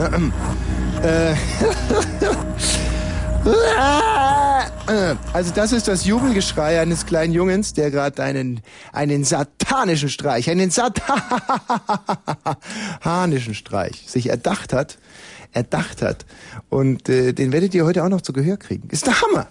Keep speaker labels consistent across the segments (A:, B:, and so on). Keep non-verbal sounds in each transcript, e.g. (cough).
A: Äh, Also das ist das Jubelgeschrei eines kleinen Jungens, der gerade einen, einen satanischen Streich, einen satanischen Streich sich erdacht hat, erdacht hat. Und äh, den werdet ihr heute auch noch zu Gehör kriegen. Ist der Hammer,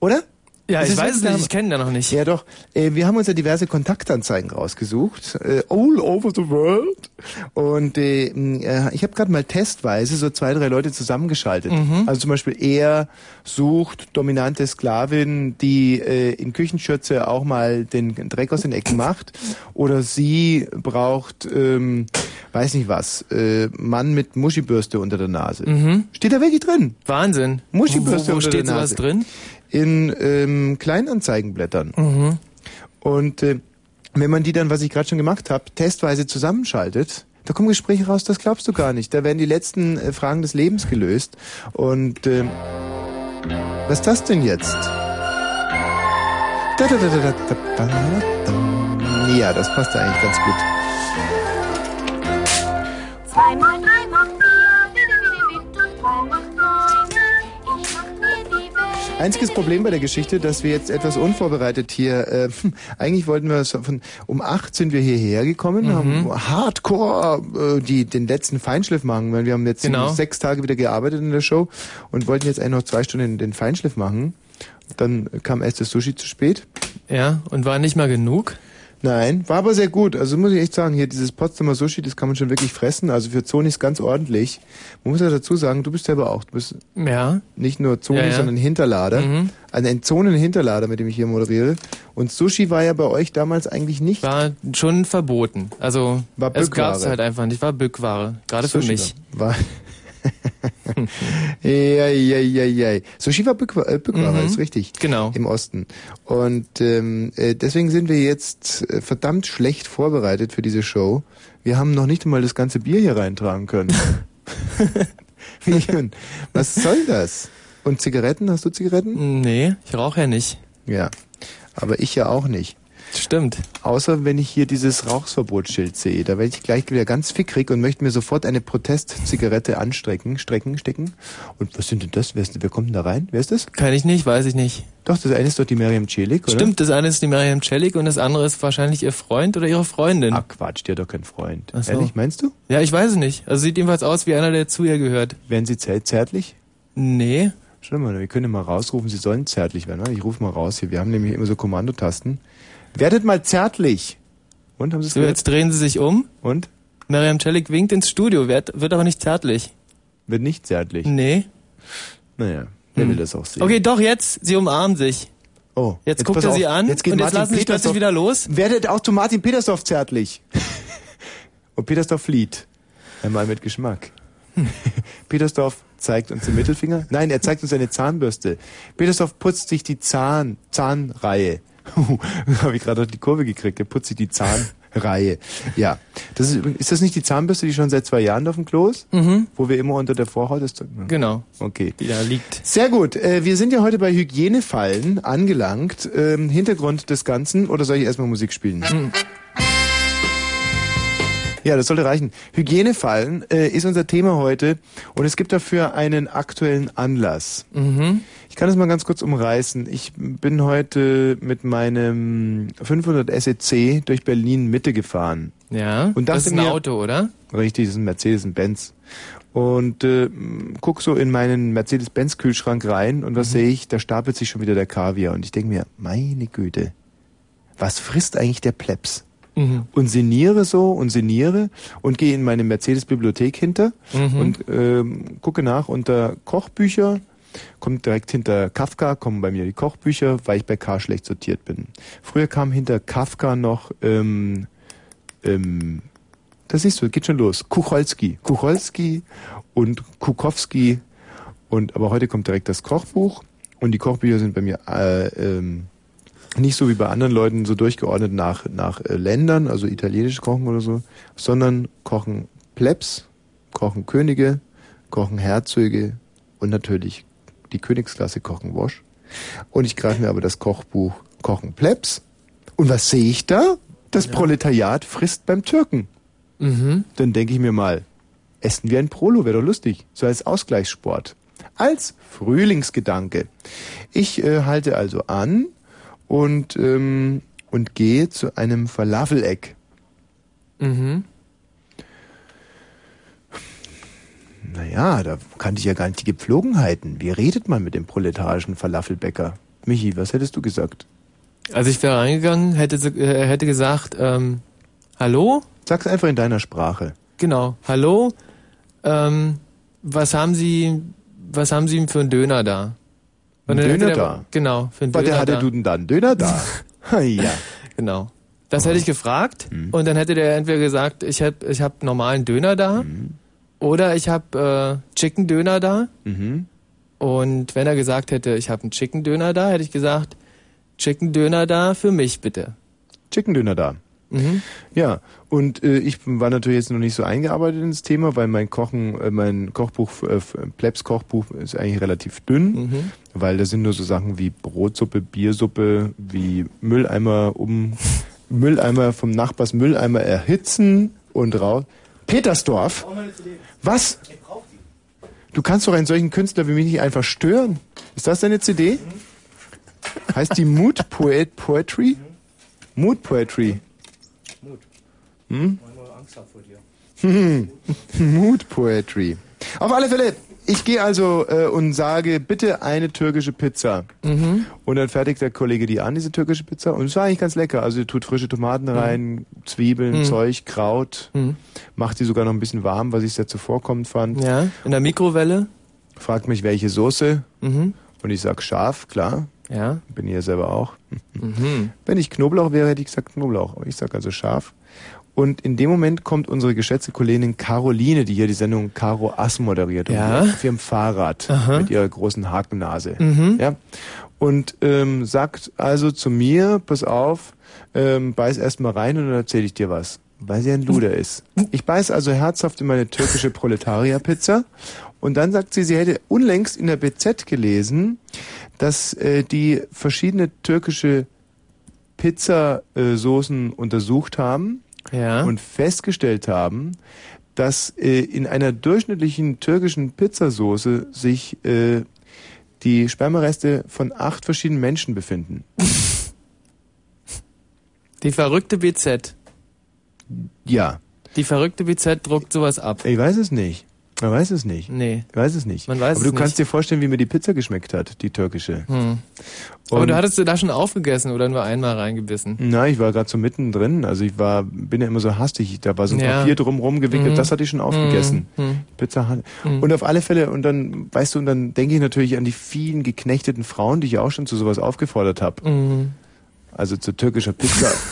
A: oder?
B: Ja,
A: Das
B: ich
A: ist
B: weiß
A: wirklich
B: es
A: der
B: nicht,
A: Hammer.
B: ich kenne den noch nicht.
A: Ja, doch. Äh, wir haben uns ja diverse Kontaktanzeigen rausgesucht. Äh, all over the world. Und äh, mh, äh, ich habe gerade mal testweise so zwei, drei Leute zusammengeschaltet.
B: Mhm.
A: Also zum Beispiel er sucht dominante Sklavin, die äh, in Küchenschürze auch mal den Dreck aus den Ecken macht. Oder sie braucht, ähm, weiß nicht was, äh, Mann mit Muschibürste unter der Nase.
B: Mhm.
A: Steht da wirklich drin?
B: Wahnsinn.
A: Muschibürste
B: Wo, wo
A: unter der
B: steht sowas
A: Nase.
B: drin?
A: In ähm, Kleinanzeigenblättern.
B: Mhm.
A: Und äh, wenn man die dann, was ich gerade schon gemacht habe, testweise zusammenschaltet, da kommen Gespräche raus, das glaubst du gar nicht. Da werden die letzten äh, Fragen des Lebens gelöst. Und äh, was ist das denn jetzt? Da, da, da, da, da, da, da, da. Ja, das passt eigentlich ganz gut.
C: Zwei mal drei macht vier, bitte, bitte, bitte, drei macht neun. Ich mach mir die Welt.
A: Einziges Problem bei der Geschichte, dass wir jetzt etwas unvorbereitet hier, äh, (laughs) eigentlich wollten wir es von, um acht sind wir hierher gekommen,
B: Mhm.
A: haben hardcore äh, die, den letzten Feinschliff machen, weil wir haben jetzt
B: Genau.
A: sechs Tage wieder gearbeitet in der Show und wollten jetzt eigentlich noch zwei Stunden den Feinschliff machen. Dann kam erst das Sushi zu spät.
B: Ja, und war nicht mal genug?
A: Nein, war aber sehr gut. Also muss ich echt sagen, hier dieses Potsdamer Sushi, das kann man schon wirklich fressen. Also für Zonis ganz ordentlich. Man muss ja dazu sagen, du bist selber auch, du bist
B: Ja.
A: nicht nur Zoni,
B: Ja, ja.
A: sondern Hinterlader.
B: Mhm.
A: Ein entzogenen Hinterlader, mit dem ich hier moderiere. Und Sushi war ja bei euch damals eigentlich nicht.
B: War schon verboten. Also
A: War
B: es
A: Bückware.
B: gab's halt einfach nicht. War Bückware. Gerade für
A: Sushi
B: mich.
A: (laughs) War. ja, ja, ja, ja. Sushi war Bückware, äh, Bückware
B: Mhm.
A: ist richtig.
B: Genau.
A: Im Osten. Und ähm, äh, deswegen sind wir jetzt äh, verdammt schlecht vorbereitet für diese Show. Wir haben noch nicht einmal das ganze Bier hier
B: (laughs)
A: reintragen können. Wie- Was soll das? Und Zigaretten? Hast du Zigaretten?
B: Nee, ich rauche ja nicht.
A: Ja. Aber ich ja auch nicht.
B: Stimmt.
A: Außer wenn ich hier dieses Rauchverbotsschild sehe, da werde ich gleich wieder ganz fickrig und möchte mir sofort eine Protestzigarette anstrecken, strecken, stecken. Und was sind denn das? Wer, ist, wer kommt denn da rein? Wer ist das?
B: Kann ich nicht, weiß ich nicht.
A: Doch, das eine ist doch die Miriam Celik, oder?
B: Stimmt, das eine ist die Miriam Celik und das andere ist wahrscheinlich ihr Freund oder ihre Freundin.
A: Ah, Quatsch, die hat doch keinen Freund.
B: Ach so.
A: Ehrlich, meinst du?
B: Ja, ich weiß es nicht. Also sieht jedenfalls aus wie einer, der zu ihr gehört.
A: Werden sie zär- zärtlich?
B: Nee.
A: Schau mal, wir können ja mal rausrufen, sie sollen zärtlich werden. ne? Ich rufe mal raus hier, wir haben nämlich immer so Kommandotasten. Werdet mal zärtlich! Und, haben sie es
B: So, jetzt drehen sie sich um.
A: Und?
B: Miriam Celik winkt ins Studio, wird, wird aber nicht zärtlich.
A: Wird nicht zärtlich.
B: Nee. Hm.
A: Naja, wer will das auch sehen?
B: Okay, doch, jetzt, sie umarmen sich.
A: Oh,
B: Jetzt, guckt
A: pass
B: er
A: auf,
B: sie an
A: jetzt geht
B: und jetzt
A: Martin
B: lassen sie sich plötzlich
A: Petersdorf-
B: wieder los.
A: Werdet auch zu Martin Petersdorf zärtlich.
B: (laughs)
A: und Petersdorf flieht. Einmal mit Geschmack. (laughs) Petersdorf zeigt uns den Mittelfinger. Nein, er zeigt uns seine Zahnbürste. Petersdorf putzt sich die Zahn, Zahnreihe. (laughs) Habe ich gerade noch die Kurve gekriegt. Er putzt sich die Zahnreihe. Ja. Das ist, übrigens- ist das nicht die Zahnbürste, die schon seit zwei Jahren auf dem Klo ist? Mhm. Wo wir immer unter der Vorhaut ist?
B: Genau.
A: Okay.
B: Die da liegt.
A: Sehr gut. Äh, wir sind ja heute bei Hygienefallen angelangt. Ähm, Hintergrund des Ganzen. Oder soll ich erstmal Musik spielen?
B: Mhm.
A: Ja, das sollte reichen. Hygienefallen äh, ist unser Thema heute und es gibt dafür einen aktuellen Anlass. Ich kann das mal ganz kurz umreißen. Ich bin heute mit meinem 500 SEC durch Berlin Mitte gefahren.
B: Ja.
A: Und
B: das
A: dachte
B: ist ein
A: mir-
B: Auto, oder?
A: Richtig, das ist ein Mercedes, ein Benz. Und äh, m, guck so in meinen Mercedes-Benz-Kühlschrank rein und was sehe ich? Da stapelt sich schon wieder der Kaviar. Und ich denke mir, meine Güte, was frisst eigentlich der Plebs?
B: Mhm.
A: Und sinniere so und sinniere und gehe in meine Mercedes-Bibliothek hinter
B: Mhm.
A: und ähm, gucke nach unter Kochbücher. Kommt direkt hinter Kafka, kommen bei mir die Kochbücher, weil ich bei K schlecht sortiert bin. Früher kam hinter Kafka noch ähm, ähm, das siehst du, geht schon los. Kucholski, Kucholski und Kukowski. Und, aber heute kommt direkt das Kochbuch. Und die Kochbücher sind bei mir äh, ähm, nicht so wie bei anderen Leuten so durchgeordnet nach, nach äh, Ländern, also italienisch kochen oder so, sondern kochen Plebs, kochen Könige, kochen Herzöge und natürlich die Königsklasse kochen Wosch. Und ich greife mir aber das Kochbuch Kochen Plebs. Und was sehe ich da? Das Proletariat frisst beim Türken
B: Mhm.
A: dann denke ich mir mal, Essen wie ein Prolo wäre doch lustig. So als Ausgleichssport. Als Frühlingsgedanke. Ich äh, halte also an und, ähm, und gehe zu einem Falafel-Eck.
B: Mhm.
A: Naja, da kannte ich ja gar nicht die Gepflogenheiten. Wie redet man mit dem proletarischen Falafelbäcker? Michi, was hättest du gesagt?
B: Als ich da reingegangen, hätte, sie- äh, hätte gesagt, ähm, hallo?
A: Sag's einfach in deiner Sprache.
B: Genau, hallo? Ähm, was haben Sie, was haben Sie für einen Döner da?
A: Ein
B: Und dann hätte
A: Döner
B: der-
A: da.
B: Genau, für einen
A: Was
B: Döner
A: hatte
B: da.
A: du denn dann?
B: (laughs)
A: Döner da? Ha, ja.
B: Genau. Das
A: Mhm.
B: hätte ich gefragt und dann hätte der entweder gesagt, ich habe ich hab normalen Döner da oder ich habe äh, Chicken Döner da.
A: Mhm.
B: Und wenn er gesagt hätte, ich habe einen Chicken Döner da, hätte ich gesagt, Chicken Döner da für mich bitte.
A: Chicken Döner da.
B: Mhm.
A: Ja, und äh, ich war natürlich jetzt noch nicht so eingearbeitet ins Thema, weil mein Kochen, äh, mein Kochbuch, äh, Plebs Kochbuch ist eigentlich relativ dünn, weil da sind nur so Sachen wie Brotsuppe, Biersuppe, wie Mülleimer um Mülleimer vom Nachbars Mülleimer erhitzen und raus. Petersdorf. Was? Du kannst doch einen solchen Künstler wie mich nicht einfach stören. Ist das deine CD? Heißt die Mood Poet Poetry? Mood Poetry.
D: Mut.
B: Hm?
D: Manchmal Angst hab vor dir.
A: Hm. (laughs) Mood Poetry. Auf alle Fälle, ich gehe also äh, und sage bitte eine türkische Pizza. Und dann fertigt der Kollege die an, diese türkische Pizza. Und es war eigentlich ganz lecker. Also er tut frische Tomaten rein, Zwiebeln,
B: Mhm.
A: Zeug, Kraut.
B: Mhm.
A: Macht die sogar noch ein bisschen warm, was ich sehr zuvorkommend fand.
B: Ja, in der Mikrowelle.
A: Fragt mich, welche Soße.
B: Mhm.
A: Und ich sag scharf, klar.
B: Ja.
A: Bin ich ja selber auch.
B: Mhm.
A: Wenn ich Knoblauch wäre, hätte ich gesagt Knoblauch. Aber ich sag also scharf. Und in dem Moment kommt unsere geschätzte Kollegin Caroline, die hier die Sendung Caro Ass moderiert.
B: Ja.
A: Und die auf ihrem Fahrrad
B: Aha.
A: mit ihrer großen Hakennase.
B: Mhm.
A: Ja. Und ähm, sagt also zu mir, pass auf, ähm, beiß erst mal rein und dann erzähle ich dir was. Weil sie ein
B: (laughs)
A: Luder ist. Ich beiß also herzhaft in meine türkische Proletarierpizza. Und dann sagt sie, sie hätte unlängst in der BZ gelesen, dass äh, die verschiedene türkische Pizzasoßen untersucht haben
B: Ja.
A: und festgestellt haben, dass äh, in einer durchschnittlichen türkischen Pizzasoße sich äh, die Spermareste von acht verschiedenen Menschen befinden.
B: Die verrückte BZ.
A: Ja,
B: Die verrückte BZ druckt sowas ab.
A: ich weiß es nicht. Man weiß es nicht.
B: Nee.
A: Ich weiß es nicht.
B: Man weiß
A: Aber du
B: es
A: kannst
B: nicht.
A: dir vorstellen, wie mir die Pizza geschmeckt hat, die türkische.
B: Hm. Aber
A: Und-
B: du hattest du da schon aufgegessen oder nur einmal reingebissen?
A: Na, ich war gerade so mittendrin. Also ich war, bin ja immer so hastig. Da war so ein
B: Ja.
A: Papier drumherum gewickelt.
B: Mhm.
A: Das hatte ich schon aufgegessen.
B: Mhm.
A: Pizza Hut.
B: Mhm.
A: Und auf alle Fälle, und dann, weißt du, und dann denke ich natürlich an die vielen geknechteten Frauen, die ich auch schon zu sowas aufgefordert habe.
B: Mhm.
A: Also zu türkischer Pizza. (laughs)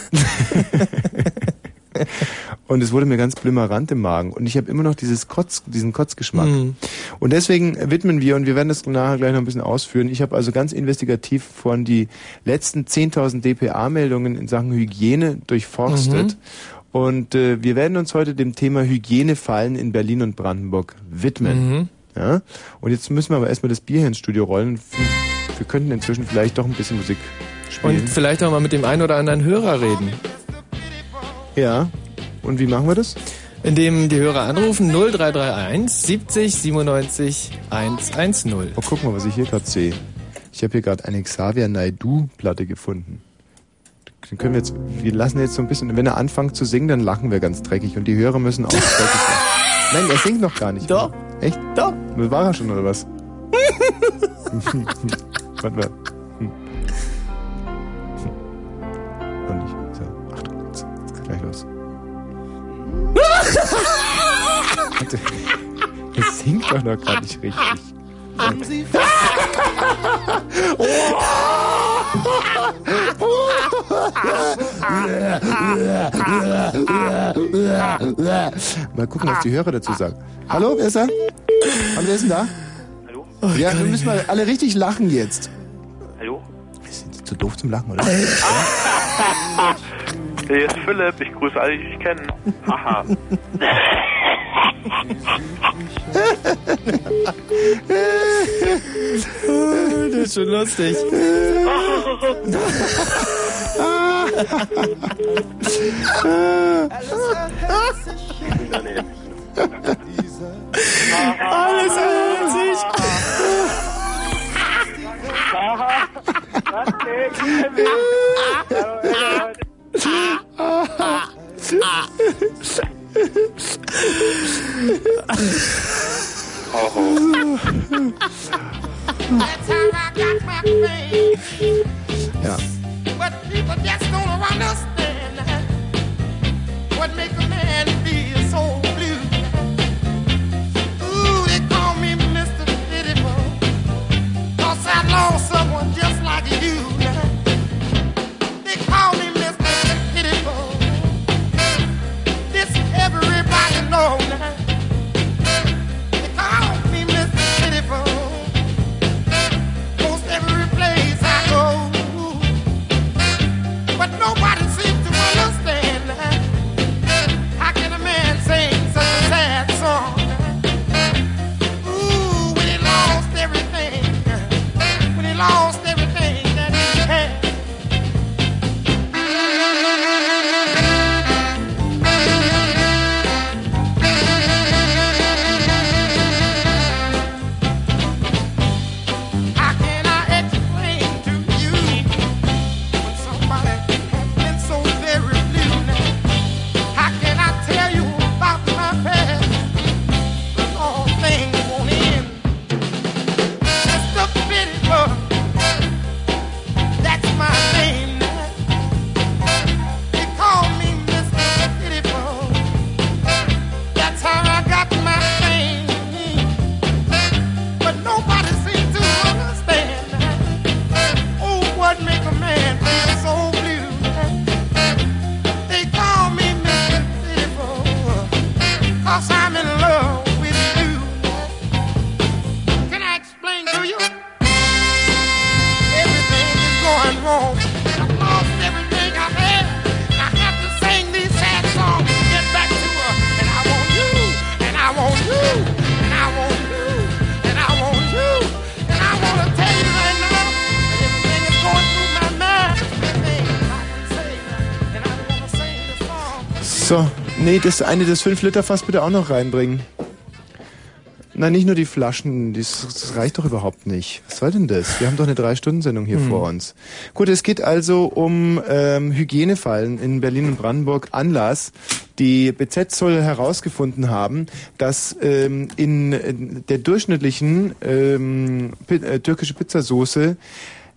A: und es wurde mir ganz blimmerant im Magen. Und ich habe immer noch dieses Kotz, diesen Kotzgeschmack.
B: Mhm.
A: Und deswegen widmen wir, und wir werden das nachher gleich noch ein bisschen ausführen, ich habe also ganz investigativ von die letzten 10.000 DPA-Meldungen in Sachen Hygiene durchforstet.
B: Mhm.
A: Und äh, wir werden uns heute dem Thema Hygienefallen in Berlin und Brandenburg widmen.
B: Mhm.
A: Ja? Und jetzt müssen wir aber erstmal das Bier hier ins Studio rollen. Wir könnten inzwischen vielleicht doch ein bisschen Musik spielen.
B: Und vielleicht auch mal mit dem einen oder anderen Hörer reden,
A: Ja. Und wie machen wir das?
B: indem die Hörer anrufen 0331 70 97 110.
A: Oh, guck mal, was ich hier gerade sehe. Ich habe hier gerade eine Xavier Naidu-Platte gefunden. Den können wir jetzt, wir lassen jetzt so ein bisschen, wenn er anfängt zu singen, dann lachen wir ganz dreckig und die Hörer
B: (laughs)
A: müssen auch dreckig lachen. Nein, er singt noch gar nicht.
B: Doch.
A: Echt?
B: Doch.
A: War er schon, oder
B: (laughs)
A: was? (laughs) Warte mal. Hm. Und ich, so, Achtung, jetzt geht's gleich los. Warte. Er singt doch noch gar nicht richtig.
D: Haben Sie
A: Mal gucken, was die Hörer dazu sagen. Hallo, wer ist da? Hallo, wer ist denn da?
E: Hallo?
A: ja, wir müssen mal alle richtig lachen jetzt.
E: Hallo?
A: Wir sind zu doof zum Lachen, oder?
E: Hier ist Philipp, ich grüße alle, die ich (laughs) kenne. Haha.
B: Das ist schon lustig.
E: Daneben.
D: dieser
C: Alles erhöht sich.
F: That's how I got my fame.
A: Ja.
F: But people just don't understand what make a man feel so blue. Ooh, they call me Mr. Pitiful. Cause I lost someone just like you. They call me Mr. Pitiful. This everybody know now. They call me Mr. Pitiful. Most every place I go, but nobody seems to understand. How can a man sing such a sad song? Ooh, when he lost everything, when he lost everything that he had. How can I explain to you when somebody has been so very blue? How can I tell you about my past? Cause all things won't end. That's the pity, but that's my name. They call me Mr. Pitiful. That's how I got my name. But nobody seems to understand. Oh, what make a man feel so blue? They call me Mr. Pitiful, cause I'm in love with you. Can I explain to you? Everything is going wrong. I lost everything I had. I have to sing these sad songs to get back to her. And I want you, and I want you, and I want you, and I want you. And I want to tell you right now that everything is going through my mind. Everything I can say, and I want to sing the song.
A: So, nee, das eine, das 5-Liter-Fass bitte auch noch reinbringen. Nein, nicht nur die Flaschen, das, das reicht doch überhaupt nicht. Was soll denn das? Wir haben doch eine Drei-Stunden-Sendung hier
C: Hm.
A: vor uns. Gut, es geht also um ähm, Hygienefallen in Berlin und Brandenburg Anlass. Die BZ soll herausgefunden haben, dass ähm, in, in der durchschnittlichen ähm, pi äh, türkische Pizzasoße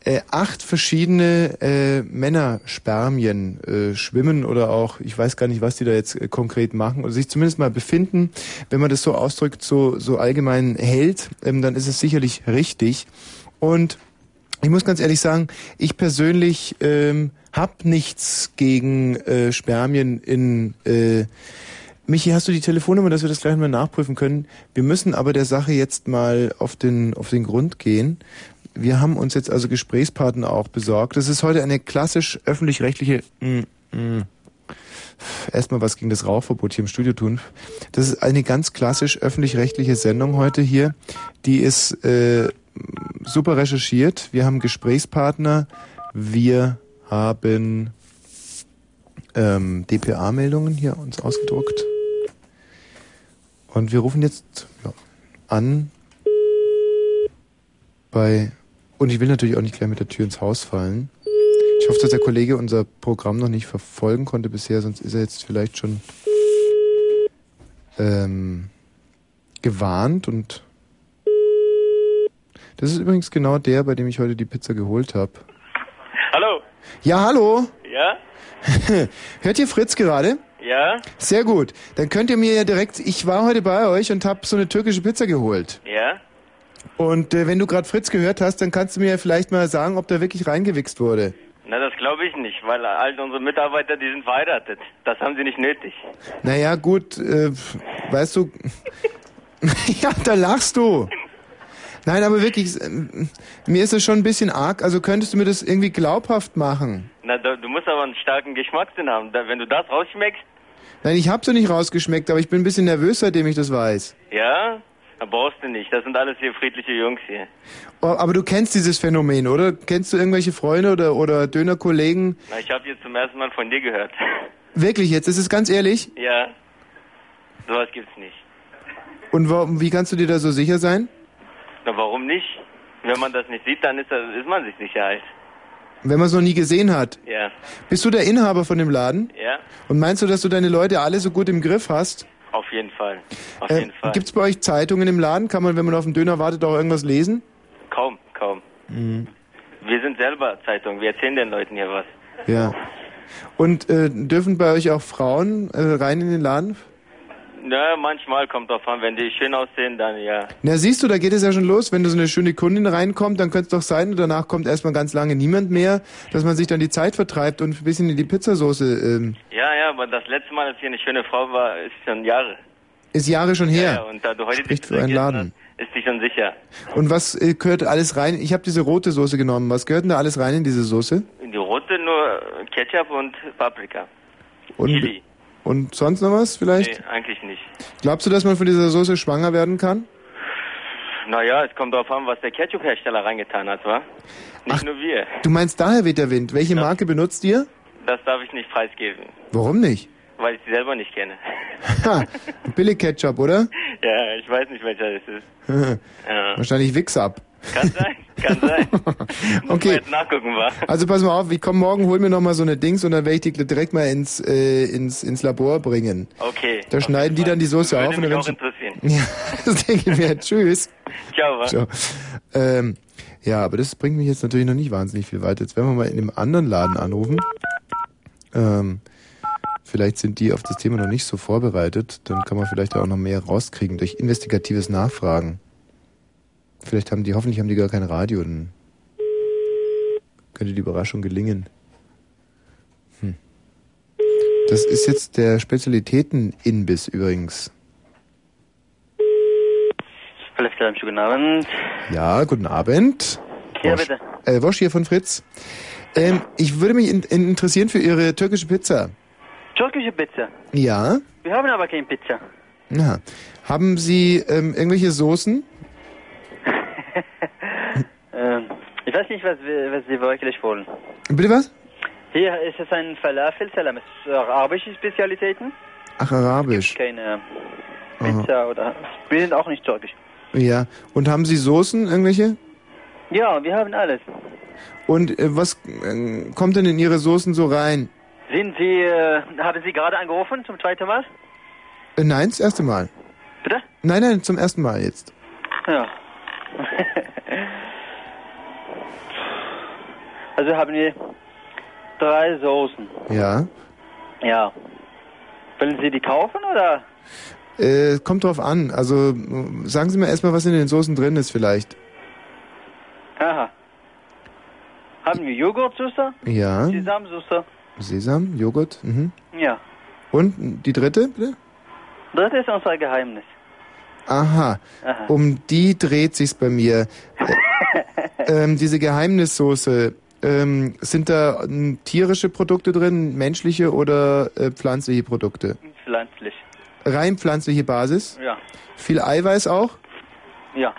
A: äh, acht verschiedene äh, Männerspermien äh, schwimmen oder auch, ich weiß gar nicht, was die da jetzt äh, konkret machen oder sich zumindest mal befinden. Wenn man das so ausdrückt, so, so allgemein hält, ähm, dann ist es sicherlich richtig. Und ich muss ganz ehrlich sagen, ich persönlich ähm, habe nichts gegen äh, Spermien in... Äh, Michi, hast du die Telefonnummer, dass wir das gleich mal nachprüfen können? Wir müssen aber der Sache jetzt mal auf den, auf den Grund gehen. Wir haben uns jetzt also Gesprächspartner auch besorgt. Das ist heute eine klassisch öffentlich-rechtliche... Mm, mm, erstmal was gegen das Rauchverbot hier im Studio tun. Das ist eine ganz klassisch öffentlich-rechtliche Sendung heute hier. Die ist äh, super recherchiert. Wir haben Gesprächspartner. Wir haben ähm, DPA-Meldungen hier uns ausgedruckt. Und wir rufen jetzt ja, an bei... Und ich will natürlich auch nicht gleich mit der Tür ins Haus fallen. Ich hoffe, dass der Kollege unser Programm noch nicht verfolgen konnte bisher, sonst ist er jetzt vielleicht schon ähm, gewarnt und das ist übrigens genau der, bei dem ich heute die Pizza geholt habe.
G: Hallo.
A: Ja, hallo. (laughs)
G: Ja?
A: Hört ihr Fritz gerade?
G: Ja?
A: Sehr gut. Dann könnt ihr mir ja direkt, ich war heute bei euch und habe so eine türkische Pizza geholt.
G: Ja?
A: Und äh, wenn du gerade Fritz gehört hast, dann kannst du mir ja vielleicht mal sagen, ob da wirklich reingewichst wurde.
G: Na, das glaube ich nicht, weil all unsere Mitarbeiter, die sind verheiratet. Das haben sie nicht nötig.
A: Naja, gut, äh, weißt du. (laughs) ja, da lachst du. Nein, aber wirklich, ähm, mir ist es schon ein bisschen arg. Also könntest du mir das irgendwie glaubhaft machen?
G: Na, du, du musst aber einen starken Geschmackssinn haben. Da, wenn du das rausschmeckst,
A: Nein, ich hab's ja nicht rausgeschmeckt, aber ich bin ein bisschen nervös, seitdem ich das weiß.
G: ja, dann brauchst du nicht. Das sind alles hier friedliche Jungs hier.
A: Oh, aber du kennst dieses Phänomen, oder? Kennst du irgendwelche Freunde oder, oder Dönerkollegen?
G: Na, ich habe jetzt zum ersten Mal von dir gehört. (laughs)
A: Wirklich jetzt, ist es ganz ehrlich?
G: ja. Sowas gibt's nicht.
A: Und warum, wie kannst du dir da so sicher sein?
G: Na, warum nicht? Wenn man das nicht sieht, dann ist, das, ist man sich halt. nicht alt.
A: Wenn man es noch nie gesehen hat.
G: Ja.
A: Bist du der Inhaber von dem Laden?
G: Ja,
A: Und meinst du, dass du deine Leute alle so gut im Griff hast?
G: auf jeden Fall. Auf
A: Äh,
G: jeden Fall.
A: Gibt es bei euch Zeitungen im Laden? Kann man, wenn man auf den Döner wartet, auch irgendwas lesen?
G: Kaum, kaum. Wir sind selber Zeitung. Wir erzählen den Leuten hier was.
A: Ja. Und äh, dürfen bei euch auch Frauen äh, rein in den Laden?
G: Na, manchmal kommt drauf an, wenn die schön aussehen, dann ja.
A: Na siehst du, da geht es ja schon los. Wenn da so eine schöne Kundin reinkommt, dann könnte es doch sein, und danach kommt erstmal ganz lange niemand mehr, dass man sich dann die Zeit vertreibt und ein bisschen in die Pizzasoße ähm,
G: Ja, ja, aber das letzte Mal, als hier eine schöne Frau war, ist schon Jahre.
A: ist Jahre schon
G: Ja,
A: her.
G: ja, und da du heute
A: Spricht
G: dich
A: für einen
G: regiert
A: Laden.
G: hast, Ist die schon sicher.
A: Und was äh, gehört alles rein? Ich habe diese rote Soße genommen. Was gehört denn da alles rein in diese Soße?
G: Die rote nur äh, Ketchup und Paprika.
A: Und,
G: Chili.
A: und sonst noch was vielleicht?
G: Nee, eigentlich nicht.
A: Glaubst du, dass man von dieser Soße schwanger werden kann?
G: Naja, es kommt drauf an, was der Ketchup-Hersteller reingetan hat, wa? Nicht nur wir.
A: Du meinst daher weht der Wind. Welche Marke benutzt ihr?
G: Das darf ich nicht preisgeben,
A: Warum nicht?
G: weil ich sie selber nicht kenne. (laughs)
A: Ha, Billig Ketchup, oder?
G: ja, ich weiß nicht, welcher es ist.
A: (laughs)
G: Ja.
A: Wahrscheinlich Wix ab.
G: Kann sein, kann
A: (laughs)
G: sein. Muss man
A: Okay.
G: jetzt nachgucken, wa?
A: Also pass mal auf, ich komme morgen, hol mir noch mal so eine Dings und dann werde ich die direkt mal ins, äh, ins, ins Labor bringen.
G: Okay.
A: Da schneiden die dann die Soße
G: Würde
A: auf und
G: mich
A: dann
G: auch interessieren.
A: Ja, (laughs) das denke ich mir. Tschüss.
G: Ciao, wa?
A: So. Ähm, ja, aber das bringt mich jetzt natürlich noch nicht wahnsinnig viel weiter. Jetzt werden wir mal in einem anderen Laden anrufen. Ähm, vielleicht sind die auf das Thema noch nicht so vorbereitet. Dann kann man vielleicht da auch noch mehr rauskriegen durch investigatives Nachfragen. Vielleicht haben die, hoffentlich haben die gar kein Radio. Dann könnte die Überraschung gelingen. Hm. Das ist jetzt der Spezialitäten-Imbiss übrigens.
H: Hallo, Fleisch, guten Abend.
A: Ja, guten Abend.
H: Ja,
A: Wosch.
H: bitte.
A: Äh, Wosch hier von Fritz. Ähm, ich würde mich in, in interessieren für Ihre türkische Pizza.
H: Türkische Pizza.
A: Ja?
H: Wir haben aber keine Pizza.
A: Na. Haben Sie ähm, irgendwelche Soßen?
H: Ähm, ich weiß nicht, was, wir, was Sie wirklich wollen.
A: Bitte was?
H: Hier ist es ein Falafel-Salam. Es ist arabische Spezialitäten.
A: Ach, arabisch.
H: Keine ähm, Pizza oder... Wir sind auch nicht türkisch.
A: Ja. Und haben Sie Soßen, irgendwelche?
H: Ja, wir haben alles.
A: Und äh, was äh, kommt denn in Ihre Soßen so rein?
H: Sind Sie... Äh, haben Sie gerade angerufen zum zweiten Mal?
A: Äh, nein, das erste Mal.
H: Bitte?
A: Nein, nein, zum ersten Mal jetzt.
H: Ja. (laughs) also haben wir drei Soßen.
A: Ja.
H: Ja. Wollen Sie die kaufen oder?
A: Äh, kommt drauf an. Also mh, sagen Sie mir erstmal, was in den Soßen drin ist vielleicht.
H: Aha. Haben wir Joghurtsoße,
A: Ja.
H: Sesamsoße.
A: Sesam, Joghurt. Mhm.
H: Ja.
A: Und die dritte, bitte?
H: Das ist unser Geheimnis.
A: Aha.
H: Aha.
A: Um die dreht sich's
H: (laughs)
A: bei mir. Äh, ähm, diese Geheimnissoße. Ähm, sind da ähm, tierische Produkte drin, menschliche oder äh, pflanzliche Produkte?
H: Pflanzlich.
A: Rein pflanzliche Basis?
H: Ja.
A: Viel Eiweiß auch?
H: Ja.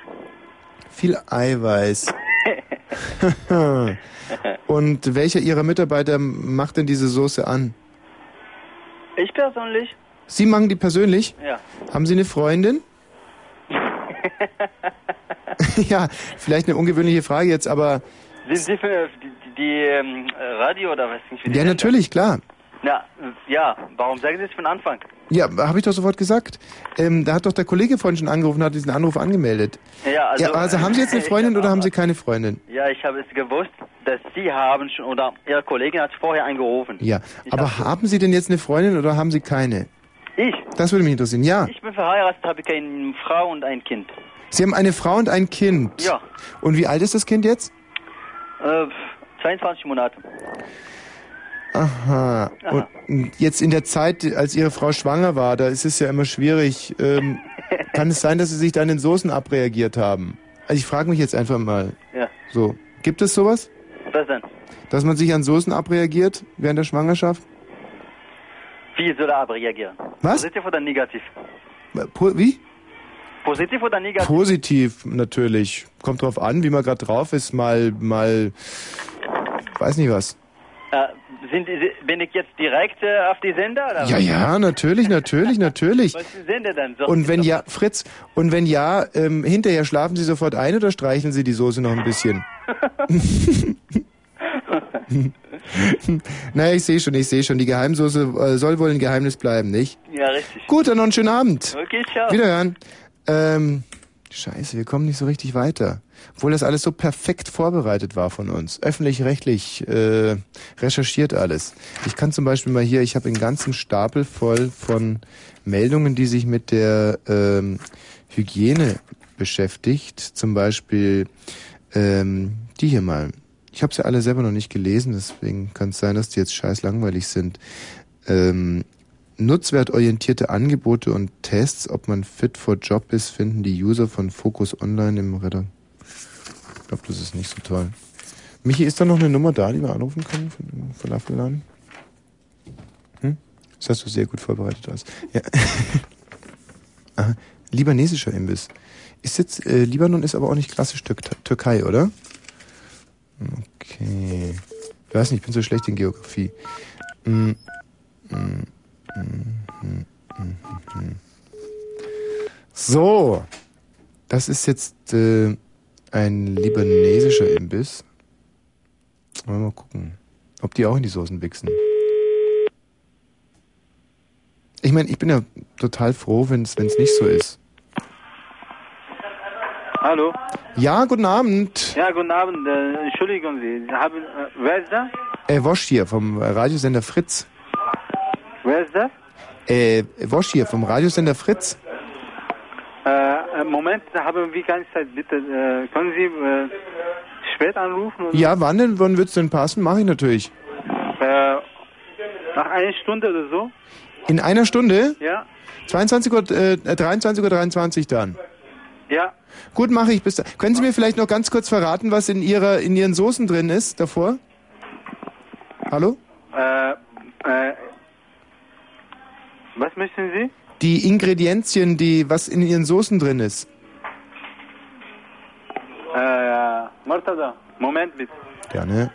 A: Viel
H: (laughs)
A: Eiweiß. (laughs) Und welcher Ihrer Mitarbeiter macht denn diese Soße an?
H: Ich persönlich?
A: Sie machen die persönlich?
H: Ja.
A: Haben Sie
H: (laughs)
A: eine Freundin? ja, vielleicht eine ungewöhnliche Frage jetzt, aber
H: Sind Sie für die, die, die ähm, Radio oder was? Nicht für die
A: ja,
H: Sender?
A: natürlich, klar.
H: Na, ja, warum sagen Sie es von Anfang?
A: Ja, habe ich doch sofort gesagt. Ähm, da hat doch der Kollege vorhin schon angerufen, hat diesen Anruf angemeldet.
H: Ja, also,
A: ja, also haben
H: (laughs)
A: Sie jetzt eine Freundin oder haben Sie keine Freundin?
H: Ja, ich habe es gewusst, dass Sie haben schon, oder Ihr Kollege hat vorher angerufen.
A: Ja,
H: Ich
A: aber haben Sie denn jetzt eine Freundin oder haben Sie keine?
H: Ich,
A: Das würde mich interessieren. Ja,
H: ich bin verheiratet, habe keine Frau und ein Kind.
A: Sie haben eine Frau und ein Kind.
H: Ja.
A: Und wie alt ist das Kind jetzt?
H: Äh, 22 Monate.
A: Aha. Und jetzt in der Zeit, als Ihre Frau schwanger war, da ist es ja immer schwierig. Ähm, kann es sein, dass Sie sich da an den Soßen abreagiert haben? Also ich frage mich jetzt einfach mal.
H: Ja.
A: So, gibt es sowas,
H: Was denn?
A: dass man sich an Soßen abreagiert während der Schwangerschaft?
H: Wie soll er aber reagieren?
A: Was?
H: Positiv oder negativ?
A: Äh, Po wie?
H: Positiv oder negativ?
A: Positiv natürlich. Kommt drauf an, wie man gerade drauf ist. Mal, mal, weiß nicht was.
H: äh, Sind, bin ich jetzt direkt äh, auf die Sender? Oder
A: Ja,
H: was?
A: ja, natürlich, natürlich, natürlich.
H: Was ist die Sender dann? So,
A: Und wenn ja, Fritz, und wenn ja, ähm, hinterher schlafen Sie sofort ein oder streicheln Sie die Soße noch ein
H: (laughs)
A: bisschen? (laughs) naja, ich sehe schon, ich sehe schon. Die Geheimsoße äh, soll wohl ein Geheimnis bleiben, nicht?
H: Ja, richtig.
A: Gut, dann noch einen schönen Abend.
H: Okay, ciao.
A: Wiederhören. Ähm, scheiße, wir kommen nicht so richtig weiter. Obwohl das alles so perfekt vorbereitet war von uns. Öffentlich-rechtlich äh, recherchiert alles. Ich kann zum Beispiel mal hier, ich habe einen ganzen Stapel voll von Meldungen, die sich mit der ähm, Hygiene beschäftigt. Zum Beispiel ähm, die hier mal. Ich habe sie alle selber noch nicht gelesen, deswegen kann es sein, dass die jetzt scheiß langweilig sind. Ähm, Nutzwertorientierte Angebote und Tests, ob man fit for Job ist, finden die User von Focus Online im Redder. Ich glaube, das ist nicht so toll. Michi, ist da noch eine Nummer da, die wir anrufen können von dem Falafelladen? Hm? Das hast du sehr gut vorbereitet aus. Ja. (laughs) Aha. Libanesischer Imbiss. Ist jetzt, äh, Libanon ist aber auch nicht klassisch Tür Türkei, oder? Okay. Ich weiß nicht, ich bin so schlecht in Geografie. Mm, mm. So, das ist jetzt äh, ein libanesischer Imbiss. Wollen wir mal gucken, ob die auch in die Soßen wichsen. Ich meine, ich bin ja total froh, wenn es nicht so ist.
H: Hallo.
A: Ja, guten Abend.
H: Ja, guten Abend. Äh, Entschuldigung Sie. Sie haben, äh, wer ist da?
A: Äh, Wosch hier vom äh, Radiosender Fritz.
H: Wer ist da?
A: Äh, Wosch hier vom Radiosender Fritz.
H: Äh, äh, Moment, da haben wir keine Zeit. Bitte, äh, können Sie äh, spät anrufen? Und,
A: Ja, wann denn? Wann wird's denn passen? Mache ich natürlich.
H: Äh, nach einer Stunde oder so?
A: In einer Stunde?
H: Ja.
A: 22 Uhr, äh, 23 Uhr 23 dann.
H: Ja.
A: Gut, mache ich. Bis da. Können Sie mir vielleicht noch ganz kurz verraten, was in Ihrer, in Ihren Soßen drin ist davor? Hallo?
H: Äh, äh, was möchten Sie?
A: Die Ingredienzien, die, was in Ihren Soßen drin ist.
H: Äh, Murtaza, Moment bitte.
A: Gerne.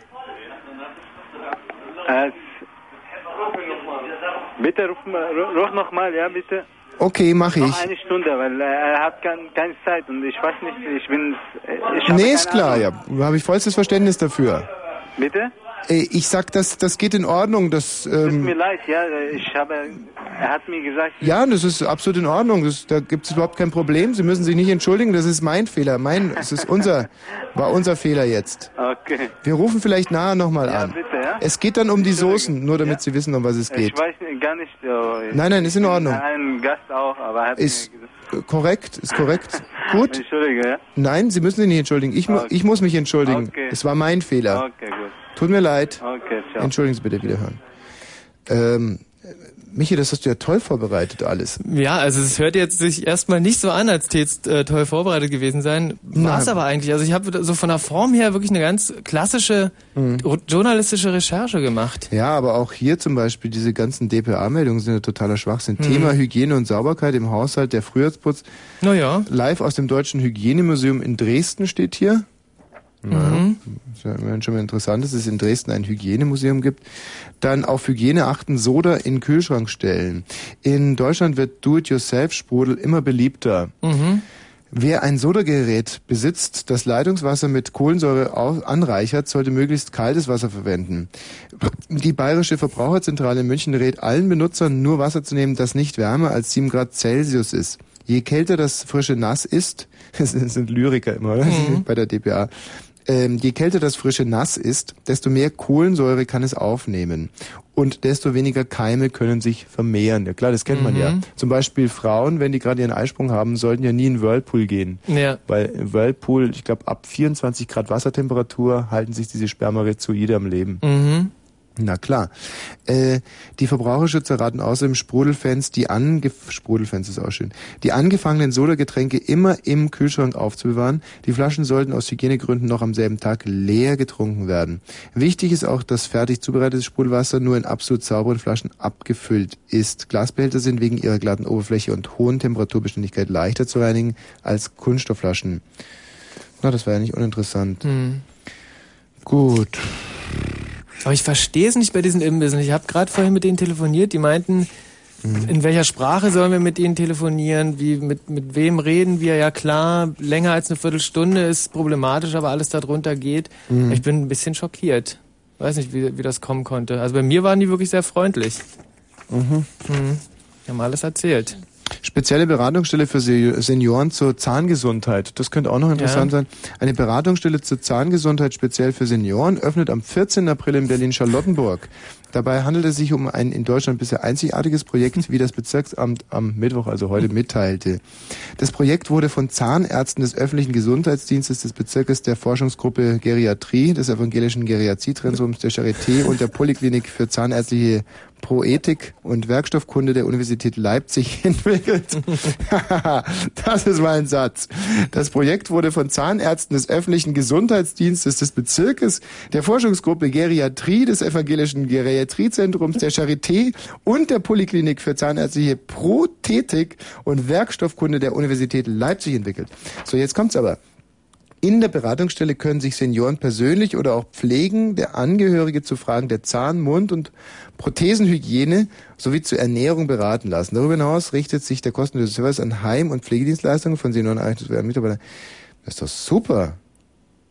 H: Äh, bitte ruf, mal- ru- ruf nochmal, ja, bitte.
A: Okay, mache ich.
H: Noch eine Stunde, weil äh, er hat kein, keine Zeit und ich weiß nicht, ich bin... äh, Ich habe
A: Nee, ist
H: keine
A: klar,
H: Ahnung.
A: ja. Habe ich vollstes Verständnis dafür.
H: Bitte?
A: Äh, Ich sag, das, das geht in Ordnung, das,
H: Tut mir
A: ähm,
H: leid, ja, ich habe... Er hat mir gesagt,
A: ja, das ist absolut in Ordnung. Das, da gibt es überhaupt kein Problem. Sie müssen sich nicht entschuldigen. Das ist mein Fehler. Mein, es ist unser, war unser Fehler jetzt.
H: okay,
A: Wir rufen vielleicht nachher nochmal
H: ja,
A: an.
H: bitte, ja?
A: Es geht dann um die Soßen, nur damit Sie wissen, um was es
H: ich
A: geht.
H: weiß nicht, gar nicht... Äh,
A: Nein, nein, ist in Ordnung.
H: Ein Gast auch, aber er hat
A: Ist
H: mir gesagt...
A: äh, korrekt,
H: (laughs)
A: ist korrekt. Gut.
H: Entschuldige, ja?
A: Nein, Sie müssen sich nicht entschuldigen. Ich, mu-
H: Okay.
A: ich muss mich entschuldigen.
H: Okay.
A: Es war mein Fehler.
H: Okay, gut.
A: Tut mir leid.
H: Okay, ciao.
A: Entschuldigen Sie bitte wiederhören. Ähm, Michi, das hast du ja toll vorbereitet alles.
B: Ja, also es hört jetzt sich erstmal nicht so an, als tät's äh, toll vorbereitet gewesen sein. War es
A: Nein.
B: aber eigentlich. Also ich habe so von der Form her wirklich eine ganz klassische
A: Mhm.
B: ro- journalistische Recherche gemacht.
A: Ja, aber auch hier zum Beispiel diese ganzen DPA-Meldungen sind ja totaler Schwachsinn. Thema Hygiene und Sauberkeit im Haushalt, der Frühjahrsputz.
B: Naja.
A: Live aus dem Deutschen Hygienemuseum in Dresden steht hier.
B: Mhm.
A: ist ja immerhin schon mal interessant, dass es in Dresden ein Hygienemuseum gibt. Dann auf Hygiene achten, Soda in den Kühlschrank stellen. In Deutschland wird Do-it-yourself-Sprudel immer beliebter. Wer ein Sodagerät besitzt, das Leitungswasser mit Kohlensäure au- anreichert, sollte möglichst kaltes Wasser verwenden. Die Bayerische Verbraucherzentrale in München rät allen Benutzern, nur Wasser zu nehmen, das nicht wärmer als 7 Grad Celsius ist. Je kälter das frische Nass ist, (laughs) das sind Lyriker immer, oder? Bei der DPA. Ähm, je kälter das frische Nass ist, desto mehr Kohlensäure kann es aufnehmen und desto weniger Keime können sich vermehren. Ja klar, das kennt man ja. Zum Beispiel Frauen, wenn die gerade ihren Eisprung haben, sollten ja nie in Whirlpool gehen.
B: Ja.
A: Weil im Whirlpool, ich glaube, ab 24 Grad Wassertemperatur halten sich diese Spermarezoide am Leben.
B: Mhm.
A: Na klar. Äh, die Verbraucherschützer raten außerdem Sprudelfans, die ange Sprudelfans ist auch schön, die angefangenen Sodagetränke immer im Kühlschrank aufzubewahren. Die Flaschen sollten aus Hygienegründen noch am selben Tag leer getrunken werden. Wichtig ist auch, dass fertig zubereitetes Sprudelwasser nur in absolut sauberen Flaschen abgefüllt ist. Glasbehälter sind wegen ihrer glatten Oberfläche und hohen Temperaturbeständigkeit leichter zu reinigen als Kunststoffflaschen.
C: mhm,
A: Na, das war ja nicht uninteressant. Gut.
B: Aber ich verstehe es nicht bei diesen Imbissen. Ich habe gerade vorhin mit denen telefoniert, die meinten,
A: Mhm.
B: in welcher Sprache sollen wir mit ihnen telefonieren, wie, mit, mit wem reden wir, ja klar, länger als eine Viertelstunde ist problematisch, aber alles darunter geht.
A: Mhm.
B: Ich bin ein bisschen schockiert. Weiß nicht, wie, wie das kommen konnte. Also bei mir waren die wirklich sehr freundlich.
A: Mhm.
B: Mhm. Die haben alles erzählt.
A: Spezielle Beratungsstelle für Se- Senioren zur Zahngesundheit. Das könnte auch noch interessant
B: Ja.
A: sein. Eine Beratungsstelle zur Zahngesundheit speziell für Senioren öffnet am 14. April in Berlin-Charlottenburg. Dabei handelt es sich um ein in Deutschland bisher einzigartiges Projekt, wie das Bezirksamt am Mittwoch, also heute, mitteilte. Das Projekt wurde von Zahnärzten des öffentlichen Gesundheitsdienstes des Bezirkes der Forschungsgruppe Geriatrie, des evangelischen Geriatriezentrums der Charité und der Poliklinik für zahnärztliche Proethik und Werkstoffkunde der Universität Leipzig (laughs) entwickelt. das ist mein Satz. Das Projekt wurde von Zahnärzten des öffentlichen Gesundheitsdienstes des Bezirkes, der Forschungsgruppe Geriatrie des evangelischen Geriatriezentrums der Charité und der Poliklinik für zahnärztliche Prothetik und Werkstoffkunde der Universität Leipzig entwickelt. So, jetzt kommt's aber. In der Beratungsstelle können sich Senioren persönlich oder auch pflegen, der Angehörige zu Fragen der Zahn-, Mund- und Prothesenhygiene sowie zur Ernährung beraten lassen. Darüber hinaus richtet sich der kostenlose Service an Heim- und Pflegedienstleistungen von Senioren und Mitarbeitern. Das ist doch super.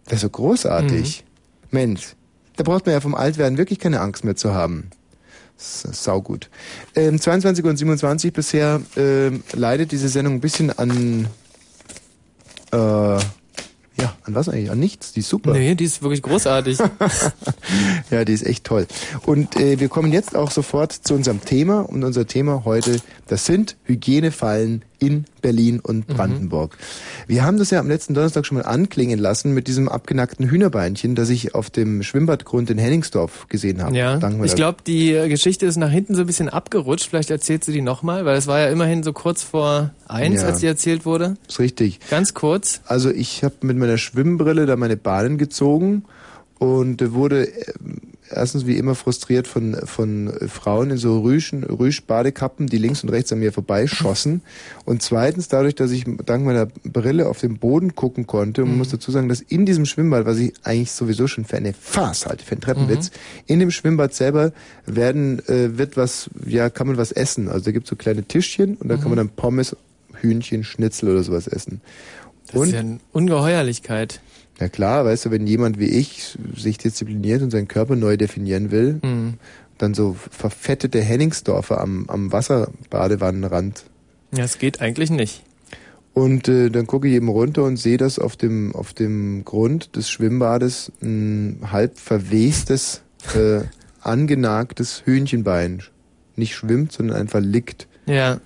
A: Das ist so großartig. Mensch, da braucht man ja vom Altwerden wirklich keine Angst mehr zu haben. S- Saugut. Ähm, 22 und 27 bisher ähm, leidet diese Sendung ein bisschen an äh, ja, an was eigentlich? An nichts. Die ist super.
B: Nee, die ist wirklich
A: (laughs)
B: großartig.
A: Ja, die ist echt toll. Und äh, wir kommen jetzt auch sofort zu unserem Thema. Und unser Thema heute, das sind Hygienefallen in Berlin und
B: Mhm.
A: Brandenburg. Wir haben das ja am letzten Donnerstag schon mal anklingen lassen mit diesem abgenackten Hühnerbeinchen, das ich auf dem Schwimmbadgrund in Henningsdorf gesehen habe.
B: ja.
A: Danke,
B: Ich
A: Madame.
B: glaube, die äh, Geschichte ist nach hinten so ein bisschen abgerutscht. Vielleicht erzählt sie die nochmal, weil es war ja immerhin so kurz vor eins,
A: Ja.
B: als die erzählt wurde.
A: Ist richtig.
B: Ganz kurz.
A: Also ich habe mit meiner Schwimmbrille da meine Bahnen gezogen und äh, wurde äh, erstens wie immer frustriert von, von äh, Frauen in so Rüschen, Rüsch-Badekappen, die links und rechts an mir vorbeischossen. Und zweitens dadurch, dass ich dank meiner Brille auf den Boden gucken konnte. Und
B: Mhm.
A: man muss dazu sagen, dass in diesem Schwimmbad, was ich eigentlich sowieso schon für eine Farce halte, für einen
B: Mhm.
A: Treppenwitz, in dem Schwimmbad selber werden, äh, wird was, ja, kann man was essen. Also da gibt's so kleine Tischchen und da
B: Mhm.
A: kann man dann Pommes, Hühnchen, Schnitzel oder sowas essen.
B: Das ist ja eine Ungeheuerlichkeit.
A: Na klar, weißt du, wenn jemand wie ich sich diszipliniert und seinen Körper neu definieren will,
B: Mhm.
A: dann so verfettete Henningsdorfer am, am Wasserbadewannenrand.
B: Ja, es geht eigentlich nicht.
A: Und äh, dann gucke ich eben runter und sehe, dass auf dem, auf dem Grund des Schwimmbades ein halb verwestes,
B: (laughs)
A: äh, angenagtes Hühnchenbein nicht schwimmt, sondern einfach liegt.
B: Ja.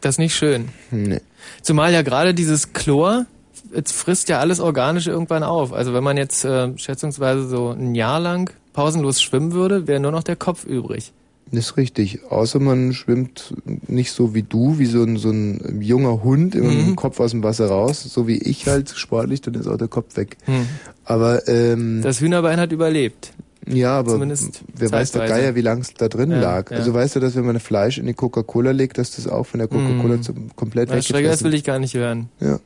B: Das ist nicht schön.
A: Nee.
B: Zumal ja gerade dieses Chlor, jetzt frisst ja alles Organische irgendwann auf. Also wenn man jetzt äh, schätzungsweise so ein Jahr lang pausenlos schwimmen würde, wäre nur noch der Kopf übrig.
A: Das ist richtig. Außer man schwimmt nicht so wie du, wie so ein, so ein junger Hund immer mit dem
B: Mhm.
A: Kopf aus dem Wasser raus, so wie ich halt sportlich, dann ist auch der Kopf weg.
B: Mhm.
A: Aber ähm,
B: Das Hühnerbein hat überlebt.
A: ja, aber
B: zumindest
A: wer weiß der
B: zeitweise.
A: Geier, wie lang es da drin
B: Ja,
A: lag.
B: ja.
A: Also weißt du, dass wenn man Fleisch in die Coca-Cola legt, dass das auch von der Coca-Cola
B: Mhm.
A: zum, komplett
B: Das Schrecker, das
A: weggefressen
B: will ich gar nicht hören.
A: ja.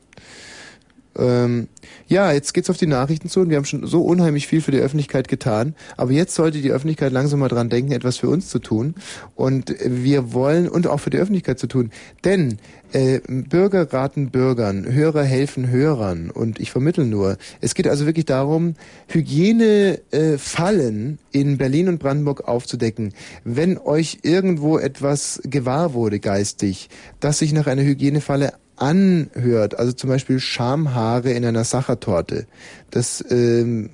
A: Ähm, ja, jetzt geht's auf die Nachrichten zu und wir haben schon so unheimlich viel für die Öffentlichkeit getan. Aber jetzt sollte die Öffentlichkeit langsam mal dran denken, etwas für uns zu tun. Und wir wollen, und auch für die Öffentlichkeit zu tun. Denn äh, Bürger raten Bürgern, Hörer helfen Hörern. Und ich vermittel nur. Es geht also wirklich darum, Hygienefallen äh, Fallen in Berlin und Brandenburg aufzudecken. Wenn euch irgendwo etwas gewahr wurde geistig, dass sich nach einer Hygienefalle anhört, also zum Beispiel Schamhaare in einer Sachertorte, das, ähm,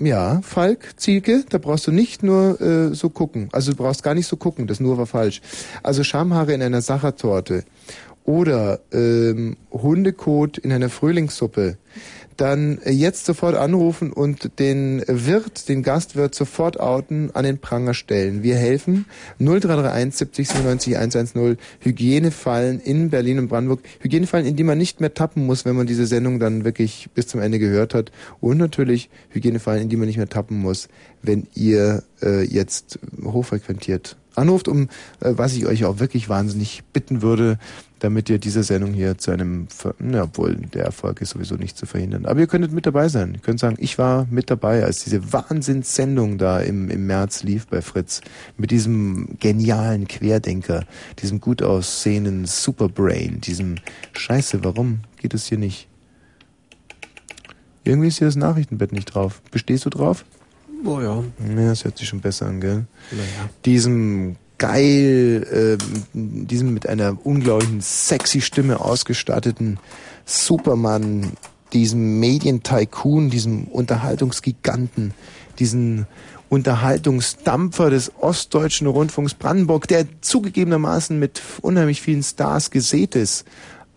A: ja, Falk, Zielke, da brauchst du nicht nur äh, so gucken. Also du brauchst gar nicht so gucken, das nur war falsch. Also Schamhaare in einer Sachertorte oder ähm, Hundekot in einer Frühlingssuppe. Dann äh, jetzt sofort anrufen und den Wirt, den Gastwirt sofort outen, an den Pranger stellen. Wir helfen. 0331 70 97 110 Hygienefallen in Berlin und Brandenburg. Hygienefallen, in die man nicht mehr tappen muss, wenn man diese Sendung dann wirklich bis zum Ende gehört hat. Und natürlich Hygienefallen, in die man nicht mehr tappen muss, wenn ihr äh, jetzt hochfrequentiert anruft, um äh, was ich euch auch wirklich wahnsinnig bitten würde, damit ihr diese Sendung hier zu einem, Ver na, obwohl der Erfolg ist sowieso nicht zu verhindern. Aber ihr könntet mit dabei sein. Ihr könnt sagen, ich war mit dabei, als diese Wahnsinnssendung da im, im März lief bei Fritz mit diesem genialen Querdenker, diesem gut aussehenden Superbrain, diesem Scheiße, warum geht es hier nicht? Irgendwie ist hier das Nachrichtenbett nicht drauf. Bestehst du drauf?
B: Oh ja.
A: Ja, das hört sich schon besser an, gell? Diesem geil, äh, diesem mit einer unglaublichen sexy Stimme ausgestatteten Superman, diesem Medientycoon, diesem Unterhaltungsgiganten, diesen Unterhaltungsdampfer des ostdeutschen Rundfunks Brandenburg, der zugegebenermaßen mit unheimlich vielen Stars gesät ist.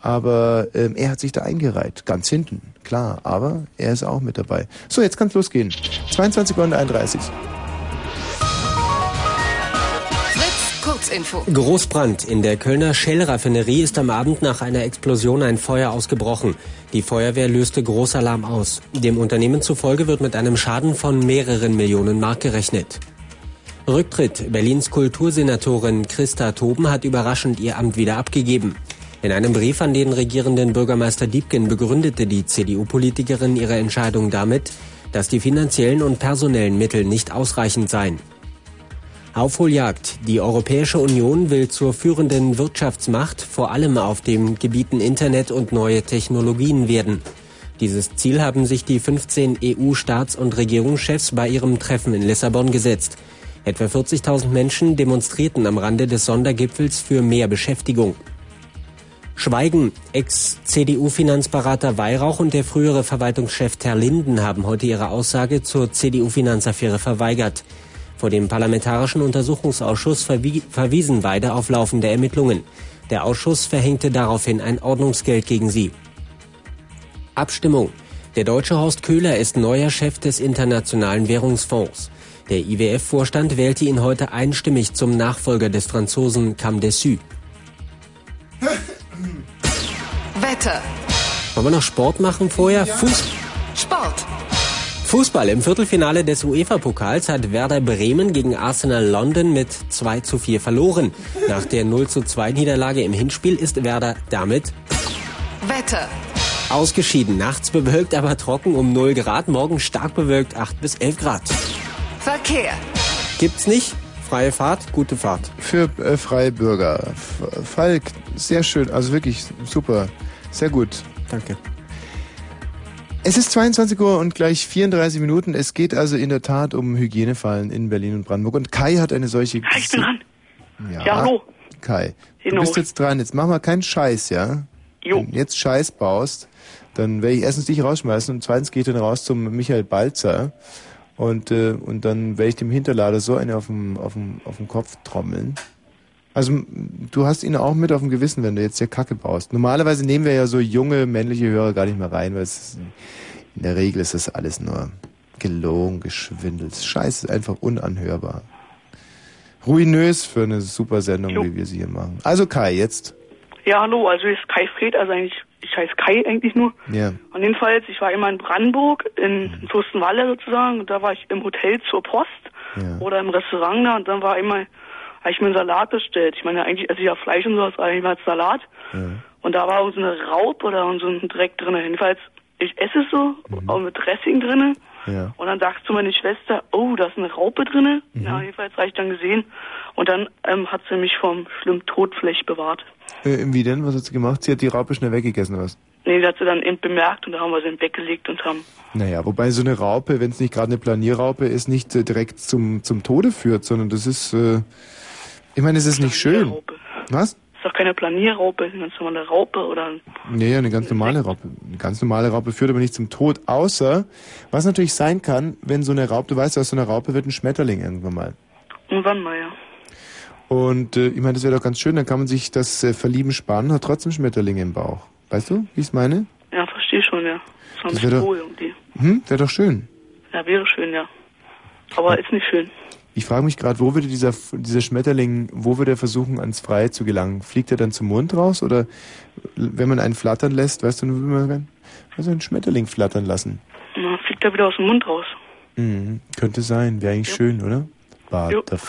A: Aber ähm, er hat sich da eingereiht, ganz hinten, klar. Aber er ist auch mit dabei. So, jetzt kann's losgehen. 22 Uhr und 31.
I: Fritz Kurzinfo.
J: Großbrand. In der Kölner Shell-Raffinerie ist am Abend nach einer Explosion ein Feuer ausgebrochen. Die Feuerwehr löste Großalarm aus. Dem Unternehmen zufolge wird mit einem Schaden von mehreren Millionen Mark gerechnet. Rücktritt. Berlins Kultursenatorin Christa Toben hat überraschend ihr Amt wieder abgegeben. In einem Brief an den regierenden Bürgermeister Diebken begründete die CDU-Politikerin ihre Entscheidung damit, dass die finanziellen und personellen Mittel nicht ausreichend seien. Aufholjagd. Die Europäische Union will zur führenden Wirtschaftsmacht vor allem auf den Gebieten Internet und neue Technologien werden. Dieses Ziel haben sich die 15 EU-Staats- und Regierungschefs bei ihrem Treffen in Lissabon gesetzt. Etwa 40.000 Menschen demonstrierten am Rande des Sondergipfels für mehr Beschäftigung. Schweigen. Ex-CDU-Finanzberater Weihrauch und der frühere Verwaltungschef Terlinden haben heute ihre Aussage zur CDU-Finanzaffäre verweigert. Vor dem Parlamentarischen Untersuchungsausschuss verwie verwiesen beide auf laufende Ermittlungen. Der Ausschuss verhängte daraufhin ein Ordnungsgeld gegen sie. Abstimmung. Der deutsche Horst Köhler ist neuer Chef des Internationalen Währungsfonds. Der IWF-Vorstand wählte ihn heute einstimmig zum Nachfolger des Franzosen Camdessus.
C: mhm.
I: Wetter.
J: Wollen wir noch Sport machen vorher? Fuß
I: Sport.
J: Fußball. Im Viertelfinale des UEFA-Pokals hat Werder Bremen gegen Arsenal London mit 2 zu 4 verloren. Nach der 0 zu 2 Niederlage im Hinspiel ist Werder damit
I: Wetter.
J: ausgeschieden. Nachts bewölkt, aber trocken um 0 Grad. Morgen stark bewölkt 8 bis 11 Grad.
I: Verkehr.
J: Gibt's nicht? Freie Fahrt, gute Fahrt.
A: Für äh, freie Bürger. F Falk, sehr schön, also wirklich super. Sehr gut.
J: Danke.
A: Es ist 22 Uhr und gleich 34 Minuten. Es geht also in der Tat um Hygienefallen in Berlin und Brandenburg. Und Kai hat eine solche...
K: ich bin dran.
A: Ja,
K: Ja, hallo.
A: Kai, du
K: Genau.
A: bist jetzt dran. Jetzt mach mal keinen Scheiß, ja? Jo. Wenn du jetzt Scheiß baust, dann werde ich erstens dich rausschmeißen und zweitens geht dann raus zum Michael Balzer. Und, äh, und dann werde ich dem Hinterlader so eine auf dem, auf dem, auf dem Kopf trommeln. Also m- du hast ihn auch mit auf dem Gewissen, wenn du jetzt hier Kacke baust. Normalerweise nehmen wir ja so junge männliche Hörer gar nicht mehr rein, weil es ist, in der Regel ist das alles nur gelogen, geschwindelt. Scheiße, ist einfach unanhörbar. Ruinös für eine super Sendung, wie wir sie hier machen. Also Kai, jetzt.
K: Ja, hallo, also hier ist Kai Fred, also eigentlich, ich heiße Kai eigentlich nur.
A: Ja.
K: Und jedenfalls, ich war immer in Brandenburg, in, in Fürstenwalde sozusagen, und da war ich im Hotel zur Post oder im Restaurant da und dann war immer, habe ich mir einen Salat bestellt. Ich meine, eigentlich esse ich ja Fleisch und sowas, aber eigentlich war es Salat. Und da war irgend so eine Raupe oder irgend so ein Dreck drin. Jedenfalls, ich esse es so, auch mit Dressing drinne.
A: Ja.
K: Und dann sagst du meine Schwester, oh, da ist eine Raupe drinne. Na, jedenfalls habe ich dann gesehen. Und dann ähm, hat sie mich vom schlimmen Tod vielleicht bewahrt.
A: Äh, wie denn? Was hat sie gemacht? Sie hat die Raupe schnell weggegessen, oder was?
K: Nee, die hat sie dann eben bemerkt und da haben wir sie im Bett gelegt und haben.
A: Naja, wobei so eine Raupe, wenn es nicht gerade eine Planierraupe ist, nicht äh, direkt zum, zum Tode führt, sondern das ist, äh, ich meine, es ist nicht schön. Was?
K: Ist doch keine Planierraupe, ist eine ganz normale Raupe oder ein
A: Nee, eine ganz normale Raupe. Eine ganz normale Raupe führt aber nicht zum Tod, außer, was natürlich sein kann, wenn so eine Raupe, du weißt, aus so einer Raupe wird ein Schmetterling irgendwann mal.
K: irgendwann mal, ja.
A: Und äh, ich meine, das wäre doch ganz schön, dann kann man sich das äh, Verlieben sparen, hat trotzdem Schmetterlinge im Bauch. Weißt du, wie ich es meine?
K: Ja, verstehe schon, ja. So ein
A: Das wäre doch-
K: Stroh irgendwie.
A: Hm, wäre doch schön.
K: Ja, wäre schön, ja. Aber ist nicht schön.
A: Ich frage mich gerade, wo würde dieser, dieser Schmetterling, wo würde er versuchen, ans Freie zu gelangen? Fliegt er dann zum Mond raus? Oder wenn man einen flattern lässt, weißt du, dann würde man also einen Schmetterling flattern lassen?
K: Na, fliegt er wieder aus dem Mund raus.
A: Mhm. Könnte sein, wäre eigentlich schön, oder?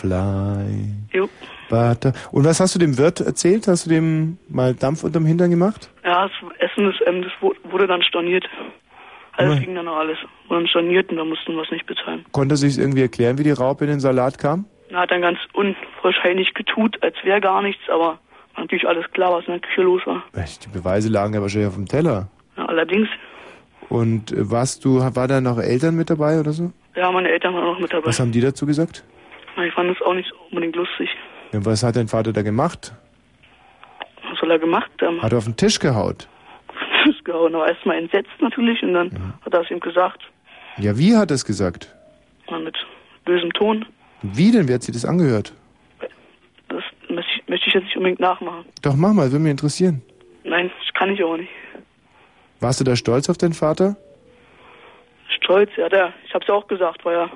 A: Butterfly.
K: Jo.
A: Butter. Und was hast du dem Wirt erzählt? Hast du dem mal Dampf unterm Hintern gemacht?
K: Ja, das Essen ist, ähm, das wu- wurde dann storniert. Alles
A: Hm.
K: ging dann noch alles. Wurde dann storniert und da mussten wir es nicht bezahlen.
A: Konnte er sich irgendwie erklären, wie die Raupe in den Salat kam?
K: Er hat dann ganz unwahrscheinlich getut, als wäre gar nichts, aber war natürlich alles klar, was in der Küche los war.
A: Die Beweise lagen ja wahrscheinlich auf dem Teller.
K: Ja, allerdings,
A: Und äh, warst du, war da noch Eltern mit dabei oder so?
K: ja, meine Eltern waren auch noch mit dabei.
A: Was haben die dazu gesagt?
K: Ich fand es auch nicht unbedingt lustig.
A: Ja, was hat dein Vater da gemacht?
K: Was soll er gemacht haben?
A: Hat er auf den Tisch gehaut?
K: (laughs) Fuß gehauen. Er war erstmal entsetzt natürlich und dann hat er es ihm gesagt.
A: Ja, wie hat er es gesagt?
K: Mal mit bösem Ton.
A: Wie denn? Wie hat sie das angehört?
K: Das möchte ich, möchte ich jetzt nicht unbedingt nachmachen.
A: Doch mach mal, würde mich interessieren.
K: Nein, das kann ich auch nicht.
A: Warst du da stolz auf deinen Vater?
K: Stolz, ja, der, ich hab's ja auch gesagt, weil er,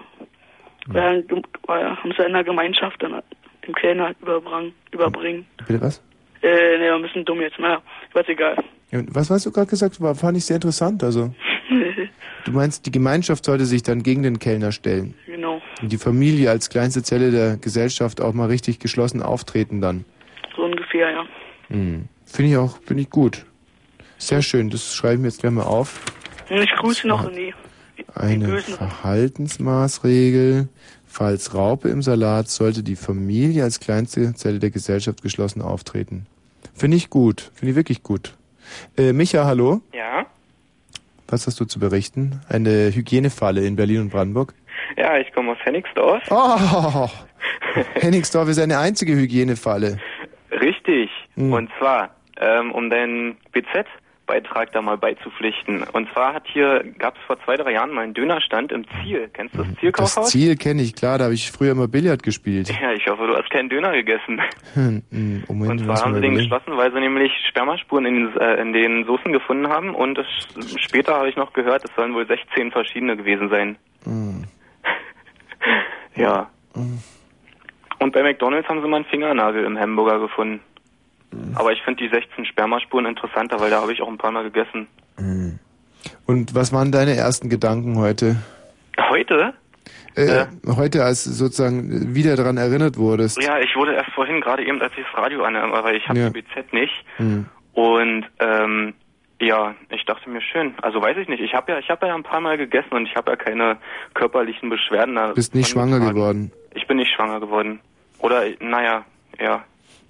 K: weil er, weil er haben sie in der Gemeinschaft dann dem Kellner halt überbrang, überbringen.
A: Bitte was?
K: Äh, nee, war ein bisschen dumm jetzt, naja, was egal.
A: Ja, und Was hast du gerade gesagt? War, fand ich sehr interessant. Also, du meinst, die Gemeinschaft sollte sich dann gegen den Kellner stellen.
K: (laughs) genau,
A: Und die Familie als kleinste Zelle der Gesellschaft auch mal richtig geschlossen auftreten dann.
K: so ungefähr, ja.
A: Hm. Finde ich auch, finde ich gut. Sehr schön, das schreiben wir jetzt gleich mal auf.
L: Hm,
K: Und ich grüße noch in die,
A: Eine Verhaltensmaßregel. Falls Raupe im Salat, sollte die Familie als kleinste Zelle der Gesellschaft geschlossen auftreten. Finde ich gut, finde ich wirklich gut. Äh, Micha, hallo,
M: Ja,
A: was hast du zu berichten? Eine Hygienefalle in Berlin und Brandenburg?
M: ja, ich komme aus Hennigsdorf. (laughs)
A: Oh, Henningsdorf ist eine einzige Hygienefalle.
M: Richtig.
A: Hm.
M: Und zwar, ähm, um deinen BZ-Beitrag da mal beizupflichten. Und zwar hat hier, gab es vor zwei, drei Jahren mal einen Dönerstand im Ziel. Kennst du das
A: Das
M: Zielkaufhaus?
A: Ziel kenne ich, klar, da habe ich früher immer Billard gespielt.
M: Ja, ich hoffe, du hast keinen Döner gegessen.
A: Hm, hm, Moment,
M: Und
A: lass
M: zwar haben
A: mal
M: sie den
A: überlegen.
M: geschlossen, weil sie nämlich Spermaspuren in, den- äh, in den Soßen gefunden haben. Und es, später habe ich noch gehört, es sollen wohl 16 verschiedene gewesen sein.
A: Hm.
M: Ja.
A: Mm.
M: Und bei McDonalds haben sie mal einen Fingernagel im Hamburger gefunden.
A: Mm.
M: Aber ich finde die 16 Spermaspuren interessanter, weil da habe ich auch ein paar Mal gegessen.
A: Und was waren deine ersten Gedanken heute?
M: Heute?
A: Äh, Heute, als du sozusagen wieder daran erinnert wurdest.
M: Ja, ich wurde erst vorhin, gerade eben, als ich das Radio annahm, aber ich habe
A: Ja.
M: die BZ nicht.
A: Hm.
M: Und ähm, ja, ich dachte mir schön. Also weiß ich nicht. Ich habe ja, ich habe ja ein paar Mal gegessen und ich habe ja keine körperlichen Beschwerden. Da-
A: Bist nicht schwanger geworden.
M: Ich bin nicht schwanger geworden. Oder naja, ja.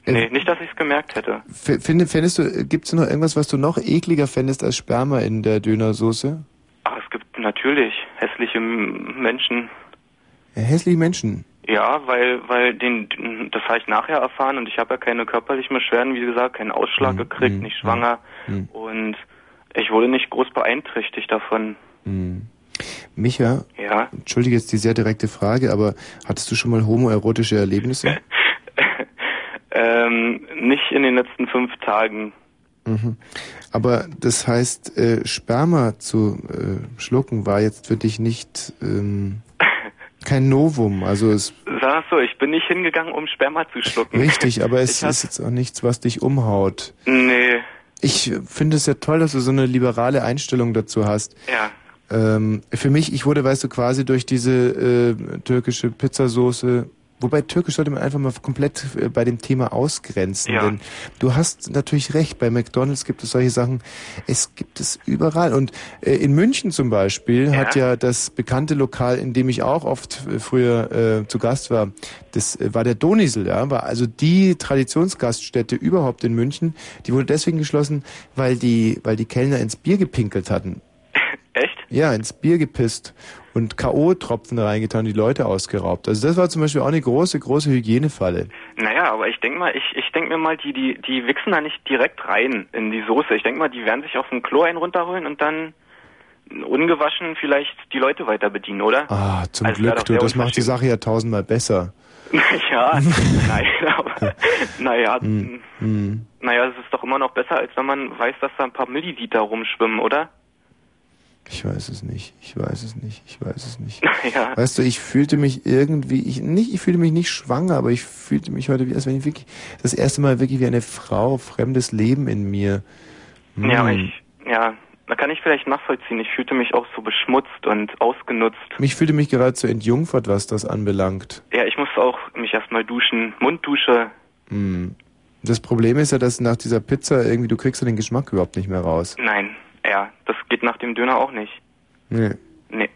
A: Äh,
M: Nee, nicht, dass ich es gemerkt hätte.
A: F finde, fändest du, gibt es noch irgendwas, was du noch ekliger fändest als Sperma in der Dönersoße?
M: Ach, es gibt natürlich hässliche M- Menschen.
A: Ja, hässliche Menschen.
M: Ja, weil, weil den, das habe ich nachher erfahren und ich habe ja keine körperlichen Beschwerden, wie gesagt, keinen Ausschlag gekriegt, nicht schwanger
A: hm.
M: und ich wurde nicht groß beeinträchtigt davon.
A: Hm. Micha,
M: Ja.
A: entschuldige jetzt die sehr direkte Frage, aber hattest du schon mal homoerotische Erlebnisse?
M: Ähm, nicht in den letzten fünf Tagen.
A: Mhm. Aber das heißt, äh, Sperma zu äh, schlucken war jetzt für dich nicht
M: (laughs)
A: ähm, kein Novum. Also es
M: Sag so, ich bin nicht hingegangen, um Sperma zu schlucken.
A: richtig, aber es
M: Ich hab-
A: ist jetzt auch nichts, was dich umhaut.
M: Nee,
A: Ich finde es ja toll, dass du so eine liberale Einstellung dazu hast.
M: ja.
A: Ähm, für mich, ich wurde, weißt du, quasi durch diese äh, türkische Pizzasoße, wobei türkisch sollte man einfach mal komplett äh, bei dem Thema ausgrenzen,
M: Ja.
A: denn du hast natürlich recht, bei McDonalds gibt es solche Sachen, es gibt es überall und äh, in München zum Beispiel hat ja das bekannte Lokal, in dem ich auch oft äh, früher äh, zu Gast war, das äh, war der Donisel, ja, war also die Traditionsgaststätte überhaupt in München, die wurde deswegen geschlossen, weil die, weil die Kellner ins Bier gepinkelt hatten.
M: Echt?
A: Ja, ins Bier gepisst und K.O.-Tropfen reingetan, die Leute ausgeraubt. Also das war zum Beispiel auch eine große, große Hygienefalle.
M: Naja, aber ich denk mal, ich, ich denk mir mal, die, die, die wichsen da nicht direkt rein in die Soße. Ich denk mal, die werden sich auf dem Klo einen runterholen und dann ungewaschen vielleicht die Leute weiter bedienen, oder?
A: Ah, zum
M: Also, ja,
A: Glück,
M: doch,
A: du,
M: sehr
A: das macht die Sache ja tausendmal besser.
M: (laughs) ja,
A: (laughs)
M: nein, aber, naja,
A: Hm, hm.
M: naja, es ist doch immer noch besser, als wenn man weiß, dass da ein paar Milliliter rumschwimmen, oder? (laughs)
A: Ich weiß es nicht, ich weiß es nicht, ich weiß es nicht.
M: Ja.
A: Weißt du, ich fühlte mich irgendwie, ich nicht, ich fühlte mich nicht schwanger, aber ich fühlte mich heute, wie, als wenn ich wirklich, das erste Mal wirklich wie eine Frau, fremdes Leben in mir. Hm.
M: Ja, aber ich, ja, Da kann ich vielleicht nachvollziehen. Ich fühlte mich auch so beschmutzt und ausgenutzt.
A: Ich fühlte mich geradezu entjungfert, was das anbelangt.
M: Ja, ich musste auch mich erstmal duschen. Munddusche.
A: Hm. Das Problem ist ja, dass nach dieser Pizza irgendwie, du kriegst ja den Geschmack überhaupt nicht mehr raus.
M: Nein, ja, das geht nach dem Döner auch nicht.
A: Nee.
M: Nee.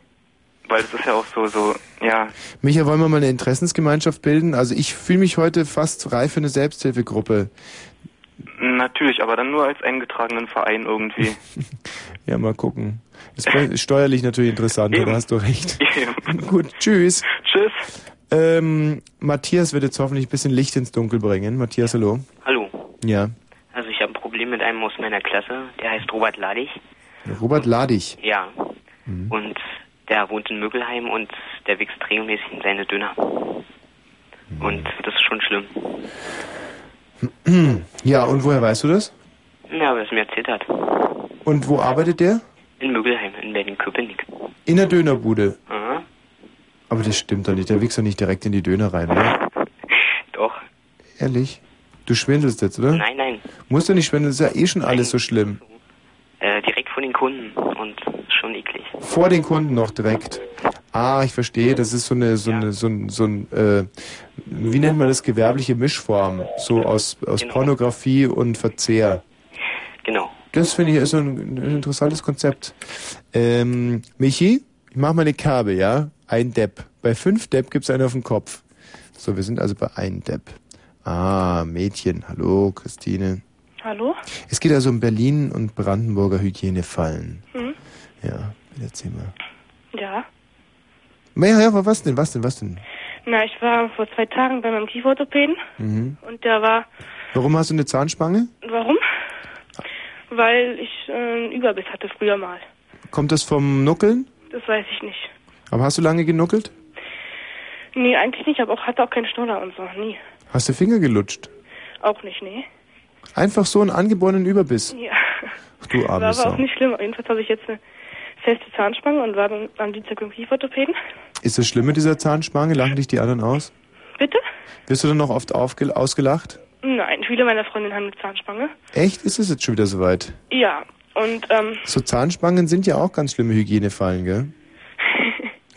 M: Weil das ist ja auch so, so, ja,
A: Micha, wollen wir mal eine Interessensgemeinschaft bilden? Also ich fühle mich heute fast reif für eine Selbsthilfegruppe.
M: natürlich, aber dann nur als eingetragenen Verein irgendwie.
A: Ja, mal gucken. Ist voll- steuerlich natürlich interessant, da hast du
M: (laughs)
A: recht. Gut, tschüss.
M: Tschüss.
A: Ähm, Matthias wird jetzt hoffentlich ein bisschen Licht ins Dunkel bringen. Matthias, hallo.
N: Hallo.
A: Ja.
N: Also ich habe ein Problem mit einem aus meiner Klasse, der heißt Robert Ladig.
A: Robert Ladig. (clears throat)
N: Ja. Und der wohnt in Mögelheim und der wächst regelmäßig in seine Döner. Und das ist schon schlimm.
A: Ja, und woher weißt du das?
N: Ja, was er mir erzählt hat.
A: Und wo arbeitet der?
N: In Mögelheim, in Berlin-Köpenick. Mhm.
A: In der Dönerbude.
N: Aha.
A: Aber das stimmt doch nicht, der wächst doch nicht direkt in die Döner rein, oder?
N: Doch.
A: Ehrlich? Du schwindelst jetzt, oder?
N: Nein, nein.
A: Musst du nicht schwindeln, ist ja eh schon alles so schlimm.
N: Äh, direkt von den Kunden und schon eklig.
A: Vor den Kunden noch direkt. Ah, ich verstehe, das ist so eine, so eine, so ein, so ein äh, wie nennt man das, gewerbliche Mischform, so aus, aus Pornografie und Verzehr.
N: Genau.
A: Das finde ich ist so ein, ein interessantes Konzept. Ähm, Michi, ich mache mal eine Kerbe, ja? Ein Depp. Bei fünf Depp gibt's einen auf den Kopf. So, wir sind also bei ein Depp. Ah, Mädchen. Hallo, Christine.
L: Hallo?
A: Es geht also um Berlin und Brandenburger Hygienefallen.
L: Hm?
A: Ja, erzähl mal.
L: Ja.
A: Ja, ja, aber was denn, was denn, was denn?
L: Na, ich war vor zwei Tagen bei meinem Kieferorthopäden
A: Mhm.
L: und der war.
A: Warum hast du eine Zahnspange?
L: Warum? Weil ich äh, einen Überbiss hatte früher mal.
A: Kommt das vom Nuckeln?
L: Das weiß ich nicht.
A: Aber hast du lange genuckelt?
L: Nee, eigentlich nicht, aber auch hatte auch keinen Schnuller und so. Nie.
A: Hast du Finger gelutscht?
L: Auch nicht, nee.
A: Einfach so einen angeborenen Überbiss.
L: Ja.
A: Ach, du
L: War
A: arme
L: aber
A: Sau.
L: auch nicht schlimm. Jedenfalls habe ich jetzt eine feste Zahnspange und war dann am Dienstag beim Kieferorthopäden.
A: Ist das schlimm mit dieser Zahnspange? Lachen dich die anderen aus?
L: Bitte?
A: Wirst du dann noch oft aufge ausgelacht?
L: Nein, viele meiner Freundinnen haben eine Zahnspange.
A: Echt? Ist es jetzt schon wieder soweit?
L: Ja. Und, ähm,
A: So Zahnspangen sind ja auch ganz schlimme Hygienefallen, gell?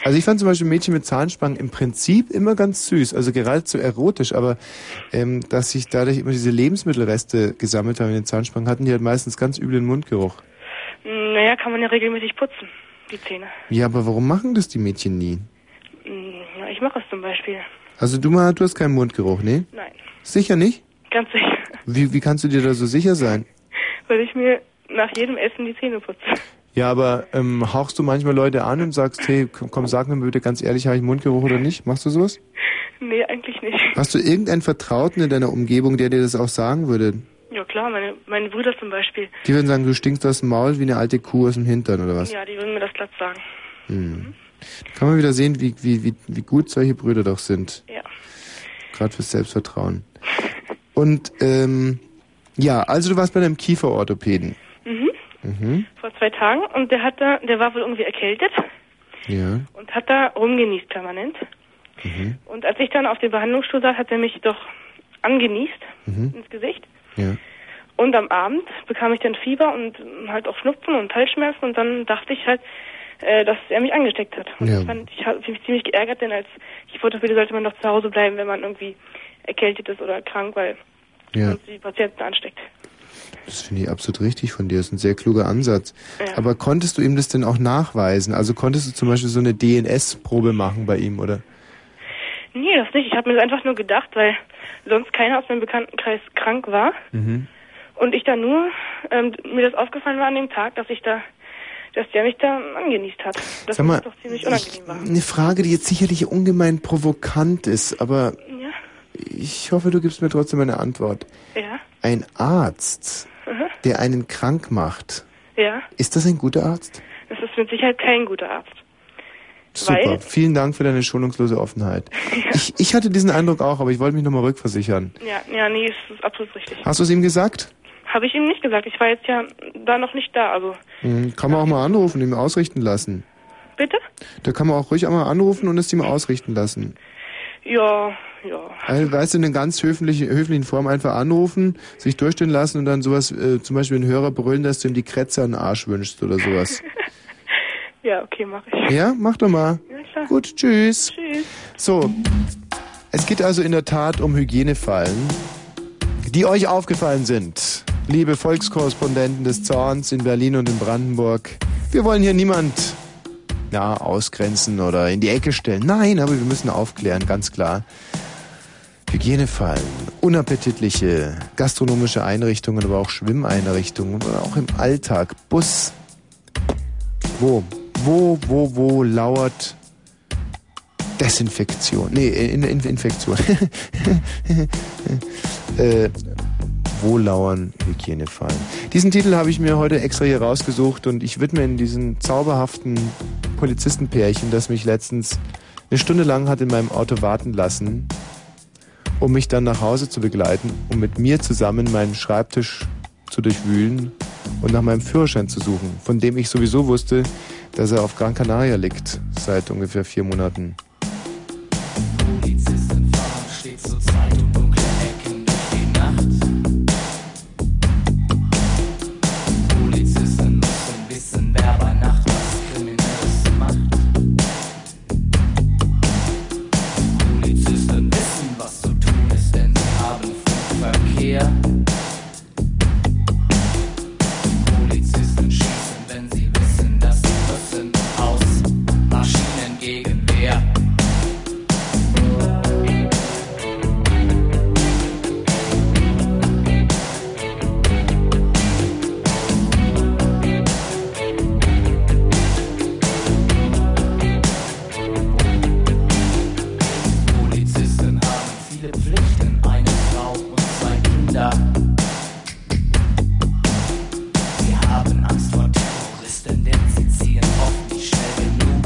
A: Also ich fand zum Beispiel Mädchen mit Zahnspangen im Prinzip immer ganz süß, also geradezu erotisch, aber ähm, dass sich dadurch immer diese Lebensmittelreste gesammelt haben in den Zahnspangen, hatten die halt meistens ganz üblen Mundgeruch.
L: naja, kann man ja regelmäßig putzen, die Zähne.
A: Ja, aber warum machen das die Mädchen nie?
L: Hm, na, Ich mache es zum Beispiel.
A: Also du, mal, du hast keinen Mundgeruch, ne?
L: Nein.
A: Sicher nicht?
L: Ganz sicher. (laughs)
A: Wie, wie kannst du dir da so sicher sein?
L: Weil ich mir nach jedem Essen die Zähne putze.
A: Ja, aber ähm, hauchst du manchmal Leute an und sagst, hey, komm, komm sag mir bitte ganz ehrlich, habe ich Mundgeruch oder nicht? Machst du sowas?
L: (laughs) Nee, eigentlich nicht.
A: Hast du irgendeinen Vertrauten in deiner Umgebung, der dir das auch sagen würde?
L: Ja klar, meine, meine Brüder zum Beispiel.
A: Die würden sagen, du stinkst aus dem Maul wie eine alte Kuh aus dem Hintern oder was?
L: Ja, die würden mir das glatt sagen.
A: Hm. Kann man wieder sehen, wie, wie, wie, wie gut solche Brüder doch sind.
L: Ja.
A: Gerade fürs Selbstvertrauen. Und ähm, ja, also du warst bei deinem Kieferorthopäden.
L: Mhm.
A: Mhm.
L: Vor zwei Tagen. Und der hat da, der war wohl irgendwie erkältet
A: Ja.
L: und hat da rumgenießt permanent.
A: Mhm.
L: Und als ich dann auf dem Behandlungsstuhl saß, hat er mich doch angenießt
A: Mhm.
L: ins Gesicht.
A: Ja.
L: Und am Abend bekam ich dann Fieber und halt auch Schnupfen und Halsschmerzen und dann dachte ich halt, äh, dass er mich angesteckt hat. Und
A: Ja.
L: das fand ich, hab mich ziemlich geärgert, denn als Kieferorthopäde sollte man doch zu Hause bleiben, wenn man irgendwie erkältet ist oder krank, weil
A: Ja.
L: die Patienten ansteckt.
A: Das finde ich absolut richtig von dir. Das ist ein sehr kluger Ansatz.
L: Ja.
A: Aber konntest du ihm das denn auch nachweisen? Also konntest du zum Beispiel so eine DNS-Probe machen bei ihm, oder?
L: Nee, das nicht. Ich habe mir das einfach nur gedacht, weil sonst keiner aus meinem Bekanntenkreis krank war
A: Mhm.
L: und ich da nur, ähm, mir das aufgefallen war an dem Tag, dass ich da, dass der mich da angenießt hat. Das
A: Sag mal,
L: ist doch ziemlich unangenehm.
A: Eine Frage, die jetzt sicherlich ungemein provokant ist, aber
L: (laughs) Ja.
A: ich hoffe, du gibst mir trotzdem eine Antwort.
L: Ja.
A: Ein Arzt,
L: Mhm.
A: der einen krank macht,
L: Ja.
A: ist das ein guter Arzt?
L: Das ist mit Sicherheit kein guter Arzt.
A: Super,
L: Weil-
A: vielen Dank für deine schonungslose Offenheit. Ich, ich hatte diesen Eindruck auch, aber ich wollte mich nochmal rückversichern.
L: Ja, ja, nee, es ist absolut richtig.
A: Hast du es ihm gesagt?
L: Habe ich ihm nicht gesagt. Ich war jetzt ja da noch nicht da, also.
A: Mhm, Kann man auch mal anrufen und ihm ausrichten lassen.
L: Bitte?
A: Da kann man auch ruhig einmal anrufen und es ihm ausrichten lassen.
L: Ja, Ja.
A: Also, weißt du, in einer ganz höflichen, höflichen Form einfach anrufen, sich durchstehen lassen und dann sowas, äh, zum Beispiel einen Hörer brüllen, dass du ihm die Kretze an den Arsch wünschst oder sowas.
L: Ja, okay, mach ich.
A: ja, mach doch mal.
L: Ja, klar.
A: Gut, tschüss.
L: Tschüss.
A: So, es geht also in der Tat um Hygienefallen, die euch aufgefallen sind. Liebe Volkskorrespondenten des Zorns in Berlin und in Brandenburg, wir wollen hier niemand na, ausgrenzen oder in die Ecke stellen. Nein, aber wir müssen aufklären, ganz klar. Hygienefallen, unappetitliche gastronomische Einrichtungen, aber auch Schwimmeinrichtungen oder auch im Alltag, Bus. Wo, wo, wo, wo lauert Desinfektion. Nee, in, in, Infektion. (laughs) äh, wo (laughs) lauern Hygienefallen? Diesen Titel habe ich mir heute extra hier rausgesucht und ich widme ihn diesem zauberhaften Polizistenpärchen, das mich letztens eine Stunde lang hat in meinem Auto warten lassen, um mich dann nach Hause zu begleiten, um mit mir zusammen meinen Schreibtisch zu durchwühlen und nach meinem Führerschein zu suchen, von dem ich sowieso wusste, dass er auf Gran Canaria liegt, seit ungefähr vier Monaten.
O: Polizisten fahren stets zu zweit um dunkle Ecken durch die Nacht. Polizisten müssen wissen, wer bei Nacht was Kriminelles macht. Polizisten wissen, was zu tun ist, denn sie haben Flugverkehr. Polizisten schießen, wenn sie wissen, dass sie müssen aus Maschinengegenwehr. Polizisten haben viele Pflichten, eine Frau und zwei Kinder. Sie haben Angst vor Terroristen, denn sie ziehen oft nicht schnell genug.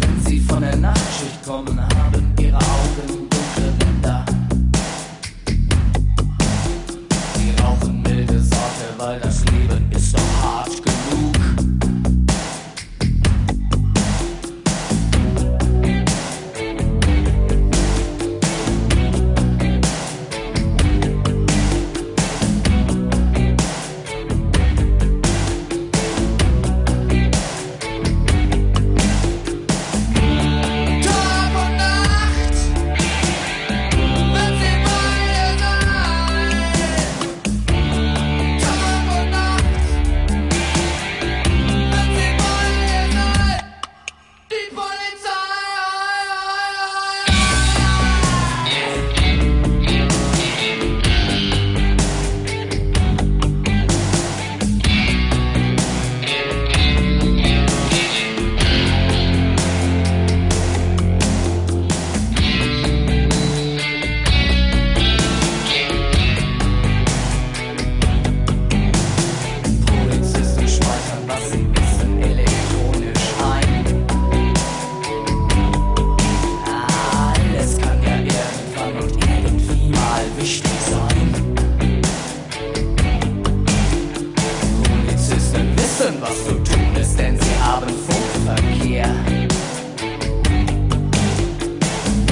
O: Wenn sie von der Nachtschicht kommen, haben ihre Augen dunkle Ränder. Sie rauchen milde Sorte, weil das Leben ist doch hart genug. Tag und Nacht wird sie beide sein. Tag und Nacht wird sie beide sein. Die Polizisten speichern, was sie wissen, elektronisch ein. Alles kann ja irgendwann und irgendwie mal wichtig sein. Polizisten wissen, was zu tun ist, denn sie haben Funkverkehr.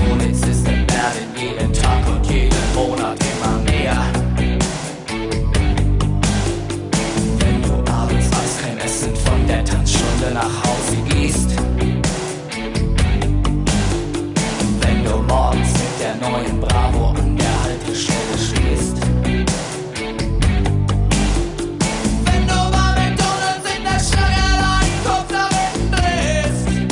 O: Polizisten werden jeden Tag und jeden Monat immer mehr. Wenn du abends Eiscreme essen von der Tanzstunde nach Hause gehst. Wenn du morgens mit der neuen Bravo an der Haltestelle stehst. Wenn du bei McDonalds in der Schlange deinen Kopf damit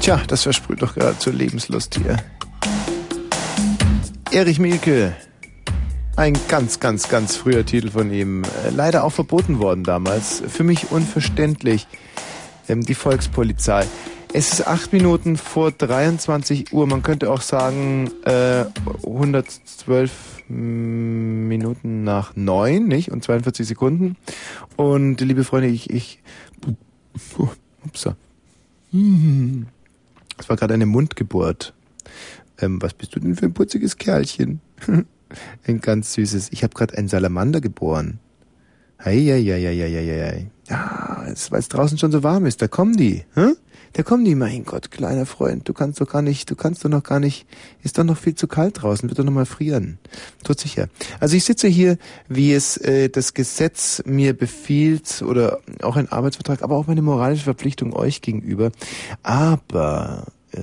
A: Tja, das versprüht doch gerade zur Lebenslust hier. Erich Mielke. Ein ganz, ganz, ganz früher Titel von ihm. Äh, Leider auch verboten worden damals. Für mich unverständlich. Ähm, die Volkspolizei. Es ist acht Minuten vor 23 Uhr. Man könnte auch sagen, äh, 112 Minuten nach neun, nicht? Und 42 Sekunden. Und liebe Freunde, ich, ich, oh, upsa. Es war gerade eine Mundgeburt. Ähm, was bist du denn für ein putziges Kerlchen? (laughs) ein ganz süßes. Ich habe gerade einen Salamander geboren. Hei, hei, hei, hei, hei, hei, hei. Ja, es- weil es draußen schon so warm ist, da kommen die. Hä? Da kommen die, mein Gott, kleiner Freund, du kannst doch gar nicht, du kannst doch noch gar nicht, ist doch noch viel zu kalt draußen, wird doch noch mal frieren. Tut sicher. Also ich sitze hier, wie es äh, das Gesetz mir befiehlt oder auch ein Arbeitsvertrag, aber auch meine moralische Verpflichtung euch gegenüber. Aber äh,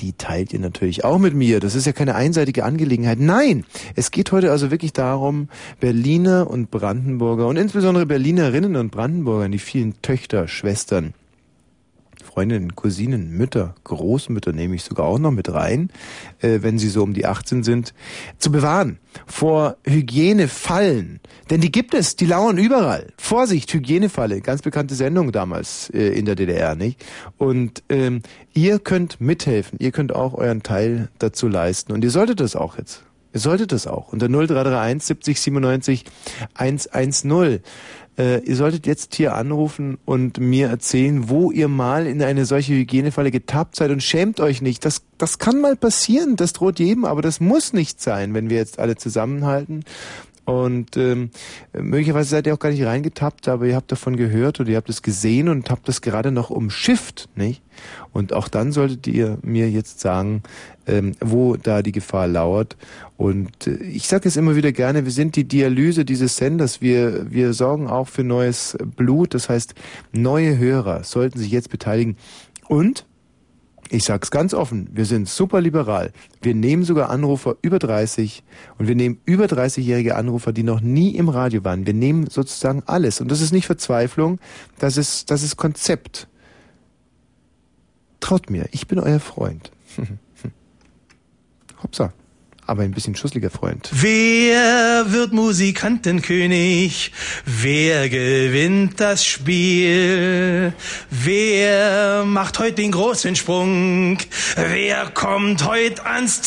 A: die teilt ihr natürlich auch mit mir. Das ist ja keine einseitige Angelegenheit. Nein, es geht heute also wirklich darum, Berliner und Brandenburger und insbesondere Berlinerinnen und Brandenburger, die vielen Töchter, Schwestern, Freundinnen, Cousinen, Mütter, Großmütter nehme ich sogar auch noch mit rein, äh, wenn sie so um die 18 sind, zu bewahren vor Hygienefallen. Denn die gibt es, die lauern überall. Vorsicht, Hygienefalle, ganz bekannte Sendung damals äh, in der DDR, nicht? Und ähm, ihr könnt mithelfen, ihr könnt auch euren Teil dazu leisten und ihr solltet das auch jetzt. Ihr solltet das auch. Unter 0331 70 97 110. Äh, ihr solltet jetzt hier anrufen und mir erzählen, wo ihr mal in eine solche Hygienefalle getappt seid und schämt euch nicht. Das, das kann mal passieren, das droht jedem, aber das muss nicht sein, wenn wir jetzt alle zusammenhalten. Und ähm, möglicherweise seid ihr auch gar nicht reingetappt, aber ihr habt davon gehört oder ihr habt es gesehen und habt das gerade noch umschifft, nicht? Und auch dann solltet ihr mir jetzt sagen, ähm, wo da die Gefahr lauert. Und äh, ich sage es immer wieder gerne, wir sind die Dialyse dieses Senders. Wir, wir sorgen auch für neues Blut. Das heißt, neue Hörer sollten sich jetzt beteiligen. Und ich sag's ganz offen, wir sind super liberal. Wir nehmen sogar Anrufer über 30 und wir nehmen über 30-jährige Anrufer, die noch nie im Radio waren. Wir nehmen sozusagen alles. Und das ist nicht Verzweiflung, das ist, das ist Konzept. Traut mir, ich bin euer Freund. (laughs) Hopsa, aber ein bisschen schussliger Freund.
P: Wer wird Musikantenkönig? Wer gewinnt das Spiel? Wer macht heute den großen Sprung? Wer kommt heute ans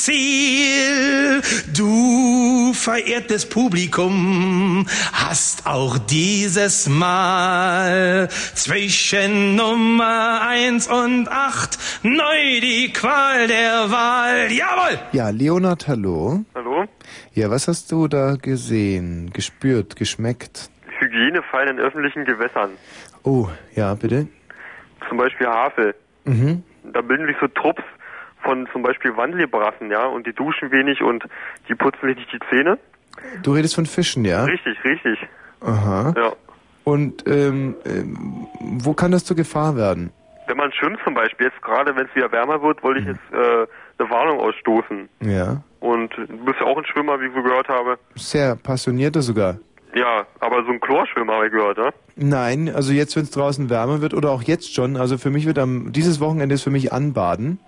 P: Ziel? Du verehrtes Publikum hast auch dieses Mal zwischen Nummer eins und acht neu die Qual der Wahl. Jawohl!
A: Ja, Leonard, hallo.
E: Hallo?
A: Ja, was hast du da gesehen, gespürt, geschmeckt?
E: Hygienefallen in öffentlichen Gewässern.
A: Oh, ja, bitte.
E: Zum Beispiel Havel.
A: Mhm.
E: Da bilden sich so Trupps von zum Beispiel Wandelbrassen, ja, und die duschen wenig und die putzen sich nicht die Zähne.
A: Du redest von Fischen, ja?
E: Richtig, richtig.
A: Aha.
E: Ja.
A: Und ähm, ähm, wo kann das zur Gefahr werden?
E: Wenn man schwimmt zum Beispiel, jetzt gerade wenn es wieder wärmer wird, wollte ich
A: Mhm.
E: jetzt äh, eine Warnung ausstoßen.
A: Ja.
E: Und du bist ja auch ein Schwimmer, wie ich so gehört habe.
A: Sehr passionierter sogar.
E: Ja, aber so ein Chlorschwimmer habe ich gehört, ne?
A: Nein, also jetzt, wenn es draußen wärmer wird oder auch jetzt schon, also für mich wird am, dieses Wochenende ist für mich Anbaden.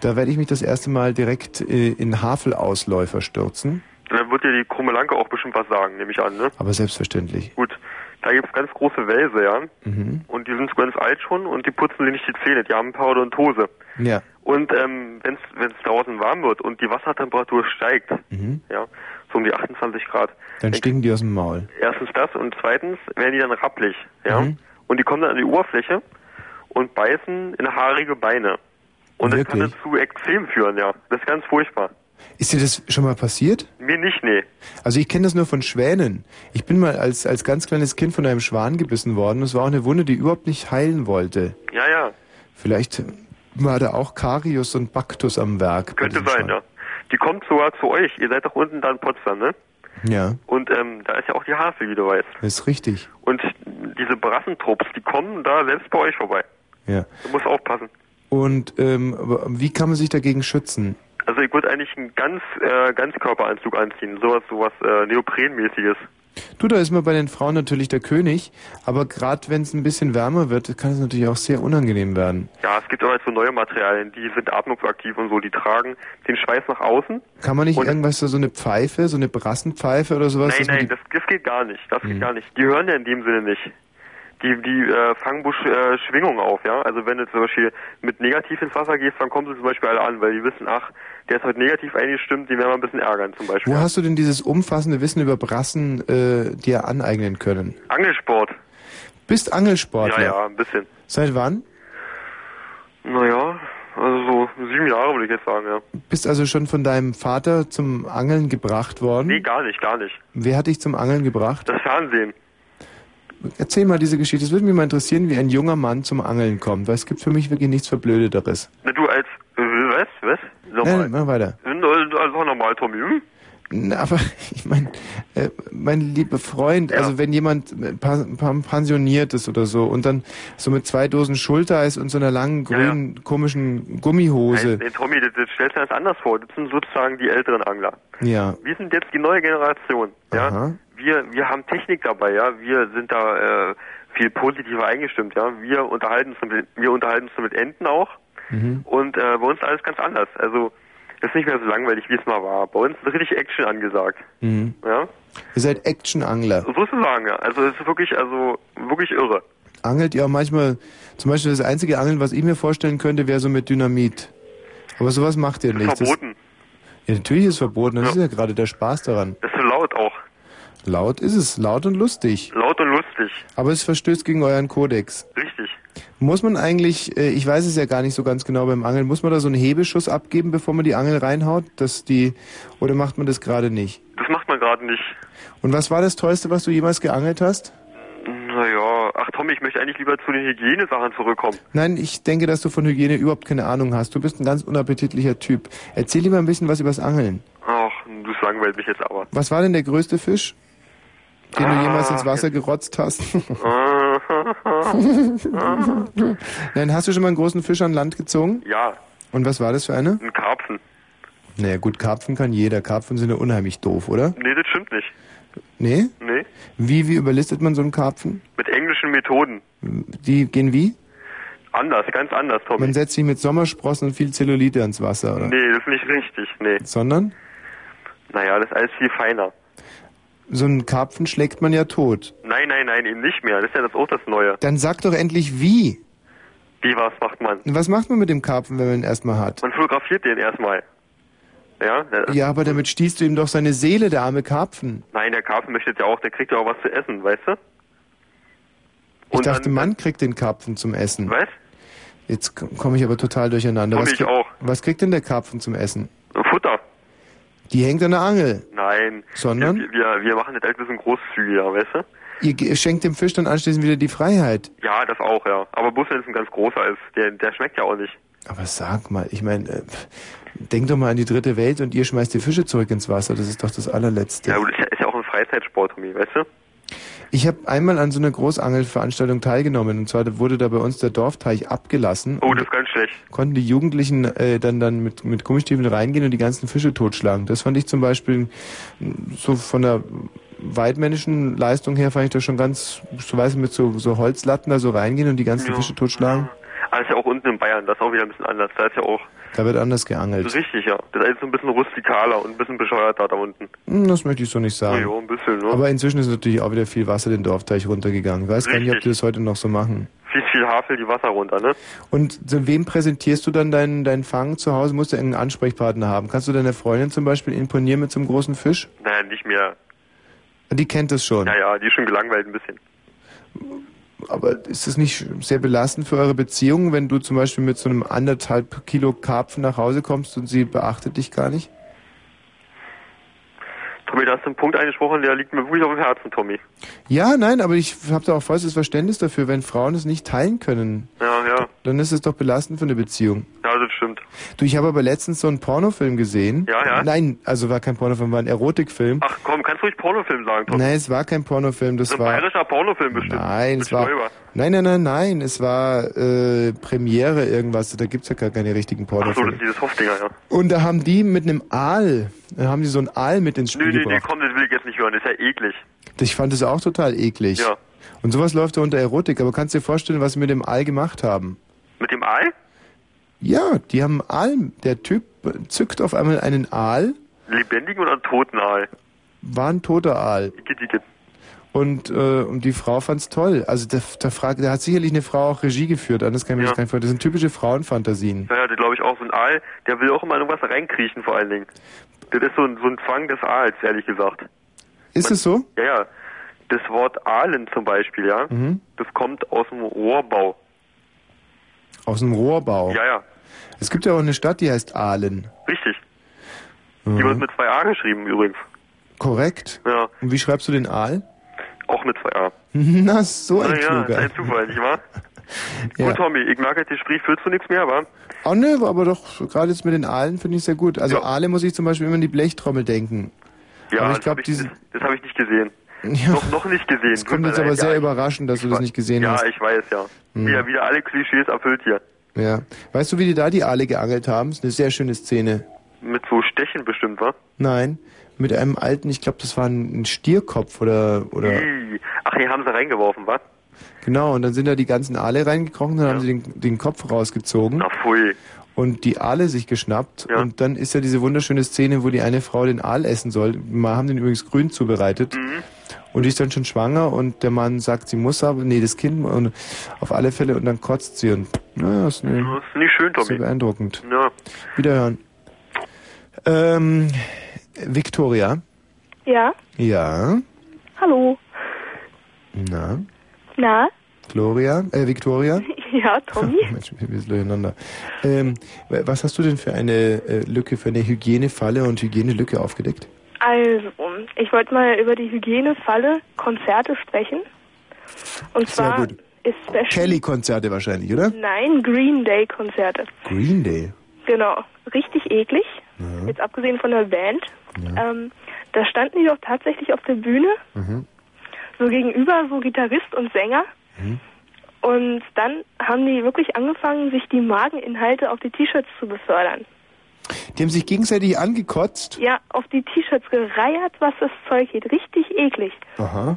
A: Da werde ich mich das erste Mal direkt äh, in Havelausläufer stürzen.
E: Dann wird dir die krumme Lanke auch bestimmt was sagen, nehme ich an, ne?
A: Aber selbstverständlich.
E: Gut, da gibt's ganz große Wälse, ja?
A: Mhm.
E: Und die sind ganz alt schon und die putzen sich nicht die Zähne, die haben Parodontose.
A: Ja.
E: Und ähm, wenn es draußen warm wird und die Wassertemperatur steigt,
A: Mhm.
E: ja, so um die 28 Grad,
A: Dann stinken die aus dem Maul.
E: erstens das und zweitens werden die dann rappelig, ja?
A: Mhm.
E: Und die kommen dann an die Oberfläche und beißen in haarige Beine. Und das kann
A: Wirklich?
E: dann zu Ekzem führen, ja. Das ist ganz furchtbar.
A: Ist dir das schon mal passiert?
E: Mir nicht, nee.
A: Also ich kenne das nur von Schwänen. Ich bin mal als, als ganz kleines Kind von einem Schwan gebissen worden. Das war auch eine Wunde, die überhaupt nicht heilen wollte.
E: Ja, ja.
A: Vielleicht war da auch Karius und Baktus am Werk.
E: Könnte sein, ja. Die kommt sogar zu euch. Ihr seid doch unten da in Potsdam, ne?
A: Ja,
E: Und ähm, da ist ja auch die Havel, wie du weißt.
A: ist richtig.
E: Und diese Brassentrupps, die kommen da selbst bei euch vorbei.
A: Ja.
E: Du musst aufpassen.
A: Und ähm, aber wie kann man sich dagegen schützen?
E: Also ich würde eigentlich einen ganz äh, Ganzkörperanzug anziehen, sowas, sowas äh, Neoprenmäßiges.
A: Du, da ist man bei den Frauen natürlich der König, aber gerade wenn es ein bisschen wärmer wird, kann es natürlich auch sehr unangenehm werden.
E: Ja, es gibt aber jetzt so neue Materialien, die sind atmungsaktiv und so, die tragen den Schweiß nach außen.
A: Kann man nicht irgendwas, so so eine Pfeife, so eine Brassenpfeife oder sowas?
E: nein,
A: dass man
E: nein,
A: die,
E: das, das geht gar nicht, das geht gar nicht. Die hören ja in dem Sinne nicht. Die, die äh, fangen bloß äh, Schwingungen auf, ja. Also wenn du zum Beispiel mit negativ ins Wasser gehst, dann kommen sie zum Beispiel alle an, weil die wissen, ach, der ist heute negativ eingestimmt, den werden wir ein bisschen ärgern zum Beispiel.
A: wo hast du denn dieses umfassende Wissen über Brassen äh, dir aneignen können?
E: Angelsport.
A: Bist Angelsportler?
E: Ja, ja, ein bisschen.
A: Seit wann?
E: Naja, also so sieben Jahre würde ich jetzt sagen, ja.
A: Bist also schon von deinem Vater zum Angeln gebracht worden?
E: Nee, gar nicht, gar nicht.
A: Wer hat dich zum Angeln gebracht?
E: Das Fernsehen.
A: Erzähl mal diese Geschichte. Es würde mich mal interessieren, wie ein junger Mann zum Angeln kommt, weil es gibt für mich wirklich nichts Verblödeteres.
E: Na du als, äh, was, was?
A: Nein, mach weiter.
E: Also also nochmal, Tommy. Hm?
A: Na, aber (laughs) ich meine, äh, mein lieber Freund, also wenn jemand pa pa pensioniert ist oder so und dann so mit zwei Dosen Schulteis und so einer langen
E: Ja, ja.
A: grünen komischen Gummihose.
E: Nein, nee, Tommy, das, das stellst du dir das anders vor. Das sind sozusagen die älteren Angler.
A: Ja.
E: Wir sind jetzt die neue Generation. Ja?
A: Aha.
E: Wir, wir haben Technik dabei, ja. Wir sind da äh, viel positiver eingestimmt, ja. Wir unterhalten uns mit, wir unterhalten uns mit Enten auch. Und äh, bei uns ist alles ganz anders. Also ist nicht mehr so langweilig, wie es mal war. Bei uns ist richtig Action angesagt.
A: Mhm.
E: Ja.
A: Ihr seid Actionangler.
E: Sozusagen, ja. Also es ist wirklich, also wirklich irre.
A: Angelt ihr auch manchmal, zum Beispiel das einzige Angeln, was ich mir vorstellen könnte, wäre so mit Dynamit. Aber sowas macht ihr nicht.
E: Verboten.
A: Das, ja, natürlich ist es verboten. Das ist ja gerade der Spaß daran.
E: Ist so laut auch.
A: Laut ist es, laut und lustig.
E: Laut und lustig.
A: Aber es verstößt gegen euren Kodex.
E: Richtig.
A: Muss man eigentlich, äh, ich weiß es ja gar nicht so ganz genau beim Angeln, muss man da so einen Hebeschuss abgeben, bevor man die Angel reinhaut, dass die, oder macht man das gerade nicht?
E: Das macht man gerade nicht.
A: Und was war das Tollste, was du jemals geangelt hast?
E: Naja, ach Tommy, ich möchte eigentlich lieber zu den Hygienesachen zurückkommen.
A: Nein, ich denke, dass du von Hygiene überhaupt keine Ahnung hast. Du bist ein ganz unappetitlicher Typ. Erzähl lieber ein bisschen was übers Angeln.
E: Ach, du langweilt mich jetzt aber.
A: Was war denn der größte Fisch, den du jemals
E: Ah.
A: ins Wasser gerotzt hast?
E: Ah.
A: (laughs) Nein, hast du schon mal einen großen Fisch an Land gezogen?
E: (laughs) ja,
A: Und was war das für eine?
E: ein Karpfen.
A: Naja, gut, Karpfen kann jeder. Karpfen sind ja unheimlich doof, oder?
E: Nee, das stimmt nicht.
A: Nee?
E: Nee,
A: Wie, wie überlistet man so einen Karpfen?
E: mit englischen Methoden.
A: Die gehen wie?
E: Anders, ganz anders, Tommy.
A: Man setzt ihn mit Sommersprossen und viel Zellulite ans Wasser, oder?
E: Nee, das ist nicht richtig, nee.
A: Sondern
E: Naja, das ist alles viel feiner.
A: so einen Karpfen schlägt man ja tot.
E: Nein, nein, nein, eben nicht mehr. Das ist ja das auch das Neue.
A: Dann sag doch endlich wie.
E: Wie was macht man?
A: Was macht man mit dem Karpfen, wenn man ihn erstmal hat?
E: Man fotografiert den erstmal. Ja? der-
A: Ja, aber damit stiehlst du ihm doch seine Seele, der arme Karpfen.
E: Nein, der Karpfen möchte jetzt ja auch, der kriegt ja auch was zu essen, weißt du?
A: Ich dachte, Mann kriegt den Karpfen zum Essen.
E: Was?
A: Jetzt k- komme ich aber total durcheinander.
E: Komm
A: was,
E: ich
A: krieg-
E: auch.
A: was kriegt denn der Karpfen zum Essen?
E: Futter.
A: Die hängt an der Angel.
E: Nein.
A: Sondern?
E: Wir, wir, wir machen das halt ein bisschen großzügiger, weißt du?
A: Ihr ge- schenkt dem Fisch dann anschließend wieder die Freiheit.
E: Ja, das auch, ja. Aber bloß wenn es ein ganz großer ist, der, der schmeckt ja auch nicht.
A: Aber sag mal, ich meine, äh, pff, denk doch mal an die dritte Welt und ihr schmeißt die Fische zurück ins Wasser. Das ist doch das allerletzte.
E: Ja, gut, ist ja, ist ja auch ein Freizeitsport, Tommy, weißt du?
A: Ich habe einmal an so einer Großangelveranstaltung teilgenommen und zwar wurde da bei uns der Dorfteich abgelassen.
E: Oh,
A: und
E: das ist ganz schlecht.
A: konnten die Jugendlichen äh, dann dann mit mit Gummistiefeln reingehen und die ganzen Fische totschlagen. Das fand ich zum Beispiel mh, so von der weitmännischen Leistung her fand ich das schon ganz, so weiß ich, mit so so Holzlatten da so reingehen und die ganzen
E: Ja.
A: Fische totschlagen.
E: Aber das Ah, ist ja auch unten in Bayern, das ist auch wieder ein bisschen anders. Da ist ja auch
A: Da wird
E: das
A: anders
E: ist
A: geangelt.
E: richtig, ja. Das ist alles so ein bisschen rustikaler und ein bisschen bescheuerter da unten.
A: Hm, Das möchte ich so nicht
E: Ja,
A: sagen.
E: ja ein bisschen, ne?
A: Aber inzwischen ist natürlich auch wieder viel Wasser den Dorfteich runtergegangen. Ich weiß gar nicht, ob
E: Richtig.
A: die das heute noch so machen.
E: Fließt viel Havel die Wasser runter, ne?
A: Und zu wem präsentierst du dann deinen, deinen Fang zu Hause? Musst du irgendeinen Ansprechpartner haben? Kannst du deiner Freundin zum Beispiel imponieren mit so einem großen Fisch?
E: Naja, nicht mehr.
A: Die kennt das schon.
E: Ja, ja, die ist schon gelangweilt ein bisschen.
A: Aber ist das nicht sehr belastend für eure Beziehung, wenn du zum Beispiel mit so einem anderthalb Kilo Karpfen nach Hause kommst und sie beachtet dich gar nicht?
E: Tommy, da hast du einen Punkt angesprochen, der liegt mir wirklich auf dem Herzen, Tommy.
A: Ja, nein, aber ich habe da auch vollstes Verständnis dafür, wenn Frauen es nicht teilen können.
E: Ja, ja.
A: Dann ist es doch belastend für eine Beziehung.
E: Ja, das stimmt.
A: Du, ich habe aber letztens so einen Pornofilm gesehen.
E: Ja, ja.
A: Nein, also war kein Pornofilm, war ein Erotikfilm.
E: Ach komm, kannst du ruhig Pornofilm sagen, Tommy?
A: Nein, es war kein Pornofilm, das
E: so ein
A: war.
E: bayerischer Pornofilm bestimmt.
A: Nein,
E: Mit
A: es war.
E: Stoiber.
A: Nein, nein, nein, nein. Es war äh, Premiere irgendwas. Da gibt's ja gar keine richtigen
E: Ach so, das
A: Pornofilme.
E: ist dieses Hoffdinger, ja.
A: Und da haben die mit einem Aal, da haben die so einen Aal mit ins Spiel
E: Nö, nö, nö,
A: gebracht.
E: komm, das will ich jetzt nicht hören, das ist ja eklig.
A: Ich fand es auch total eklig.
E: Ja.
A: Und sowas läuft ja unter Erotik, aber kannst dir vorstellen, was sie mit dem Aal gemacht haben?
E: Mit dem Ei?
A: Ja, die haben Aal, der Typ zückt auf einmal einen Aal,
E: Lebendigen oder einen toten Ei?
A: war ein toter Aal.
E: Igitt, igitt.
A: Und, äh, und die Frau fand's toll. Also da, da, frag, da hat sicherlich eine Frau auch Regie geführt, anders kann ich mir
E: Ja.
A: das gar nicht vorstellen. Das sind typische Frauenfantasien.
E: Ja, ja, der glaube ich auch so ein Aal, der will auch immer in irgendwas reinkriechen vor allen Dingen. Das ist so ein, so ein Fang des Aals, ehrlich gesagt.
A: Ist es so?
E: Ja, ja. Das Wort Aalen zum Beispiel, ja,
A: Mhm.
E: das kommt aus dem Rohrbau.
A: Aus dem Rohrbau.
E: Ja, ja,
A: Es gibt ja auch eine Stadt, die heißt Aalen.
E: richtig.
A: Mhm.
E: Die wird mit zwei A geschrieben übrigens.
A: Korrekt.
E: Ja,
A: Und wie schreibst du den Aal?
E: auch mit zwei A.
A: (laughs) Na, so ein
E: naja,
A: Kluger.
E: ein Zufall, nicht wahr?
A: (laughs) Ja.
E: Gut, Tommy, ich merke, das Gespräch führt zu nichts mehr, wa?
A: Oh ne, aber doch, gerade jetzt mit den Aalen finde ich sehr gut. Also Aale muss ich zum Beispiel immer an die Blechtrommel denken.
E: Ja,
A: aber
E: das
A: ich
E: habe
A: glaube,
E: ich,
A: diese.
E: das- das hab ich nicht gesehen.
A: Ja.
E: Noch, noch nicht gesehen.
A: Das
E: Tut
A: kommt
E: mir
A: jetzt aber
E: leid,
A: sehr
E: ja.
A: überraschend, dass du das nicht gesehen hast.
E: Ja, ich weiß, ja.
A: Hm.
E: Ja, wieder alle Klischees erfüllt hier.
A: Ja. Weißt du, wie die da die Aale geangelt haben? Ist eine sehr schöne Szene.
E: Mit so Stechen bestimmt, wa?
A: Nein, mit einem alten, ich glaube, das war ein ein Stierkopf oder oder
E: Ih. Ach, die haben sie reingeworfen, wa?
A: genau. Und dann sind da die ganzen Aale reingekrochen, dann haben sie den, den Kopf rausgezogen
E: Pfui.
A: und die Aale sich geschnappt. Und dann ist ja diese wunderschöne Szene, wo die eine Frau den Aal essen soll. Wir haben den übrigens grün zubereitet.
E: Mhm.
A: Und die ist dann schon schwanger und der Mann sagt, sie muss aber, nee, das Kind und auf alle Fälle und dann kotzt sie und naja, ist, eine,
E: Das ist nicht schön,
A: ist
E: Tommy.
A: sehr beeindruckend.
E: Ja.
A: Wiederhören. Ähm, Victoria?
Q: Ja,
A: Ja.
Q: hallo.
A: Na?
Q: Na? (laughs)
A: Gloria? Äh, Victoria?
Q: Ja, Tommy?
A: (laughs) Mensch, wir sind durcheinander. Ähm, wa- was hast du denn für eine äh, Lücke, für eine Hygienefalle und Hygienelücke aufgedeckt?
Q: Also, ich wollte mal über die Hygienefalle Konzerte sprechen. Und
A: Sehr
Q: zwar
A: gut. ne?
Q: ist Special.
A: Kelly-Konzerte wahrscheinlich, oder?
Q: Nein, Green Day Konzerte.
A: Green Day.
Q: Genau, richtig eklig. Jetzt abgesehen von der Band. Ähm, da standen die doch tatsächlich auf der Bühne,
A: Mhm.
Q: so gegenüber, so Gitarrist und Sänger.
A: Mhm.
Q: Und dann haben die wirklich angefangen, sich die Mageninhalte auf die T-Shirts zu befördern.
A: Die haben sich gegenseitig angekotzt.
Q: Ja, auf die T-Shirts gereiert, was das Zeug geht. Richtig eklig.
A: Aha.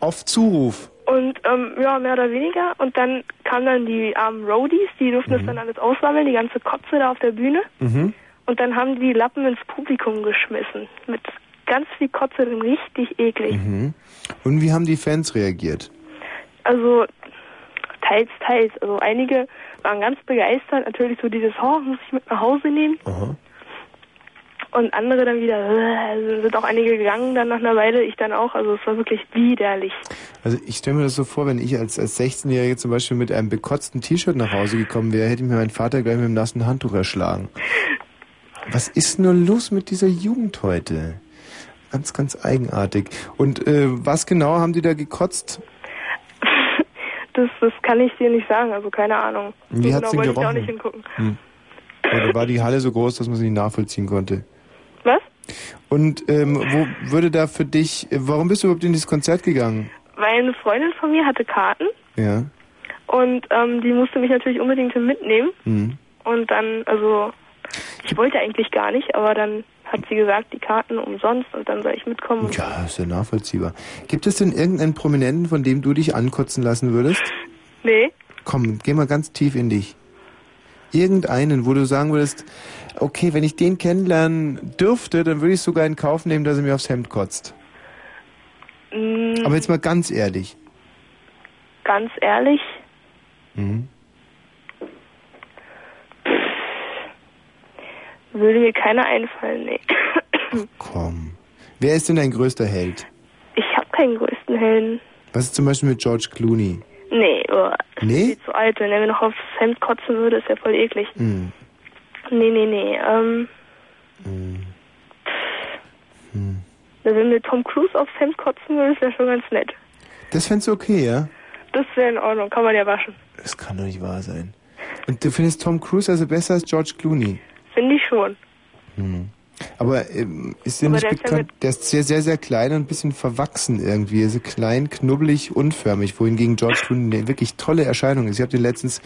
A: Auf Zuruf.
Q: Und ähm, ja, mehr oder weniger. Und dann kamen dann die armen Roadies, die durften das dann alles aussammeln, die ganze Kotze da auf der Bühne.
A: Mhm.
Q: Und dann haben die Lappen ins Publikum geschmissen. Mit ganz viel Kotze drin. Richtig eklig.
A: Mhm. Und wie haben die Fans reagiert?
Q: Also teils, teils. Also einige waren ganz begeistert. Natürlich so dieses, oh, muss ich mit nach Hause nehmen.
A: Aha.
Q: Und andere dann wieder, äh, sind auch einige gegangen dann nach einer Weile. Ich dann auch. Also es war wirklich widerlich.
A: Also ich stelle mir das so vor, wenn ich als, als 16-Jährige zum Beispiel mit einem bekotzten T-Shirt nach Hause gekommen wäre, hätte mir mein Vater gleich mit dem nassen Handtuch erschlagen. Was ist nur los mit dieser Jugend heute? Ganz, ganz eigenartig. Und äh, was genau haben die da gekotzt?
Q: Das, das kann ich dir nicht sagen. Also keine Ahnung.
A: Wie
Q: so
A: hat's
Q: genau
A: denn
Q: wollte ich da auch
A: gerochen?
Q: nicht hingucken.
A: Hm. Oder war die Halle so groß, dass man sie nicht nachvollziehen konnte?
Q: Was?
A: Und ähm, wo würde da für dich, äh, warum bist du überhaupt in dieses Konzert gegangen?
Q: Weil eine Freundin von mir hatte Karten
A: Ja.
Q: und ähm, die musste mich natürlich unbedingt mitnehmen.
A: Hm.
Q: Und dann, also, ich wollte eigentlich gar nicht, aber dann hat sie gesagt, die Karten umsonst und dann soll ich mitkommen.
A: Ja, ist ja nachvollziehbar. Gibt es denn irgendeinen Prominenten, von dem du dich ankotzen lassen würdest?
Q: Nee,
A: Komm, geh mal ganz tief in dich. Irgendeinen, wo du sagen würdest, okay, wenn ich den kennenlernen dürfte, dann würde ich sogar in Kauf nehmen, dass er mir aufs Hemd kotzt.
Q: mh,
A: Aber jetzt mal ganz ehrlich.
Q: Mm, ganz ehrlich,
A: Mhm.
Q: würde mir keiner einfallen,
A: (coughs)
Q: nee.
A: Wer ist denn dein größter Held?
Q: Ich habe keinen größten Helden.
A: Was ist zum Beispiel mit George Clooney?
Q: Nee, uah,
A: Nee?
Q: zu alt, wenn er mir noch aufs Hemd kotzen würde, ist ja voll eklig.
A: Hm.
Q: Nee, nee, nee, ähm...
A: Hm.
Q: Wenn mir Tom Cruise aufs Hemd kotzen würde, ist ja schon ganz nett.
A: Das fändest du okay, ja?
Q: Das wäre in Ordnung, kann man ja waschen.
A: Das kann doch nicht wahr sein. Und du findest Tom Cruise also besser als George Clooney?
Q: Finde ich schon.
A: Aber ähm, ist dir
Q: Aber
A: nicht
Q: der ist ja
A: bekannt, der ist sehr, sehr, sehr klein und ein bisschen verwachsen irgendwie. Also klein, knubbelig, unförmig, wohingegen George Clooney eine wirklich tolle Erscheinung ist. Ich habe den letztens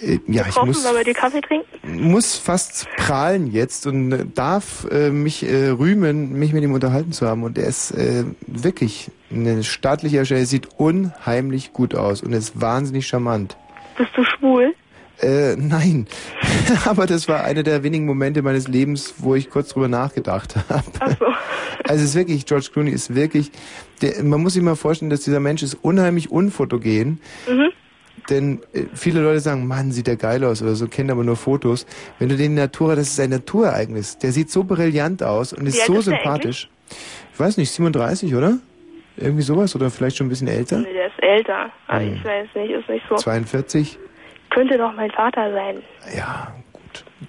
A: Äh, ja, ich
R: Kochen,
A: muss,
R: wollen wir dir Kaffee trinken?
A: muss fast prahlen jetzt und äh, darf äh, mich äh, rühmen, mich mit ihm unterhalten zu haben. Und er ist äh, wirklich eine staatliche Erscheinung. Er sieht unheimlich gut aus und ist wahnsinnig charmant.
R: Bist du schwul?
A: Äh, nein. (laughs) Aber das war einer der wenigen Momente meines Lebens, wo ich kurz drüber nachgedacht (laughs) habe. Also es ist wirklich, George Clooney ist wirklich, der, man muss sich mal vorstellen, dass dieser Mensch ist unheimlich unfotogen.
E: (laughs)
R: Mhm.
A: Denn äh, viele Leute sagen, Mann, sieht der geil aus oder so, kennen aber nur Fotos. Wenn du den in Natura, das ist ein Naturereignis. Der sieht so brillant aus und
R: Wie
A: ist
R: alt
A: so
R: ist der
A: sympathisch. Ich weiß nicht, 37, oder? Irgendwie sowas oder vielleicht schon ein bisschen älter?
R: Nee, der ist älter.
Q: Ah,
R: Aber
A: Hm.
R: ich weiß nicht, ist nicht so.
A: 42.
R: Könnte doch mein Vater
Q: (laughs)
R: sein.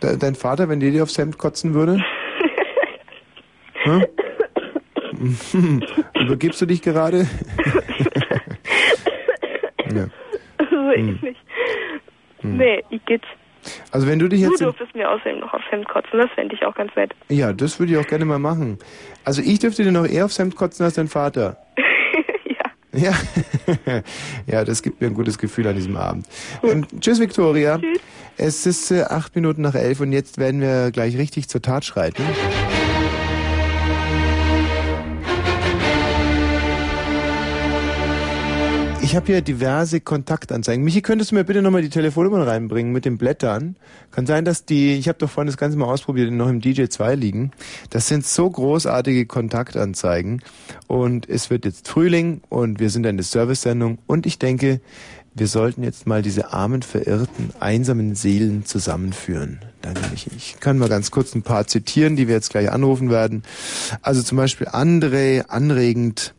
A: De dein Vater, wenn der dir aufs Hemd
R: (laughs)
A: kotzen würde? Hm? (laughs) Hm. Übergibst du dich gerade? (laughs) ja.
R: Also ich
A: Hm.
R: nicht.
A: Hm.
R: Nee, ich geht's.
A: Also wenn du dich
R: Du
A: jetzt...
R: dürftest mir außerdem noch aufs Hemd kotzen, das fände ich auch ganz nett.
A: Ja, das würde ich auch gerne mal machen. Also ich dürfte dir noch eher aufs Hemd kotzen als dein Vater. (laughs) ja. Ja. (laughs) ja, das gibt mir ein gutes Gefühl an diesem Abend. Ähm, tschüss, Victoria. Tschüss. Es ist äh, acht Minuten nach elf und jetzt werden wir gleich richtig zur Tat schreiten. Ich habe hier diverse Kontaktanzeigen. Michi, könntest du mir bitte nochmal die Telefonnummern reinbringen mit den Blättern? Kann sein, dass die, ich habe doch vorhin das Ganze mal ausprobiert, die noch im DJ2 liegen. Das sind so großartige Kontaktanzeigen. Und es wird jetzt Frühling und wir sind eine Service-Sendung. Und ich denke, wir sollten jetzt mal diese armen, verirrten, einsamen Seelen zusammenführen. Danke, Michi. Ich kann mal ganz kurz ein paar zitieren, die wir jetzt gleich anrufen werden. Also zum Beispiel André, anregend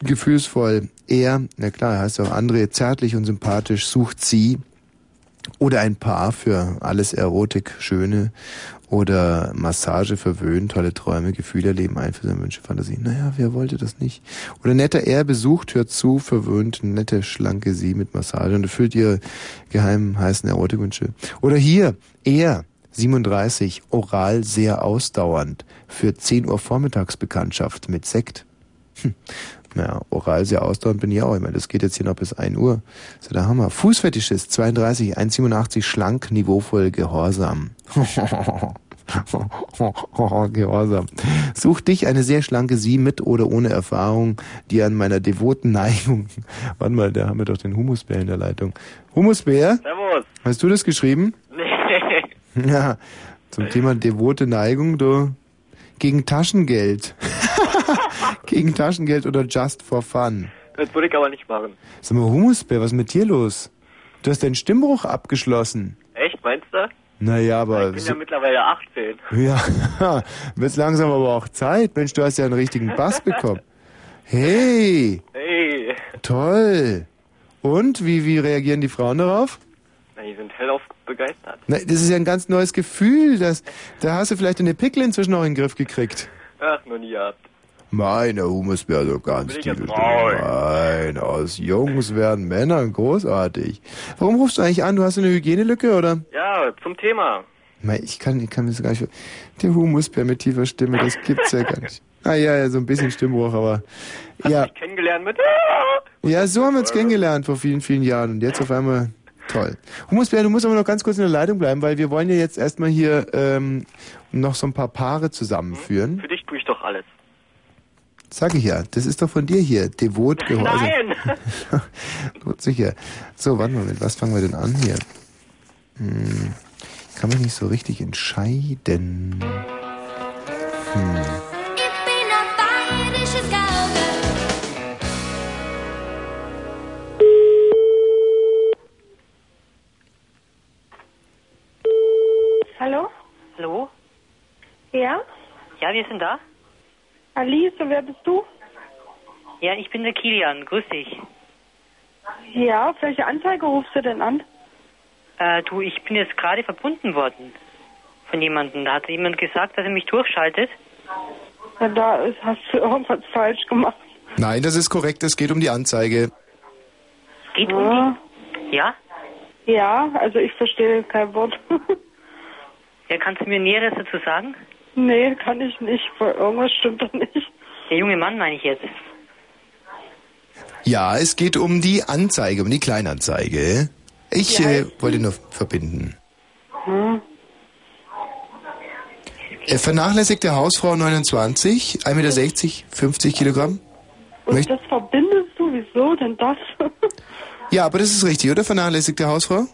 A: gefühlsvoll. Er, na klar, er heißt auch André, zärtlich und sympathisch, sucht sie oder ein Paar für alles Erotik, Schöne oder Massage, Verwöhnen, tolle Träume, Gefühle, Leben, Einflüsse, Wünsche, Fantasien. Naja, wer wollte das nicht? Oder netter Er besucht, hört zu, verwöhnt, nette, schlanke Sie mit Massage und erfüllt ihre geheimen, heißen Erotikwünsche. Oder hier, Er, 37, oral sehr ausdauernd, für 10 Uhr Vormittagsbekanntschaft mit Sekt. Hm. Naja, oral sehr ausdauernd bin ich auch immer. Das geht jetzt hier noch bis 1 Uhr. Das ist ja der Hammer. Fußfetischist, 32, 1,87, schlank, niveauvoll, gehorsam. (laughs) gehorsam. Such dich eine sehr schlanke Sie mit oder ohne Erfahrung, die an meiner devoten Neigung. (laughs) Warte mal, da haben wir doch den Humusbär in der Leitung. Humusbär?
S: Servus.
A: Hast du das geschrieben?
S: Nee.
A: (laughs) Ja, zum Thema devote Neigung, du. Gegen Taschengeld. (laughs) Gegen Taschengeld oder just for fun.
S: Das würde ich aber nicht machen.
A: Sag mal, Humusbär, was ist mit dir los? Du hast deinen Stimmbruch abgeschlossen.
S: Echt, meinst du?
A: Naja, aber.
S: Ich bin
A: so-
S: ja mittlerweile 18.
A: (laughs) ja, (laughs) wird's langsam aber auch Zeit. Mensch, du hast ja einen richtigen Bass bekommen. Hey,
S: Hey.
A: toll. Und wie, wie reagieren die Frauen darauf?
S: Na, die sind hellauf begeistert.
A: Na, das ist ja ein ganz neues Gefühl. Das, da hast du vielleicht deine Pickel inzwischen auch in den Griff gekriegt.
S: Ach, noch nie gehabt.
A: Meine Humus wäre so ganz
S: Bin ich
A: tief.
S: jetzt
A: Nein, aus Jungs werden Männern großartig. Warum rufst du eigentlich an? Du hast eine Hygienelücke, oder?
S: Ja, zum Thema.
A: Mei, Ich kann, ich kann mir das gar nicht vor- Der Humusbär mit tiefer Stimme, das gibt's ja gar nicht. Ah ja, ja, so ein bisschen Stimmbruch, aber ja.
S: Kennengelernt mit...
A: Ja, so haben wir uns kennengelernt vor vielen, vielen Jahren und jetzt auf einmal toll. Humusbär, du musst aber noch ganz kurz in der Leitung bleiben, weil wir wollen ja jetzt erstmal hier ähm, noch so ein paar Paare zusammenführen.
S: Für dich tue ich doch alles.
A: Sag ich ja, das ist doch von dir hier, devot gehorsam.
S: Nein!
A: (laughs) Gut, sicher. So, warte mal, mit was fangen wir denn an hier? Hm, ich kann mich nicht so richtig entscheiden. Hm.
R: Hallo?
T: Hallo?
R: Ja?
T: Ja, wir sind da.
R: Alice, wer bist du?
T: Ja, ich bin der Kilian. Grüß dich.
R: Ja, auf welche Anzeige rufst du denn an?
T: Äh, du, ich bin jetzt gerade verbunden worden von jemandem. Da hat jemand gesagt, dass er mich durchschaltet.
R: Na, da ist, hast du irgendwas falsch gemacht.
A: Nein, das ist korrekt, es geht um die Anzeige.
T: Geht
R: um
T: die? Ja?
R: Ja, also ich verstehe kein
L: (laughs)
R: Wort.
T: Ja, kannst du mir Näheres dazu sagen?
R: nee, kann ich nicht, weil irgendwas stimmt da nicht.
T: Der junge Mann meine ich jetzt.
A: Ja, es geht um die Anzeige, um die Kleinanzeige. Ich äh, wollte nur verbinden.
C: Hm?
A: Äh, vernachlässigte Hausfrau 29, 1,60 Meter, 50 Kilogramm.
L: Und
A: Möcht-
L: das verbindest du? Wieso denn das?
A: ja, aber das ist richtig, oder? Vernachlässigte Hausfrau?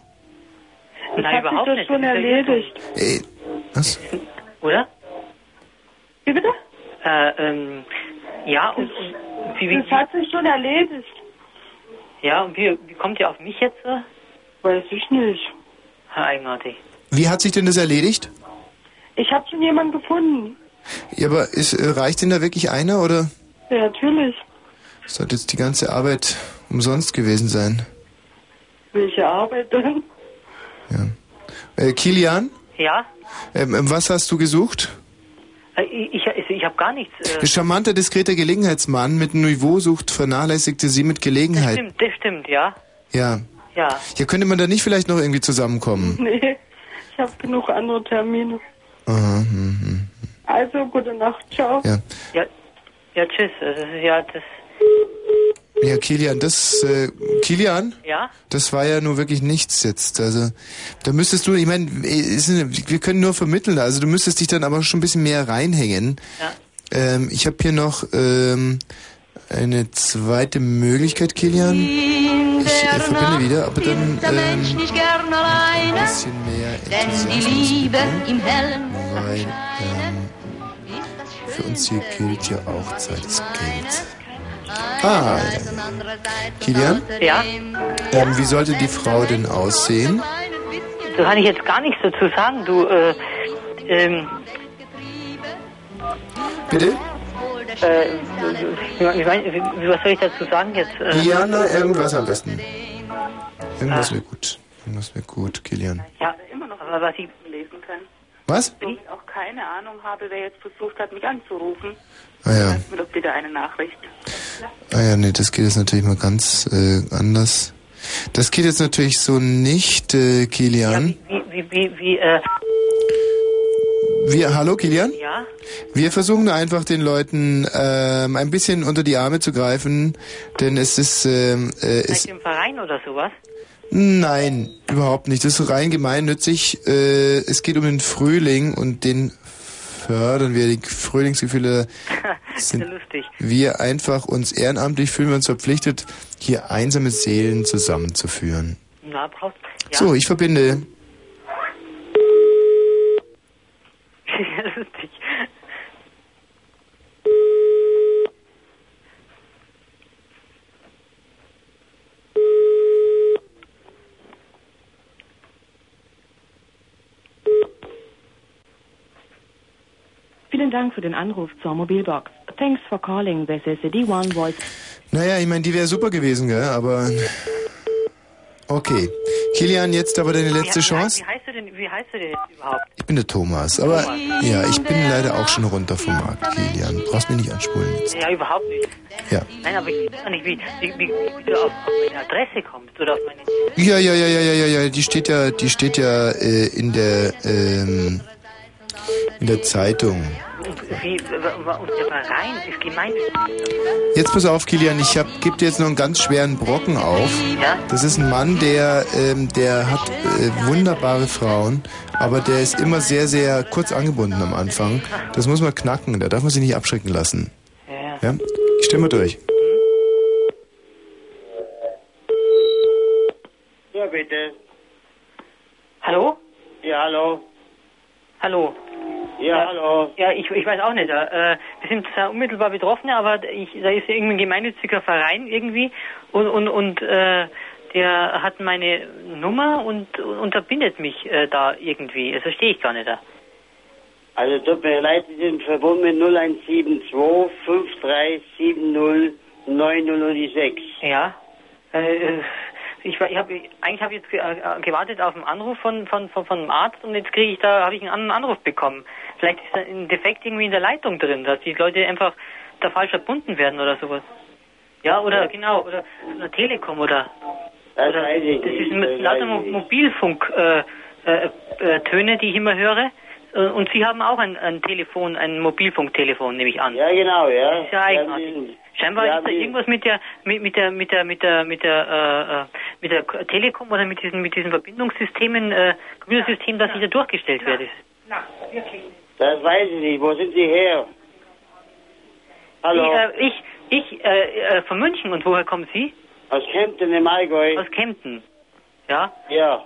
L: Nein, überhaupt das nicht. schon erledigt.
A: Äh, was?
U: Oder?
L: Wie bitte?
U: Äh, ähm, ja, und, und wie, wie,
L: Das hat sich schon erledigt.
U: ja, und wie, wie kommt ihr auf mich jetzt? äh?
L: Weiß ich nicht.
U: Eigenartig.
A: Wie hat sich denn das erledigt?
L: Ich habe schon jemanden gefunden.
A: Ja, aber ist, äh, reicht denn da wirklich einer, oder
L: Ja, natürlich.
A: sollte jetzt die ganze Arbeit umsonst gewesen sein?
L: Welche Arbeit denn? (laughs)
A: Äh, Kilian,
U: Ja,
A: ähm, ähm, was hast du gesucht?
U: äh, ich,
T: also
U: ich, ich habe gar nichts. Äh,
A: Ein charmanter, diskreter Gelegenheitsmann mit Niveau sucht vernachlässigte sie mit
U: das
A: Gelegenheit.
U: stimmt, das stimmt, ja.
A: Ja.
U: Ja.
A: Ja, könnte man da nicht vielleicht noch irgendwie zusammenkommen?
L: Nee, ich habe genug andere Termine.
A: Aha, hm, hm.
L: Also, gute Nacht, ciao.
A: Ja.
U: Ja, ja tschüss. Das ist ja das. (laughs)
A: Ja, Kilian, das, äh, Kilian?
U: Ja?
A: Das war ja nur wirklich nichts jetzt. Also, da müsstest du, ich meine, ist eine- wir können nur vermitteln, also du müsstest dich dann aber schon ein bisschen mehr reinhängen.
U: Ja.
A: Ähm, ich habe hier noch ähm, eine zweite Möglichkeit, Kilian. Ich äh, verbinde wieder, aber dann
V: Der Mensch
A: ähm,
V: nicht gern alleine,
A: mehr
V: denn die Liebe im hellen
A: rein. Ähm, für uns hier gilt ja auch Zeit ist Geld. Ah, Kilian?
U: Ja?
A: Ähm, wie sollte die Frau denn aussehen?
U: Da kann ich jetzt gar nichts dazu sagen. Du, äh, ähm,
A: Bitte?
U: äh, ich mein, wie- was soll ich dazu sagen jetzt? Äh,
A: Kiliana, irgendwas ähm, am besten. Ah. Irgendwas wäre gut. Irgendwas wäre gut, Kilian.
U: Ja, immer noch aber was ich lesen kann.
A: Was?
W: Wenn ich auch keine Ahnung habe, wer jetzt versucht hat, mich anzurufen,
A: Ah ja.
W: schreibt mir doch bitte eine Nachricht.
A: Ah ja, nee, das geht jetzt natürlich mal ganz äh, anders. Das geht jetzt natürlich so nicht, äh, Kilian.
U: Wie, wie, wie, wie, äh,
A: Wir, hallo Kilian?
U: Ja?
A: Wir versuchen einfach den Leuten ähm, ein bisschen unter die Arme zu greifen, denn es ist, ähm, äh,
U: vielleicht
A: es,
U: im Verein oder sowas?
A: nein, überhaupt nicht. Das ist rein gemeinnützig. Äh, es geht um den Frühling und den fördern wir. Die
U: (laughs)
A: Frühlingsgefühle sind
U: ja lustig.
A: wir einfach uns ehrenamtlich fühlen wir uns verpflichtet, hier einsame Seelen zusammenzuführen.
U: Na, brauchst ja.
A: So, ich verbinde.
U: Ja, lustig.
K: Vielen Dank für den Anruf zur Mobilbox. Thanks for calling. This is the one voice.
A: Naja, ich meine, die wäre super gewesen, gell? Aber. Okay. Kilian, jetzt aber deine letzte
U: wie,
A: Chance.
U: Wie, wie heißt du denn, wie heißt du denn jetzt überhaupt?
A: Ich bin der Thomas, aber
U: Thomas.
A: ja, ich bin leider auch schon runter vom Markt, Kilian. Brauchst mich nicht anspulen.
U: Ja, überhaupt nicht.
A: Ja.
U: Nein, aber ich weiß auch nicht, wie, wie, wie, wie du auf, auf meine Adresse kommst oder auf meine...
A: Ja, ja, ja, ja, ja, ja, ja. Die steht ja, die steht ja äh, in der ähm, in der Zeitung.
U: Wie, w- w- und der Verein ist gemeint.
A: Jetzt pass auf, Kilian, ich hab, geb dir jetzt noch einen ganz schweren Brocken auf. Das ist ein Mann, der, ähm, der hat äh, wunderbare Frauen, aber der ist immer sehr, sehr kurz angebunden am Anfang. Das muss man knacken, da darf man sich nicht abschrecken lassen. Ja? Ich stimme durch.
X: Ja, bitte.
U: Hallo?
X: Ja, hallo.
U: Hallo.
X: Ja,
U: Äh,
X: hallo.
U: Ja, ich, ich weiß auch nicht. Äh, wir sind zwar unmittelbar Betroffene, aber ich, da ist ja irgendein gemeinnütziger Verein irgendwie und und und äh, der hat meine Nummer und unterbindet mich äh, da irgendwie. Das verstehe ich gar nicht. Da.
X: Also tut mir leid, Sie sind verbunden mit 0172 5370 9006.
U: Ja. Äh, ich, war- ich hab, eigentlich habe ich jetzt ge- äh, gewartet auf einen Anruf von von von, von einem Arzt und jetzt kriege ich da habe ich einen anderen Anruf bekommen. Vielleicht ist da ein Defekt irgendwie in der Leitung drin, dass die Leute einfach da falsch verbunden werden oder sowas. Ja, oder genau, oder von der Telekom oder
X: Das
U: oder
X: weiß ich
U: das
X: nicht,
U: sind
X: das
U: lauter
X: weiß ich nicht.
U: Mobilfunk-Töne, äh, äh, Töne, die ich immer höre. Äh, Und Sie haben auch ein, ein Telefon, ein Mobilfunktelefon, nehme ich an.
X: Ja, genau, ja.
U: Das ist ja
X: Wir haben
U: eigenartig.
X: diesen
U: Scheinbar
X: Ja,
U: ist da
X: wie-
U: irgendwas mit der mit, mit der mit der mit der mit der äh, äh, mit der K- Telekom oder mit diesen mit diesen Verbindungssystemen äh, Computersystem, das wieder durchgestellt wird.
X: Na, wirklich nicht. Das weiß ich nicht. Wo sind Sie her? Hallo?
U: Ich äh, ich, ich äh, äh, von München und woher kommen Sie?
X: Aus Kempten im Allgäu.
U: Aus Kempten. Ja.
X: Ja.
U: Äh,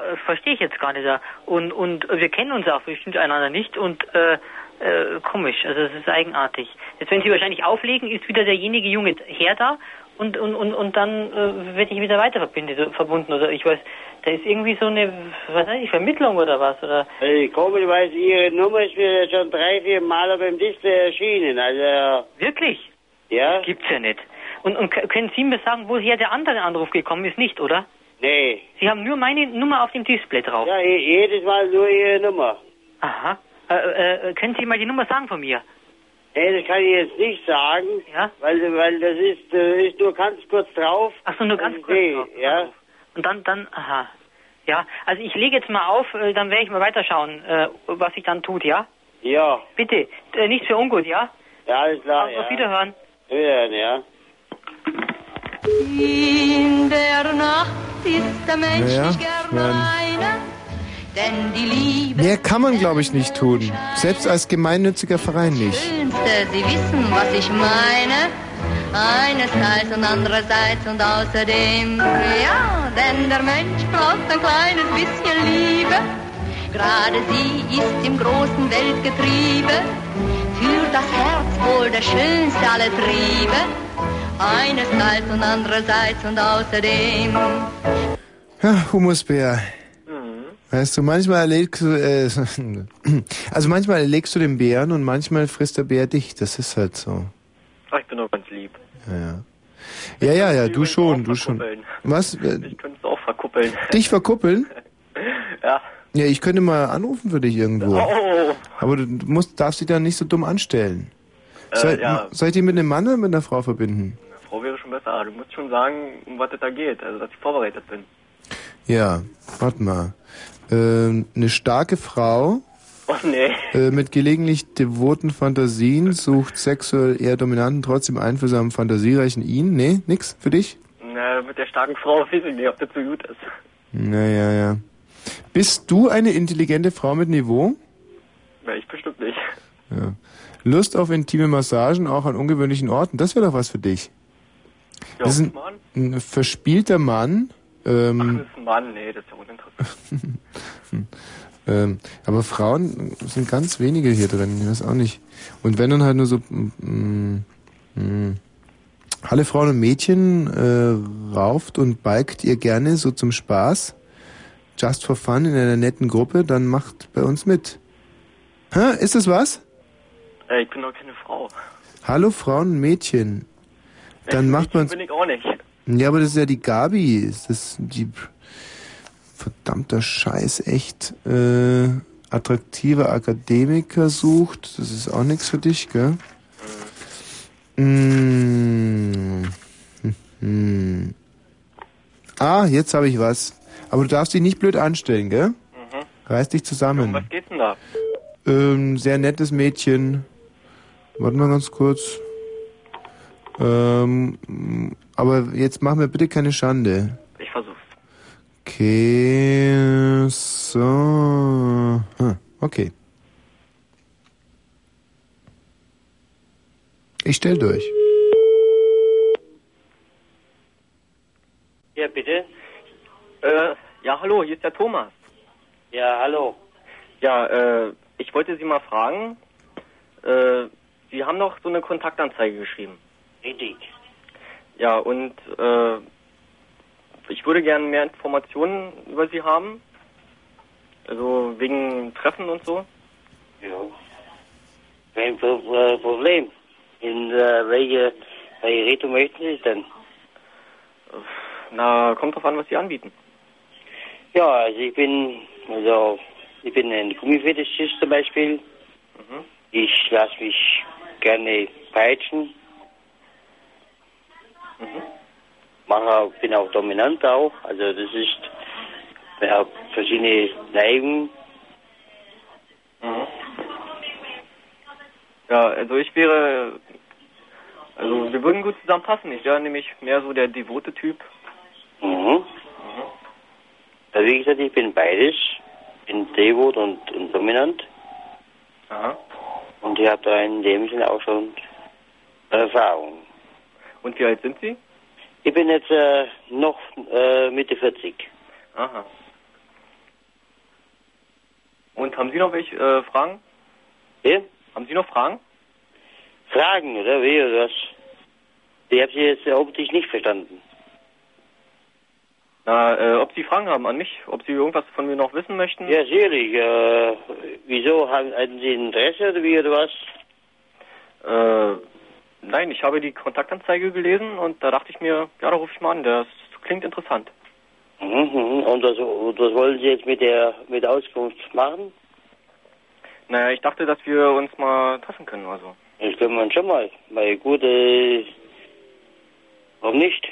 U: das verstehe ich jetzt gar nicht. Ja. Und und äh, wir kennen uns auch bestimmt einander nicht und äh, äh, komisch, also es ist eigenartig. Jetzt wenn Sie wahrscheinlich auflegen, ist wieder derjenige junge Herr da und und und, und dann äh, werde ich wieder weiter verbindet, verbunden oder ich weiß, da ist irgendwie so eine was weiß ich Vermittlung oder was oder
X: Äh, komischerweise, Ihre Nummer ist mir ja schon drei, vier Mal auf dem Display erschienen. Also,
U: wirklich?
X: Ja?
U: Das gibt's ja nicht. Und und k- können Sie mir sagen, woher der andere Anruf gekommen ist, nicht, oder?
X: nee.
U: Sie haben nur meine Nummer auf dem Display drauf.
X: Ja, je- jedes Mal nur Ihre Nummer.
U: Aha. Äh, äh, können Sie mal die Nummer sagen von mir?
X: Nee, das kann ich jetzt nicht sagen,
U: ja?
X: weil, weil das ist, äh, ist nur ganz kurz drauf.
U: Ach so, nur ganz kurz drauf.
X: Ja,
U: Und dann, dann, aha. Ja, also ich lege jetzt mal auf, äh, dann werde ich mal weiterschauen, äh, was sich dann tut, ja?
X: ja.
U: Bitte, äh, nichts für ungut, ja?
X: Ja, alles klar,
U: Auf,
X: Ah, ja.
U: auf Wiederhören.
X: Wiederhören, ja.
V: In der Nacht ist der Mensch
A: Naja,
V: nicht
A: ich
V: gerne
A: mein,
V: einer, denn die Liebe
A: mehr kann man, glaube ich, nicht tun. Selbst als gemeinnütziger Verein nicht.
V: schönste, Sie wissen, was ich meine. Einerseits und andererseits und außerdem, ja, denn der Mensch braucht ein kleines bisschen Liebe. Gerade sie ist im großen Weltgetriebe, für das Herz wohl der schönste aller Triebe. Einerseits und andererseits und außerdem.
A: Ja, Humusbär. Weißt du, manchmal erlegst du, äh, (laughs) also manchmal erlegst du den Bären und manchmal frisst der Bär dich. Das ist halt so.
S: Ach, ich bin doch ganz lieb.
A: Ja, ja, ja, ja, ja du schon, du schon.
S: (laughs)
A: Was? Äh,
S: Könntest du auch verkuppeln.
A: dich verkuppeln?
S: (laughs) ja.
A: Ja, ich könnte mal anrufen für dich irgendwo.
S: Oh.
A: Aber du musst, darfst dich dann nicht so dumm anstellen.
S: Äh,
A: Soll,
S: ja.
A: soll ich dich mit einem Mann oder mit einer Frau verbinden?
S: Frau wäre schon besser, aber du musst schon sagen, um was es da geht, also dass ich vorbereitet bin.
A: Ja, warte mal. Ähm, eine starke Frau
S: Oh nee.
A: äh, mit gelegentlich devoten Fantasien sucht sexuell eher dominanten, trotzdem einfühlsamen, fantasiereichen ihn. Nee, nix für dich?
S: Na, mit der starken Frau (laughs) weiß ich nicht, ob das so gut ist.
A: Naja, ja. Bist du eine intelligente Frau mit Niveau?
S: Na, ich bestimmt nicht.
A: Ja. Lust auf intime Massagen auch an ungewöhnlichen Orten, das wäre doch was für dich.
S: Ja,
A: das ist ein, ein verspielter Mann. Ähm,
S: Mann, nee, das ist ja uninteressant.
A: (laughs) ähm, aber Frauen sind ganz wenige hier drin, ich weiß auch nicht. Und wenn dann halt nur so... mm, mm, alle Frauen und Mädchen äh, rauft und balgt ihr gerne so zum Spaß. Just for fun in einer netten Gruppe, dann macht bei uns mit. Hä, ist das was?
S: Äh, ich bin doch keine Frau.
A: Hallo Frauen und Mädchen. Dann macht man's.
S: Bin ich auch nicht.
A: Ja, aber das ist ja die Gabi. Ist das die verdammter Scheiß echt äh, attraktive Akademiker sucht? Das ist auch nichts für dich, gell? Mm. Mhm. (laughs) Ah, jetzt habe ich was. Aber du darfst dich nicht blöd anstellen, gell? Reiß dich zusammen.
S: Mhm. Um Was geht's denn da?
A: Ähm, sehr nettes Mädchen. Warte mal ganz kurz. Ähm, m, aber jetzt mach mir bitte keine Schande.
S: Ich versuch's.
A: Okay, so. Hm, okay. Ich stell durch.
S: Ja, bitte? Äh, ja, hallo, hier ist der Thomas. Ja, hallo. Ja, äh, ich wollte Sie mal fragen, äh, Sie haben doch so eine Kontaktanzeige geschrieben.
X: Richtig.
S: Ja, und, äh, ich würde gerne mehr Informationen über Sie haben. Also wegen Treffen und so.
X: Ja. Kein Pro äh, Problem. In äh, welche, welche Richtung möchten Sie es denn?
S: Na, kommt drauf an, was Sie anbieten.
X: Ja, also ich bin, also ich bin ein Gummifetischist zum Beispiel. Ich lasse mich gerne peitschen. Mache auch, bin auch dominant auch. Also das ist, ich habe verschiedene Neigungen.
S: Ja, also ich wäre Also wir würden gut zusammenpassen. Ich wäre nämlich mehr so der devote Typ.
X: Mhm. Also wie gesagt, ich bin beides. Bin devot und, und dominant.
S: Aha.
X: Und ich habe da in dem Sinne auch schon Erfahrung.
S: Und wie alt sind Sie?
X: Ich bin jetzt äh, noch äh, Mitte 40.
S: Aha. Und haben Sie noch welche äh, Fragen?
X: Ja?
S: Haben Sie noch Fragen?
X: Fragen, oder wie, oder was? Ich habe Sie jetzt äh, optisch nicht verstanden.
S: Na, äh, ob Sie Fragen haben an mich, ob Sie irgendwas von mir noch wissen möchten?
X: Ja, sicherlich. Äh, wieso? Haben, hatten Sie Interesse oder wie, oder was?
S: Äh, nein, ich habe die Kontaktanzeige gelesen und da dachte ich mir, ja, da rufe ich mal an, das klingt interessant.
X: Mhm. Und was, und was wollen Sie jetzt mit der, mit der Auskunft machen?
S: Naja, ich dachte, dass wir uns mal treffen können oder so.
X: Das können wir schon mal. Weil gut, äh, warum nicht?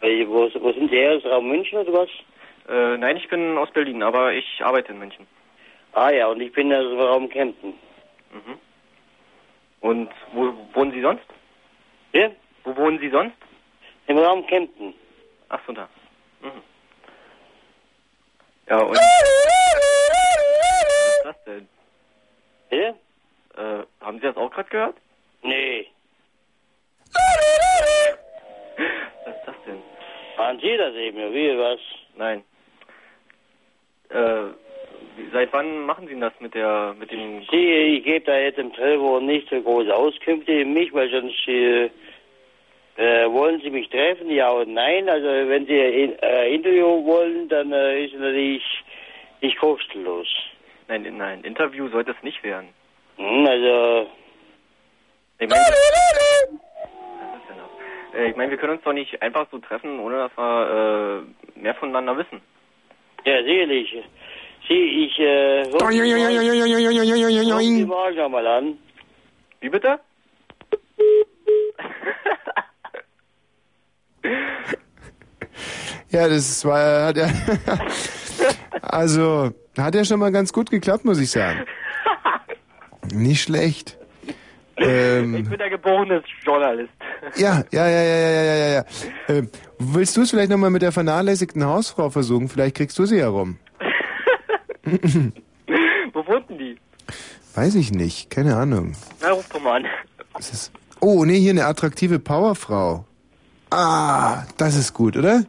X: Weil, wo, wo sind Sie her? Aus Raum München oder was?
S: Äh, nein, ich bin aus Berlin, aber ich arbeite in München.
X: Ah ja, und ich bin aus dem Raum Kempten.
S: Mhm. Und wo wohnen Sie sonst?
X: Ja?
S: Wo wohnen Sie sonst?
X: Im Raum Kempten.
S: Ach so, da. Mhm. Ja,
X: (laughs)
S: und... Was ist das denn?
X: Ja?
S: Äh, haben Sie das auch gerade gehört?
X: Nee.
S: Was ist das denn?
X: Waren Sie das eben, oder wie, oder was?
S: Nein. Äh, wie- seit wann machen Sie denn das mit der, mit dem...
X: Sie, ich gebe da jetzt im Telefon nicht so große Auskünfte in mich, weil sonst äh, äh, wollen Sie mich treffen, ja oder nein. Also wenn Sie ein äh, Interview wollen, dann äh, ist natürlich nicht kostenlos.
S: Nein, nein, Interview sollte es nicht werden.
X: Hm, also
S: Ich meine, äh, ich mein, wir können uns doch nicht einfach so treffen, ohne dass wir äh, mehr voneinander wissen.
X: ja sicherlich. Sie, ich äh, rufe Sie morgen- ruf Sie morgen nochmal an.
S: Wie bitte?
U: Ja, das war, hat er.
A: (laughs) Also, hat ja schon mal ganz gut geklappt, muss ich sagen.
U: Nicht schlecht. Ähm,
A: Hm.
M: Ich bin der geborene Journalist.
U: ja,
A: Ja, ja, ja, ja, ja, ja, ja. Ähm, willst du es vielleicht nochmal mit der vernachlässigten Hausfrau versuchen? Vielleicht kriegst du sie ja
M: (laughs)
A: rum.
S: (laughs)
M: Wo wohnten die?
A: Weiß ich nicht, keine Ahnung.
M: Na, ruf doch mal an.
A: Es ist- oh, nee, hier eine attraktive Powerfrau. Ah, das ist gut, oder?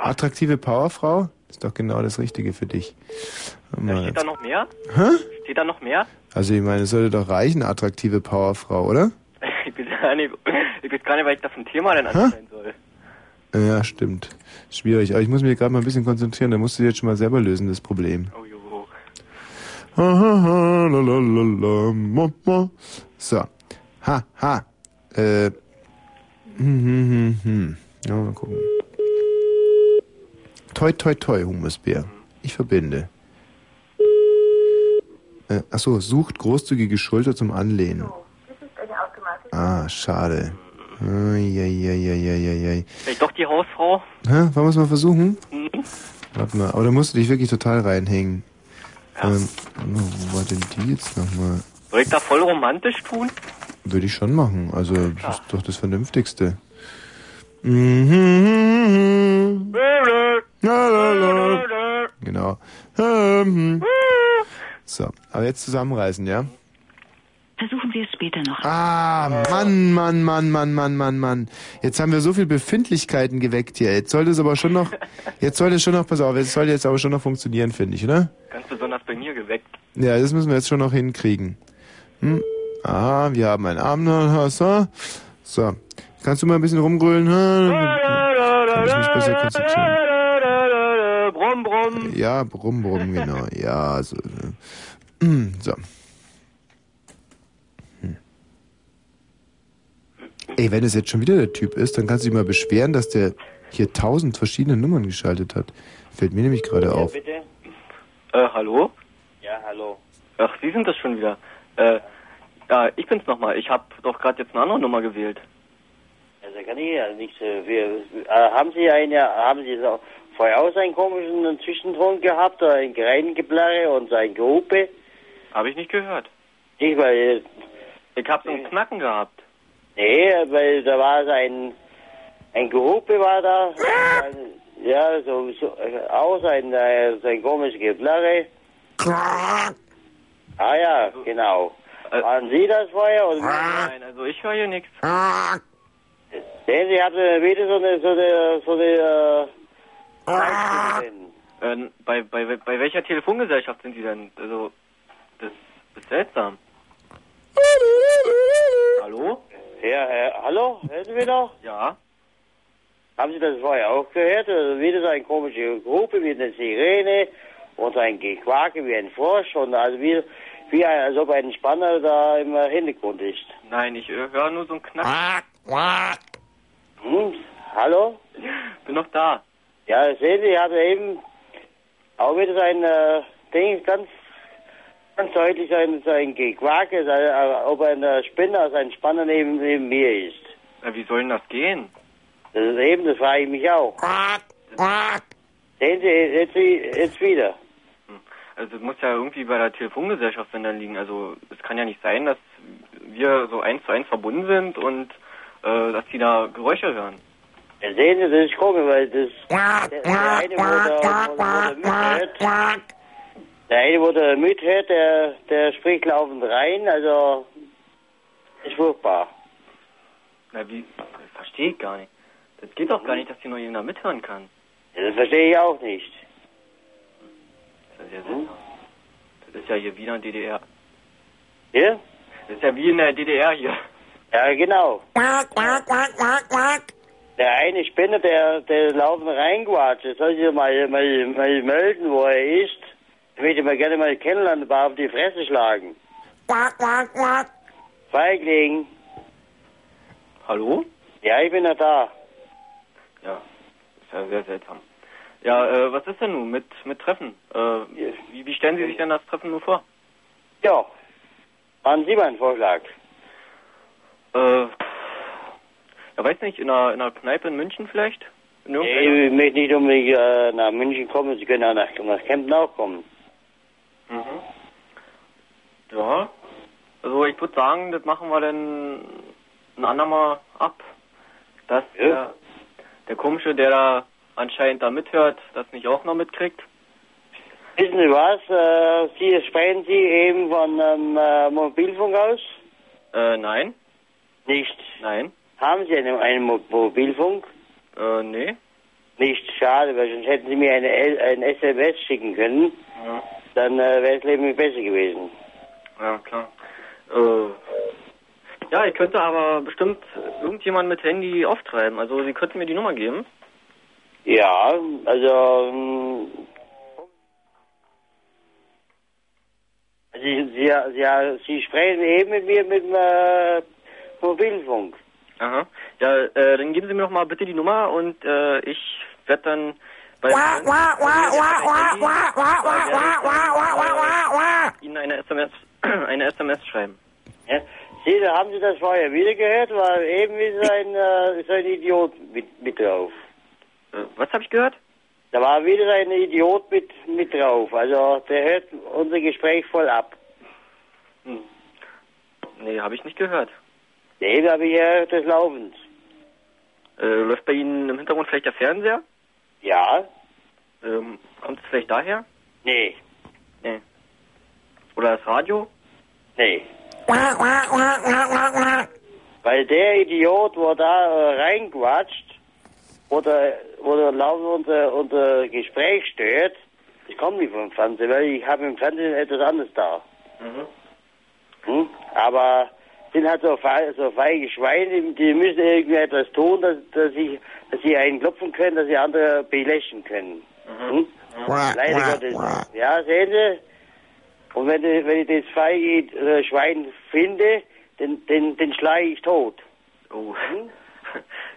A: Attraktive Powerfrau? Ist doch genau das Richtige für dich. Mal.
M: Steht da noch mehr?
A: Hä?
M: Steht da noch mehr?
A: Also ich meine, es sollte doch reichen, attraktive Powerfrau, oder?
M: (laughs) Ich weiß gar nicht, ich weiß gar nicht, weil ich das ein Thema denn anstellen soll.
A: Ja, stimmt. Schwierig, aber ich muss mich gerade mal ein bisschen konzentrieren. Da musst du jetzt schon mal selber lösen, das Problem. Aha, la, la, la, la, ma, ma. So. Ha, ha. Äh. Hm, hm, hm, hm. Ja, mal gucken. Toi, toi, toi, Humusbär. Ich verbinde. Äh, achso, sucht großzügige Schulter zum Anlehnen. Ah, schade. Eieieiei.
M: Vielleicht doch die Hausfrau?
A: Hä? Wollen wir es mal versuchen?
M: Mhm.
A: Warte mal, aber da musst du dich wirklich total reinhängen. Ähm, wo war denn die jetzt nochmal?
M: Soll ich da voll romantisch tun?
A: Würde ich schon machen. Also, das ist doch das Vernünftigste. Genau. Mhm. La, la, la. Genau. Ähm. So, aber jetzt zusammenreißen, ja?
B: Versuchen Sie es später noch.
A: Ah, Mann, Mann, Mann, Mann, Mann, Mann, Mann. Jetzt haben wir so viel Befindlichkeiten geweckt hier. Jetzt sollte es aber schon noch, jetzt sollte es schon noch, pass auf, jetzt sollte jetzt aber schon noch funktionieren, finde ich, oder?
M: Ganz besonders bei mir geweckt.
A: Ja, das müssen wir jetzt schon noch hinkriegen. Hm? Ah, wir haben einen Abend. ha, So. so. Kannst du mal ein bisschen rumgrölen? Ha, Kann ich mich besser konzentrieren?
I: Äh,
M: Brumm, brumm.
A: Ja, brumm, brumm, genau. Ja, so. äh. Hm, So. Hm. Ey, wenn es jetzt schon wieder der Typ ist, dann kannst du dich mal beschweren, dass der hier tausend verschiedene Nummern geschaltet hat. Fällt mir nämlich gerade auf.
X: Ja, bitte.
M: Äh, hallo?
X: Ja, hallo.
M: Ach, Sie sind das schon wieder. Äh, ja, ich bin's nochmal. Ich habe doch gerade jetzt eine andere Nummer gewählt.
X: Also kann ich ja nichts. äh, Wir, äh, haben Sie eine, haben Sie so vorher auch so einen komischen Zwischenton gehabt, oder ein Reingeblarre und sein Gehupe?
M: Habe ich nicht gehört.
X: Ich weil äh,
M: Ich habe so einen Knacken gehabt.
X: Nee, weil da war ein, ein Gehupe war da. Ein- Ja, so, so äh, auch sein, äh, sein komisches Geflarre. Ah ja, genau. Waren Sie das vorher? Oder
S: Also, äh, Nein, also ich höre hier nichts.
X: Sehen Sie, hatten wieder so eine, so eine, so eine, äh,
S: Ähm, bei, bei, bei welcher Telefongesellschaft sind Sie denn? Also, das ist seltsam. Hallo?
X: Ja, Herr, hallo, hören Sie mich noch?
S: Ja.
X: Haben Sie das vorher auch gehört? Also wieder so eine komische Gruppe wie eine Sirene und ein Gequake wie ein Frosch und also wie, wie ein, als ob ein Spanner da im äh, Hintergrund ist.
S: Nein, ich äh, höre nur so einen Knack.
X: Hm? Hallo?
S: (laughs) Bin noch da.
X: Ja, sehen Sie, ich habe eben auch wieder so ein äh, Ding, ganz, ganz deutlich sein, sein Gequake, so, äh, ob ein äh, Spinner, sein Spanner neben, neben mir ist.
S: Äh, wie soll denn das gehen?
X: Das ist eben, das frage ich mich auch. Sehen Sie, jetzt, jetzt wieder.
S: Also, es muss ja irgendwie bei der Telefongesellschaft wenn dann liegen. Also, es kann ja nicht sein, dass wir so eins zu eins verbunden sind und äh, dass die da Geräusche hören.
X: Ja, sehen Sie, das ist komisch, weil das. Der, der eine, wo der, wo der, wo der mithört, der eine, wo der mithört, der, der spricht laufend rein, also. Ist furchtbar.
S: Na, wie? Verstehe ich gar nicht. Das geht doch
X: Hm.
S: gar nicht, dass hier nur jemand mithören kann.
X: Ja, Das verstehe ich auch nicht.
S: Das ist ja,
X: Hm.
S: seltsam. das ist ja hier wieder in DDR.
X: Ja?
S: Das ist ja wie in der DDR hier.
X: Ja, genau. Der eine Spinner, der, der laufend reinquatscht, soll sich mal, mal, mal melden, wo er ist. Ich möchte mal gerne mal kennenlernen, ein paar auf die Fresse schlagen. Feigling.
S: Hallo?
X: Ja, ich bin noch da.
S: Ja, ist ja sehr seltsam. Ja, äh, was ist denn nun mit, mit Treffen? Äh, wie, wie stellen Sie sich denn das Treffen nur vor?
X: Ja. Machen Sie mal einen Vorschlag.
S: Äh, ja, weiß nicht, in einer, in einer Kneipe in München vielleicht? In
X: Ich
S: irgendeiner-
X: möchte nicht unbedingt äh, nach München kommen, Sie können auch nach, nach Kempten auch kommen.
S: Mhm. Ja, also ich würde sagen, das machen wir dann ein andermal ab. Dass der, der Komische, der da anscheinend da mithört, das nicht auch noch mitkriegt.
X: Wissen Sie was? Äh, Sie sprechen Sie eben von einem äh, Mobilfunk aus?
S: Äh, nein.
X: Nicht?
S: Nein.
X: Haben Sie einen, einen Mo Mobilfunk?
S: Äh, nee.
X: Nicht schade, weil sonst hätten Sie mir eine, L- ein SMS schicken können.
S: Ja.
X: Dann äh, wäre das Leben besser gewesen.
S: Ja, klar. Äh, ja, ich könnte aber bestimmt irgendjemand mit Handy auftreiben. Also Sie könnten mir die Nummer geben.
X: Ja, also. ähm, Sie, Sie, Sie, Sie sprechen eben mit mir mit dem äh, Mobilfunk.
S: Aha. Ja, äh, dann geben Sie mir doch mal bitte die Nummer und äh, ich werde dann bei Ihnen- äh, Ihnen eine SMS (clears throat) eine SMS schreiben.
X: Ja. Sie, da haben Sie das vorher wieder gehört? War eben wie so ein, äh, so ein Idiot mit, mit drauf. Äh,
S: Was habe ich gehört?
X: Da war wieder so ein Idiot mit, mit drauf. Also der hört unser Gespräch voll ab.
S: Hm. Nee, habe ich nicht gehört.
X: Nee, da habe ich gehört, das laufend.
S: Äh, läuft bei Ihnen im Hintergrund vielleicht der Fernseher?
X: Ja.
S: Ähm, kommt es vielleicht daher?
X: Nee.
S: Nee. Oder das
X: (laughs)
S: Radio?
X: Nee. Weil der Idiot, wo da äh, reinquatscht, oder, oder laufend unser, unser Gespräch stört, das kommt nicht vom Fernsehen, weil ich habe im Fernsehen etwas anderes da.
S: Mhm.
X: Hm? Aber sind halt so, fe so feige Schweine, die müssen irgendwie etwas tun, dass, dass, ich, dass sie einen klopfen können, dass sie andere belächeln können. Hm? Leider Gottes. Ja, sehen Sie? Und wenn, ich- wenn ich das feige äh, Schwein finde, den, den, den schlage ich tot.
S: Oh.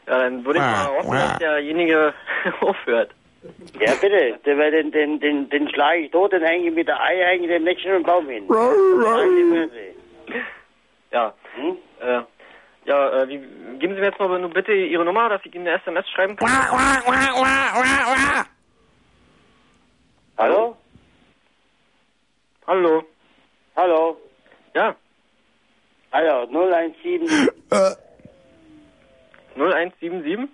S: Ja, dann würde ich mal hoffen, dass derjenige (laughs) aufhört.
X: Ja, bitte. Den, weil den, den, den, den schlage ich tot, den hänge ich mit der Ei, hänge ich den nächsten im Baum hin. Halt die Fresse.
S: Ja.
X: Hm?
S: Äh, ja, äh, wie, geben Sie mir jetzt mal nur bitte Ihre Nummer, dass ich Ihnen eine SMS schreiben kann.
X: Hallo?
S: Hallo?
X: Hallo?
S: Ja.
X: Hallo, 017.
S: 0177?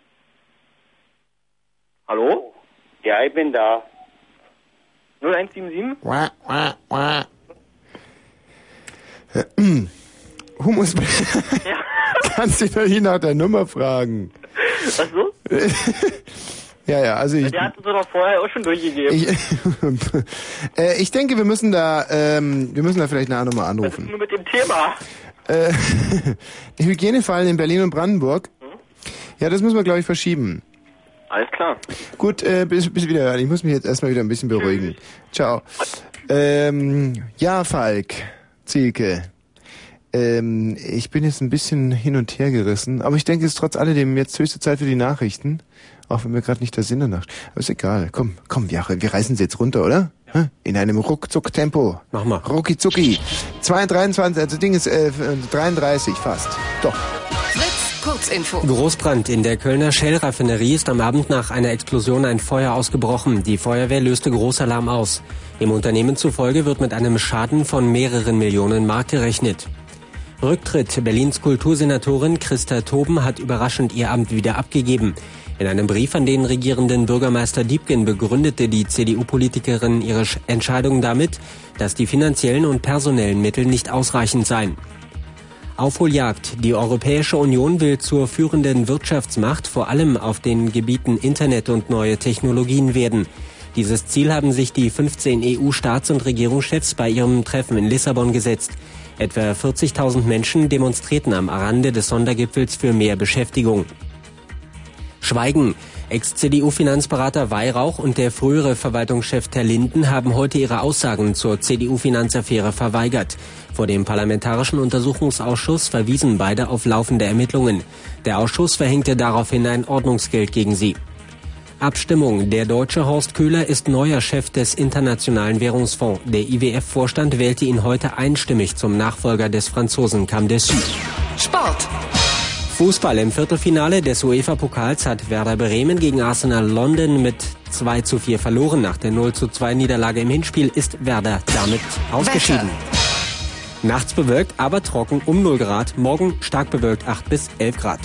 S: Hallo?
X: Ja, ich bin da.
S: 0177?
A: Wah, wah, wah. Äh, (clears throat) Humus. (laughs) Kannst dich doch nicht nach der Nummer fragen.
S: Was so?
A: Ja, ja, also ich.
S: Der hat uns doch vorher auch schon durchgegeben.
A: Ich, (laughs) äh, ich denke, wir müssen da, ähm, wir müssen da vielleicht nachher nochmal anrufen.
S: Nur mit dem Thema.
A: Äh, (laughs) die Hygienefallen in Berlin und Brandenburg. Ja, das müssen wir, glaube ich, verschieben.
S: Mhm. Alles klar.
A: Gut, äh, bis, bis wieder. hören. Ich muss mich jetzt erstmal wieder ein bisschen beruhigen. Ciao. Ähm, ja, Falk, Zielke. Ähm, ich bin jetzt ein bisschen hin und her gerissen, aber ich denke, es ist trotz alledem jetzt höchste Zeit für die Nachrichten. Auch wenn mir gerade nicht der Sinn danach. Aber ist egal. Komm, komm, wir, wir reißen sie jetzt runter, oder? Hä? In einem Ruckzuck-Tempo. Mach mal. Rucki-zucki. 223, also Ding ist äh, 33 fast. Doch.
G: Fritz, Kurzinfo.
J: Großbrand in der Kölner Shell-Raffinerie ist am Abend nach einer Explosion ein Feuer ausgebrochen. Die Feuerwehr löste Großalarm aus. Dem Unternehmen zufolge wird mit einem Schaden von mehreren Millionen Mark gerechnet. Rücktritt. Berlins Kultursenatorin Christa Toben hat überraschend ihr Amt wieder abgegeben. In einem Brief an den regierenden Bürgermeister Diebken begründete die CDU-Politikerin ihre Sch- Entscheidung damit, dass die finanziellen und personellen Mittel nicht ausreichend seien. Aufholjagd. Die Europäische Union will zur führenden Wirtschaftsmacht vor allem auf den Gebieten Internet und neue Technologien werden. Dieses Ziel haben sich die 15 EU-Staats- und Regierungschefs bei ihrem Treffen in Lissabon gesetzt. Etwa 40.000 Menschen demonstrierten am Rande des Sondergipfels für mehr Beschäftigung. Schweigen. Ex-CDU-Finanzberater Weihrauch und der frühere Verwaltungschef Ter Linden haben heute ihre Aussagen zur CDU-Finanzaffäre verweigert. Vor dem Parlamentarischen Untersuchungsausschuss verwiesen beide auf laufende Ermittlungen. Der Ausschuss verhängte daraufhin ein Ordnungsgeld gegen sie. Abstimmung. Der deutsche Horst Köhler ist neuer Chef des Internationalen Währungsfonds. Der IWF-Vorstand wählte ihn heute einstimmig zum Nachfolger des Franzosen Camdessus.
G: Sport.
J: Fußball im Viertelfinale des UEFA-Pokals hat Werder Bremen gegen Arsenal London mit 2 zu 4 verloren. Nach der 0 zu 2 Niederlage im Hinspiel ist Werder damit ausgeschieden. Nachts bewölkt, aber trocken um 0 Grad. Morgen stark bewölkt 8 bis 11 Grad.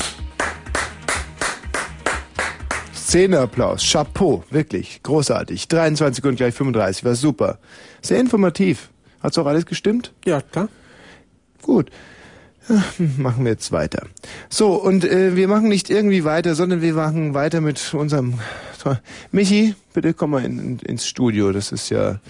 A: Szeneapplaus, Chapeau, wirklich, großartig. 23 und gleich 35, war super. Sehr informativ. Hat's auch alles gestimmt?
J: Ja, klar.
A: Gut. Ja, Machen wir jetzt weiter. So, und äh, wir machen nicht irgendwie weiter, sondern wir machen weiter mit unserem... Michi, bitte komm mal in, in, ins Studio. Das ist ja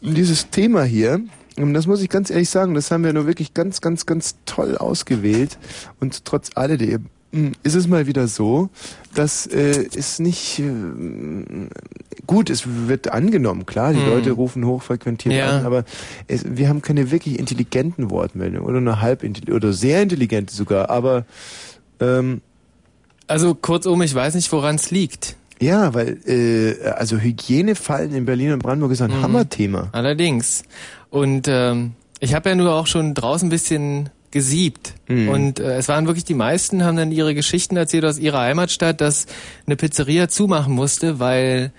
A: dieses Thema hier, ähm, das muss ich ganz ehrlich sagen, das haben wir nur wirklich ganz, ganz, ganz toll ausgewählt. Und trotz alledem ähm, ist es mal wieder so, dass äh, es nicht ähm, gut ist, wird angenommen, klar, die
H: Mhm.
A: Leute rufen hochfrequentiert
H: Ja.
A: an, aber es, wir haben keine wirklich intelligenten Wortmeldungen oder nur halb intelli- oder sehr intelligente sogar, aber ähm,
H: Also kurzum, ich weiß nicht, woran es liegt.
A: ja, weil äh, also Hygienefallen in Berlin und Brandenburg ist
H: Mhm.
A: ein Hammerthema.
H: Allerdings. Und ähm, ich habe ja nur auch schon draußen ein bisschen gesiebt.
A: Mhm.
H: Und äh, es waren wirklich die meisten, haben dann ihre Geschichten erzählt aus ihrer Heimatstadt, dass eine Pizzeria zumachen musste, weil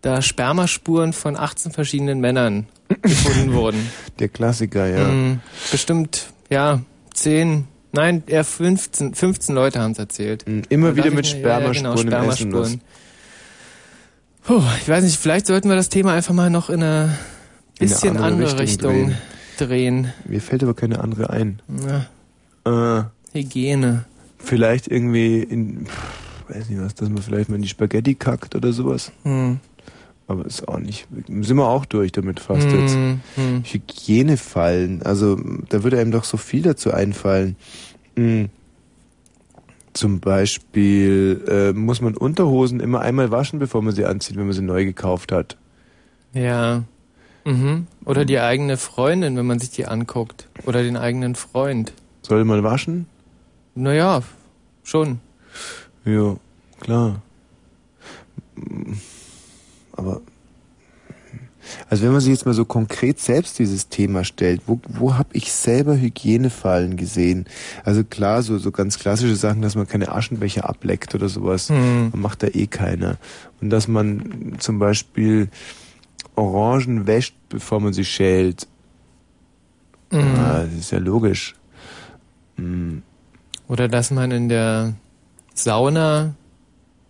H: da Spermaspuren von 18 verschiedenen Männern gefunden wurden.
A: Der Klassiker, ja.
H: Mm, Bestimmt, ja, 10, nein, eher 15, 15 Leute haben es erzählt.
A: Hm, Immer
H: Da
A: wieder
H: dachte
A: mit
H: ich mir, ja, ja,
A: Spermaspuren im Essen. Das
H: Puh, ich weiß nicht, vielleicht sollten wir das Thema einfach mal noch in eine
A: in eine
H: bisschen andere, Richtung, drehen.
A: Mir fällt aber keine andere ein.
H: Äh, Hygiene.
A: Vielleicht irgendwie in, pff, weiß nicht was, dass man vielleicht mal in die Spaghetti kackt oder sowas.
H: Hm.
A: Aber ist auch nicht, sind wir auch durch damit fast
H: Hm,
A: jetzt.
H: hm.
A: Hygienefallen, also da würde einem doch so viel dazu einfallen. Hm. Zum Beispiel äh, muss man Unterhosen immer einmal waschen, bevor man sie anzieht, wenn man sie neu gekauft hat.
H: Ja. Mhm. Oder die eigene Freundin, wenn man sich die anguckt. Oder den eigenen Freund.
A: Soll man waschen?
H: Naja, schon.
A: Ja, klar. Mm, Aber also wenn man sich jetzt mal so konkret selbst dieses Thema stellt, wo, wo habe ich selber Hygienefallen gesehen? Also klar, so, so ganz klassische Sachen, dass man keine Aschenbecher ableckt oder sowas,
H: Hm.
A: macht da eh keiner. Und dass man zum Beispiel Orangen wäscht, bevor man sie schält.
H: Mhm.
A: Ah, das ist ja logisch. Mhm.
H: Oder dass man in der
B: Sauna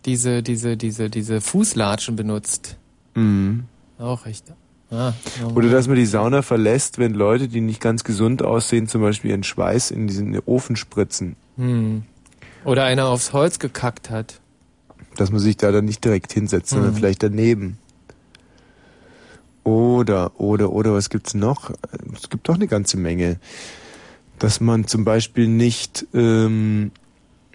B: diese, diese, diese, diese Fußlatschen benutzt.
A: Mhm.
B: Auch echt. Ah,
A: Oder dass man die Sauna verlässt, wenn Leute, die nicht ganz gesund aussehen, zum Beispiel ihren Schweiß in diesen Ofen spritzen.
B: Hm. Oder einer aufs Holz gekackt hat.
A: Dass man sich da dann nicht direkt hinsetzt, sondern
B: Mhm.
A: vielleicht daneben. Oder, oder, oder, was gibt's noch? Es gibt doch eine ganze Menge. Dass man zum Beispiel nicht ähm,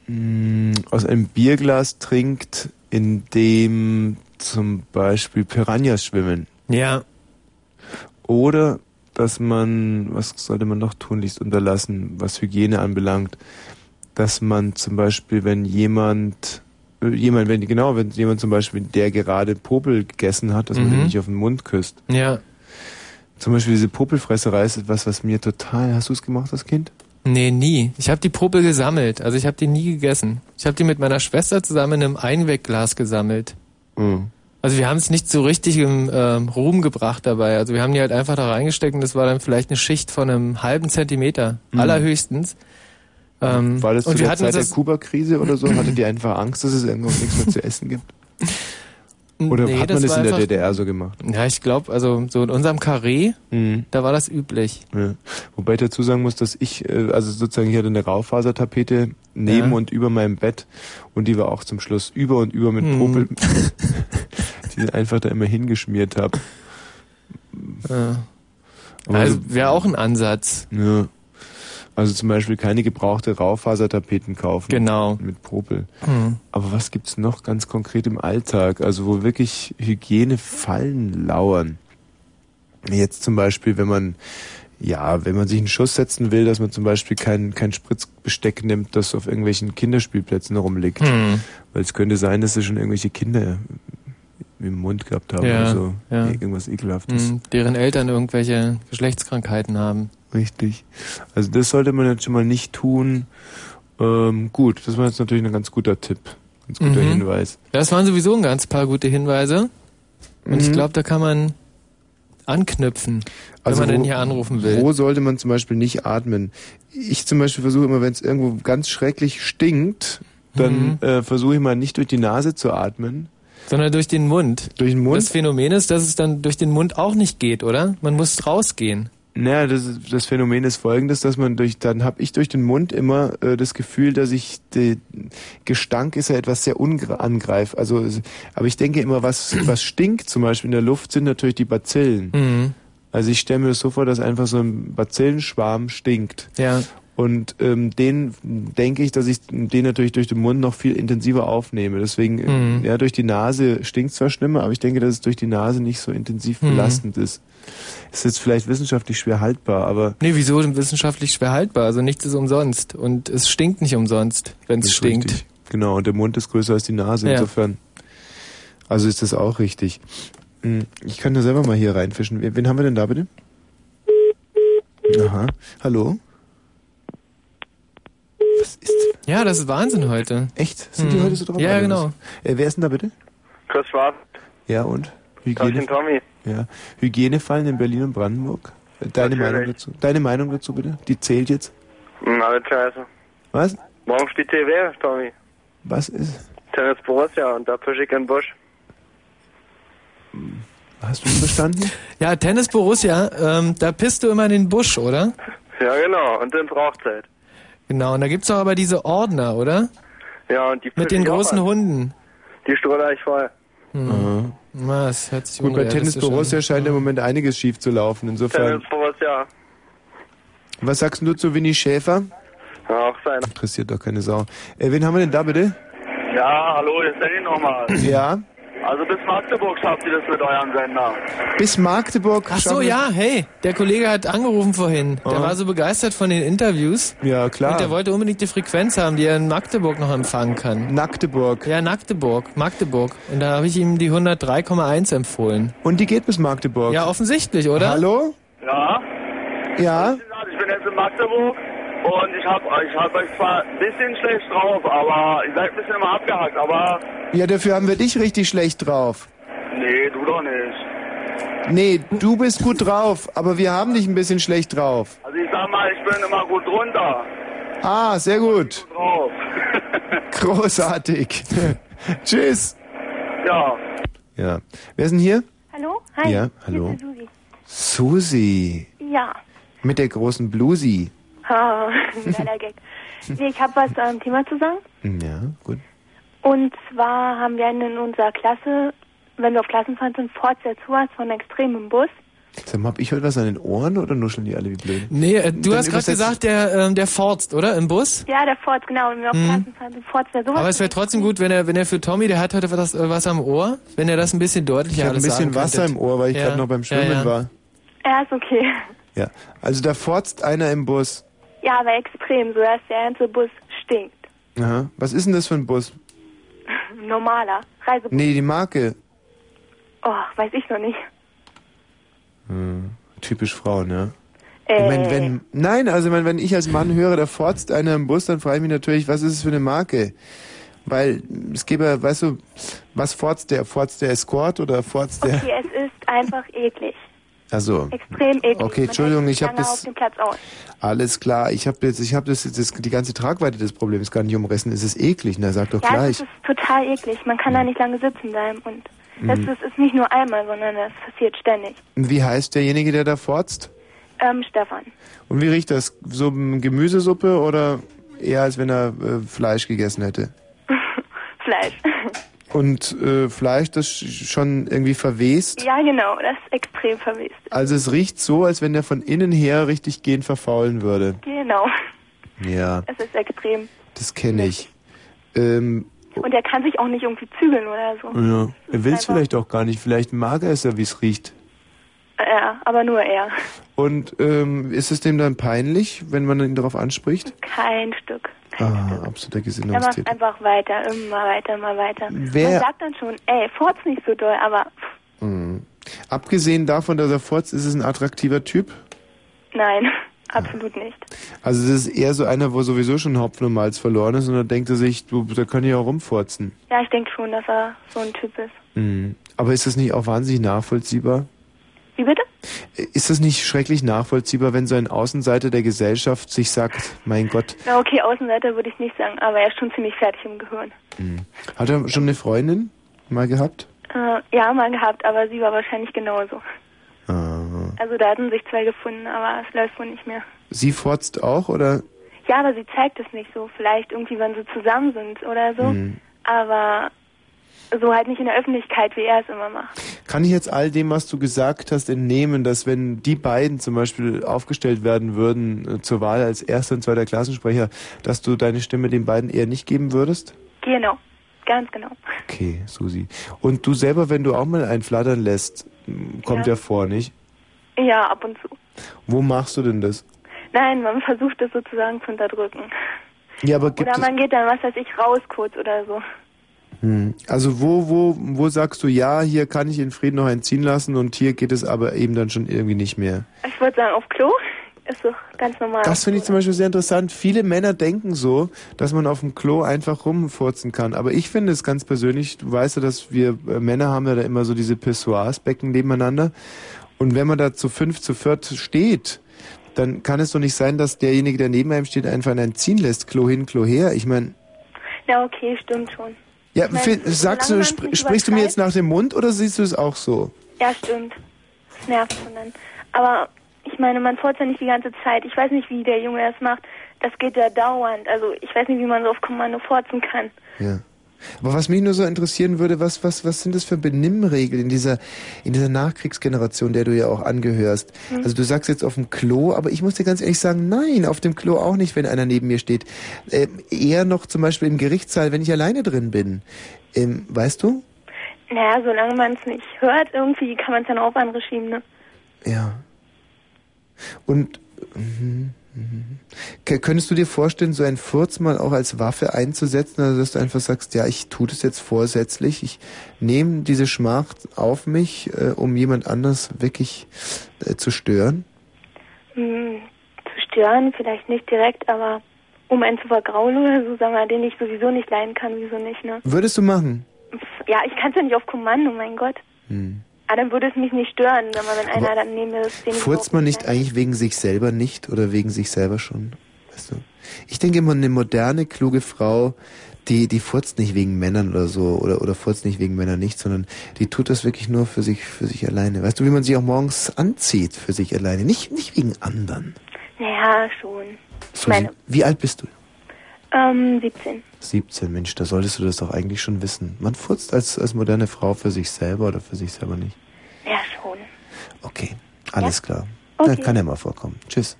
A: mh, aus einem Bierglas trinkt, in dem zum Beispiel Piranhas schwimmen.
B: Ja.
A: Oder dass man, was sollte man noch tunlichst unterlassen, was Hygiene anbelangt, dass man zum Beispiel, wenn jemand, äh, jemand, wenn, genau, wenn jemand zum Beispiel, der gerade Popel gegessen hat, dass man
B: Mhm.
A: den nicht auf den Mund küsst.
B: Ja.
A: Zum Beispiel diese Popelfresserei ist etwas, was mir total, hast du es gemacht, das Kind?
B: Nee, nie. Ich habe die Popel gesammelt. Also ich habe die nie gegessen. Ich habe die mit meiner Schwester zusammen in einem Einwegglas gesammelt.
A: Mhm.
B: Also wir haben es nicht so richtig im ähm, Ruhm gebracht dabei. Also wir haben die halt einfach da reingesteckt und das war dann vielleicht eine Schicht von einem halben Zentimeter,
A: Mhm.
B: allerhöchstens. Ähm,
A: War das
B: und
A: zu
B: wir
A: der
B: hatten
A: Zeit der
B: das-
A: Kuba-Krise
B: (laughs)
A: oder so? Hattet ihr einfach Angst, dass es irgendwo nichts mehr zu essen gibt? Oder
B: Nee,
A: hat man das,
B: war
A: in der
B: einfach-
A: DDR so gemacht?
B: Ja, ich glaube, also so in unserem Karree,
A: Mhm.
B: da war das üblich.
A: Ja. Wobei ich dazu sagen muss, dass ich, äh, also sozusagen, ich hatte eine Raufasertapete neben
B: Ja.
A: und über meinem Bett und die war auch zum Schluss über und über mit
B: Hm. (laughs)
A: Popel, die ich einfach da immer hingeschmiert habe.
B: Äh,
A: Aber
B: also
A: so-
B: wäre auch ein Ansatz.
A: Ja. Also zum Beispiel keine gebrauchte Raufasertapeten kaufen.
B: Genau.
A: Mit Popel.
B: Hm.
A: Aber was gibt's noch ganz konkret im Alltag, also wo wirklich Hygienefallen lauern? Jetzt zum Beispiel, wenn man, ja, wenn man sich einen Schuss setzen will, dass man zum Beispiel kein, kein Spritzbesteck nimmt, das auf irgendwelchen Kinderspielplätzen rumliegt.
B: Hm.
A: Weil es könnte sein, dass es schon irgendwelche Kinder im Mund gehabt haben.
B: Ja,
A: also
B: ja.
A: irgendwas Ekelhaftes.
B: Hm, deren Eltern irgendwelche Geschlechtskrankheiten haben.
A: Richtig. Also das sollte man jetzt schon mal nicht tun. Ähm, gut, das war jetzt natürlich ein ganz guter Tipp, ganz guter
B: Mhm.
A: Hinweis.
B: Das waren sowieso ein ganz paar gute Hinweise. Und ich
A: Mhm.
B: glaube, da kann man anknüpfen, wenn man denn hier anrufen will.
A: Also Wo sollte man zum Beispiel nicht atmen? Ich zum Beispiel versuche immer, wenn es irgendwo ganz schrecklich stinkt,
B: Mhm.
A: dann äh, versuche ich mal nicht durch die Nase zu atmen.
B: Sondern durch den Mund.
A: Durch den Mund?
B: Das Phänomen ist, dass es dann durch den Mund auch nicht geht, oder? Man muss rausgehen.
A: Naja, das, ist- das Phänomen ist folgendes, dass man durch, dann habe ich durch den Mund immer äh, das Gefühl, dass ich, de, Gestank ist ja etwas sehr unangreif. Also, es- aber ich denke immer, was, was stinkt zum Beispiel in der Luft, sind natürlich die Bazillen.
B: Mhm.
A: Also ich stelle mir das so vor, dass einfach so ein Bazillenschwarm stinkt.
B: Ja.
A: Und ähm, den denke ich, dass ich den natürlich durch den Mund noch viel intensiver aufnehme. Deswegen, äh,
B: Mhm.
A: ja, durch die Nase stinkt zwar schlimmer, aber ich denke, dass es durch die Nase nicht so intensiv
B: Mhm.
A: belastend ist. Ist jetzt vielleicht wissenschaftlich schwer haltbar, aber
B: Nee, wieso denn wissenschaftlich schwer haltbar? Also nichts ist umsonst. Und es stinkt nicht umsonst, wenn es
A: Das ist
B: stinkt.
A: richtig. Genau, und der Mund ist größer als die Nase,
B: Ja.
A: insofern. Also ist das auch richtig. Hm, Ich kann ja selber mal hier reinfischen. Wen wen haben wir denn da bitte? Aha. Hallo?
B: Ja, das ist Wahnsinn heute.
A: Echt? Sind die heute so drauf?
B: Ja,
A: Also,
B: genau.
A: Äh, wer ist denn da bitte?
E: Chris Schwarz,
A: Ja, und?
E: Tauschen Tommy.
A: ja. Hygienefallen in Berlin und Brandenburg? Äh, Deine Meinung dazu? Deine Meinung dazu bitte? Die zählt jetzt?
E: Hm, Alles scheiße.
A: Was?
E: Morgen spielt TW, Tommy.
A: Was ist?
E: Tennis Borussia und da fische ich in den Busch.
A: Hast du es verstanden?
B: (laughs) Ja, Tennis Borussia, ähm, da pisst du immer in den Busch, oder?
E: Ja, genau. Und ins Rauchzelt.
B: Genau, und da gibt's doch aber diese Ordner, oder?
E: Ja, und die
B: Mit
E: fische
B: den
E: ich auch
B: großen
E: an.
B: Hunden.
E: Die stroller ich voll.
A: Aha.
B: Na, das hört sich
A: Mhm. Gut, bei Tennis
B: unrealistisch an.
A: Borussia scheint im Moment einiges schief zu laufen. Insofern.
E: Tennis Borussia.
A: Was sagst denn du zu Winnie Schäfer?
E: Ja, auch sein.
A: Interessiert doch keine Sau. Äh, wen haben wir denn da bitte?
I: Ja, hallo, hier ist Danny nochmal.
A: Ja.
I: Also bis Magdeburg schafft ihr das mit eurem Sender.
A: Bis Magdeburg.
B: Ach so,
A: schaffen wir-
B: ja, hey, der Kollege hat angerufen vorhin. Der
A: Ah.
B: war so begeistert von den Interviews.
A: Ja, klar.
B: Und der wollte unbedingt die Frequenz haben, die er in Magdeburg noch empfangen kann.
A: Magdeburg.
B: Ja, Magdeburg, Magdeburg. Und da habe ich ihm die 103,1 empfohlen.
A: Und die geht bis Magdeburg.
B: Ja, offensichtlich, oder?
A: Hallo?
I: Ja,
A: Ja.
I: ich bin jetzt in Magdeburg und ich hab, ich hab euch zwar ein bisschen schlecht drauf, aber ihr seid ein bisschen immer abgehackt, aber
A: Ja, dafür haben wir dich richtig schlecht drauf.
I: nee, du doch nicht.
A: Nee, du bist gut drauf, aber wir haben dich ein bisschen schlecht drauf.
I: Also ich sag mal, ich bin immer gut runter
A: Ah, sehr gut.
I: drauf.
A: Großartig. (laughs) Tschüss.
I: Ja.
A: Ja. Wer ist denn hier?
K: Hallo? Hi.
A: Ja,
K: Hier
A: hallo.
K: ist die Susi.
A: Susi.
K: Ja.
A: Mit der großen Blusi.
K: Ah, (laughs) Geiler Gag. Nee, ich habe was ähm, Thema zu sagen.
A: Ja, gut.
K: Und zwar haben wir in unserer Klasse, wenn wir auf Klassenfahrt sind, Fortsetzung von extremem Bus.
A: Sag mal, hab ich heute was an den Ohren oder nuscheln die alle wie blöd?
H: Nee, äh, du
A: Dann
H: hast gerade
A: übersetzt-
H: gesagt, der, ähm, der forzt, oder? Im Bus?
K: Ja, der Fort, genau. Wenn wir auf
H: Mhm.
K: Klassenfahrt sind, Fort wäre sowas.
H: Aber es wäre trotzdem gut, wenn er, wenn er für Tommy, der hat heute was, äh, was am Ohr, wenn er das ein bisschen deutlicher
A: Ich hab ein
H: alles
A: bisschen
H: sagen
A: Wasser
H: könntet.
A: im Ohr, weil ich
H: Ja,
A: gerade noch beim Schwimmen
H: ja, ja.
A: war.
K: ja, ist okay. (laughs)
A: Ja. Also da forzt einer im Bus.
K: Ja, aber extrem, so dass der ganze Bus stinkt. (laughs)
A: Aha. Was ist denn das für ein Bus?
K: Normaler. Reisebus.
A: Nee, die Marke.
K: Oh, weiß ich noch nicht.
A: Hm. Typisch Frau, ne?
K: Äh,
A: Ich mein, wenn, nein, also ich mein, wenn ich als Mann höre, da forzt einer im Bus, dann frage ich mich natürlich, was ist es für eine Marke? Weil es gäbe, ja, weißt du, was forzt der? Forzt der Escort oder forzt
H: (laughs)
A: der...
K: okay, es ist einfach eklig.
A: Also
K: Extrem eklig.
A: Okay, Entschuldigung, ich habe
K: Lange auf
A: das
K: dem Platz aus.
A: alles klar. Ich habe jetzt, ich habe das, das die ganze Tragweite des Problems gar nicht umrissen. Es ist eklig. Na, sag doch
K: ja,
A: gleich.
K: das ist total eklig. Man kann da nicht lange sitzen bleiben. Und das
A: Mhm.
K: ist, ist nicht nur einmal, sondern das passiert ständig.
A: Wie heißt derjenige, der da forzt?
K: Ähm, Stefan. (laughs)
A: Und wie riecht das? So eine Gemüsesuppe oder eher als wenn er äh, Fleisch gegessen hätte? (laughs)
K: Fleisch.
A: Und äh, Fleisch, das sch- schon irgendwie verwest.
K: ja, genau. Das ist extrem vermisst.
A: Also es riecht so, als wenn der von innen her richtig gehend verfaulen würde.
K: Genau.
A: Ja,
K: Das ist extrem.
A: das kenne ich. Ähm,
K: Und er kann sich auch nicht irgendwie zügeln oder so.
A: ja. Er will es vielleicht auch gar nicht. Vielleicht mag er es ja, wie es riecht.
K: Ja, aber nur er.
A: Und ähm, ist es dem dann peinlich, wenn man ihn darauf anspricht?
K: Kein Stück.
A: Ah, absoluter
K: Er macht
A: Gesinnungstipp.
K: einfach weiter, immer weiter, immer weiter.
A: Wer-
K: Man sagt dann schon, ey, fort's nicht so doll, aber pff,
A: Mhm. Abgesehen davon, dass er forzt, ist es ein attraktiver Typ.
K: nein, (laughs) absolut nicht.
A: Also es ist eher so einer, wo sowieso schon Hopfen und Malz verloren ist und dann denkt er sich, du, da kann ich auch rumforzen.
K: Ja, ich denke schon, dass er so ein Typ ist.
A: Mhm. Aber ist das nicht auch wahnsinnig nachvollziehbar?
K: Wie bitte?
A: Ist das nicht schrecklich nachvollziehbar, wenn so ein Außenseiter der Gesellschaft sich sagt, mein Gott,
K: Na okay, Außenseiter würde ich nicht sagen, aber er ist schon ziemlich fertig im Gehirn.
A: mhm. hat er schon eine Freundin mal gehabt?
K: Äh, ja, mal gehabt, aber sie war wahrscheinlich genauso.
A: Ah.
K: Also da hatten sich zwei gefunden, aber es läuft wohl nicht mehr.
A: Sie forzt auch oder?
K: Ja, aber sie zeigt es nicht so. Vielleicht irgendwie, wenn sie zusammen sind oder so.
A: Mhm.
K: Aber so halt nicht in der Öffentlichkeit, wie er es immer macht.
A: Kann ich jetzt all dem, was du gesagt hast, entnehmen, dass wenn die beiden zum Beispiel aufgestellt werden würden äh, zur Wahl als erster und zweiter Klassensprecher, dass du deine Stimme den beiden eher nicht geben würdest?
K: Genau, ganz genau.
A: Okay, Susi. Und du selber, wenn du auch mal einen flattern lässt, m, kommt ja,
K: Ja.
A: vor, nicht?
K: Ja, ab und zu.
A: Wo machst du denn das?
K: Nein, man versucht es sozusagen zu unterdrücken.
A: Ja, aber gibt
K: Oder man geht dann, was weiß ich, raus kurz oder so.
A: es, hm, also wo, wo, wo sagst du, ja, hier kann ich in Frieden noch einen ziehen lassen und hier geht es aber eben dann schon irgendwie nicht mehr.
K: Ich würde sagen, auf Klo ist doch ganz normal.
A: Das finde ich zum Beispiel sehr interessant. Viele Männer denken so, dass man auf dem Klo einfach rumfurzen kann. Aber ich finde es ganz persönlich, du weißt ja, dass wir äh, Männer haben ja da immer so diese Pissoirs, Becken nebeneinander. Und wenn man da zu fünf, zu viert steht, dann kann es doch nicht sein, dass derjenige, der neben einem steht, einfach einen ziehen lässt. Klo hin, Klo her. Ich meine,
K: Ja, okay, stimmt schon.
A: ja,
K: Ich mein,
A: Phil,
K: solange
A: sagst du,
K: man's
A: spr-
K: nicht
A: sprichst du mir jetzt
K: übertreibt-
A: nach dem Mund oder siehst du es auch so?
K: Ja, stimmt. Das nervt schon dann. Aber ich meine, man furzt ja nicht die ganze Zeit. Ich weiß nicht, wie der Junge das macht. Das geht ja dauernd. Also ich weiß nicht, wie man so auf Kommando furzen kann.
A: Ja. Aber was mich nur so interessieren würde, was, was, was sind das für Benimmregeln in dieser, in dieser Nachkriegsgeneration, der du ja auch angehörst?
U: Hm.
A: Also du sagst jetzt auf dem Klo, aber ich muss dir ganz ehrlich sagen, nein, auf dem Klo auch nicht, wenn einer neben mir steht. Ähm, eher noch zum Beispiel im Gerichtssaal, wenn ich alleine drin bin. Ähm, weißt du?
K: Naja, solange man es nicht hört, irgendwie kann man es dann auch auf andere schieben, ne?
A: Ja. Und mhm, mhm. K- könntest du dir vorstellen, so einen Furz mal auch als Waffe einzusetzen, also dass du einfach sagst, ja, ich tue das jetzt vorsätzlich, ich nehme diese Schmach auf mich, äh, um jemand anders wirklich äh, zu stören?
K: Hm, zu stören, vielleicht nicht direkt, aber um einen zu vergraulen oder so, sagen wir, den ich sowieso nicht leiden kann, wieso nicht, ne?
A: Würdest du machen?
K: Pff, Ja, ich kann es ja nicht auf Kommando, mein Gott.
A: Hm.
K: Ah, dann würde es mich nicht stören, sag mal, wenn
A: Aber
K: einer dann neben mir ist, den ich
A: Furzt
K: so-
A: man nicht eigentlich wegen sich selber nicht oder wegen sich selber schon? Weißt du? Ich denke immer, eine moderne, kluge Frau, die, die furzt nicht wegen Männern oder so, oder, oder furzt nicht wegen Männern nicht, sondern die tut das wirklich nur für sich, für sich alleine. Weißt du, wie man sich auch morgens anzieht für sich alleine? Nicht, nicht wegen anderen.
K: Naja, schon.
A: So, wie, wie alt bist du?
K: Ähm, 17.
A: 17, Mensch, da solltest du das doch eigentlich schon wissen. Man furzt als, als moderne Frau für sich selber oder für sich selber nicht.
K: Ja, schon.
A: Okay, alles klar.
K: Okay.
A: Na, kann ja mal vorkommen. Tschüss.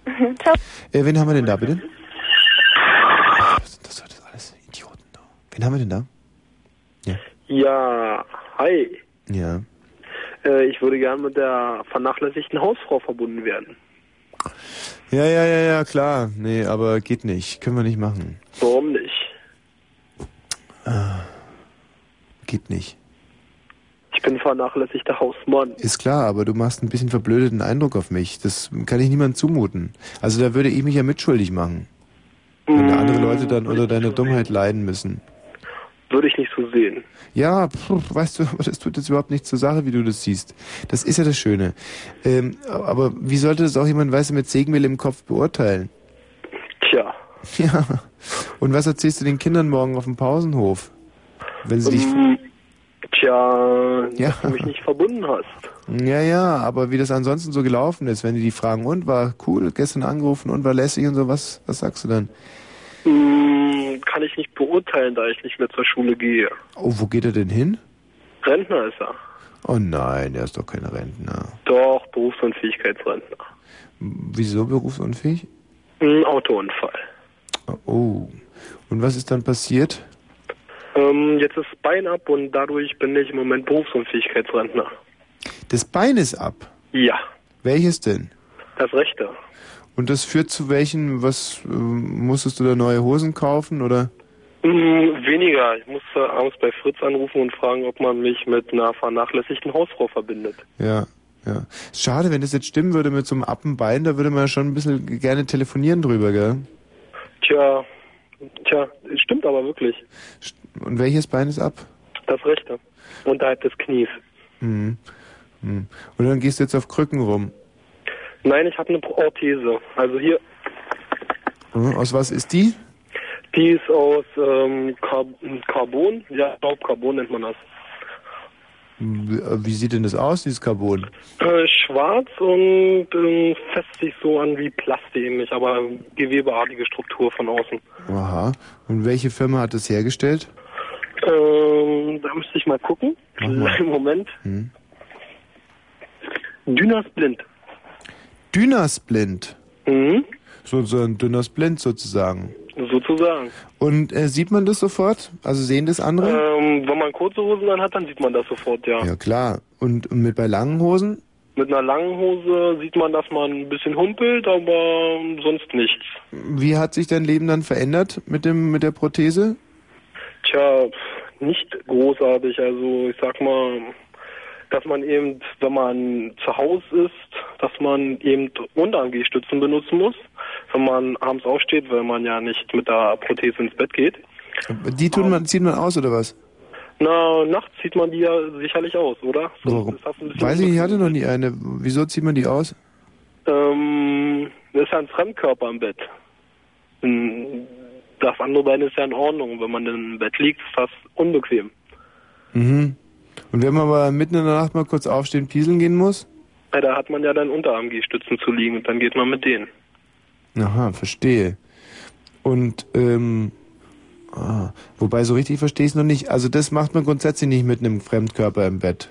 A: Äh, wen haben wir denn da, bitte? Das sind alles Idioten da. Wen haben wir denn da?
Y: Ja, hi.
A: Ja.
Y: Äh, ich würde gern mit der vernachlässigten Hausfrau verbunden werden.
A: Ja, ja, ja, ja, klar. Nee, aber geht nicht. Können wir nicht machen.
Y: Warum nicht?
A: Ah, geht nicht.
Y: Ich bin vernachlässigter Hausmann.
A: Ist klar, aber du machst ein bisschen verblödeten Eindruck auf mich. Das kann ich niemandem zumuten. Also da würde ich mich ja mitschuldig machen. Wenn da andere Leute dann unter deiner Dummheit leiden müssen.
Y: Würde ich nicht so sehen.
A: Ja, pf, weißt du, (laughs) aber das tut jetzt überhaupt nichts zur Sache, wie du das siehst. Das ist ja das Schöne. Ähm, aber wie sollte das auch jemand, weißt du, mit Sägenmehl im Kopf beurteilen?
Y: Tja.
A: (laughs) Ja. Und was erzählst du den Kindern morgen auf dem Pausenhof? Wenn sie dich...
Y: Ähm, Tja,
A: Ja.
Y: dass du mich nicht verbunden hast.
A: Ja, ja, aber wie das ansonsten so gelaufen ist, wenn die die fragen, und war cool, gestern angerufen und war lässig und so, was, was sagst du dann?
Y: Hm, kann ich nicht beurteilen, da ich nicht mehr zur Schule gehe.
A: Oh, wo geht er denn hin?
Y: Rentner ist er.
A: Oh nein, er ist doch kein Rentner.
Y: Doch, Berufsunfähigkeitsrentner.
A: Wieso berufsunfähig?
Y: Ein Autounfall.
A: Oh. Und was ist dann passiert?
Y: Ähm, jetzt ist Bein ab und dadurch bin ich im Moment Berufsunfähigkeitsrentner.
A: Das Bein ist ab.
Y: Ja,
A: Welches denn?
Y: das Rechte.
A: Und das führt zu welchen, was, ähm, musstest du da neue Hosen kaufen oder?
Y: Hm, weniger. Ich musste abends bei Fritz anrufen und fragen, ob man mich mit einer vernachlässigten Hausfrau verbindet.
A: Ja, ja. Ist Schade, wenn das jetzt stimmen würde mit so einem Appenbein, da würde man ja schon ein bisschen gerne telefonieren drüber, gell?
Y: Tja, tja, es stimmt aber wirklich.
A: Und welches Bein ist ab?
Y: Das Rechte. Unterhalb des Knies.
A: Mhm. Mhm. Und dann gehst du jetzt auf Krücken rum.
Y: Nein, ich habe eine Orthese. Also hier,
A: Mhm. Aus was ist die?
Y: die ist aus ähm, Car Carbon. Ja, Staubcarbon nennt man das.
A: Wie Hm, wie sieht denn das aus, dieses Carbon?
Y: Äh, schwarz und ähm, fässt sich so an wie Plastik ähnlich, aber gewebeartige Struktur von außen.
A: Aha. Und welche Firma hat das hergestellt?
Y: Ähm, da müsste ich mal gucken.
A: Mach mal.
Y: Kleinen (laughs) Moment.
A: Hm.
Y: Dünas blind.
A: Dynas Blind.
Y: Mhm.
A: So, so ein dünnes Blind sozusagen.
Y: Sozusagen.
A: Und äh, sieht man das sofort? Also sehen das andere?
Y: Ähm, wenn man kurze Hosen an hat, dann sieht man das sofort, ja.
A: Ja klar. Und, und mit bei langen Hosen?
Y: Mit einer langen Hose sieht man, dass man ein bisschen humpelt, aber sonst nichts.
A: Wie hat sich dein Leben dann verändert mit dem mit der Prothese?
Y: Tja, pf, nicht großartig. Also ich sag mal, dass man eben, wenn man zu Hause ist, dass man eben Unterarmgehstützen benutzen muss, wenn man abends aufsteht, weil man ja nicht mit der Prothese ins Bett geht.
A: Die tun
Y: Ähm.
A: man, zieht man aus oder was?
Y: Na, nachts zieht man die ja sicherlich aus, oder?
A: Warum?
Y: das hast du ein bisschen
A: Weiß ich, ich hatte noch nie eine. Wieso zieht man die aus?
Y: Ähm, das ist ja ein Fremdkörper im Bett. Hm, Das andere Bein ist ja in Ordnung. Wenn man im Bett liegt, ist das unbequem.
A: Mhm. Und wenn man aber mitten in der Nacht mal kurz aufstehen, pieseln gehen muss?
Y: Ja, da hat man ja dann Unterarmgehstützen zu liegen und dann geht man mit denen.
A: Aha, verstehe. Und, ähm, ah, wobei so richtig verstehe ich es noch nicht. Also das macht man grundsätzlich nicht mit einem Fremdkörper im Bett.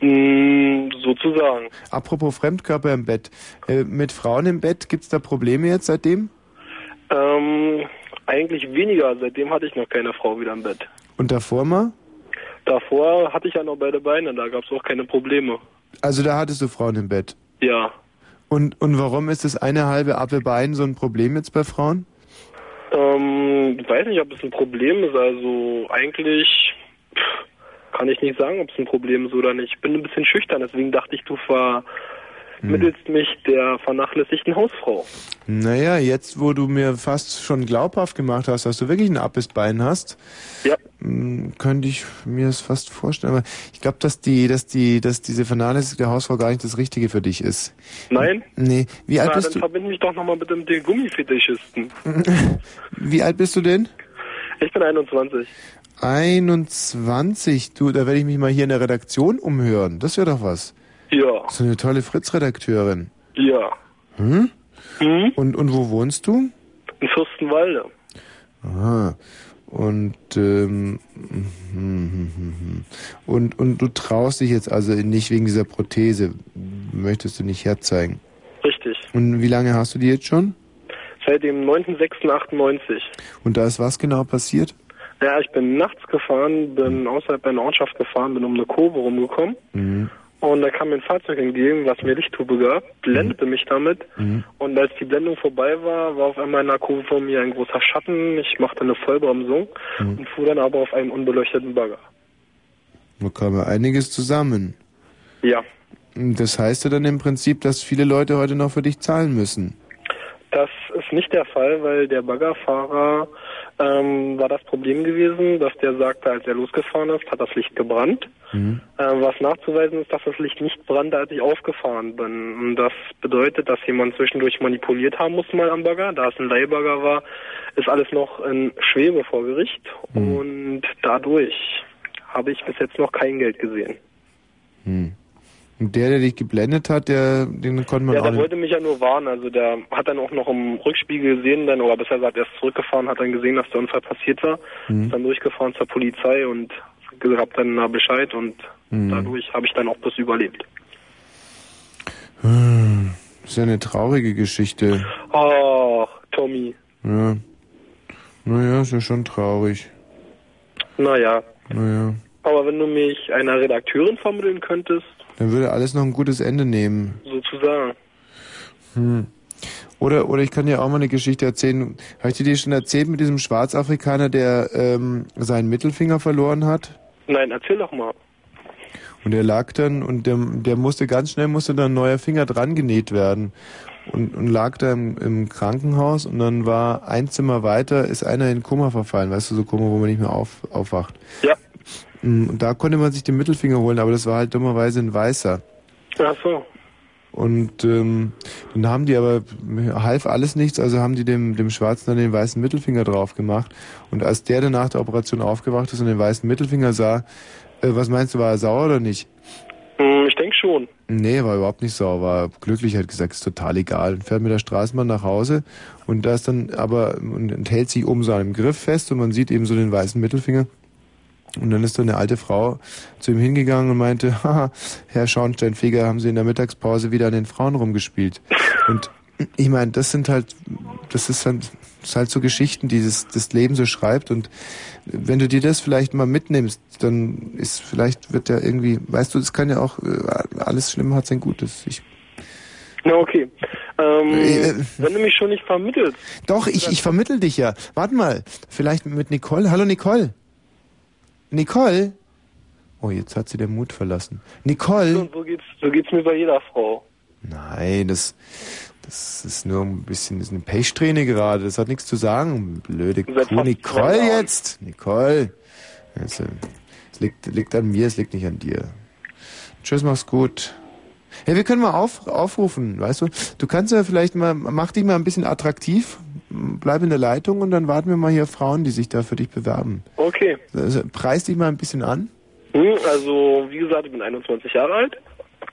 Y: Hm, sozusagen.
A: Apropos Fremdkörper im Bett. Äh, mit Frauen im Bett, gibt's da Probleme jetzt seitdem?
Y: Ähm, eigentlich weniger. Seitdem hatte ich noch keine Frau wieder im Bett.
A: Und davor mal?
Y: Davor hatte ich ja noch beide Beine, da gab es auch keine Probleme.
A: Also da hattest du Frauen im Bett.
Y: Ja.
A: Und, und warum ist das eine halbe Apfelbein so ein Problem jetzt bei Frauen?
Y: Ähm, ich weiß nicht, ob es ein Problem ist. Also eigentlich pff, kann ich nicht sagen, ob es ein Problem ist oder nicht. Ich bin ein bisschen schüchtern, deswegen dachte ich, du ver
A: Hm.
Y: mittels mich der vernachlässigten Hausfrau.
A: Naja, jetzt wo du mir fast schon glaubhaft gemacht hast, dass du wirklich ein Abbissbein hast, hm,
Y: ja.
A: könnte ich mir es fast vorstellen. Aber ich glaube, dass die, dass die, dass diese vernachlässigte Hausfrau gar nicht das Richtige für dich ist.
Y: Nein?
A: Nee. Wie alt
Y: Na,
A: bist
Y: dann
A: du?
Y: verbinde mich doch nochmal bitte mit den Gummifetischisten.
A: (laughs) Wie alt bist du denn?
Y: Ich bin 21.
A: 21. Du, da werde ich mich mal hier in der Redaktion umhören. Das wäre doch was.
Y: Ja,
A: So eine tolle Fritz-Redakteurin.
Y: ja.
A: Hm? Und, und wo wohnst du?
Y: In Fürstenwalde.
A: Aha. Und, ähm, hm, hm, hm, hm. und, und du traust dich jetzt also nicht wegen dieser Prothese, möchtest du nicht herzeigen.
Y: Richtig.
A: Und wie lange hast du die jetzt schon?
Y: Seit dem 9.06.98.
A: Und da ist was genau passiert?
Y: Ja, ich bin nachts gefahren, bin außerhalb einer Ortschaft gefahren, bin um eine Kurve rumgekommen.
A: Mhm.
Y: Und da kam mir ein Fahrzeug entgegen, was mir Lichthupe gab, blendete mich damit.
A: Mhm.
Y: Und als die Blendung vorbei war, war auf einmal in der Kurve vor mir ein großer Schatten. Ich machte eine Vollbremsung
A: Mhm.
Y: und fuhr dann aber auf einen unbeleuchteten Bagger.
A: Da kam ja einiges zusammen.
Y: Ja,
A: Das heißt ja dann im Prinzip, dass viele Leute heute noch für dich zahlen müssen.
Y: das ist nicht der Fall, weil der Baggerfahrer ähm, war das Problem gewesen, dass der sagte, als er losgefahren ist, hat das Licht gebrannt.
A: Mhm.
Y: Äh, was nachzuweisen ist, dass das Licht nicht brannte, als ich aufgefahren bin. Und das bedeutet, dass jemand zwischendurch manipuliert haben muss mal am Bagger. Da es ein Leihbagger war, ist alles noch in Schwebe vor Gericht. Und dadurch habe ich bis jetzt noch kein Geld gesehen.
A: Hm. Und der, der dich geblendet hat, der, den konnte man
Y: Ja,
A: auch
Y: der
A: nicht.
Y: wollte mich ja nur warnen. Also der hat dann auch noch im Rückspiegel gesehen, dann, oder besser gesagt, er ist zurückgefahren, hat dann gesehen, dass der Unfall passiert war.
A: Mhm.
Y: Ist dann durchgefahren zur Polizei und gab dann da Bescheid und
A: Mhm.
Y: dadurch habe ich dann auch bloß überlebt.
A: Hm. Das ist ja eine traurige Geschichte.
Y: Ach, Tommy.
A: Ja. Naja, ist ja schon traurig.
Y: Naja,
A: Naja.
Y: aber wenn du mich einer Redakteurin vermitteln könntest,
A: Dann würde alles noch ein gutes Ende nehmen.
Y: sozusagen.
A: Hm. Oder, oder ich kann dir auch mal eine Geschichte erzählen. Habe ich dir die schon erzählt mit diesem Schwarzafrikaner, der ähm, seinen Mittelfinger verloren hat?
Y: Nein, erzähl doch mal.
A: Und er lag dann und der, der musste ganz schnell musste dann ein neuer Finger dran genäht werden. Und, und lag da im, im Krankenhaus und dann war ein Zimmer weiter, ist einer in Koma verfallen, weißt du, so Koma, wo man nicht mehr auf, aufwacht. Mm,
Y: Ja.
A: Und da konnte man sich den Mittelfinger holen, aber das war halt dummerweise ein Weißer.
Y: Ach so.
A: Und ähm, dann haben die aber, half alles nichts, also haben die dem, dem Schwarzen dann den weißen Mittelfinger drauf gemacht. Und als der dann nach der Operation aufgewacht ist und den weißen Mittelfinger sah, äh, was meinst du, war er sauer oder nicht?
Y: Hm, ich denke schon.
A: Nee, war überhaupt nicht sauer, war glücklich, hat gesagt, ist total egal. Und fährt mit der Straßenbahn nach Hause und da ist dann aber, und, und hält sich oben so an einem Griff fest und man sieht eben so den weißen Mittelfinger. Und dann ist da eine alte Frau zu ihm hingegangen und meinte, (laughs) haha, Herr Schornsteinfeger, haben Sie in der Mittagspause wieder an den Frauen rumgespielt. Und ich meine, das sind halt, das ist halt, das ist halt so Geschichten, die das, das Leben so schreibt. Und wenn du dir das vielleicht mal mitnimmst, dann ist vielleicht wird ja irgendwie, weißt du, das kann ja auch, äh, alles Schlimme hat sein Gutes. Ich,
Y: Na okay. Ähm,
A: Äh,
Y: wenn du mich schon nicht vermittelst.
A: doch, ich, ich vermittel dich ja. Warte mal, vielleicht mit Nicole. Hallo Nicole. Nicole? Oh, jetzt hat sie den Mut verlassen. Nicole?
Y: So geht's, so geht's mir bei jeder Frau.
A: Nein, das, das ist nur ein bisschen das ist eine Pechsträhne gerade. Das hat nichts zu sagen. Blöde
Y: Seit
A: Kuh.
Y: fast zwei
A: Nicole
Y: Jahren.
A: jetzt! Nicole! Also, es liegt, liegt an mir, es liegt nicht an dir. Tschüss, mach's gut. Hey, wir können mal auf, aufrufen, weißt du? Du kannst ja vielleicht mal, mach dich mal ein bisschen attraktiv, bleib in der Leitung und dann warten wir mal hier Frauen, die sich da für dich bewerben.
Y: Okay.
A: Also, preis dich mal ein bisschen an.
Y: Hm, also, wie gesagt, ich bin 21 Jahre alt,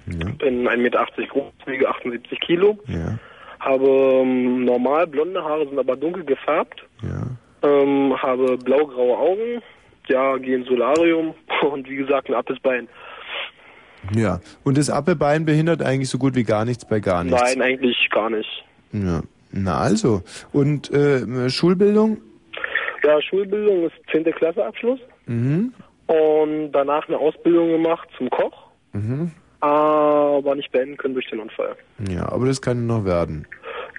A: Ja.
Y: bin 1,80 Meter groß, wiege 78 Kilo,
A: Ja.
Y: habe ähm, normal blonde Haare, sind aber dunkel gefärbt, ähm, habe blaugraue Augen, ja, gehe ins Solarium (laughs) und wie gesagt, ein Abbissbein.
A: Ja. Und das Appebein behindert eigentlich so gut wie gar nichts bei gar Ah, nichts.
Y: Nein, eigentlich gar nicht.
A: Ja. Na also. Und äh, Schulbildung?
Y: Ja, Schulbildung ist 10. Klasse Abschluss
A: Mhm.
Y: und danach eine Ausbildung gemacht zum Koch,
A: Mhm.
Y: aber nicht beenden können durch den Unfall.
A: Ja, aber das kann noch werden.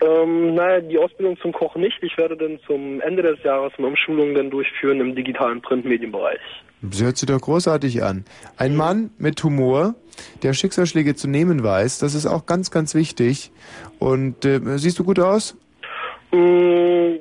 Y: Ähm, naja, die Ausbildung zum Koch nicht. Ich werde dann zum Ende des Jahres eine Umschulung dann durchführen im digitalen Printmedienbereich.
A: Das hört sich doch großartig an. Ein Mann mit Humor, der Schicksalsschläge zu nehmen weiß, das ist auch ganz, ganz wichtig. Und äh, siehst du gut aus?
Y: Mm,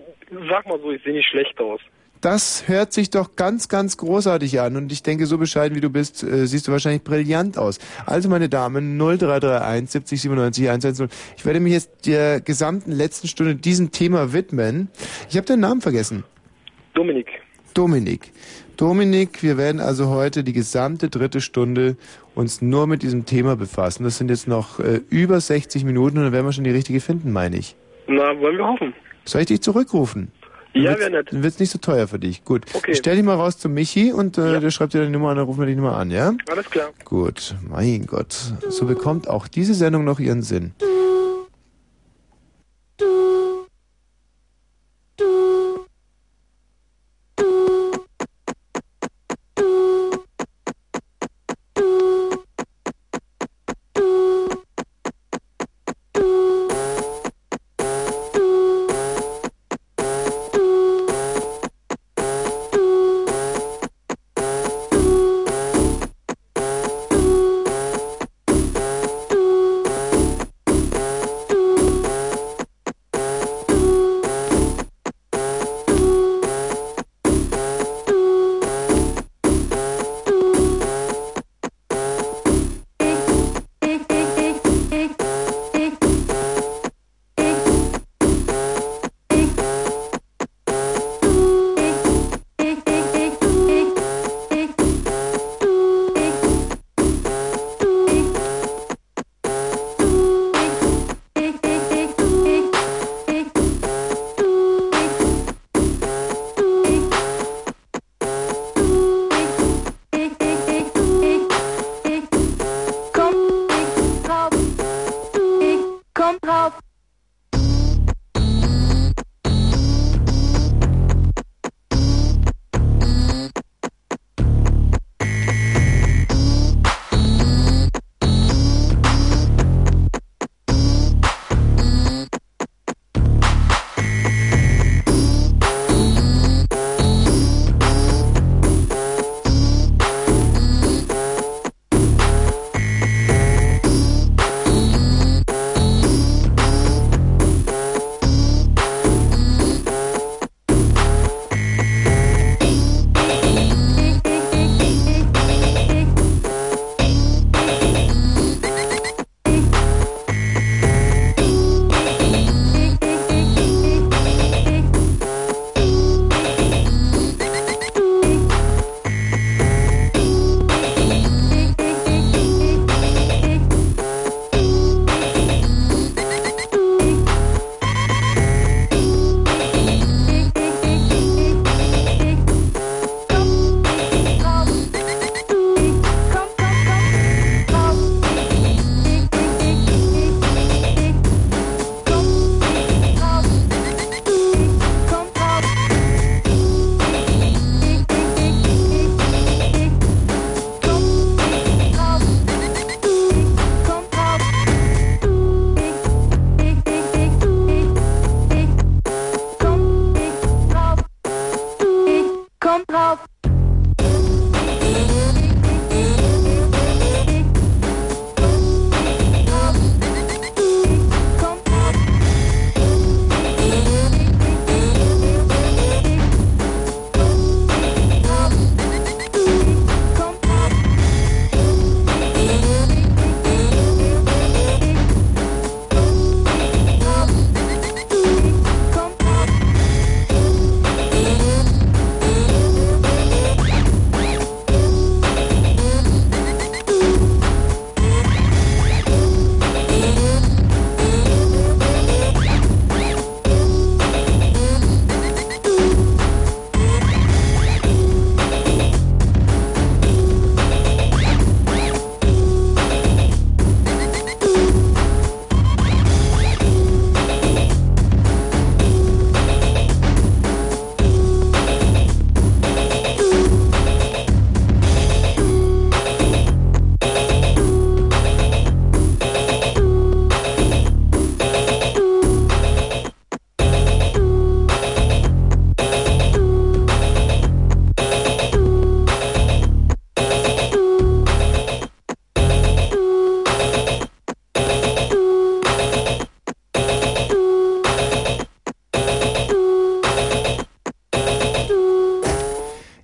Y: sag mal so, ich sehe nicht schlecht aus.
A: Das hört sich doch ganz, ganz großartig an. Und ich denke, so bescheiden wie du bist, äh, siehst du wahrscheinlich brillant aus. Also, meine Damen, 0331 70 97 110. Ich werde mich jetzt der gesamten letzten Stunde diesem Thema widmen. Ich habe deinen Namen vergessen.
Y: Dominik.
A: Dominik. Dominik, wir werden also heute die gesamte dritte Stunde uns nur mit diesem Thema befassen. Das sind jetzt noch äh, über 60 Minuten und dann werden wir schon die richtige finden, meine ich.
Y: Na, wollen wir hoffen.
A: Soll ich dich zurückrufen? Dann
Y: Ja,
A: wird's-
Y: wär nett.
A: Dann wird's nicht so teuer für dich. Gut. Ich stell dich mal raus zu Michi und äh, der schreibt dir deine Nummer an, dann rufen wir dich nochmal an, ja?
Y: Alles klar.
A: Gut, mein Gott. So bekommt auch diese Sendung noch ihren Sinn.
C: Komm, rauf. Komm rauf. Komm rauf. Komm rauf.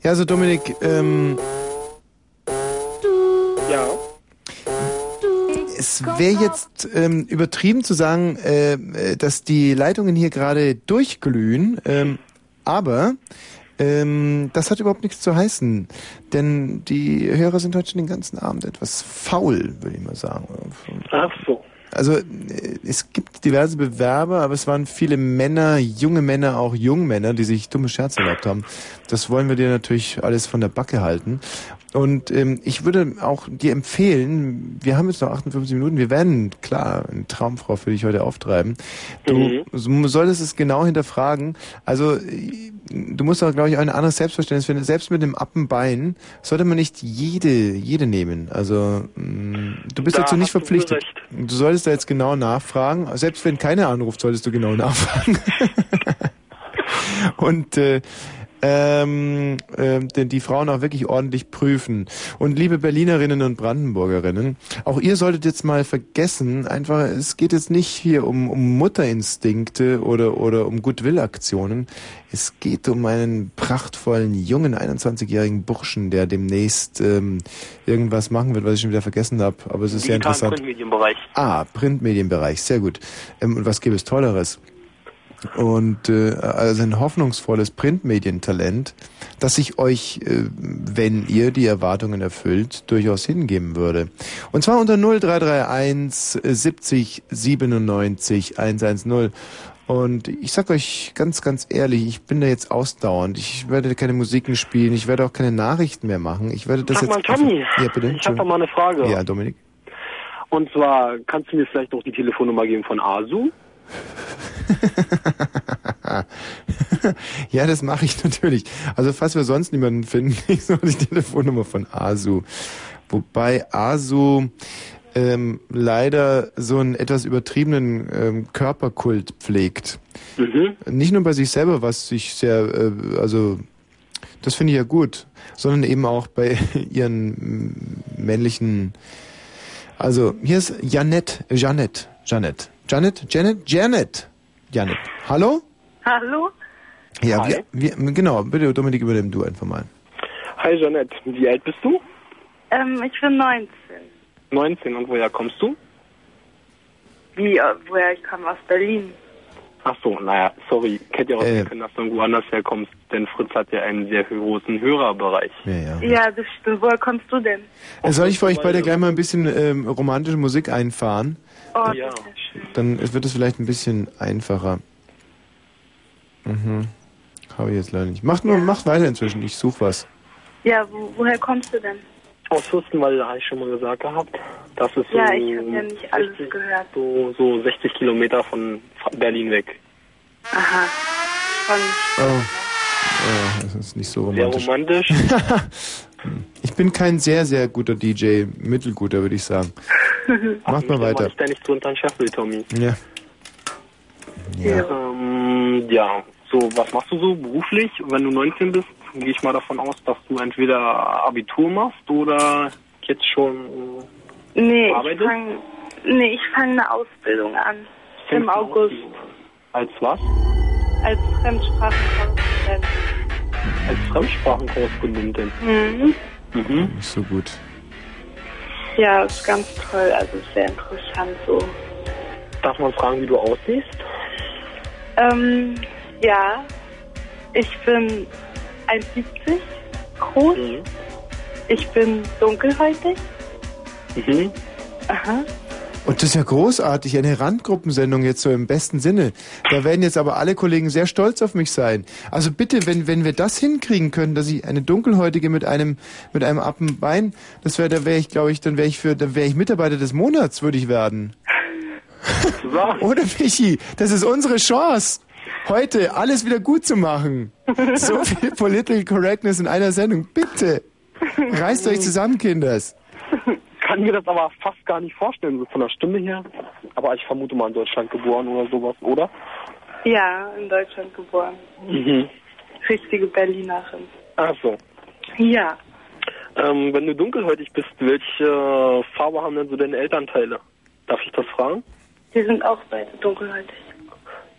A: Ja, also Dominik, ähm,
Y: Ja.
A: es wäre jetzt ähm, übertrieben zu sagen, äh, äh, dass die Leitungen hier gerade durchglühen, ähm, aber ähm, das hat überhaupt nichts zu heißen, denn die Hörer sind heute schon den ganzen Abend etwas faul, würde ich mal sagen.
Y: Ach so.
A: Also äh, es gibt diverse Bewerber, aber es waren viele Männer, junge Männer, auch Jungmänner, die sich dumme Scherze erlaubt haben. Das wollen wir dir natürlich alles von der Backe halten. Und ähm, ich würde auch dir empfehlen, wir haben jetzt noch 58 Minuten, wir werden, klar, eine Traumfrau für dich heute auftreiben. Du
Y: Mhm.
A: so- solltest es genau hinterfragen. Also äh, du musst auch, glaube ich, ein anderes Selbstverständnis finden. Selbst mit einem Appenbein sollte man nicht jede, jede nehmen. Also mh, du bist
Y: Da
A: dazu nicht
Y: hast du wohl
A: verpflichtet. Du solltest da jetzt genau nachfragen. Selbst wenn keiner anruft, solltest du genau nachfragen. Und äh, ähm, ähm, denn die Frauen auch wirklich ordentlich prüfen. Und liebe Berlinerinnen und Brandenburgerinnen, auch ihr solltet jetzt mal vergessen, einfach, es geht jetzt nicht hier um, um Mutterinstinkte oder, oder um Goodwill-Aktionen. Es geht um einen prachtvollen, jungen, 21-jährigen Burschen, der demnächst ähm, irgendwas machen wird, was ich schon wieder vergessen habe. Aber es ist sehr
W: Digitalen
A: interessant.
W: Printmedienbereich.
A: Ah, Printmedienbereich, sehr gut. Ähm, und was gäbe es Tolleres? Und äh, also ein hoffnungsvolles Printmedientalent, das sich euch, äh, wenn ihr die Erwartungen erfüllt, durchaus hingeben würde. Und zwar unter 0331 70 97 110. Und ich sag euch ganz, ganz ehrlich, ich bin da jetzt ausdauernd. Ich werde keine Musiken spielen, ich werde auch keine Nachrichten mehr machen. Ich werde das
Y: Sag mal,
A: jetzt.
Y: Tommy,
A: ja, bitte.
Y: ich habe da mal eine Frage.
A: Ja, Dominik.
Y: Und zwar, kannst du mir vielleicht noch die Telefonnummer geben von Asu?
A: (laughs) ja, das mache ich natürlich. Also falls wir sonst niemanden finden, (laughs) ich soll die Telefonnummer von Asu. Wobei Asu ähm, leider so einen etwas übertriebenen ähm, Körperkult pflegt.
I: Mhm.
A: Nicht nur bei sich selber, was sich sehr, äh, also das finde ich ja gut, sondern eben auch bei (laughs) ihren mm, männlichen also, hier ist Janet, Janet, Janet, Janet, Janet, Janet, Janet. Hallo?
Z: Hallo?
A: Ja,
Y: Hi.
A: wir, wir, genau, bitte Dominik übernimm du einfach mal.
Y: Hi Jeanette, wie alt bist du?
Z: Ähm, ich bin 19.
Y: 19 und woher kommst du?
Z: Wie, äh, woher ich komme aus Berlin.
Y: Ach so, naja, sorry, ich hätte ja auch äh. können, dass du irgendwo anders herkommst, denn Fritz hat ja einen sehr großen Hörerbereich.
A: Ja, ja.
Z: Ja, das stimmt. Woher kommst du denn?
A: Äh, Soll ich für euch beide gleich mal ein bisschen ähm, romantische Musik einfahren?
Z: Oh,
Y: ja.
A: Dann wird es vielleicht ein bisschen einfacher. Mhm. Habe ich jetzt leider nicht. Macht nur, macht weiter inzwischen, ich suche was.
Z: ja wo, woher kommst du denn?
Y: Aus Fürstenwalde habe ich schon mal gesagt gehabt, das ist so,
Z: ja, ich habe ja nicht alles gehört.
Y: so, so 60 Kilometer von Fra- Berlin weg.
Z: Aha. Schon.
A: Oh. Äh, das ist nicht so romantisch.
Y: Sehr romantisch. (laughs)
A: (laughs) ich bin kein sehr, sehr guter DJ, mittelguter würde ich sagen. Macht mal weiter.
Y: Ich da nicht so unter den Scheffel, Tommy.
A: Ja.
Y: Ja. Ähm, ja, so, was machst du so beruflich? Wenn du 19 bist, gehe ich mal davon aus, dass du entweder Abitur machst oder jetzt schon.
Z: Nee, ich
Y: Arbeitest?
Z: fange nee, ich fang eine Ausbildung an.
Y: Fängst
Z: Im
Y: du
Z: August.
Y: Als was?
Z: Als Fremdsprachenkorrespondent.
Y: Als Fremdsprachenkorrespondentin.
Z: Mhm.
Y: Mhm.
A: Nicht so gut.
Z: Ja, ist ganz toll. Also ist sehr interessant so.
Y: Darf man fragen, wie du aussiehst?
Z: Ähm, ja. Ich bin 1,70 groß. Ich bin dunkelhäutig.
Y: Mhm.
Z: Aha.
A: Und das ist ja großartig, eine Randgruppensendung jetzt so im besten Sinne. Da werden jetzt aber alle Kollegen sehr stolz auf mich sein. Also bitte, wenn, wenn wir das hinkriegen können, dass ich eine Dunkelhäutige mit einem, mit einem Appenbein, das wäre, da wäre ich, glaube ich, dann wäre ich für, dann wäre ich Mitarbeiter des Monats, würde ich werden. Oder Michi, das ist unsere Chance, heute alles wieder gut zu machen.
Y: (laughs)
A: So viel Political Correctness in einer Sendung. Bitte, reißt euch zusammen, Kinders.
Y: Kann mir das aber fast gar nicht vorstellen, so von der Stimme her. Aber ich vermute mal in Deutschland geboren oder sowas, oder?
Z: Ja, in Deutschland geboren.
Y: Mhm.
Z: Richtige Berlinerin.
Y: Ach so.
Z: Ja.
Y: Ähm, wenn du dunkelhäutig bist, welche äh, Farbe haben denn so deine Elternteile? Darf ich das fragen?
Z: Wir sind auch beide dunkelhäutig.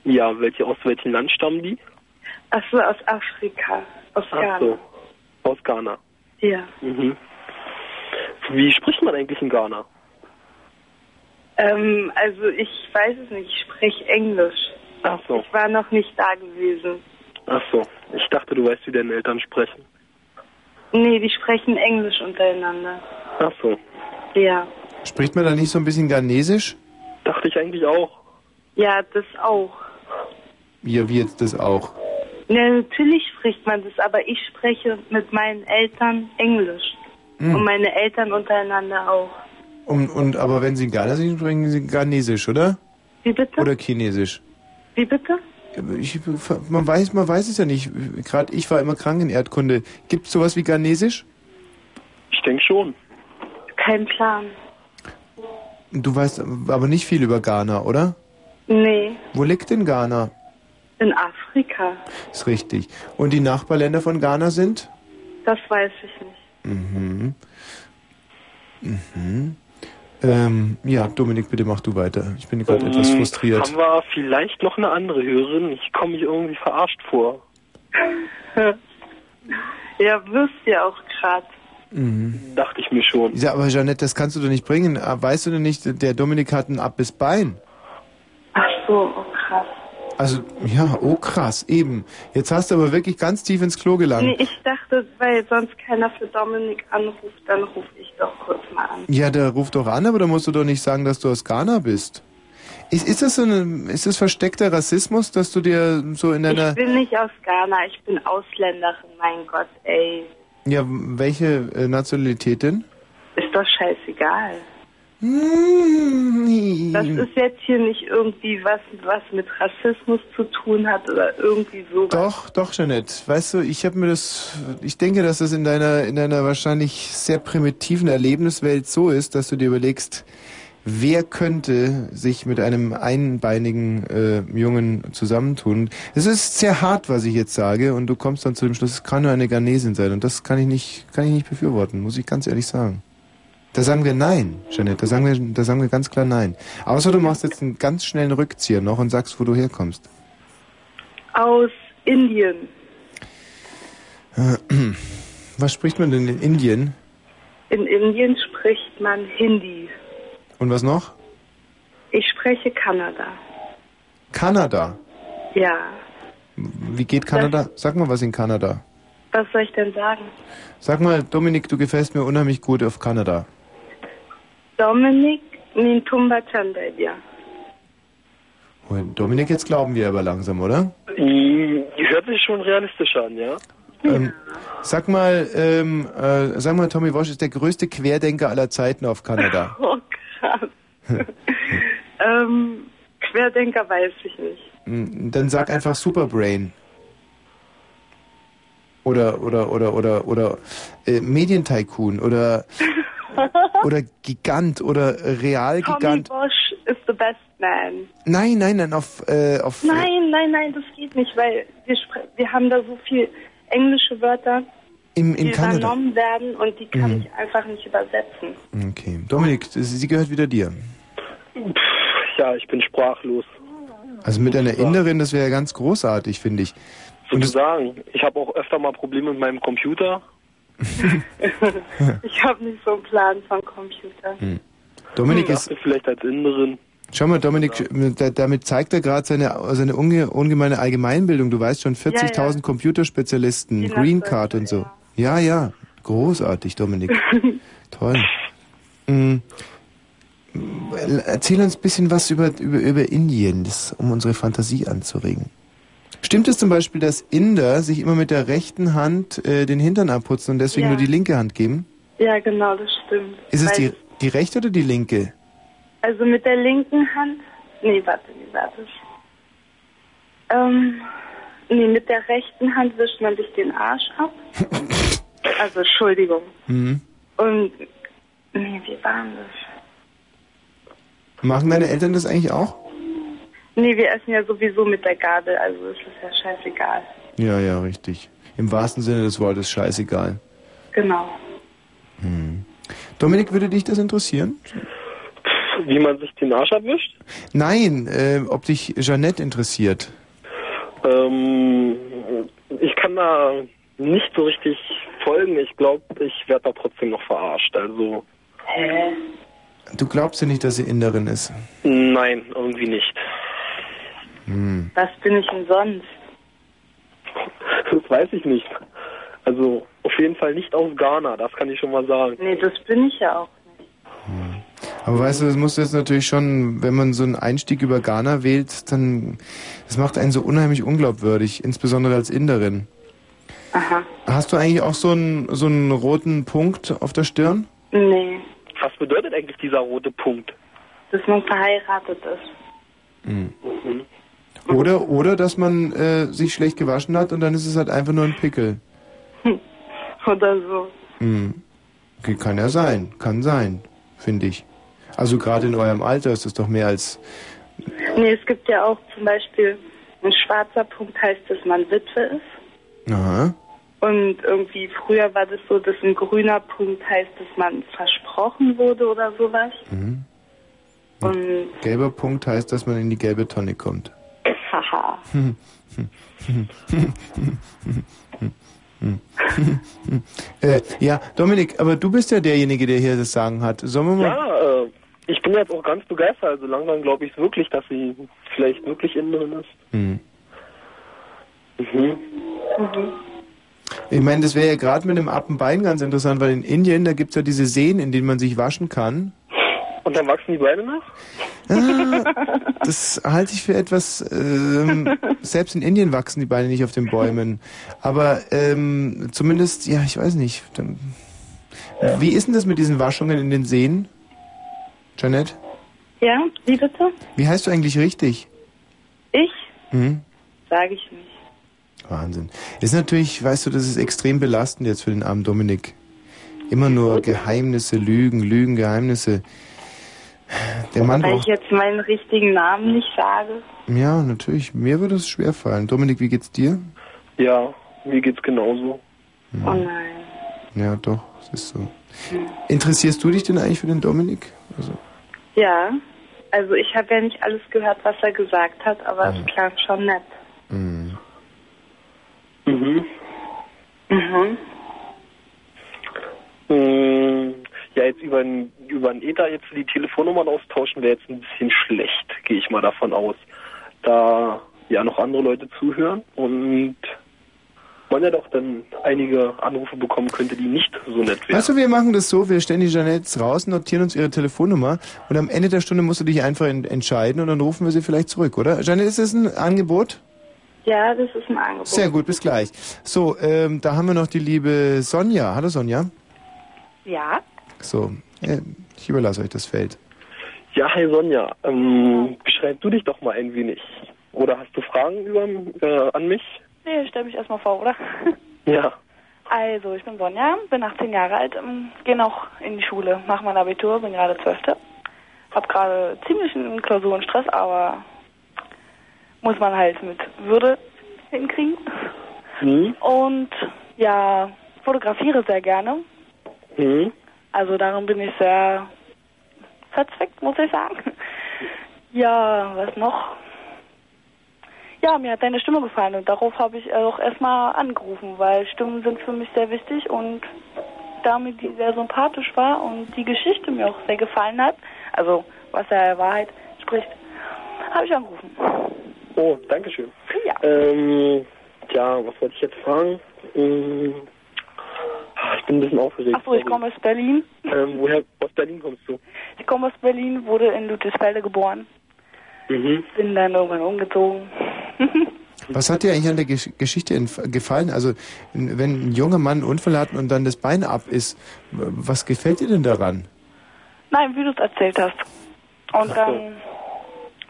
Y: Ja, welche aus welchem Land stammen die?
Z: Ach so, aus Afrika. Aus
Y: Ach
Z: Ghana.
Y: so. Aus Ghana.
L: Ja.
Y: Mhm. Wie spricht man eigentlich in Ghana?
L: Ähm, also ich weiß es nicht, ich spreche Englisch.
Y: Ach so.
L: Ich war noch nicht da gewesen.
Y: Ach so. Ich dachte, du weißt, wie deine Eltern sprechen.
L: Nee, die sprechen Englisch untereinander.
Y: Ach so.
L: Ja.
A: Spricht man da nicht so ein bisschen Ghanesisch?
Y: Dachte ich eigentlich auch.
L: Ja, das auch.
A: Ja, wie jetzt das auch.
L: Ja, natürlich spricht man das, aber ich spreche mit meinen Eltern Englisch.
A: Hm.
L: Und meine Eltern untereinander auch.
A: Und, und aber wenn Sie in Ghana sind, sprechen Sie Ghanesisch, oder?
L: Wie bitte?
A: Oder Chinesisch?
L: Wie bitte?
A: Ich, man, weiß, man weiß es ja nicht. Gerade ich war immer krank in Erdkunde. Gibt es sowas wie Ghanesisch?
Y: Ich denke schon.
L: Kein Plan.
A: Du weißt aber nicht viel über Ghana, oder?
L: Nee,
A: Wo liegt denn Ghana?
L: in Afrika.
A: Ist richtig. Und die Nachbarländer von Ghana sind?
L: Das weiß ich nicht.
A: Mhm. Mhm. Ähm, ja, Dominik, bitte mach du weiter. Ich bin gerade etwas
Y: Ähm,
A: frustriert.
Y: Haben wir vielleicht noch eine andere Hörerin? Ich komme mir irgendwie verarscht vor.
L: ja, wirst ja auch gerade.
A: Mhm.
Y: Dachte ich mir schon.
A: Ja, aber Jeanette, das kannst du doch nicht bringen. Ah, Weißt du denn nicht, der Dominik hat ein ab bis Bein.
L: Ach so, oh krass.
A: Also, ja, oh krass, eben. Jetzt hast du aber wirklich ganz tief ins Klo gelangt.
L: Nee, ich dachte, weil sonst keiner für Dominik anruft, dann rufe ich doch kurz mal an.
A: Ja, der ruft doch an, aber da musst du doch nicht sagen, dass du aus Ghana bist. Ist, ist das so eine, ist das versteckter Rassismus, dass du dir so in deiner,
L: Ich bin nicht aus Ghana, ich bin Ausländerin, mein Gott, ey.
A: ja, welche äh, Nationalität denn?
L: Ist doch scheißegal. Das
A: Das
L: ist jetzt hier nicht irgendwie was, was mit Rassismus zu tun hat oder irgendwie so.
A: Doch, doch, Jeanette. Weißt du, ich habe mir das, ich denke, dass das in deiner, in deiner wahrscheinlich sehr primitiven Erlebniswelt so ist, dass du dir überlegst, wer könnte sich mit einem einbeinigen äh, Jungen zusammentun. Es ist sehr hart, was ich jetzt sage, und du kommst dann zu dem Schluss, es kann nur eine Ghanesin sein, und das kann ich nicht, kann ich nicht befürworten, muss ich ganz ehrlich sagen. Da sagen wir nein, Jeanette, da sagen wir, da sagen wir ganz klar nein. Außer du machst jetzt einen ganz schnellen Rückzieher noch und sagst, wo du herkommst.
L: Aus Indien.
A: Äh, (clears throat) Was spricht man denn in Indien?
L: In Indien spricht man Hindi.
A: Und was noch?
L: Ich spreche Kanada.
A: Kanada.
L: Ja.
A: Wie geht Kanada? Sag mal was in Kanada.
L: Was soll ich denn sagen?
A: Sag mal, Dominik, du gefällst mir unheimlich gut auf Kanada.
L: Dominik Nintumba Chandelia.
A: Oh, Dominik, jetzt glauben wir aber langsam, oder?
Y: Die hört sich schon realistisch an, ja?
A: Ähm, sag mal, ähm, äh, sag mal, Tommy Walsh ist der größte Querdenker aller Zeiten auf
L: (laughs)
A: Kanada.
L: Oh,
A: (laughs)
L: krass. ähm, Querdenker weiß ich nicht.
A: Mm, Dann sag einfach Superbrain. Oder, oder, oder, oder, oder äh, Medientycoon oder,
L: (laughs)
A: oder Gigant oder
L: Tommy
A: Realgigant.
L: Bosch ist the best man.
A: Nein, nein, nein, auf, äh, auf
L: Nein, nein, nein, das geht nicht, weil wir, spre- wir haben da so viel englische Wörter,
A: Im, in
L: die
A: Kanada.
L: übernommen werden und die kann
A: Mhm.
L: ich einfach nicht übersetzen.
A: äh, Okay. Dominik, sie- sie gehört wieder dir.
Y: Pff, ja, ich bin sprachlos.
A: Also mit einer Inderin, das wäre ja ganz großartig, finde ich.
Y: Sozusagen. Ich habe auch öfter mal Probleme mit meinem Computer.
L: Ich habe nicht so einen Plan vom Computer.
A: Dominik
Y: Hm,
A: ist.
Y: dachte Vielleicht als Inderin.
A: Schau mal, Dominik, da, damit zeigt er gerade seine, seine unge, ungemeine Allgemeinbildung. Du weißt schon, 40.000 Computerspezialisten, Green Card und so. Ja, ja. Großartig, Dominik. Toll. Mm. Erzähl uns ein bisschen was über, über, über Indien, das, um unsere Fantasie anzuregen. Stimmt es zum Beispiel, dass Inder sich immer mit der rechten Hand äh, den Hintern abputzen und deswegen
L: Ja.
A: nur die linke Hand geben?
L: Ja, genau, das stimmt.
A: Ist es
L: Weil-
A: die, die rechte oder die linke?
L: Also mit der linken Hand. Nee, warte, nee, warte. Ähm, nee, mit der rechten Hand wischt man sich den Arsch
A: (laughs)
L: ab. also, Entschuldigung.
A: Mhm.
L: Und. Nee, wie war denn das?
A: Machen deine
L: Mhm.
A: Eltern das eigentlich auch?
L: Nee, wir essen ja sowieso mit der Gabel, also ist es ja scheißegal.
A: Ja, ja, richtig. Im wahrsten Sinne des Wortes scheißegal.
L: Genau.
A: Hm. Dominik, würde dich das interessieren?
Y: Wie man sich den Arsch abwischt?
A: Nein, äh, ob dich Jeannette interessiert.
Y: Ähm, ich kann da nicht so richtig Folgen. Ich glaube, ich werde da trotzdem noch verarscht. Also,
A: Du glaubst ja nicht, dass sie Inderin ist.
Y: nein, irgendwie nicht.
A: Hm.
Z: Was bin ich denn sonst?
Y: (laughs) Das weiß ich nicht. Also, auf jeden Fall nicht aus Ghana, das kann ich schon mal sagen.
Z: Nee, das bin ich ja auch.
A: Aber weißt du, das musst du jetzt natürlich schon, wenn man so einen Einstieg über Ghana wählt, dann, das macht einen so unheimlich unglaubwürdig, insbesondere als Inderin.
Z: Aha.
A: Hast du eigentlich auch so einen, so einen roten Punkt auf der Stirn?
Z: Nee,
Y: Was bedeutet eigentlich dieser rote Punkt?
Z: dass man verheiratet ist.
L: Mhm.
A: Oder, oder, dass man äh, sich schlecht gewaschen hat und dann ist es halt einfach nur ein Pickel.
Z: Oder so.
A: Hm. Okay, Kann ja sein, kann sein, finde ich. Also gerade in eurem Alter ist das doch mehr als,
Z: Nee, es gibt ja auch zum Beispiel, ein schwarzer Punkt heißt, dass man Witwe ist.
A: aha,
Z: Und irgendwie früher war das so, dass ein grüner Punkt heißt, dass man versprochen wurde oder sowas.
A: mhm.
Z: Und
A: gelber Punkt heißt, dass man in die gelbe Tonne kommt.
Z: haha.
A: äh, ja, Dominik, aber du bist ja derjenige, der hier das Sagen hat. Sollen wir mal.
Y: Ja, äh, ich bin jetzt auch ganz begeistert. Also langsam glaube ich wirklich, dass sie vielleicht wirklich Inderin ist.
A: Hm.
Y: Mhm.
A: Ich meine, das wäre ja gerade mit dem Appenbein ganz interessant, weil in Indien, da gibt es ja diese Seen, in denen man sich waschen kann.
Y: Und dann wachsen die Beine nach? (laughs)
A: Ah, das halte ich für etwas. Ähm, selbst in Indien wachsen die Beine nicht auf den Bäumen. Aber ähm, zumindest, ja, ich weiß nicht. Dann, wie ist denn das mit diesen Waschungen in den Seen? Janet,
Z: Ja, wie bitte?
A: wie heißt du eigentlich richtig?
Z: Ich?
A: Hm?
Z: Sage ich nicht.
A: Wahnsinn. Ist natürlich, weißt du, das ist extrem belastend jetzt für den armen Dominik. Immer nur Geheimnisse, Lügen, Lügen, Geheimnisse. Der Mann
Z: Weil ich
A: braucht.
Z: jetzt meinen richtigen Namen nicht sage.
A: Ja, natürlich. Mir würde es schwer fallen. Dominik, wie geht's dir?
Y: Ja, mir geht's genauso.
Z: Oh nein.
A: Ja, doch, es ist so. Interessierst du dich denn eigentlich für den Dominik? Also,
Z: Ja, also ich habe ja nicht alles gehört, was er gesagt hat, aber es klang schon nett.
A: mhm.
Y: Mhm.
Z: Mhm.
Y: Mm, Ja, jetzt über den über den Ether jetzt die Telefonnummern austauschen wäre jetzt ein bisschen schlecht, gehe ich mal davon aus. Da ja noch andere Leute zuhören und man ja doch dann einige Anrufe bekommen könnte, die nicht so nett wären.
A: Weißt du, wir machen das so, wir stellen die Janettes raus, notieren uns ihre Telefonnummer und am Ende der Stunde musst du dich einfach en entscheiden und dann rufen wir sie vielleicht zurück, oder? Janette, ist das ein Angebot?
Z: Ja, das ist ein Angebot.
A: Sehr gut, bis gleich. So, ähm, da haben wir noch die liebe Sonja. Hallo Sonja.
W: Ja,
A: So, äh, ich überlasse euch das Feld.
Y: Ja, hi Sonja, ähm, beschreib du dich doch mal ein wenig. Oder hast du Fragen über, äh, an mich?
W: nee, ich stelle mich erstmal vor, oder? (laughs)
Y: Ja.
W: Also, ich bin Sonja, bin 18 Jahre alt, ähm, gehe noch in die Schule, mache mein Abitur, bin gerade 12. Hab gerade ziemlich einen Klausurenstress, aber muss man halt mit Würde hinkriegen.
Y: Hm?
W: Und ja, fotografiere sehr gerne.
Y: Hm?
W: Also darin bin ich sehr verzweckt, muss ich sagen. (laughs) Ja, was noch? Ja, mir hat deine Stimme gefallen und darauf habe ich auch erstmal angerufen, weil Stimmen sind für mich sehr wichtig und damit die sehr sympathisch war und die Geschichte mir auch sehr gefallen hat, also was ja der Wahrheit spricht, habe ich angerufen.
Y: Oh, danke schön. Ja. Ähm, tja, was wollte ich jetzt fragen? Ähm, ah, ich bin ein bisschen aufgeregt.
W: Achso, ich komme aus Berlin.
Y: Ähm, woher aus Berlin kommst du?
W: Ich komme aus Berlin, wurde in Ludwigsfelde geboren,
Y: Mhm.
W: bin dann irgendwann umgezogen.
A: Was hat dir eigentlich an der Gesch Geschichte in- gefallen? Also, n- wenn ein junger Mann einen Unfall hat und dann das Bein ab ist, w- was gefällt dir denn daran?
W: Nein, wie du es erzählt hast. Und
A: Ach so.
W: dann,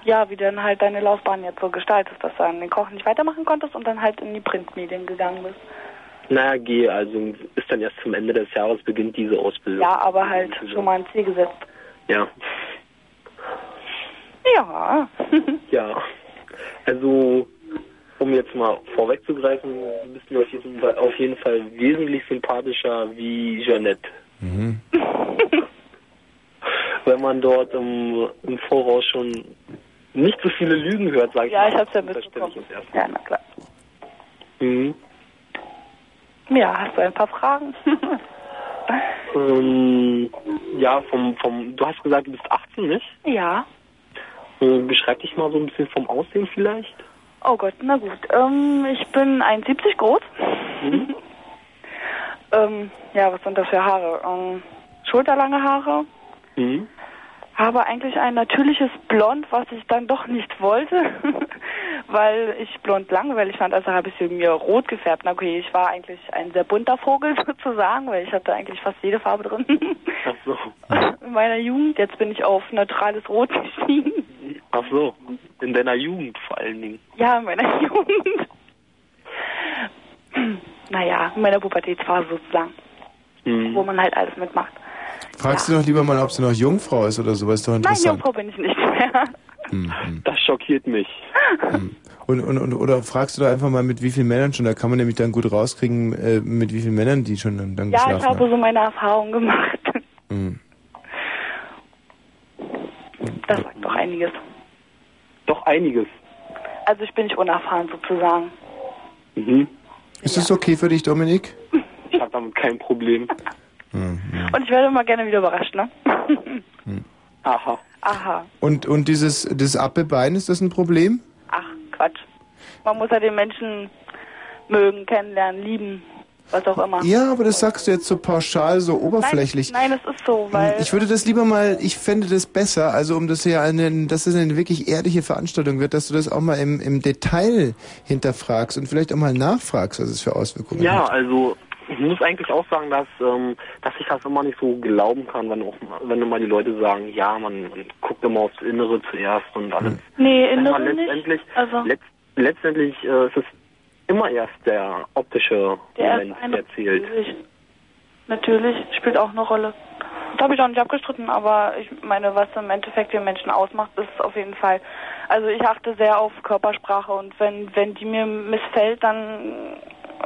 W: ja, wie dann halt deine Laufbahn jetzt so gestaltet, dass du an den Koch nicht weitermachen konntest und dann halt in die Printmedien gegangen bist.
Y: Na, geh, also ist dann erst zum Ende des Jahres beginnt diese Ausbildung.
W: Ja, aber halt schon mal ein Ziel gesetzt.
Y: Ja.
W: Ja. (laughs)
Y: Ja. Also, um jetzt mal vorwegzugreifen, du bist mir auf jeden Fall, auf jeden Fall wesentlich sympathischer wie Jeanette.
A: Mhm.
Y: (laughs) Wenn man dort im, im Voraus schon nicht so viele Lügen hört, sag ich
W: Ja,
Y: mal.
W: ich hab's ja
Y: Das stelle ich
W: mitbekommen.
Y: Mhm. jetzt erst.
W: Ja, na klar.
Y: Mhm.
W: Ja, hast du ein paar Fragen?
Y: Ähm, ja, vom, vom, du hast gesagt, du bist 18, nicht?
W: (laughs) ja.
Y: Äh, beschreib dich mal so ein bisschen vom Aussehen vielleicht.
W: Oh Gott, na gut. Ähm, ich bin 1,70 groß.
Y: Mhm.
W: (laughs) ähm, ja, was sind das für Haare? Ähm, schulterlange Haare.
Y: Mhm.
W: Habe eigentlich ein natürliches Blond, was ich dann doch nicht wollte, (laughs) weil ich blond langweilig fand. Also habe ich sie mir rot gefärbt. Na okay, ich war eigentlich ein sehr bunter Vogel (laughs) sozusagen, weil ich hatte eigentlich fast jede Farbe drin (laughs)
Y: Ach so.
W: in meiner Jugend. Jetzt bin ich auf neutrales Rot (laughs) gestiegen.
Y: Ach so. In deiner Jugend vor allen Dingen.
W: Ja, in meiner (laughs) Jugend. (clears throat) Naja, in meiner Pubertätsphase sozusagen,
U: Mhm.
W: wo man halt alles mitmacht.
U: Fragst du doch lieber mal, ob sie noch Jungfrau ist oder so, ist doch
W: Nein,
U: interessant.
W: Jungfrau bin ich nicht mehr.
Y: Das schockiert mich.
A: Hm. Und, und, und, oder fragst du da einfach mal, mit wie vielen Männern schon, da kann man nämlich dann gut rauskriegen, äh, mit wie vielen Männern die schon dann, dann
W: Ja, ich
A: geschlafen
W: habe
A: haben.
W: so meine Erfahrungen gemacht.
A: Mhm.
W: Das sagt doch einiges.
Y: Doch einiges.
W: Also ich bin nicht unerfahren sozusagen.
Y: Mhm.
A: Ist das okay für dich, Dominik?
Y: Ich habe damit kein Problem.
A: Mhm.
W: Und ich werde immer gerne wieder überrascht, ne?
Y: Aha.
W: Aha,
A: Und, und dieses, dieses Appelbein, ist das ein Problem?
W: Quatsch. Man muss ja den Menschen mögen, kennenlernen, lieben, was auch immer.
A: Ja, aber das sagst du jetzt so pauschal, so oberflächlich.
W: Nein, nein, das ist so, weil...
A: Hm, Ich würde das lieber mal, ich fände das besser, also um das hier eine, dass es eine wirklich ehrliche Veranstaltung wird, dass du das auch mal im, im Detail hinterfragst und vielleicht auch mal nachfragst, was es für Auswirkungen
Y: Ja,
A: hat.
Y: also ich muss eigentlich auch sagen, dass ähm, dass ich das immer nicht so glauben kann, wenn auch mal- wenn immer die Leute sagen, ja, man, man guckt immer aufs Innere zuerst und alles.
W: Nee,
Y: Wenn man
W: inneren nicht.
Y: letztendlich
W: Also,
Y: letzt, letztendlich äh, ist es immer erst der optische
W: Der
Y: Moment,
W: erste
Y: der zählt.
W: natürlich, spielt auch eine Rolle. Das habe ich auch nicht abgestritten, aber ich meine, was im Endeffekt den Menschen ausmacht, ist auf jeden Fall. Also ich achte sehr auf Körpersprache und wenn, wenn die mir missfällt, dann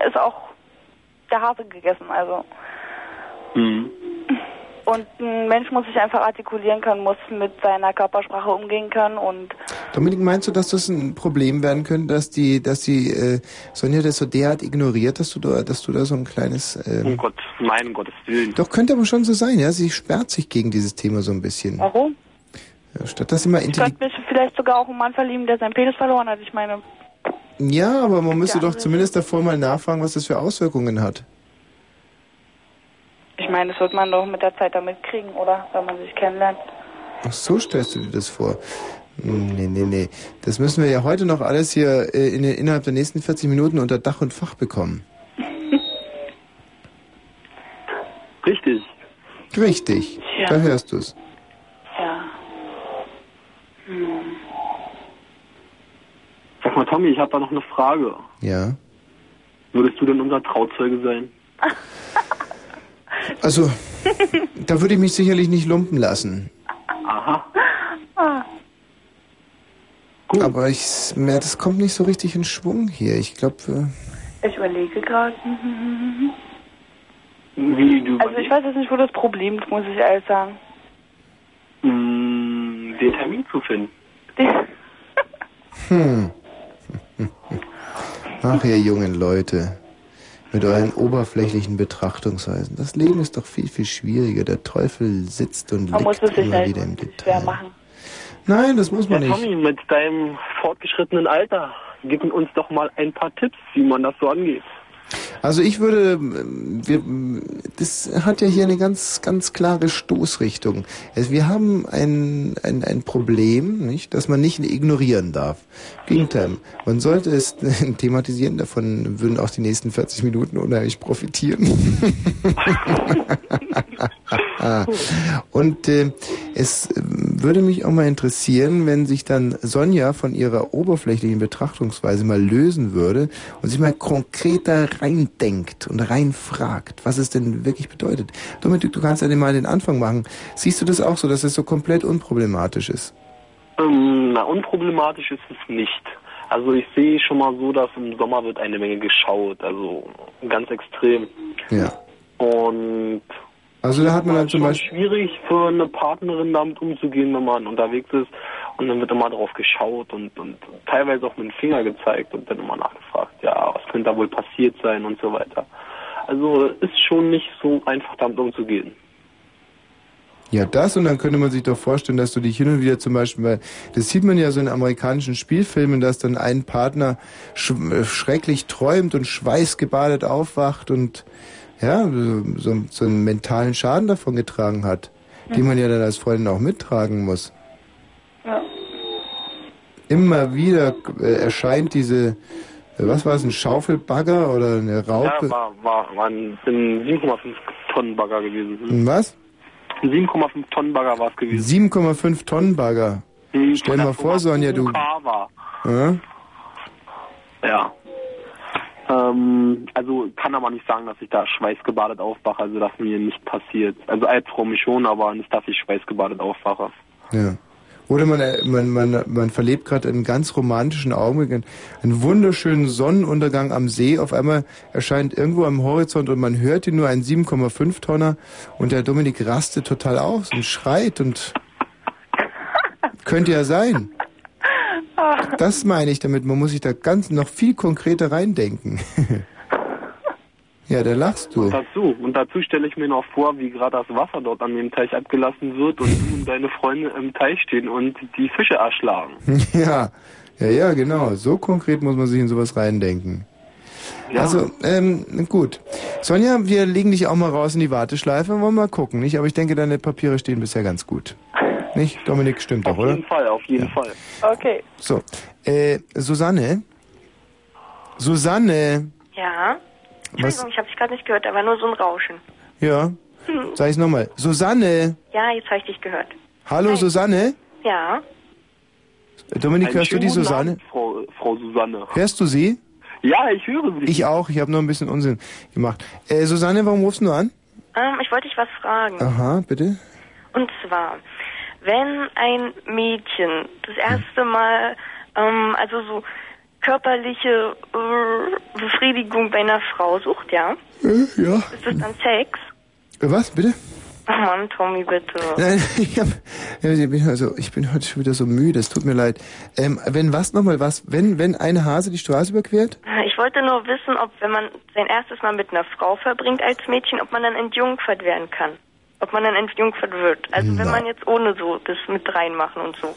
W: ist auch der Hase gegessen. Also
Y: Mhm.
W: und ein Mensch muss sich einfach artikulieren können, muss mit seiner Körpersprache umgehen können und
A: Dominik, meinst du, dass das ein Problem werden könnte, dass die, dass die äh, Sonja das so derart ignoriert, dass du da, dass du da so ein kleines
Y: Um
A: ähm,
Y: Gott, nein, um Gottes Willen.
A: Doch könnte aber schon so sein, ja. Sie sperrt sich gegen dieses Thema so ein bisschen.
W: warum?
A: Ja, statt dass immer
W: Ich
A: intelligent.
W: könnte mich vielleicht sogar auch einen Mann verlieben, der seinen Penis verloren hat. Ich meine,
A: Ja, aber man müsste doch zumindest davor mal nachfragen, was das für Auswirkungen hat.
W: ich meine, das wird man doch mit der Zeit damit kriegen, oder? Wenn man sich kennenlernt.
A: Ach, so stellst du dir das vor. Hm, Nee, nee, nee. Das müssen wir ja heute noch alles hier äh, in, innerhalb der nächsten 40 Minuten unter Dach und Fach bekommen.
Y: Richtig.
A: Richtig.
W: Ja.
A: Da hörst du's.
W: Ja. Hm.
Y: Sag mal, Tommy, ich habe da noch eine Frage.
A: Ja.
Y: Würdest du denn unser Trauzeuge sein?
A: Also, da würde ich mich sicherlich nicht lumpen lassen.
Y: Aha.
W: Ah,
A: Aber ich, ja, das kommt nicht so richtig in Schwung hier. Ich glaube,
W: ich überlege gerade. (laughs)
Y: Wie du
W: Also ich weiß jetzt nicht, wo das Problem ist, muss ich ehrlich sagen.
Y: mh, den Termin zu finden.
A: äh, hm. (laughs) Ach, ihr jungen Leute. Mit euren oberflächlichen Betrachtungsweisen. Das Leben ist doch viel, viel schwieriger. Der Teufel sitzt und
W: Man muss
A: liegt
W: es sich
A: immer
W: halt
A: wieder im Detail.
W: schwer machen.
A: Nein, das muss man
Y: ja,
A: nicht.
Y: Tommy, mit deinem fortgeschrittenen Alter, gib uns doch mal ein paar Tipps, wie man das so angeht.
A: Also ich würde, ähm, wir, ähm, das hat ja hier eine ganz, ganz klare Stoßrichtung. Also wir haben ein, ein, ein Problem, nicht, dass man nicht ignorieren darf. Im Gegenteil, man sollte es (laughs) thematisieren, davon würden auch die nächsten 40 Minuten unheimlich profitieren. Ah. Und äh, es ähm, würde mich auch mal interessieren, wenn sich dann Sonja von ihrer oberflächlichen Betrachtungsweise mal lösen würde und sich mal konkreter reindenkt und reinfragt, was es denn wirklich bedeutet. Dominik, du kannst ja den mal den Anfang machen. Siehst du das auch so, dass es so komplett unproblematisch ist?
Y: Ähm, na, unproblematisch ist es nicht. Also ich sehe schon mal so, dass im Sommer wird eine Menge geschaut, also ganz extrem.
A: Ja.
Y: Und
A: Also da hat man dann zum
Y: schon
A: Beispiel...
Y: schwierig für eine Partnerin damit umzugehen, wenn man unterwegs ist und dann wird immer drauf geschaut und, und teilweise auch mit dem Finger gezeigt und dann immer nachgefragt, ja, was könnte da wohl passiert sein und so weiter. Also ist schon nicht so einfach damit umzugehen.
U: Ja, das
A: und dann könnte man sich doch vorstellen, dass du dich hin und wieder zum Beispiel, weil das sieht man ja so in amerikanischen Spielfilmen, dass dann ein Partner sch äh, schrecklich träumt und schweißgebadet aufwacht und ja, so, so einen mentalen Schaden davon getragen hat, den man ja dann als Freundin auch mittragen muss.
C: Ja.
A: Immer wieder äh, erscheint diese, äh, was war es, ein Schaufelbagger oder eine Raupe?
Y: Ja, war, war, war ein ein 7,5 Tonnen Bagger gewesen.
A: Ein Hm, was?
Y: Ein 7,5 Tonnen Bagger war es gewesen.
A: 7,5 Tonnen Bagger.
Y: Hm,
A: Stell mal vor, Sonja, du.
Y: Kava.
A: Ja?
Y: Ja. Ähm, also kann aber nicht sagen, dass ich da schweißgebadet aufwache, also dass mir nicht passiert. Also Albtraum schon, aber nicht, dass ich schweißgebadet aufwache.
A: Ja. Oder man, äh, man, man, man verlebt gerade einen ganz romantischen Augenblick, einen- einen wunderschönen Sonnenuntergang am See. Auf einmal erscheint irgendwo am Horizont und man hört ihn nur einen 7,5 Tonner und der Dominik rastet total aus und schreit und könnte ja sein. Das meine ich damit. Man muss sich da ganz noch viel konkreter reindenken. (laughs) ja, da lachst du.
Y: Und dazu, und dazu stelle ich mir noch vor, wie gerade das Wasser dort an dem Teich abgelassen wird und du und deine Freunde im Teich stehen und die Fische erschlagen.
A: (laughs) Ja, ja, ja, genau. So konkret muss man sich in sowas reindenken.
Y: Ja.
A: Also, ähm, gut. Sonja, wir legen dich auch mal raus in die Warteschleife und wollen mal gucken, nicht? Aber ich denke, deine Papiere stehen bisher ganz gut. Nicht? Dominik, stimmt doch,
Y: Auf
A: oder?
Y: jeden Fall, auf jeden Fall.
Z: Okay.
A: So. Äh, Susanne? Susanne?
Z: Ja. Entschuldigung, ich habe dich gerade nicht gehört, da war nur so ein Rauschen.
A: Ja.
Z: Hm.
A: Sag ich's nochmal. Susanne?
Z: Ja, jetzt habe ich dich gehört.
A: Hallo, Susanne?
Z: Ja.
A: Dominik,
Y: Einen
A: hörst du die
Y: schönen
A: Susanne?
Y: Abend, Frau, Frau Susanne.
A: Hörst du sie?
Y: Ja, ich höre sie.
A: Ich auch. Ich habe nur ein bisschen Unsinn gemacht. Äh, Susanne, warum rufst du an?
Z: Ähm, ich wollte dich was fragen.
A: Aha, bitte.
Z: Und zwar, wenn ein Mädchen das erste Mal, ähm, also so körperliche äh, Befriedigung bei einer Frau sucht, ja,
A: Äh, ja.
Z: ist das dann Sex?
A: Äh, Was, bitte?
Z: Oh Mann, Tommy, bitte.
A: Nein, (laughs) ich, hab, ich, bin, also, ich bin heute schon wieder so müde, es tut mir leid. Ähm, wenn was nochmal was, wenn, wenn ein Hase die Straße überquert?
Z: Ich wollte nur wissen, ob wenn man sein erstes Mal mit einer Frau verbringt als Mädchen, ob man dann entjungfert werden kann. Ob man dann entjungfert wird. Also wenn
A: Na.
Z: man jetzt ohne so das mit reinmachen und so.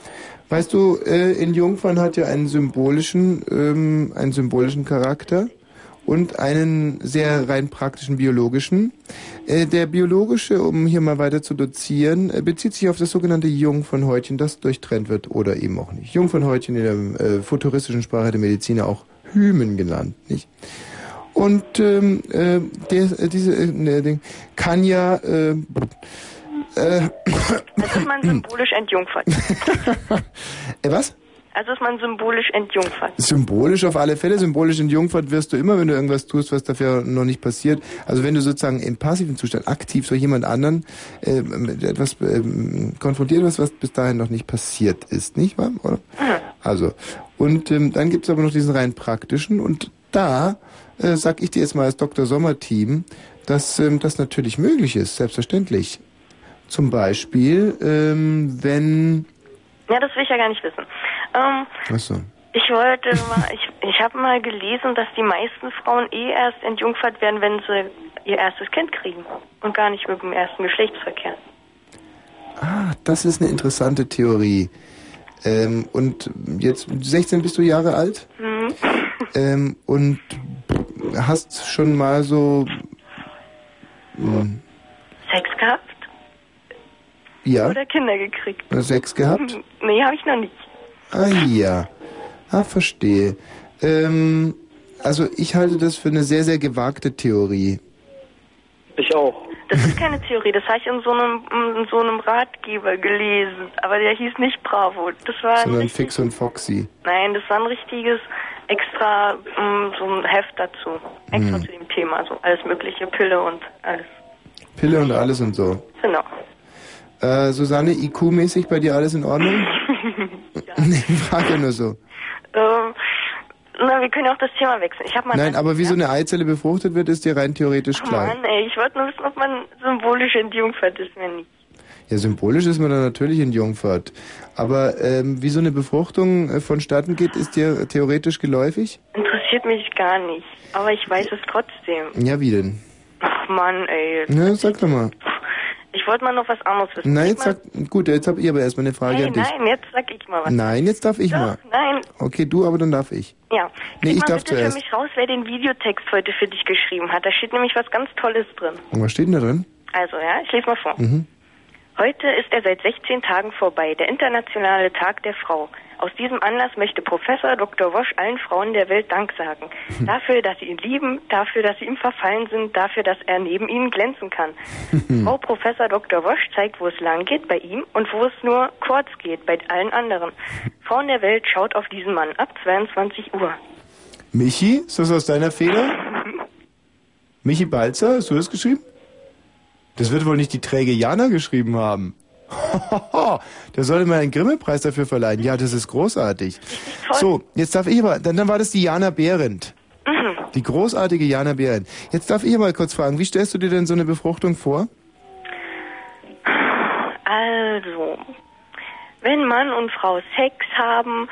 A: Weißt du, äh, in Jungfern hat ja einen symbolischen, ähm, einen symbolischen Charakter und einen sehr rein praktischen biologischen. Äh, der biologische, um hier mal weiter zu dozieren, äh, bezieht sich auf das sogenannte Jungfernhäutchen, das durchtrennt wird oder eben auch nicht. Jungfernhäutchen in der äh, futuristischen Sprache der Mediziner auch Hymen genannt, nicht? Und ähm, äh, der, äh, diese äh, ne, Ding kann ja äh, äh, (coughs)
Z: Also ist
A: (clears throat)
Z: man symbolisch entjungfert.
A: äh, was?
Z: Also ist man symbolisch entjungfert.
A: Symbolisch auf alle Fälle. Symbolisch entjungfert wirst du immer, wenn du irgendwas tust, was dafür noch nicht passiert. Also wenn du sozusagen im passiven Zustand aktiv so jemand anderen äh, mit etwas ähm, konfrontiert wirst, was bis dahin noch nicht passiert ist, nicht wahr? Oder? Also, und ähm, dann gibt's aber noch diesen rein praktischen und da äh, sag ich dir jetzt mal als Dr. Sommer-Team, dass ähm, das natürlich möglich ist, selbstverständlich. Zum Beispiel, ähm, wenn...
Z: Ja, das will ich ja gar nicht wissen. Ähm,
A: Was so?
Z: ich
A: (laughs)
Z: wollte mal, ich, ich habe mal gelesen, dass die meisten Frauen eh erst entjungfert werden, wenn sie ihr erstes Kind kriegen. Und gar nicht mit dem ersten Geschlechtsverkehr.
A: Ah, das ist eine interessante Theorie. Ähm, und jetzt 16 bist du Jahre alt
Z: Hm.
A: ähm, und hast schon mal so hm, mh,
Z: Sex gehabt
A: ja
Z: oder Kinder gekriegt?
A: Sex gehabt?
Z: (laughs) Nee, habe ich noch nicht.
A: Ah ja, ah verstehe. Ähm, also ich halte das für eine sehr sehr gewagte Theorie.
Y: Ich auch.
Z: Das ist keine Theorie, das habe ich in so einem in so einem Ratgeber gelesen, aber der hieß nicht Bravo. Das war ein,
A: Sondern Fix und Foxy.
Z: nein, das war ein richtiges extra ähm, so ein Heft dazu, extra
A: Hm.
Z: zu dem Thema, so alles mögliche Pille und alles.
A: Pille und alles und so.
Z: Genau. (laughs)
A: Äh, Susanne, IQ-mäßig bei dir alles in Ordnung? (laughs) Nee, frage ja nur so.
Z: ähm, na, wir können ja auch das Thema wechseln. Ich habe mal
A: Nein, aber wie so eine Eizelle befruchtet wird, ist dir rein theoretisch
Z: Ach,
A: klar.
Z: Mann, ey, ich wollte nur wissen, ob man symbolisch entjungfert ist, wenn nicht.
A: Ja, symbolisch ist man da natürlich in Jungfahrt. Aber ähm, wie so eine Befruchtung äh, vonstatten geht, ist dir theoretisch geläufig?
Z: Interessiert mich gar nicht, aber ich weiß es trotzdem.
A: Ja, wie denn?
Z: Mann, ey.
U: Ne, sag doch mal.
Z: Ich wollte mal noch was anderes wissen.
U: Na,
Z: Ich
U: jetzt
Z: mal-
U: sag, gut, jetzt hab ich aber erstmal eine Frage
Z: Hey,
U: an dich.
Z: nein, jetzt sag ich mal was.
U: Nein, jetzt darf ich
Z: Doch,
U: mal.
Z: Nein,
U: Okay, du, aber dann darf ich.
Z: ja. Gib
U: Nee, ich
Z: mal
U: darf
Z: bitte
U: zuerst.
Z: für mich raus, wer den Videotext heute für dich geschrieben hat. Da steht nämlich was ganz Tolles drin.
U: Und was steht denn da drin?
Z: Also, ja, ich lese mal vor.
U: Mhm.
Z: Heute ist er seit 16 Tagen vorbei, der internationale Tag der Frau. Aus diesem Anlass möchte Professor Dr. Wosch allen Frauen der Welt Dank sagen. Dafür, dass sie ihn lieben, dafür, dass sie ihm verfallen sind, dafür, dass er neben ihnen glänzen kann. Frau Professor Dr. Wosch zeigt, wo es lang geht bei ihm und wo es nur kurz geht bei allen anderen. Frauen der Welt schaut auf diesen Mann ab 22 Uhr.
U: Michi, ist das aus deiner Feder?
A: Michi Balzer, hast du das geschrieben? Das wird wohl nicht die träge Jana geschrieben haben. (laughs) da sollte man einen Grimme-Preis dafür verleihen. Ja, das ist großartig. So, jetzt darf ich aber, dann, dann war das die Jana Behrendt. Die großartige Jana Behrendt. Jetzt darf ich mal kurz fragen, wie stellst du dir denn so eine Befruchtung vor?
Z: Also, wenn Mann und Frau Sex haben,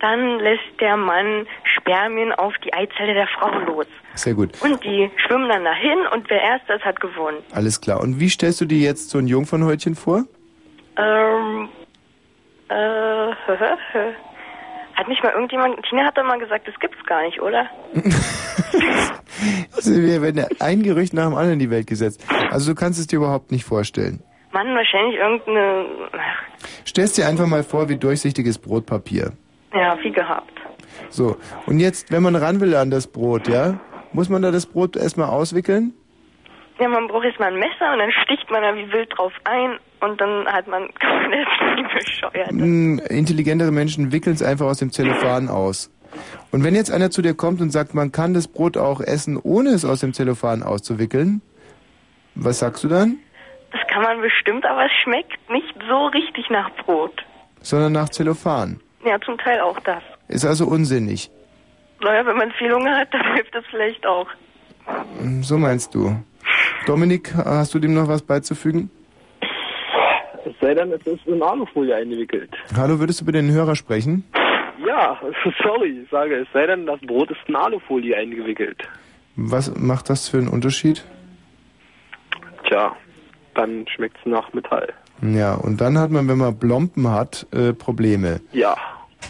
Z: dann lässt der Mann Spermien auf die Eizelle der Frau los.
A: Sehr gut,
Z: Und die schwimmen dann dahin und wer erst das hat gewonnen.
A: alles klar. Und wie stellst du dir jetzt so ein Jungfernhäutchen vor?
Z: Ähm, äh, (laughs) hat nicht mal irgendjemand, Tina hat doch mal gesagt, das gibt's gar nicht, oder?
A: Also, wir werden ja ein Gerücht nach dem anderen in die Welt gesetzt. Also du kannst es dir überhaupt nicht vorstellen.
Z: Mann, wahrscheinlich irgendeine,
A: Stellst dir einfach mal vor wie durchsichtiges Brotpapier.
Z: ja, wie gehabt.
A: So, und jetzt, wenn man ran will an das Brot, ja, muss man da das Brot erstmal auswickeln?
Z: Ja, man braucht jetzt mal ein Messer und dann sticht man da wie wild drauf ein und dann hat man, (laughs) kann man das nicht bescheuert.
A: Hm, Intelligentere Menschen wickeln es einfach aus dem Zellophan aus. Und wenn jetzt einer zu dir kommt und sagt, man kann das Brot auch essen, ohne es aus dem Zellophan auszuwickeln, was sagst du dann?
Z: Das kann man bestimmt, aber es schmeckt nicht so richtig nach Brot.
A: Sondern nach Zellophan.
Z: Ja, zum Teil auch das.
A: Ist also unsinnig.
Z: Naja, wenn man viel Hunger hat, (laughs) dann hilft das vielleicht auch.
A: Hm, So meinst du. Dominik, hast du dem noch was beizufügen?
Y: Es sei denn, es ist in Alufolie eingewickelt.
A: Hallo, würdest du bitte den Hörer sprechen?
Y: Ja, (laughs) sorry, ich sage, es sei denn, das Brot ist in Alufolie eingewickelt.
A: Was macht das für einen Unterschied?
Y: Tja, dann schmeckt's nach Metall.
A: Ja, und dann hat man, wenn man Blompen hat, äh, Probleme.
Y: Ja.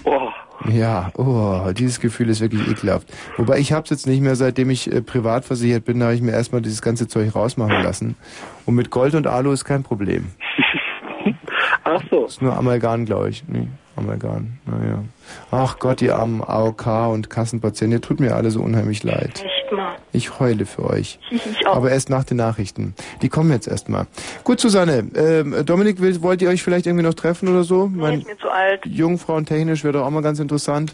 Y: Oh,
A: Ja, oh, dieses Gefühl ist wirklich ekelhaft. Wobei ich hab's jetzt nicht mehr, seitdem ich äh, privat versichert bin, da habe ich mir erstmal dieses ganze Zeug rausmachen lassen. Und mit Gold und Alu ist kein Problem.
Y: (laughs) Ach so.
A: Ist nur Amalgam, glaube ich. Nee, Amalgam, naja. Ach Gott, ihr armen AOK und Kassenpatienten, ihr tut mir alle so unheimlich leid.
Z: Echt mal.
A: Ich heule
Z: (laughs)
A: für euch. Aber erst nach den Nachrichten. Die kommen jetzt erstmal. Gut, Susanne, ähm, Dominik, will, wollt ihr euch vielleicht irgendwie noch treffen oder so? Nee,
Z: ist mir zu alt.
A: Jungfrauentechnisch wäre doch auch mal ganz interessant.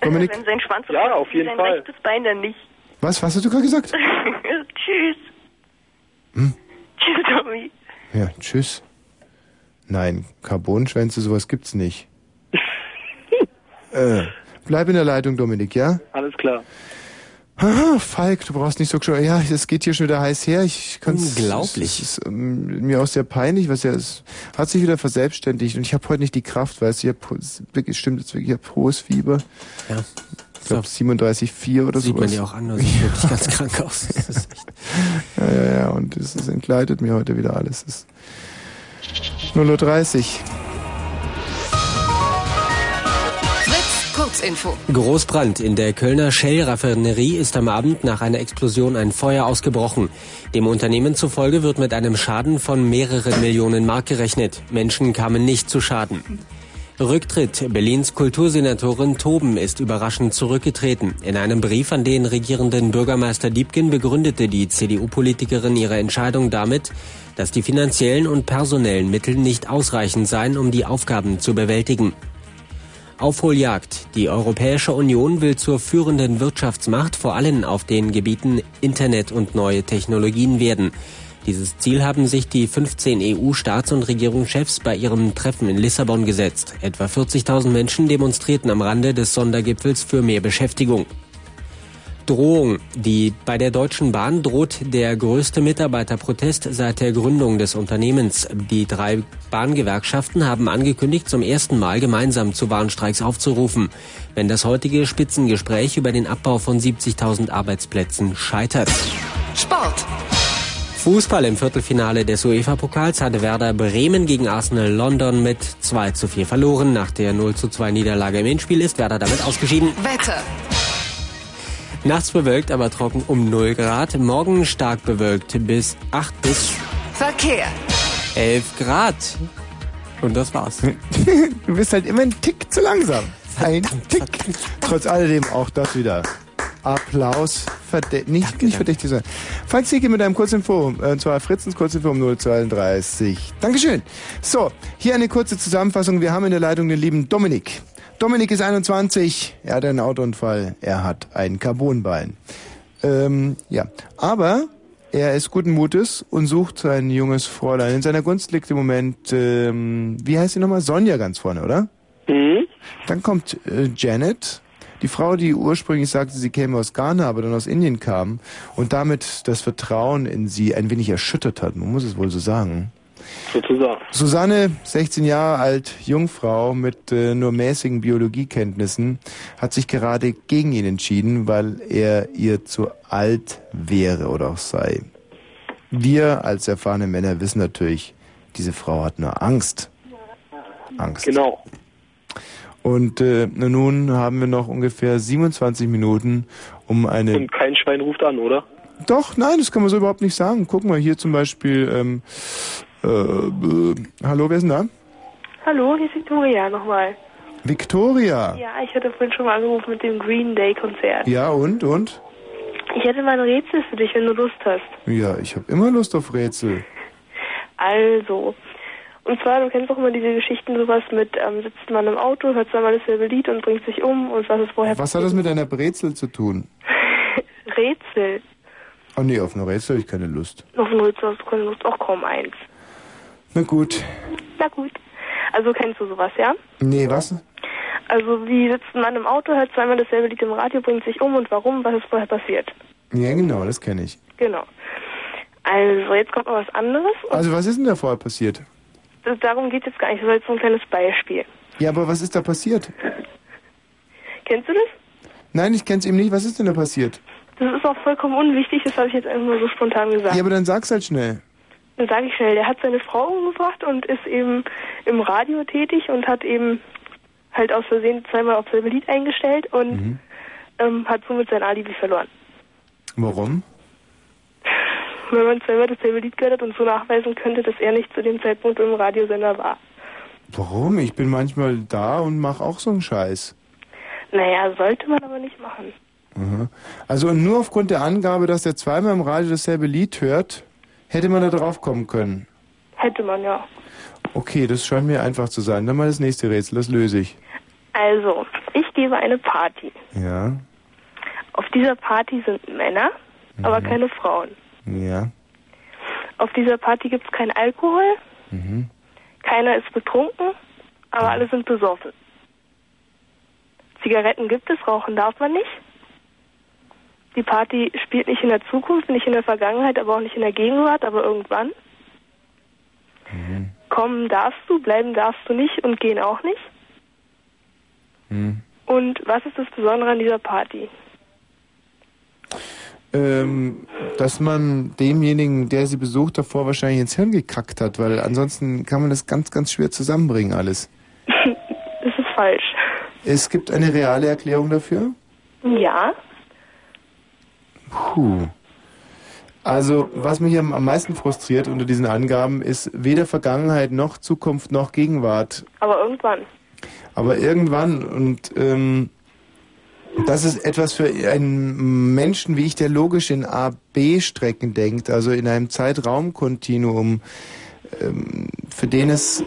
A: Dominik?
Z: Wenn sein Schwanz so ja, auf jeden sein
Y: Fall.
Z: rechtes Bein, dann nicht. (laughs)
A: Was, was hast du gerade gesagt?
Z: Tschüss. Tschüss, Tommy.
A: Ja, tschüss. Nein, Carbonschwänze, sowas
Z: (laughs)
A: gibt's nicht. äh, bleib in der Leitung, Dominik, ja?
Y: alles klar.
A: Haha, Ah, Falk, du brauchst nicht so geschockt. Ja, es geht hier schon wieder heiß her. Ich kann's,
J: Unglaublich.
A: Es ist ähm, mir auch sehr peinlich, was ja es hat sich wieder verselbstständigt und ich habe heute nicht die Kraft, weißt du, ich habe wirklich stimmt jetzt wirklich ich hab hohes Fieber.
J: Ja.
A: Ich glaube 37,4 oder so.
J: Sieht man ja auch an, das sieht wirklich ganz krank (laughs) aus. Das ist echt-
A: Ja, ja, ja, und es ist entgleitet mir heute wieder alles. Es ist 0.30 Uhr.
G: Fritz Kurzinfo.
J: Großbrand in der Kölner Shell-Raffinerie ist am Abend nach einer Explosion ein Feuer ausgebrochen. Dem Unternehmen zufolge wird mit einem Schaden von mehreren Millionen Mark gerechnet. Menschen kamen nicht zu Schaden. Rücktritt. Berlins Kultursenatorin Toben ist überraschend zurückgetreten. In einem Brief an den regierenden Bürgermeister Diebken begründete die CDU-Politikerin ihre Entscheidung damit, dass die finanziellen und personellen Mittel nicht ausreichend seien, um die Aufgaben zu bewältigen. Aufholjagd. Die Europäische Union will zur führenden Wirtschaftsmacht vor allem auf den Gebieten Internet und neue Technologien werden. Dieses Ziel haben sich die 15 EU-Staats- und Regierungschefs bei ihrem Treffen in Lissabon gesetzt. Etwa 40.000 Menschen demonstrierten am Rande des Sondergipfels für mehr Beschäftigung. Drohung. Die, bei der Deutschen Bahn droht der größte Mitarbeiterprotest seit der Gründung des Unternehmens. Die drei Bahngewerkschaften haben angekündigt, zum ersten Mal gemeinsam zu Warnstreiks aufzurufen. Wenn das heutige Spitzengespräch über den Abbau von 70.000 Arbeitsplätzen scheitert.
G: Sport.
J: Fußball im Viertelfinale des UEFA-Pokals hatte Werder Bremen gegen Arsenal London mit 2 zu 4 verloren. Nach der 0 zu 2 Niederlage im Endspiel ist Werder damit ausgeschieden.
G: Wetter.
J: Nachts bewölkt, aber trocken um 0 Grad. Morgen stark bewölkt bis 8 bis
G: Verkehr.
J: 11 Grad. Und das war's.
A: Du bist halt immer ein Tick zu langsam. Ein Tick. Trotz alledem auch das wieder. Applaus. Verde nicht, nicht verdächtig sein. Falls Sie mit einem Kurzinfo, äh, und zwar Fritzens Kurzinfo um 032. Dankeschön. So, hier eine kurze Zusammenfassung. Wir haben in der Leitung den lieben Dominik. Dominik ist 21. Er hatte einen Autounfall. Er hat ein Carbonbein. Ähm, ja. Aber er ist guten Mutes und sucht sein junges Fräulein. In seiner Gunst liegt im Moment, ähm, wie heißt sie nochmal? Sonja ganz vorne, oder? Mhm. Dann kommt äh, Janet, die Frau, die ursprünglich sagte, sie käme aus Ghana, aber dann aus Indien kam und damit das Vertrauen in sie ein wenig erschüttert hat. Man muss es wohl so sagen.
Y: sozusagen.
A: Susanne, 16 Jahre alt, Jungfrau mit äh, nur mäßigen Biologiekenntnissen, hat sich gerade gegen ihn entschieden, weil er ihr zu alt wäre oder auch sei. Wir als erfahrene Männer wissen natürlich, diese Frau hat nur Angst. Angst.
Y: Genau.
A: Und äh, nun haben wir noch ungefähr 27 Minuten, um eine
Y: Und kein Schwein ruft an, oder?
A: Doch, nein, das kann man so überhaupt nicht sagen. Guck mal, hier zum Beispiel, ähm, äh, äh, hallo, wer ist denn da?
Q: Hallo, hier ist Victoria nochmal.
A: Victoria.
Q: Ja, ich hatte vorhin schon mal angerufen mit dem Green Day Konzert.
A: Ja, und, und?
Q: Ich hätte mal ein Rätsel für dich, wenn du Lust hast.
A: Ja, ich habe immer Lust auf Rätsel.
Q: Also, und zwar, du kennst doch immer diese Geschichten, sowas mit, ähm, sitzt man im Auto, hört zweimal dasselbe Lied und bringt sich um und was ist vorher
A: Was hat das mit einer Brezel zu tun?
Q: Rätsel.
A: Oh nee, auf eine Rätsel habe ich keine Lust.
Q: Noch ein Rätsel hast du keine Lust, auch kaum eins.
A: Na gut.
Q: Na gut. Also kennst du sowas, ja?
A: Nee, was?
Q: Also, wie sitzt man im Auto, hört zweimal dasselbe Lied im Radio, bringt sich um und warum, was ist vorher passiert?
A: Ja, genau, das kenne ich.
Q: Genau. Also, jetzt kommt mal was anderes.
A: Also, was ist denn da vorher passiert?
Q: Das- Darum geht jetzt gar nicht. Das war jetzt so ein kleines Beispiel.
A: Ja, aber was ist da passiert?
Q: Kennst du das?
A: Nein, ich kenn's eben nicht. Was ist denn da passiert?
Q: Das ist auch vollkommen unwichtig, das habe ich jetzt einfach mal so spontan gesagt.
A: Ja, aber dann sag's halt schnell.
Q: Dann sage ich schnell, der hat seine Frau umgebracht und ist eben im Radio tätig und hat eben halt aus Versehen zweimal auf selbe Lied eingestellt und ähm, hat somit sein Alibi verloren.
A: Warum?
Q: Wenn man zweimal dasselbe Lied gehört hat und so nachweisen könnte, dass er nicht zu dem Zeitpunkt im Radiosender war.
A: Warum? Ich bin manchmal da und mach auch so einen Scheiß.
Q: Naja, sollte man aber nicht machen.
A: Mhm. Also und nur aufgrund der Angabe, dass der zweimal im Radio dasselbe Lied hört, hätte man da drauf kommen können.
Q: Hätte man ja.
A: Okay, das scheint mir einfach zu sein. Dann mal das nächste Rätsel, das löse ich.
Q: Also, ich gebe eine Party.
A: Ja,
Q: Auf dieser Party sind Männer, aber
A: Mhm.
Q: keine Frauen.
A: ja.
Q: Auf dieser Party gibt's kein Alkohol,
A: Mhm.
Q: keiner ist betrunken, aber alle sind besoffen. Zigaretten gibt es, rauchen darf man nicht. Die Party spielt nicht in der Zukunft, nicht in der Vergangenheit, aber auch nicht in der Gegenwart, aber irgendwann. Kommen darfst du, bleiben darfst du nicht und gehen auch nicht.
A: Mhm.
Q: Und was ist das Besondere an dieser Party?
A: Ähm, dass man demjenigen, der sie besucht, davor wahrscheinlich ins Hirn gekackt hat, weil ansonsten kann man das ganz, ganz schwer zusammenbringen alles.
Q: Das ist falsch.
A: Es gibt eine reale Erklärung dafür?
Q: Ja,
A: Puh. Also, was mich am, am meisten frustriert unter diesen Angaben ist weder Vergangenheit noch Zukunft noch Gegenwart.
Q: aber irgendwann.
A: Aber irgendwann und ähm, das ist etwas für einen Menschen wie ich, der logisch in A-B-Strecken denkt, also in einem Zeitraumkontinuum, ähm, für den es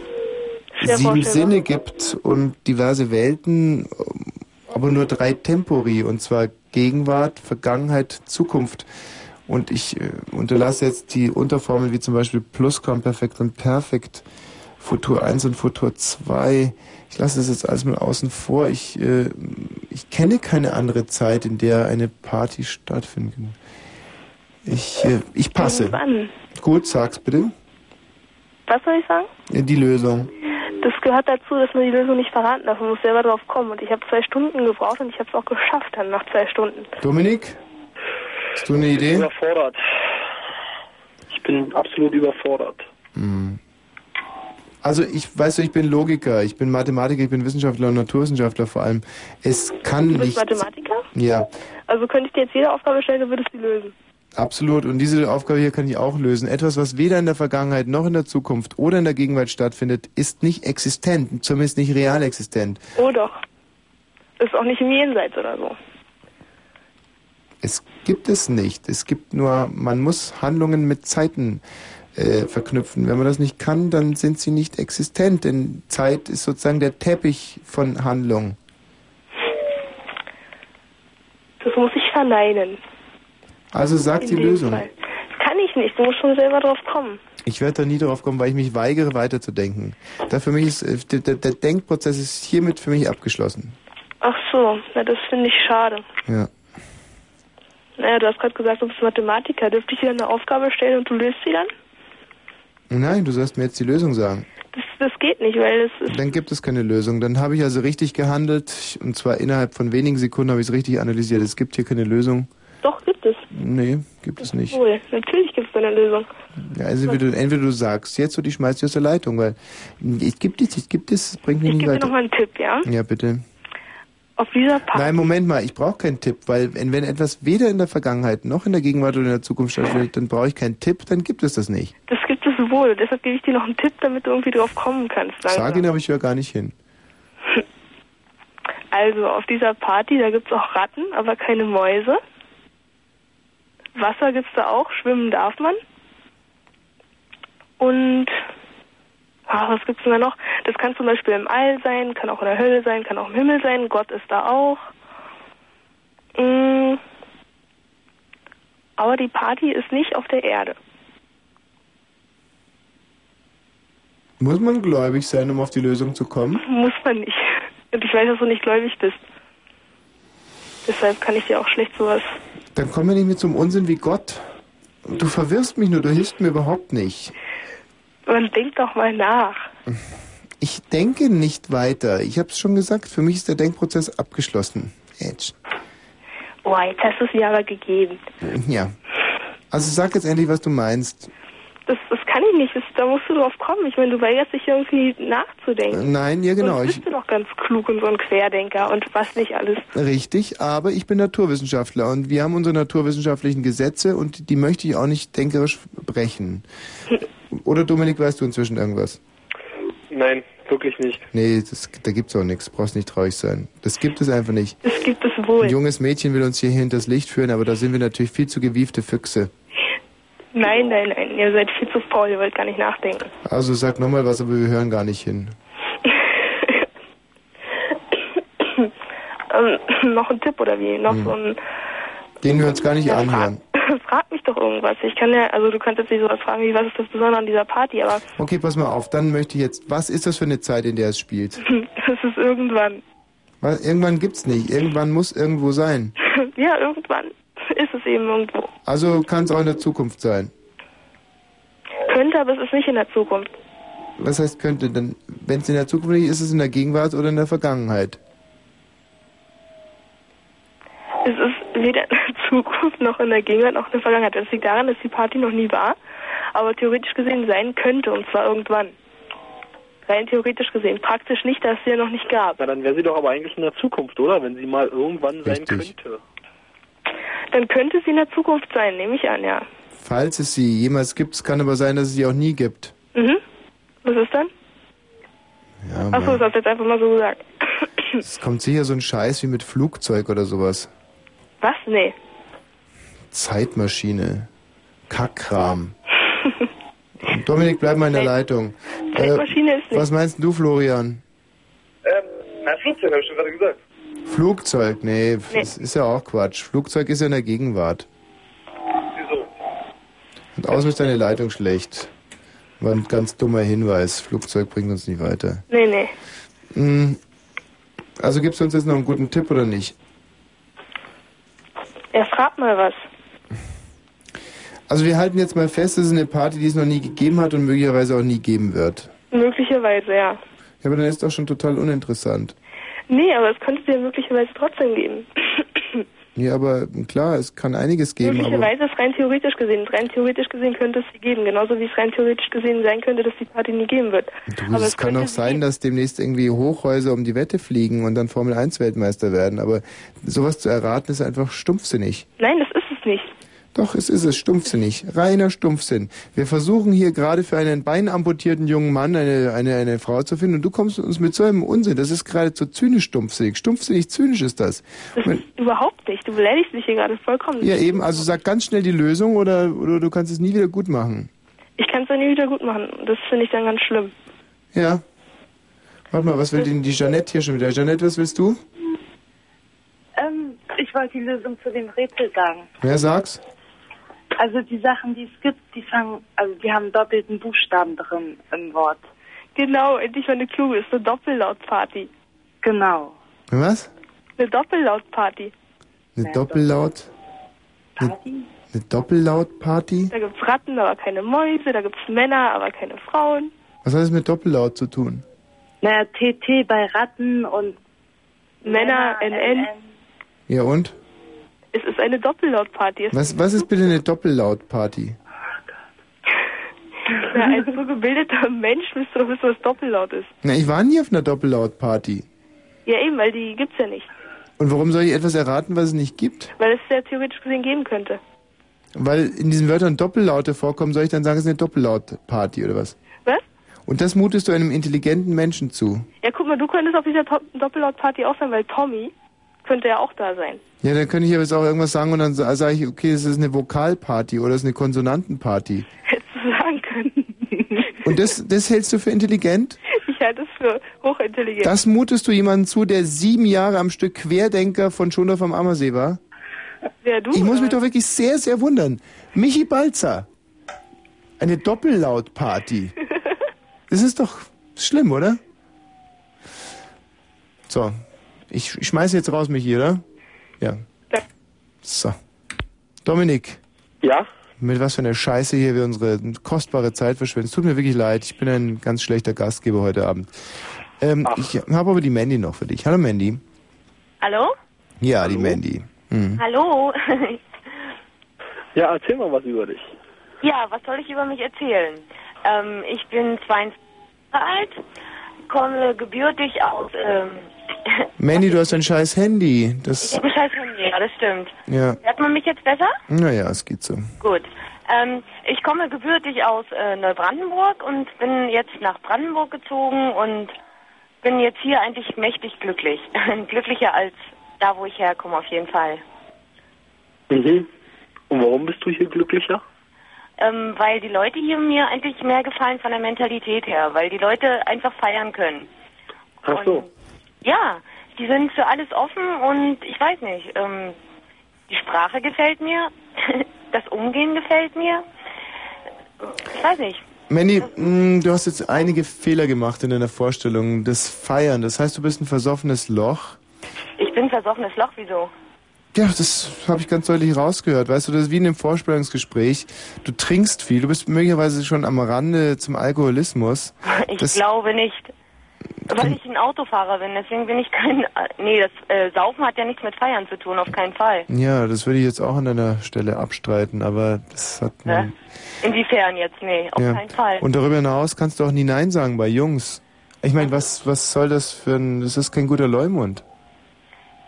Q: Schwer
A: sieben
Q: vorstellbar.
A: Sinne gibt und diverse Welten, ähm, aber nur drei Tempori, und zwar Gegenwart, Vergangenheit, Zukunft. Und ich äh, unterlasse jetzt die Unterformeln wie zum Beispiel Plusquamperfekt und Perfekt, Futur 1 und Futur 2. Ich lasse das jetzt alles mal außen vor. Ich, äh, ich kenne keine andere Zeit, in der eine Party stattfinden kann. Ich, äh, ich passe.
Q: Irgendwann.
A: Gut, sag's bitte.
Q: Was soll ich sagen?
A: Äh, Die Lösung.
Q: Das gehört dazu, dass man die Lösung nicht verraten darf. Man muss selber drauf kommen. Und ich habe zwei Stunden gebraucht und ich habe es auch geschafft dann nach zwei Stunden.
A: Dominik? Hast du eine Idee?
Y: Überfordert. bin absolut überfordert. (laughs)
A: Mhm. Also ich weiß, ich bin Logiker, ich bin Mathematiker, ich bin Wissenschaftler und Naturwissenschaftler vor allem. Es kann
Q: Du bist
A: nicht.
Q: Mathematiker?
A: Ja,
Q: Also könnte ich dir jetzt jede Aufgabe stellen, du würdest sie lösen.
A: absolut. Und diese Aufgabe hier kann ich auch lösen. Etwas, was weder in der Vergangenheit noch in der Zukunft oder in der Gegenwart stattfindet, ist nicht existent, zumindest nicht real existent.
Q: Oh doch. Ist auch nicht im Jenseits oder so.
A: Es gibt es nicht. Es gibt nur, man muss Handlungen mit Zeiten äh, verknüpfen. Wenn man das nicht kann, dann sind sie nicht existent, denn Zeit ist sozusagen der Teppich von Handlungen.
Q: Das muss ich verneinen.
A: Also sagt die
Q: In dem
A: Lösung.
Q: Fall. Kann ich nicht, du musst schon selber drauf kommen.
A: Ich werde da nie drauf kommen, weil ich mich weigere, weiterzudenken. Da für mich ist, äh, der, der- der Denkprozess ist hiermit für mich abgeschlossen.
Q: Ach so, na das finde ich schade.
A: Ja.
Q: Naja, du hast gerade gesagt, du bist Mathematiker. Dürfte ich dir eine Aufgabe stellen und du löst sie dann?
A: Nein, du sollst mir jetzt die Lösung sagen.
Q: Das, das geht nicht, weil es
A: Dann gibt es keine Lösung. Dann habe ich also richtig gehandelt und zwar innerhalb von wenigen Sekunden habe ich es richtig analysiert. Es gibt hier keine Lösung.
Q: doch gibt es.
A: Nee, gibt es nicht.
Q: Wohl, natürlich gibt es da eine Lösung.
A: Ja, also entweder, entweder du sagst jetzt oder die schmeißt dich aus der Leitung, weil es gibt es, es gibt es, es bringt mich
Q: Ich
A: nicht
Q: gebe dir
A: weiter.
Q: nochmal einen Tipp, ja?
A: Ja, bitte.
Q: Auf dieser Packung.
A: Nein, Moment mal, ich brauche keinen Tipp, weil wenn, wenn etwas weder in der Vergangenheit noch in der Gegenwart oder in der Zukunft stattfindet, dann brauche ich keinen Tipp, dann gibt es das nicht.
Q: Das gibt es wohl. Deshalb gebe ich dir noch einen Tipp, damit du irgendwie drauf kommen kannst. langsam.
A: Sag ihn, aber ich höre gar nicht hin.
Q: Also auf dieser Party, da gibt es auch Ratten, aber keine Mäuse. Wasser gibt es da auch, schwimmen darf man. Und ah, was gibt es denn da noch? Das kann zum Beispiel im All sein, kann auch in der Hölle sein, kann auch im Himmel sein. Gott ist da auch. Mm. Aber die Party ist nicht auf der Erde.
A: Muss man gläubig sein, um auf die Lösung zu kommen?
Q: Muss man nicht. (laughs) Und ich weiß, dass du nicht gläubig bist. Deshalb kann ich dir auch schlecht sowas.
A: Dann kommen wir nicht mit so einem Unsinn wie Gott. Du verwirrst mich nur, du hilfst mir überhaupt nicht.
Q: Man denkt doch mal nach.
A: Ich denke nicht weiter. Ich habe es schon gesagt, für mich ist der Denkprozess abgeschlossen. Edge.
Q: Boah, jetzt hast du es mir aber gegeben.
A: Ja. Also sag jetzt endlich, was du meinst.
Q: Das, das kann ich nicht. Das, da musst du drauf kommen. Ich meine, du weigerst dich irgendwie nachzudenken.
A: Nein, ja genau.
Q: Sonst
A: Ich,
Q: bist du doch ganz klug und so ein Querdenker und was nicht alles.
A: Richtig, aber ich bin Naturwissenschaftler und wir haben unsere naturwissenschaftlichen Gesetze und die möchte ich auch nicht denkerisch brechen. Oder Dominik, weißt du inzwischen irgendwas?
Y: Nein, wirklich nicht.
A: Nee, das, da gibt's auch nichts. Brauchst nicht traurig sein. Das gibt es einfach nicht.
Q: Das gibt es wohl.
A: Ein junges Mädchen will uns hier hinters Licht führen, aber da sind wir natürlich viel zu gewiefte Füchse.
Q: Nein, nein, nein. Ihr seid viel zu faul. Ihr wollt gar nicht nachdenken.
A: Also sag nochmal was, aber wir hören gar nicht hin.
Q: ähm, (clears throat) noch ein Tipp oder wie? Noch
A: Hm.
Q: so ein. (clears throat)
A: Den wir uns gar nicht anhören.
Q: Frag mich doch irgendwas. Ich kann ja, also du kannst jetzt nicht sowas fragen wie, was ist das Besondere an dieser Party, aber (clears throat)
A: Okay, pass mal auf, dann möchte ich jetzt, was ist das für eine Zeit, in der es spielt?
Q: das ist irgendwann. (clears throat)
A: Was, irgendwann gibt's nicht. Irgendwann muss irgendwo sein.
Q: ja, irgendwann ist es eben irgendwo.
A: Also kann es auch in der Zukunft sein.
Q: Könnte, aber es ist nicht in der Zukunft.
A: Was heißt könnte? Dann, wenn es in der Zukunft liegt, ist es in der Gegenwart oder in der Vergangenheit.
Q: Es ist weder in der Zukunft noch in der Gegenwart noch in der Vergangenheit. Das liegt daran, dass die Party noch nie war, aber theoretisch gesehen sein könnte und zwar irgendwann. Rein theoretisch gesehen. Praktisch nicht, dass es sie ja noch nicht gab.
Y: Na, dann wäre sie doch aber eigentlich in der Zukunft, oder? Wenn sie mal irgendwann sein könnte.
Q: Dann könnte sie in der Zukunft sein, nehme ich an, ja.
A: Falls es sie jemals gibt, es kann aber sein, dass es sie auch nie gibt.
Q: Mhm. Was ist dann?
A: Ja,
Q: Achso,
A: Mann.
Q: das hast du jetzt einfach mal so gesagt.
A: Es kommt sicher so ein Scheiß wie mit Flugzeug oder sowas.
Q: Was? Nee.
A: Zeitmaschine.
Q: (laughs)
A: Kackkram. Dominik, bleib mal in der Leitung.
Q: Zeitmaschine ist nicht.
A: Äh, Was meinst du, Florian?
I: Ähm, na, Flugzeug habe ich schon gerade gesagt.
A: Flugzeug? Nee, f-
I: Nee.
A: Das ist ja auch Quatsch. Flugzeug ist ja in der Gegenwart.
I: Wieso?
A: Und außen ist deine Leitung schlecht. War ein ganz dummer Hinweis. Flugzeug bringt uns nicht weiter.
Q: Nee, nee.
A: Mm. Also gibst du uns jetzt noch einen guten Tipp oder nicht?
Q: Ja, frag mal was.
A: Also wir halten jetzt mal fest, es ist eine Party, die es noch nie gegeben hat und möglicherweise auch nie geben wird.
Q: Möglicherweise, ja.
A: Ja, aber dann ist doch schon total uninteressant.
Q: Nee, aber es könnte dir möglicherweise trotzdem geben.
A: Nee, aber klar, es kann einiges geben, aber
Q: Möglicherweise ist rein theoretisch gesehen. Rein theoretisch gesehen könnte es sie geben, genauso wie es rein theoretisch gesehen sein könnte, dass die Party nie geben wird.
A: du, es kann auch sein, dass demnächst irgendwie Hochhäuser um die Wette fliegen und dann Formel 1 Weltmeister werden, aber sowas zu erraten ist einfach stumpfsinnig.
Q: Nein, das ist es nicht.
A: Doch, es ist es, stumpfsinnig, reiner Stumpfsinn. Wir versuchen hier gerade für einen beinamputierten jungen Mann eine, eine, eine Frau zu finden und du kommst uns mit so einem Unsinn. Das ist geradezu zynisch stumpfsinnig. Stumpfsinnig zynisch ist das.
Q: Das ist überhaupt nicht. Du beleidigst mich hier gerade vollkommen.
A: Ja, eben, also sag ganz schnell die Lösung oder, oder du kannst es nie wieder gut machen.
Q: Ich kann es dann nie wieder gut machen. Das finde ich dann ganz schlimm.
A: Ja. Warte mal, was will denn die Jeanette hier schon wieder? Jeanette, was willst du?
P: Ähm, ich wollte die Lösung zu dem Rätsel sagen.
A: Wer sag's?
P: Also die Sachen, die es gibt, die fangen, also die haben doppelten Buchstaben drin im Wort.
Q: Genau, endlich mal eine kluge. Ist eine Doppellautparty. (laughs)
P: Genau.
A: Was?
Q: Eine Doppellautparty.
A: Eine Doppellaut? Eine, eine Doppellautparty?
Q: Da gibt's Ratten, aber keine Mäuse. Da gibt's Männer, aber keine Frauen.
A: Was hat es mit Doppellaut zu tun?
P: Naja, TT bei Ratten und
Q: Männer, NN.
A: Ja und?
Q: Es ist eine Doppellautparty. Es
A: Was, was ist bitte eine Doppellautparty?
Q: Ja, ein so gebildeter (laughs) Mensch müsste doch wissen, was Doppellaut ist.
A: Na, ich war nie auf einer Doppellautparty.
Q: Ja, eben, weil die gibt's ja nicht.
A: Und warum soll ich etwas erraten, was es nicht gibt?
Q: Weil es ja theoretisch gesehen geben könnte.
A: Weil in diesen Wörtern Doppellaute vorkommen, soll ich dann sagen, es ist eine Doppellautparty oder was?
Q: Was?
A: Und das mutest du einem intelligenten Menschen zu.
Q: Ja, guck mal, du könntest auf dieser Top- Doppellautparty auch sein, weil Tommy könnte ja auch da sein.
A: Ja, dann könnte ich aber jetzt auch irgendwas sagen und dann sa- sage ich, okay, es ist eine Vokalparty oder es ist eine Konsonantenparty.
Q: Hättest du sagen können. (laughs)
A: Und das, das hältst du für intelligent?
Q: Ich halte es für hochintelligent.
A: Das mutest du jemandem zu, der sieben Jahre am Stück Querdenker von Schondorf am Ammersee war?
Q: Wer du?
A: Ich muss mich doch wirklich sehr, sehr wundern. Michi Balzer.
Q: (laughs)
A: Eine Doppellautparty. Das ist doch schlimm, oder? So. Ich sch- schmeiße jetzt raus, Michi, oder? Ja. So. Dominik.
I: Ja?
A: Mit was für einer Scheiße hier wir unsere kostbare Zeit verschwenden. Es tut mir wirklich leid. Ich bin ein ganz schlechter Gastgeber heute Abend. Ähm, ich habe aber die Mandy noch für dich. Hallo Mandy.
R: Hallo?
A: Ja, die Mandy. Mhm.
R: Hallo? (laughs)
Y: Ja, erzähl mal was über dich.
R: ja, was soll ich über mich erzählen? Ähm, ich bin 22 Jahre alt, komme gebürtig aus. Ähm, (laughs)
A: Mandy, du hast ein scheiß Handy. Das,
R: ich (laughs) habe ein scheiß Handy, ja, das stimmt.
A: ja.
R: Hört man mich jetzt besser?
A: Naja, es geht so.
R: Gut. Ähm, ich komme gebürtig aus äh, Neubrandenburg und bin jetzt nach Brandenburg gezogen und bin jetzt hier eigentlich mächtig glücklich. (laughs) Glücklicher als da, wo ich herkomme, auf jeden Fall.
Y: Mhm. Und warum bist du hier glücklicher?
R: Ähm, weil die Leute hier mir eigentlich mehr gefallen von der Mentalität her, weil die Leute einfach feiern können.
Y: Ach so.
R: Ja, die sind für alles offen und ich weiß nicht, ähm, die Sprache gefällt mir, (laughs) das Umgehen gefällt mir. Ich weiß nicht.
A: Mandy, mh, du hast jetzt einige Fehler gemacht in deiner Vorstellung. Das Feiern, das heißt, du bist ein versoffenes Loch.
R: Ich bin versoffenes Loch, wieso? (laughs)
A: Ja, das habe ich ganz deutlich rausgehört. Weißt du, das ist wie in einem Vorstellungsgespräch. Du trinkst viel, du bist möglicherweise schon am Rande zum Alkoholismus.
R: Ich
A: Das- Hm.
R: glaube nicht. Weil ich ein Autofahrer bin, deswegen bin ich kein. (laughs) Nee, das äh, Saufen hat ja nichts mit Feiern zu tun, auf keinen Fall.
A: Ja, das würde ich jetzt auch an deiner Stelle abstreiten, aber das hat man...
R: Ne? Inwiefern jetzt? Nee, auf
A: Ja.
R: keinen Fall.
A: Und darüber hinaus kannst du auch nie Nein sagen bei Jungs. Ich meine, was, was soll das für ein... Das ist kein guter Leumund.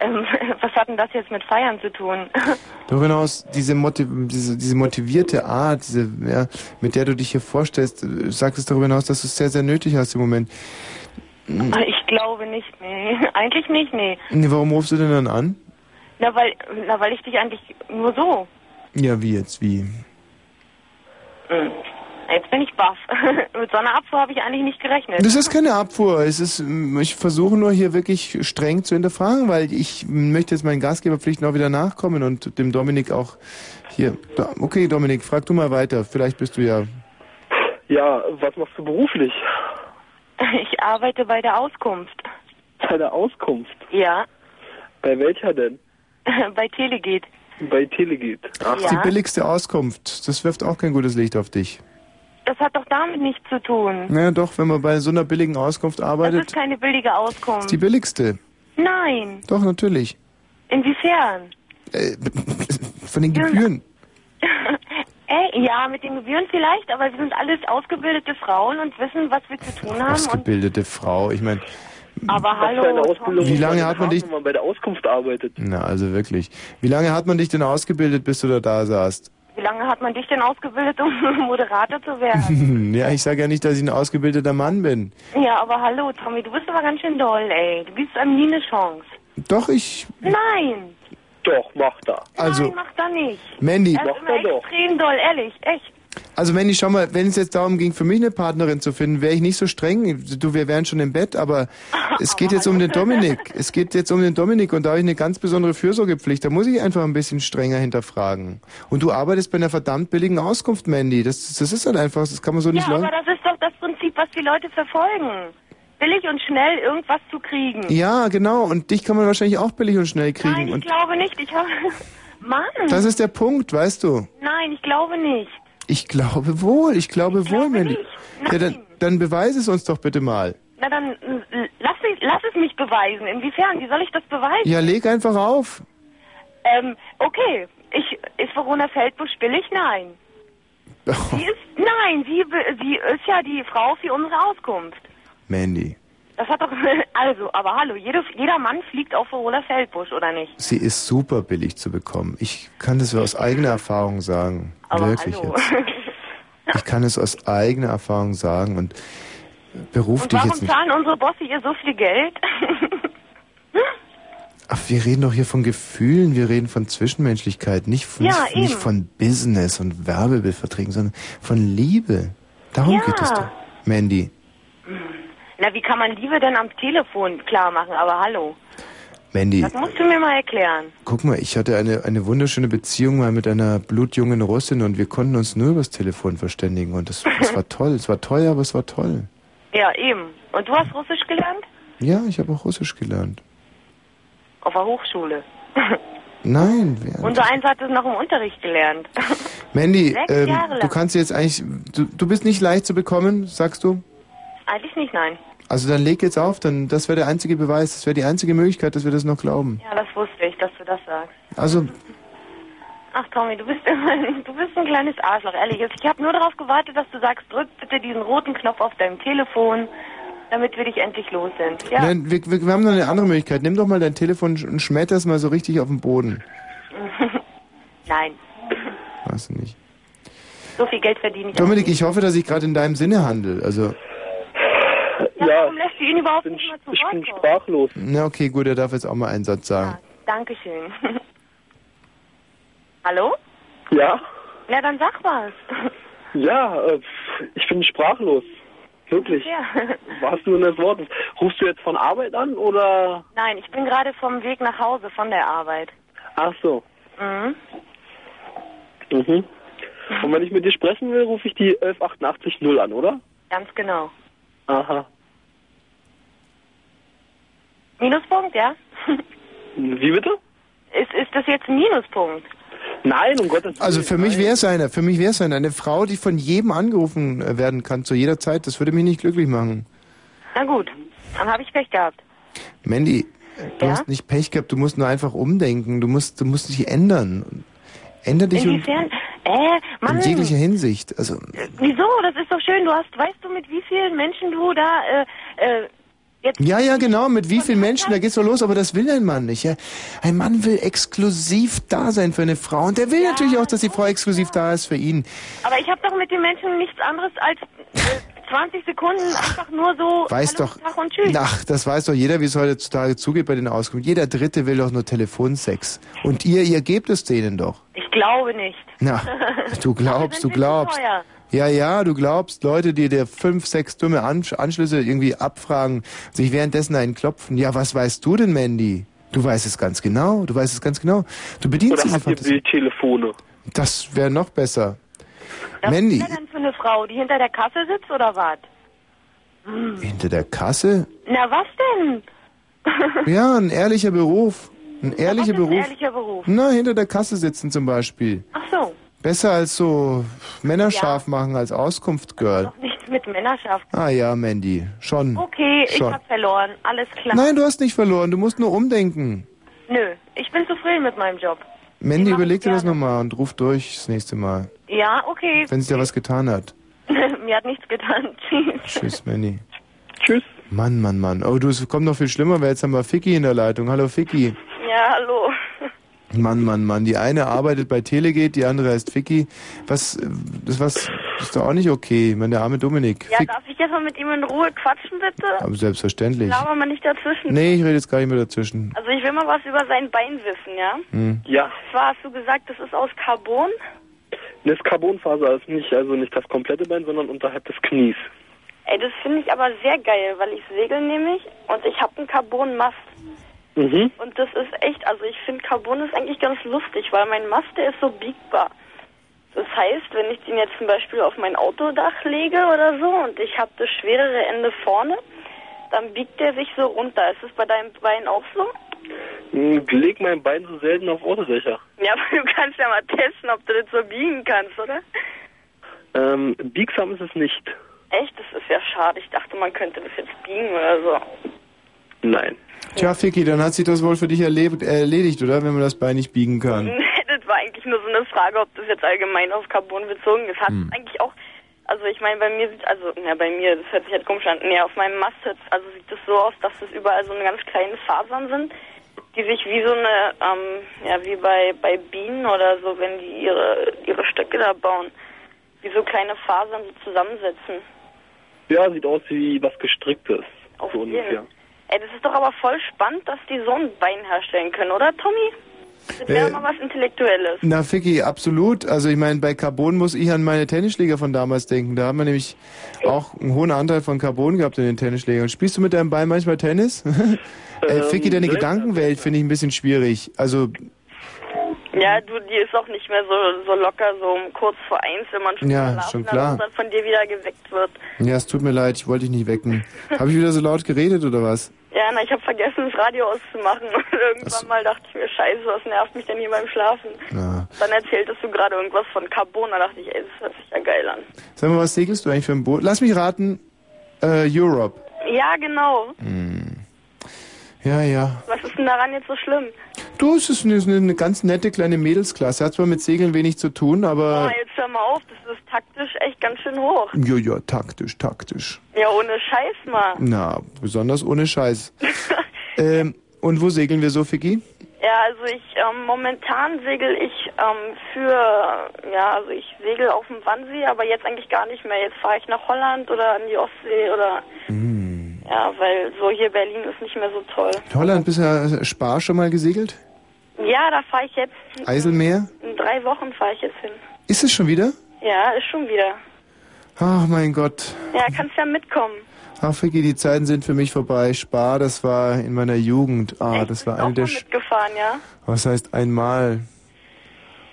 R: Ähm, (laughs) was hat denn das jetzt mit Feiern zu tun?
A: Darüber hinaus, diese, Motiv diese, diese motivierte Art, diese, ja, mit der du dich hier vorstellst, äh, sagt es darüber hinaus, dass du es sehr, sehr nötig hast im Moment. Mhm.
R: (laughs) Ich glaube nicht, nee. (laughs) Eigentlich nicht, nee.
A: Nee, warum rufst du denn dann an?
R: Na, weil, na, weil ich dich eigentlich nur so.
A: Ja, wie jetzt, wie?
R: ähm, Jetzt bin ich baff. (laughs) mit so einer Abfuhr habe ich eigentlich nicht gerechnet.
A: Das ist keine Abfuhr. Es ist, mm, ich versuche nur hier wirklich streng zu hinterfragen, weil ich möchte jetzt meinen Gastgeberpflichten auch wieder nachkommen und dem Dominik auch hier. Da- Okay, Dominik, frag du mal weiter. Vielleicht bist du ja.
Y: Ja, was machst du beruflich?
R: (laughs) Ich arbeite bei der Auskunft.
Y: Bei der Auskunft.
R: Ja, (laughs)
Y: Bei welcher denn?
R: bei Telegeht.
Y: Bei Telegit.
R: Ach. Ja.
A: Die billigste Auskunft. Das wirft auch kein gutes Licht auf dich.
R: Das hat doch damit nichts zu tun.
A: Naja, doch, wenn man bei so einer billigen Auskunft
R: Das
A: arbeitet,
R: ist keine billige
A: ist
R: Auskunft.
A: die billigste.
R: Nein.
A: Doch, natürlich.
R: Inwiefern?
A: Äh, von den Gebühren.
R: Äh, ja, mit den Gebühren vielleicht, aber wir sind alles ausgebildete Frauen und wissen, was wir zu tun haben. Und,
A: Ausgebildete Frau, ich meine,
R: aber hallo, Tom.
A: wie lange hat man dich...
Y: Wenn man bei der Auskunft arbeitet.
A: Na, also wirklich. Wie lange hat man dich denn ausgebildet, bis du da, da saßt?
R: wie lange hat man dich denn ausgebildet, um (laughs) Moderator zu werden?
A: (laughs) ja, ich sage ja nicht, dass ich ein ausgebildeter Mann bin.
R: Ja, aber hallo, Tommy, du bist aber ganz schön doll, ey. Du gibst einem nie eine Chance.
A: Doch, ich...
R: Nein,
A: Doch, mach da. Also,
R: nein, mach da nicht.
A: Mandy...
R: er ist immer extrem doll, ehrlich, echt.
A: Also Mandy, schau mal, wenn es jetzt darum ging, für mich eine Partnerin zu finden, wäre ich nicht so streng. Du, wir wären schon im Bett, aber es geht jetzt um den Dominik. Es geht jetzt um den Dominik und da habe ich eine ganz besondere Fürsorgepflicht. Da muss ich einfach ein bisschen strenger hinterfragen. Und du arbeitest bei einer verdammt billigen Auskunft, Mandy. Das, das ist halt einfach, das kann man so nicht
R: Ja,
A: leugnen.
R: aber das ist doch das Prinzip, was die Leute verfolgen. Billig und schnell irgendwas zu kriegen.
A: Ja, genau. Und dich kann man wahrscheinlich auch billig und schnell kriegen.
R: Nein, ich
A: und
R: glaube nicht. Ich habe. (laughs) Mann!
A: das ist der Punkt, weißt du.
R: Nein, ich glaube nicht.
A: Ich glaube wohl, ich glaube wohl, Mandy. Ja, dann, dann beweise es uns doch bitte mal.
R: Na dann, äh, lass, mich, lass es mich beweisen. Inwiefern? Wie soll ich das beweisen?
A: Ja, leg einfach auf.
R: Ähm, okay. Ich, ist Verona Feldbusch billig?
A: (laughs)
R: Nein. Sie ist, nein, sie, be- sie ist ja die Frau für unsere Auskunft.
A: Mandy,
R: Das hat doch, (laughs) also, aber hallo, jede, jeder Mann fliegt auf Verona Feldbusch, oder nicht?
A: sie ist super billig zu bekommen. Ich kann das aus eigener Erfahrung sagen.
R: Aber
A: Wirklich
R: hallo.
A: jetzt. Ich kann es aus eigener Erfahrung sagen und beruf
R: Und
A: dich
R: warum
A: jetzt nicht.
R: zahlen unsere Bosse ihr so viel Geld? (laughs)
A: Ach, wir reden doch hier von Gefühlen, wir reden von Zwischenmenschlichkeit, nicht, von-
R: Ja, eben.
A: nicht von Business und Werbebildverträgen, sondern von Liebe. Darum
R: Ja.
A: geht es doch. Mandy,
R: Na, wie kann man Liebe denn am Telefon klar machen? Aber hallo,
A: Mandy,
R: das musst du mir mal erklären.
A: guck mal, ich hatte eine, eine wunderschöne Beziehung mal mit einer blutjungen Russin und wir konnten uns nur übers Telefon verständigen und das, das war toll. Es war teuer, aber es war toll.
R: Ja, eben. Und du hast Russisch gelernt?
A: Ja, ich habe auch Russisch gelernt.
R: Auf der Hochschule. (laughs)
A: Nein, wer-
R: Unser Eins hat es noch im Unterricht gelernt. (laughs)
A: Mandy,
R: Sechs
A: ähm,
R: Jahre lang.
A: du kannst jetzt eigentlich, du, du bist nicht leicht zu bekommen, sagst du?
R: Eigentlich nicht, nein.
A: Also dann leg jetzt auf, dann das wäre der einzige Beweis, das wäre die einzige Möglichkeit, dass wir das noch glauben.
R: Ja, das wusste ich, dass du das sagst.
A: Also,
R: Ach Tommy, du bist (laughs) du bist ein kleines Arschloch, ehrlich. Also, Ich habe nur darauf gewartet, dass du sagst, drück bitte diesen roten Knopf auf deinem Telefon, damit wir dich endlich los sind. Ja.
A: nein, wir, wir, wir haben noch eine andere Möglichkeit. Nimm doch mal dein Telefon und schmetter es mal so richtig auf den Boden.
R: (laughs) nein.
A: Weißt du nicht.
R: So viel Geld verdiene ich.
A: Dominik, ich hoffe, dass ich gerade in deinem Sinne handle. Also,
R: Ja, warum lässt du ihn überhaupt nicht mal zu Wort kommen?
A: sprachlos. Na okay, gut, er darf jetzt auch mal einen Satz sagen.
R: Dankeschön. (laughs) Hallo?
Y: Ja,
R: Na, dann sag was.
Y: ja, äh, ich bin sprachlos. Wirklich.
R: Ja.
Y: (laughs) Warst du in des Wortes? Rufst du jetzt von Arbeit an oder?
R: (laughs) Nein, ich bin gerade vom Weg nach Hause von der Arbeit.
Y: Ach so.
R: Mhm.
Y: Mhm. Und wenn ich mit dir sprechen will, rufe ich die 11880 an, oder?
R: Ganz genau.
Y: Aha.
R: Minuspunkt, ja?
Y: Wie bitte?
R: Ist, ist das jetzt ein Minuspunkt?
Y: Nein, um Gottes Willen.
A: Also für mich wäre es einer, für mich wäre es einer. Eine Frau, die von jedem angerufen äh, werden kann, zu jeder Zeit, das würde mich nicht glücklich machen.
R: Na gut, dann habe ich Pech gehabt.
A: Mandy, Äh, du
R: Ja?
A: hast nicht Pech gehabt, du musst nur einfach umdenken, du musst, du musst dich ändern. Änder dich und
R: Inwiefern? Äh, Mann,
A: in jeglicher Hinsicht. Also,
R: wieso? Das ist doch schön. Du hast, weißt du, mit wie vielen Menschen du da, äh, äh,
A: ja, ja, genau, mit wie vielen Menschen, da geht's doch los, aber das will ein Mann nicht. Ja? Ein Mann will exklusiv da sein für eine Frau und der will natürlich auch, dass die Frau exklusiv da ist für ihn.
R: aber ich habe doch mit den Menschen nichts anderes als äh, 20 Sekunden einfach nur so
A: Weiß
R: Hallo,
A: doch,
R: Tag und Tschüss.
A: ach, das weiß doch jeder, wie es heutzutage zugeht bei den Auskünften. Jeder Dritte will doch nur Telefonsex. Und ihr, ihr gebt es denen doch.
R: Ich glaube nicht.
A: Na, du glaubst, du glaubst.
R: teuer.
A: Ja, ja, du glaubst, Leute, die dir fünf, sechs dumme Ansch Anschlüsse irgendwie abfragen, sich währenddessen einen klopfen. Ja, was weißt du denn, Mandy? Du weißt es ganz genau, du weißt es ganz genau. Du bedienst
Y: Oder
A: diese
Y: habt ihr
A: Fantasie.
Y: Bildtelefone?
A: Das wäre noch besser.
R: (laughs)
A: Mandy,
R: Was ist denn für eine Frau, die hinter der Kasse sitzt oder was?
A: hinter der Kasse?
R: Na, was denn? (laughs)
A: Ja, ein ehrlicher Beruf. Ein ehrlicher
R: Ein
A: Beruf.
R: ehrlicher Beruf.
A: Na, hinter der Kasse sitzen zum Beispiel.
R: Ach so,
A: Besser als so Männer scharf machen als Auskunft-Girl.
R: nichts mit Männerschaft.
A: Ah ja, Mandy, schon.
R: Okay, ich
A: Hm. schon.
R: hab verloren. Alles klar.
A: Nein, du hast nicht verloren, du musst nur umdenken.
R: Nö, ich bin zufrieden mit meinem Job.
A: Mandy, überleg dir das nochmal und ruf durch das nächste Mal,
R: Ja, okay.
A: wenn es dir was getan hat.
R: (laughs) Mir hat nichts getan. (laughs) Tschüss.
A: Tschüss, Mandy. Tschüss. Mann, Mann, Mann. Oh, du, es kommt noch viel schlimmer, weil jetzt haben wir Ficky in der Leitung. Hallo, Ficky.
R: Ja, hallo.
A: Mann, Mann, Mann. Die eine arbeitet bei Telegate, die andere heißt Ficky. Was, äh, das was, ist doch auch nicht okay. Ich meine, der arme Dominik.
T: Ja, darf ich jetzt mal mit ihm in Ruhe quatschen, bitte?
A: Aber selbstverständlich.
T: Laber mal nicht dazwischen.
A: Nee, ich rede jetzt gar nicht mehr dazwischen.
T: Also ich will mal was über sein Bein wissen, ja?
A: Hm.
Y: Ja,
T: Und zwar hast du gesagt, das ist aus Carbon.
Y: das Carbonfaser ist nicht, also nicht das komplette Bein, sondern unterhalb des Knies.
T: Ey, das finde ich aber sehr geil, weil ich segel nämlich und ich habe einen Carbon-Mast.
Y: Mhm.
T: Und das ist echt, also ich finde Carbon ist eigentlich ganz lustig, weil mein Mast, der ist so biegbar. Das heißt, wenn ich den jetzt zum Beispiel auf mein Autodach lege oder so und ich habe das schwerere Ende vorne, dann biegt der sich so runter. Ist es bei deinem Bein auch so?
Y: Hm, Leg mein Bein so selten auf Autodächer.
T: Ja, aber du kannst ja mal testen, ob du das so biegen kannst, oder?
Y: Ähm, biegsam ist es nicht.
T: Echt, das ist ja schade. Ich dachte, man könnte das jetzt biegen oder so.
Y: Nein.
A: Tja, Ficky, dann hat sich das wohl für dich erlebt, erledigt, oder? Wenn man das Bein nicht biegen kann.
T: Nee, (laughs) das war eigentlich nur so eine Frage, ob das jetzt allgemein auf Carbon bezogen ist. Hat
A: Hm.
T: eigentlich auch, also ich meine, bei mir sieht, also, na, bei mir, das hört sich halt komisch an. Nee, auf meinem Mast hört, also sieht das so aus, dass das überall so eine ganz kleine Fasern sind, die sich wie so eine, ähm, ja, wie bei, bei Bienen oder so, wenn die ihre, ihre Stöcke da bauen, wie so kleine Fasern so zusammensetzen.
Y: Ja, sieht aus wie was gestricktes.
T: Auf
Y: so
T: jeden.
Y: ungefähr.
T: Ey, das ist doch aber voll spannend, dass die so ein Bein herstellen können, oder, Tommy? Das wäre
A: Äh,
T: mal was Intellektuelles.
A: Na, Ficky, absolut. Also ich meine, bei Carbon muss ich an meine Tennisschläger von damals denken. Da haben wir nämlich auch einen hohen Anteil von Carbon gehabt in den Tennisschlägern. Spielst du mit deinem Bein manchmal Tennis? (laughs)
T: Ähm,
A: äh, Ficky, deine Gedankenwelt finde ich ein bisschen schwierig. Also,
T: Ja, du, die ist auch nicht mehr so, so locker, so um kurz vor eins, wenn man schon
A: Ja,
T: schlafen
A: schon
T: hat
A: klar.
T: und dann von dir wieder geweckt wird.
A: ja, es tut mir leid, ich wollte dich nicht wecken. Habe ich wieder so laut geredet oder was?
T: Ja, na, ich habe vergessen, das Radio auszumachen (laughs) und irgendwann mal dachte ich mir, scheiße, was nervt mich denn hier beim Schlafen?
A: Ja.
T: Dann erzähltest du gerade irgendwas von Carbon, da dachte ich, ey, das hört sich ja geil an.
A: Sag mal, was segelst du eigentlich für ein Boot? Lass mich raten, äh, Europe.
T: Ja, genau.
A: Ja, ja,
T: Was ist denn daran jetzt so schlimm?
A: Du, es ist eine, es ist eine ganz nette kleine Mädelsklasse. Hat zwar mit Segeln wenig zu tun,
T: Oh,
A: aber
T: jetzt hör mal auf, das ist taktisch echt ganz schön hoch.
A: ja, ja, taktisch, taktisch.
T: Ja, ohne Scheiß mal.
A: Na, besonders ohne (laughs) Scheiß. ähm, und wo segeln wir so, Ficky?
T: Ja, also ich ähm, momentan segel ich ähm, für ja, also ich segel auf dem Wannsee, aber jetzt eigentlich gar nicht mehr. Jetzt fahre ich nach Holland oder an die Ostsee oder
A: Mm.
T: ja, weil so hier Berlin ist nicht mehr so toll.
A: In Holland bisher Spar schon mal gesegelt?
T: Ja, da fahre ich jetzt
A: Eiselmeer?
T: in drei Wochen fahre ich jetzt hin.
A: Ist es schon wieder?
T: Ja, ist schon wieder.
A: Ach mein Gott.
T: Ja, kannst ja mitkommen.
A: Ach, Ficky, die Zeiten sind für mich vorbei. Spar, das war in meiner Jugend. Ah, das war eine der... Sch
T: Mitgefahren, ja.
A: Was heißt einmal?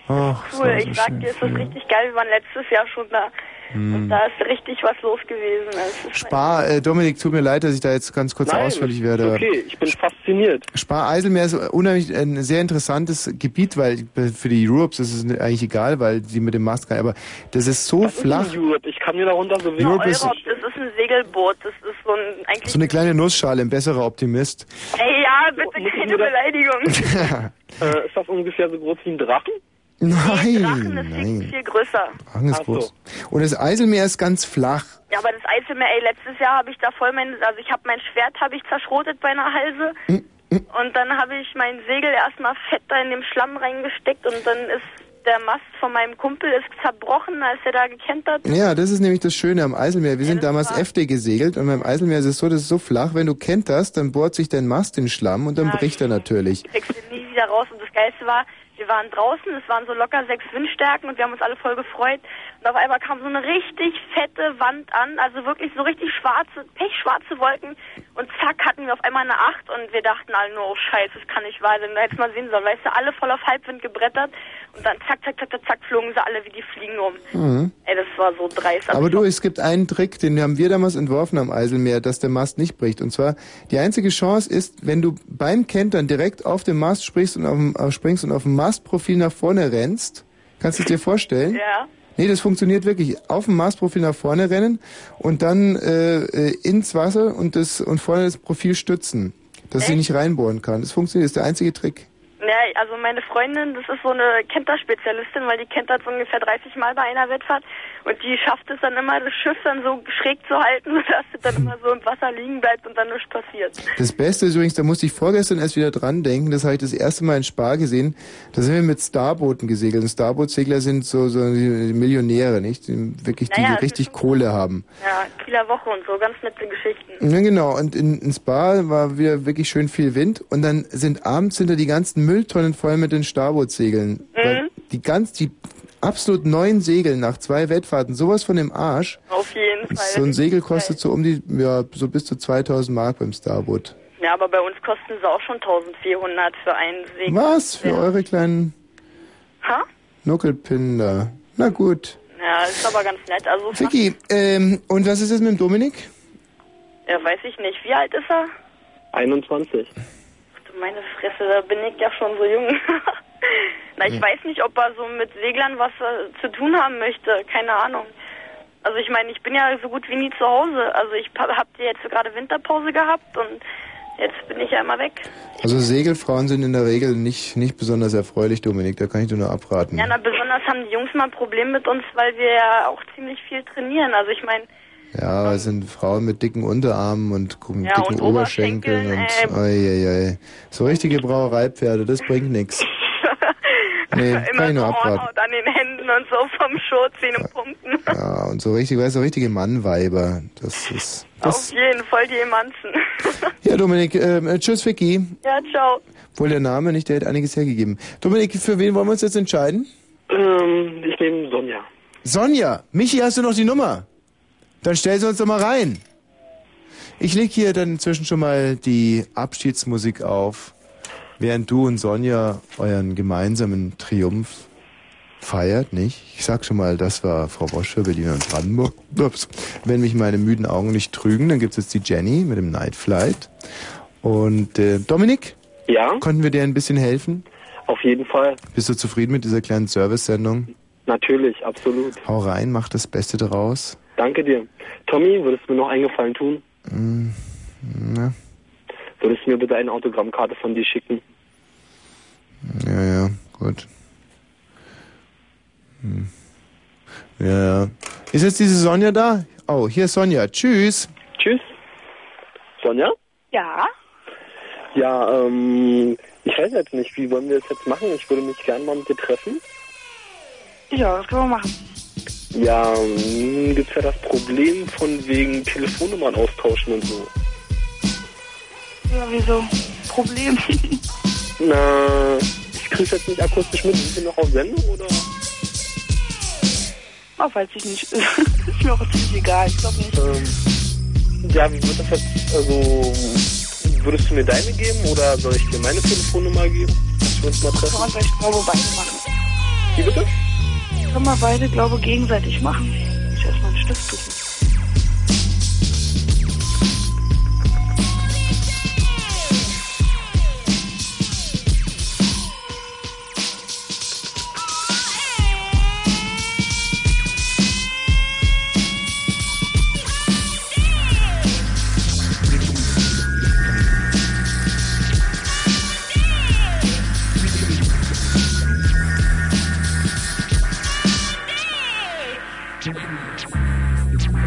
A: Ach, das
T: Cool,
A: war so
T: ich sag
A: schön
T: dir, es ist
A: früher.
T: richtig geil. Wir waren letztes Jahr schon da. Und
A: Hm.
T: da ist richtig was los gewesen. Es ist
A: Spar, äh, Dominik, tut mir leid, dass ich da jetzt ganz kurz
T: Nein,
A: ausführlich
T: ist
A: werde.
T: okay,
Y: ich bin fasziniert.
A: Spar-Eiselmeer ist unheimlich ein sehr interessantes Gebiet, weil für die Europes ist es eigentlich egal, weil die mit dem Mast kann. Aber das ist so flach.
Y: Ist in Europe. Ich kann mir darunter so
A: Europe ist-
T: Europe, das ist ein Segelboot. Das ist so ein eigentlich.
A: So eine kleine Nussschale, ein besserer Optimist. (laughs)
T: Ey, ja, bitte keine Beleidigung.
Y: äh, ist das ungefähr so groß wie ein Drachen?
A: nein, nein.
T: Viel größer.
A: Drachen ist groß. Und das Eiselmeer ist ganz flach.
T: Ja, aber das Eiselmeer, ey, letztes Jahr habe ich da voll mein, also ich habe mein Schwert habe ich zerschrotet bei einer Halse.
A: Mm,
T: Und dann habe ich mein Segel erstmal fett da in dem Schlamm reingesteckt und dann ist der Mast von meinem Kumpel ist zerbrochen, als er da gekentert.
A: Ja, das ist nämlich das Schöne am Eiselmeer. Wir sind damals FD gesegelt und beim Eiselmeer ist es so, das ist so flach, wenn du kenterst, dann bohrt sich dein Mast in den Schlamm und dann
T: Ja,
A: bricht er natürlich.
T: kriegst du nie wieder raus. Und das Geilste war, wir waren draußen, es waren so locker sechs Windstärken und wir haben uns alle voll gefreut. Und auf einmal kam so eine richtig fette Wand an, also wirklich so richtig schwarze, pechschwarze Wolken. Und zack, hatten wir auf einmal eine Acht und wir dachten alle nur, oh scheiße, das kann nicht wahr sein. Da hättest du mal sehen sollen, weißt du, alle voll auf Halbwind gebrettert. Und dann zack, zack, zack, zack, zack, flogen sie alle wie die Fliegen um.
A: Mhm.
T: Ey, das war so dreist.
A: Aber du, es gibt einen Trick, den haben wir damals entworfen am Eiselmeer, dass der Mast nicht bricht. Und zwar, die einzige Chance ist, wenn du beim Kentern direkt auf dem Mast springst und auf dem, äh, springst und auf dem Mastprofil nach vorne rennst. Kannst du es dir vorstellen?
T: Ja.
A: Nee, das funktioniert wirklich. Auf dem Mastprofil nach vorne rennen und dann äh, äh, ins Wasser und das und vorne das Profil stützen, dass sie nicht reinbohren kann. Das funktioniert, das ist der einzige Trick.
T: Ja, also meine Freundin, das ist so eine Kenter-Spezialistin, weil die kentert so ungefähr 30 Mal bei einer Wettfahrt und die schafft es dann immer, das Schiff dann so schräg zu halten, (laughs) sodass es dann immer so im Wasser liegen bleibt und dann nichts passiert.
A: Das Beste ist übrigens, da musste ich vorgestern erst wieder dran denken, das habe ich das erste Mal in Spa gesehen, da sind wir mit Starbooten gesegelt. Und Starboot-Segler sind so, so die Millionäre, nicht? Die wirklich, die
T: Naja, das
A: richtig Kohle haben.
T: (laughs) Ja, Kieler Woche und so, ganz nette Geschichten.
A: Ja, genau. Und in, in Spa war wieder wirklich schön viel Wind. Und dann sind abends hinter die ganzen Mülltonnen voll mit den Starbootsegeln. Weil Die ganz, die absolut neuen Segel nach zwei Wettfahrten, sowas von dem Arsch.
T: Auf jeden Fall.
A: So ein Segel kostet so um die, ja, so bis zu 2000 Mark beim Starboot.
T: Ja, aber bei uns kosten sie auch schon 1400 für einen Segel.
A: Was für
T: Ja.
A: eure kleinen
T: Ha?
A: Nuckelpinder. Na gut.
T: Ja, ist aber ganz nett. Also fast-
A: Vicky, ähm, und was ist jetzt mit dem Dominik?
T: Ja, weiß ich nicht. Wie alt ist er?
Y: 21.
T: Du meine Fresse, da bin ich ja schon so jung. (laughs) Na, ich
Y: Hm.
T: weiß nicht, ob er so mit Seglern was äh, zu tun haben möchte. Keine Ahnung. Also ich meine, ich bin ja so gut wie nie zu Hause. Also ich pa- hab ja jetzt gerade Winterpause gehabt und jetzt bin ich ja immer weg.
A: Also Segelfrauen sind in der Regel nicht, nicht besonders erfreulich, Dominik. Da kann ich dir nur abraten.
T: Ja, na, besonders haben die Jungs mal ein Problem mit uns, weil wir ja auch ziemlich viel trainieren. Also ich meine,
A: Ja, aber es sind Frauen mit dicken Unterarmen und gu-
T: Ja,
A: dicken
T: und ähm.
A: Oberschenkeln und oi, oi, oi. so richtige Brauereipferde, das
T: (laughs)
A: bringt nix. Nee, kann
T: immer
A: ich
T: so
A: nur abraten.
T: Hornhaut an den Händen und so vom Schurz wie einem Pumpen.
A: Ja, und so richtig, weißt du, richtige Mannweiber. Das ist.
T: Auf jeden Fall die Emanzen. (laughs)
A: Ja, Dominik, ähm, äh, tschüss, Vicky.
T: ja, ciao.
A: Obwohl der Name nicht, der hat einiges hergegeben. Dominik, für wen wollen wir uns jetzt entscheiden?
Y: Ähm, ich nehme Sonja.
A: Sonja, Michi, hast du noch die Nummer? Dann stell sie uns doch mal rein. Ich leg hier dann inzwischen schon mal die Abschiedsmusik auf, während du und Sonja euren gemeinsamen Triumph feiert, nicht? Ich sag schon mal, das war Frau Bosch für Berlin und Brandenburg. Ups. Wenn mich meine müden Augen nicht trügen, dann gibt's jetzt die Jenny mit dem Night Flight. Und äh, Dominik?
Y: Ja?
A: Konnten wir dir ein bisschen helfen?
Y: Auf jeden Fall.
A: Bist du zufrieden mit dieser kleinen Service-Sendung?
Y: Natürlich, absolut.
A: Hau rein, mach das Beste draus.
Y: Danke dir. Tommy, würdest du mir noch einen Gefallen tun?
A: Mm, na,
Y: Würdest du mir bitte eine Autogrammkarte von dir schicken?
A: ja, ja, gut. Hm. Ja, ja. Ist jetzt diese Sonja da? Oh, hier ist Sonja. Tschüss.
Y: Tschüss. Sonja?
W: Ja.
Y: Ja, ähm, ich weiß jetzt nicht, wie wollen wir das jetzt machen? Ich würde mich gerne mal mit dir treffen.
W: Ja, das können wir machen.
Y: Ja, nun gibt's ja das Problem von wegen Telefonnummern austauschen und so.
W: Ja, wieso? Problem. (laughs)
Y: Na, ich krieg's jetzt nicht akustisch mit. Sind wir noch auf Sendung oder?
W: Auch weiß ich nicht. (laughs) ist mir auch ziemlich egal. Ich glaube nicht.
Y: Ähm, Ja, wie wird das jetzt, also, würdest du mir deine geben oder soll ich dir meine Telefonnummer geben? Dass wir uns mal treffen?
W: Aber ich glaube, beide machen.
Y: Wie bitte?
W: Können wir beide, glaube gegenseitig machen. Ich erstmal einen Stift suchen.
C: Thank you.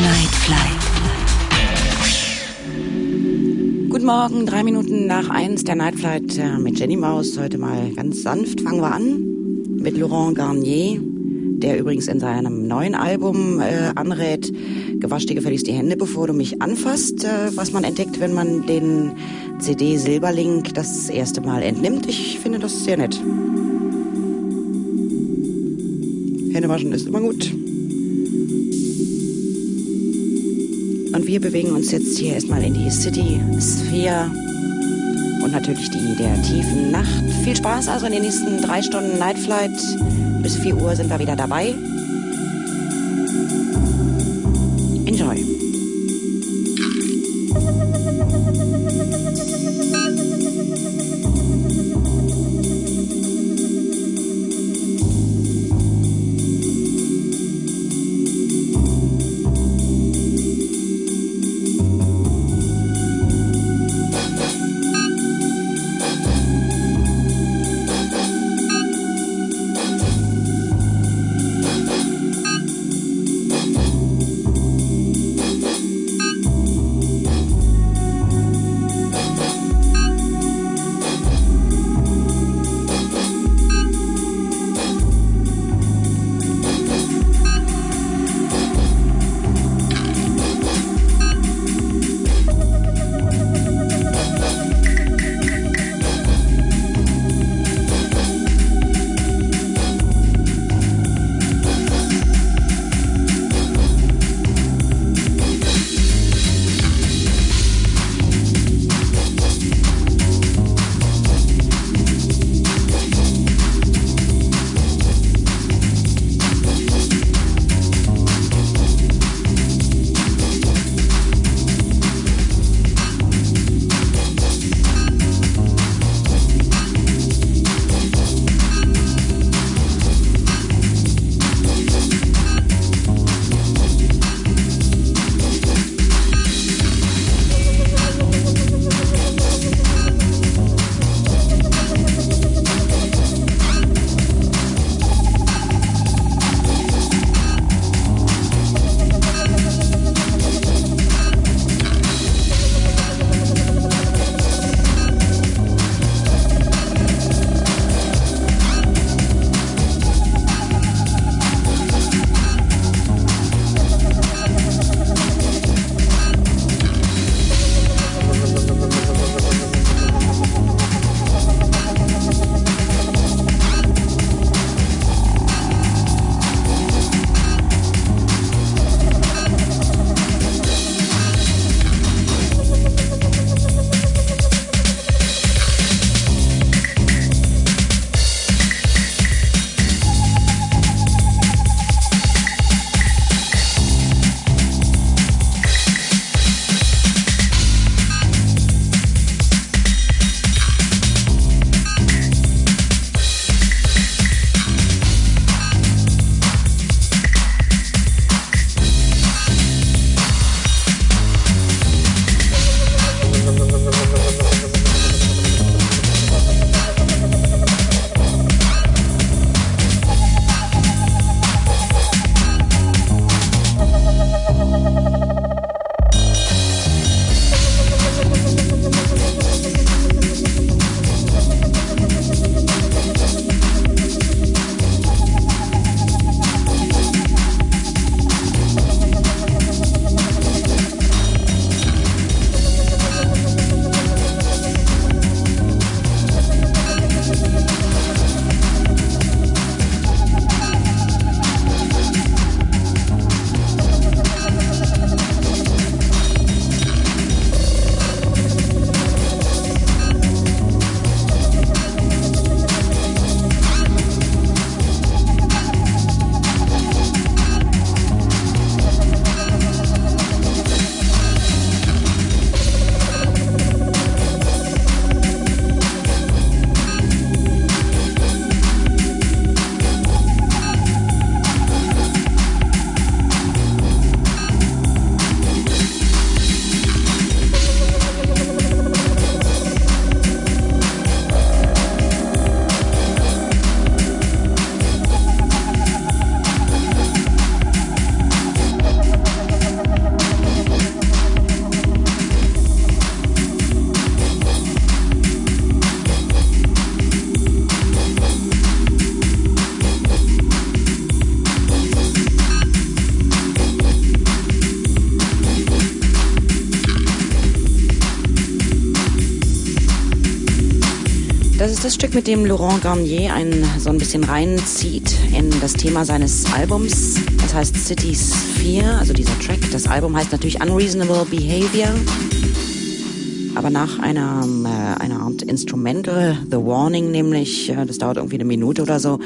D: Night Flight. Guten Morgen, drei Minuten nach eins der Night Flight äh, mit Jenny Maus. Heute mal ganz sanft. Fangen wir an mit Laurent Garnier, der übrigens in seinem neuen Album äh, anrät, gewasch dir gefälligst die Hände, bevor du mich anfasst, äh, was man entdeckt, wenn man den CD Silberlink das erste Mal entnimmt. Ich finde das sehr nett. Händewaschen ist immer gut. Und wir bewegen uns jetzt hier erstmal in die City Sphere und natürlich die der tiefen Nacht. Viel Spaß also in den nächsten drei Stunden Night Flight. Bis 4 Uhr sind wir wieder dabei. Enjoy.
C: Thank you.
D: Das ist das Stück, mit dem Laurent Garnier einen so ein bisschen reinzieht in das Thema seines Albums. Das heißt Cities 4, also dieser Track. Das Album heißt natürlich Unreasonable Behavior. Aber nach einer, äh, einer Art Instrumental, The Warning nämlich, äh, das dauert irgendwie eine Minute oder so,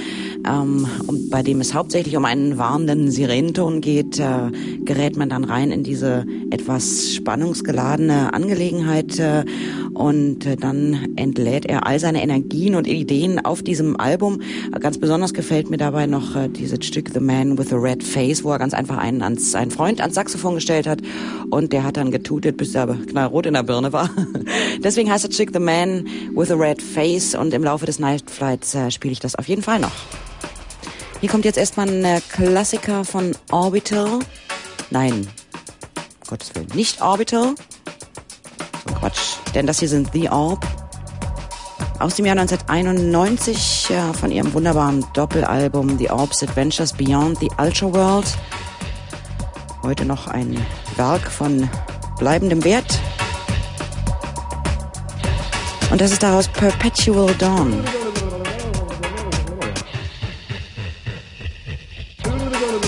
D: ähm, und bei dem es hauptsächlich um einen warnenden Sirenenton geht, äh, gerät man dann rein in diese etwas spannungsgeladene Angelegenheit äh, und äh, dann entlädt er all seine Energien und Ideen auf diesem Album. Äh, Ganz besonders gefällt mir dabei noch äh, dieses Stück The Man with a Red Face, wo er ganz einfach einen, ans, einen Freund ans Saxophon gestellt hat und der hat dann getutet, bis er knallrot in der Birne war. (laughs) Deswegen heißt das Stück The Man with a Red Face und im Laufe des Night Flights äh, spiele ich das auf jeden Fall noch. Hier kommt jetzt erstmal ein äh, Klassiker von Orbital. Nein, um Gottes Willen, nicht Orbital. So Quatsch, denn das hier sind The Orb. Aus dem Jahr 1991 äh, von ihrem wunderbaren Doppelalbum The Orb's Adventures Beyond the Ultra World. Heute noch ein Werk von bleibendem Wert. Und das ist daraus Perpetual Dawn. (laughs)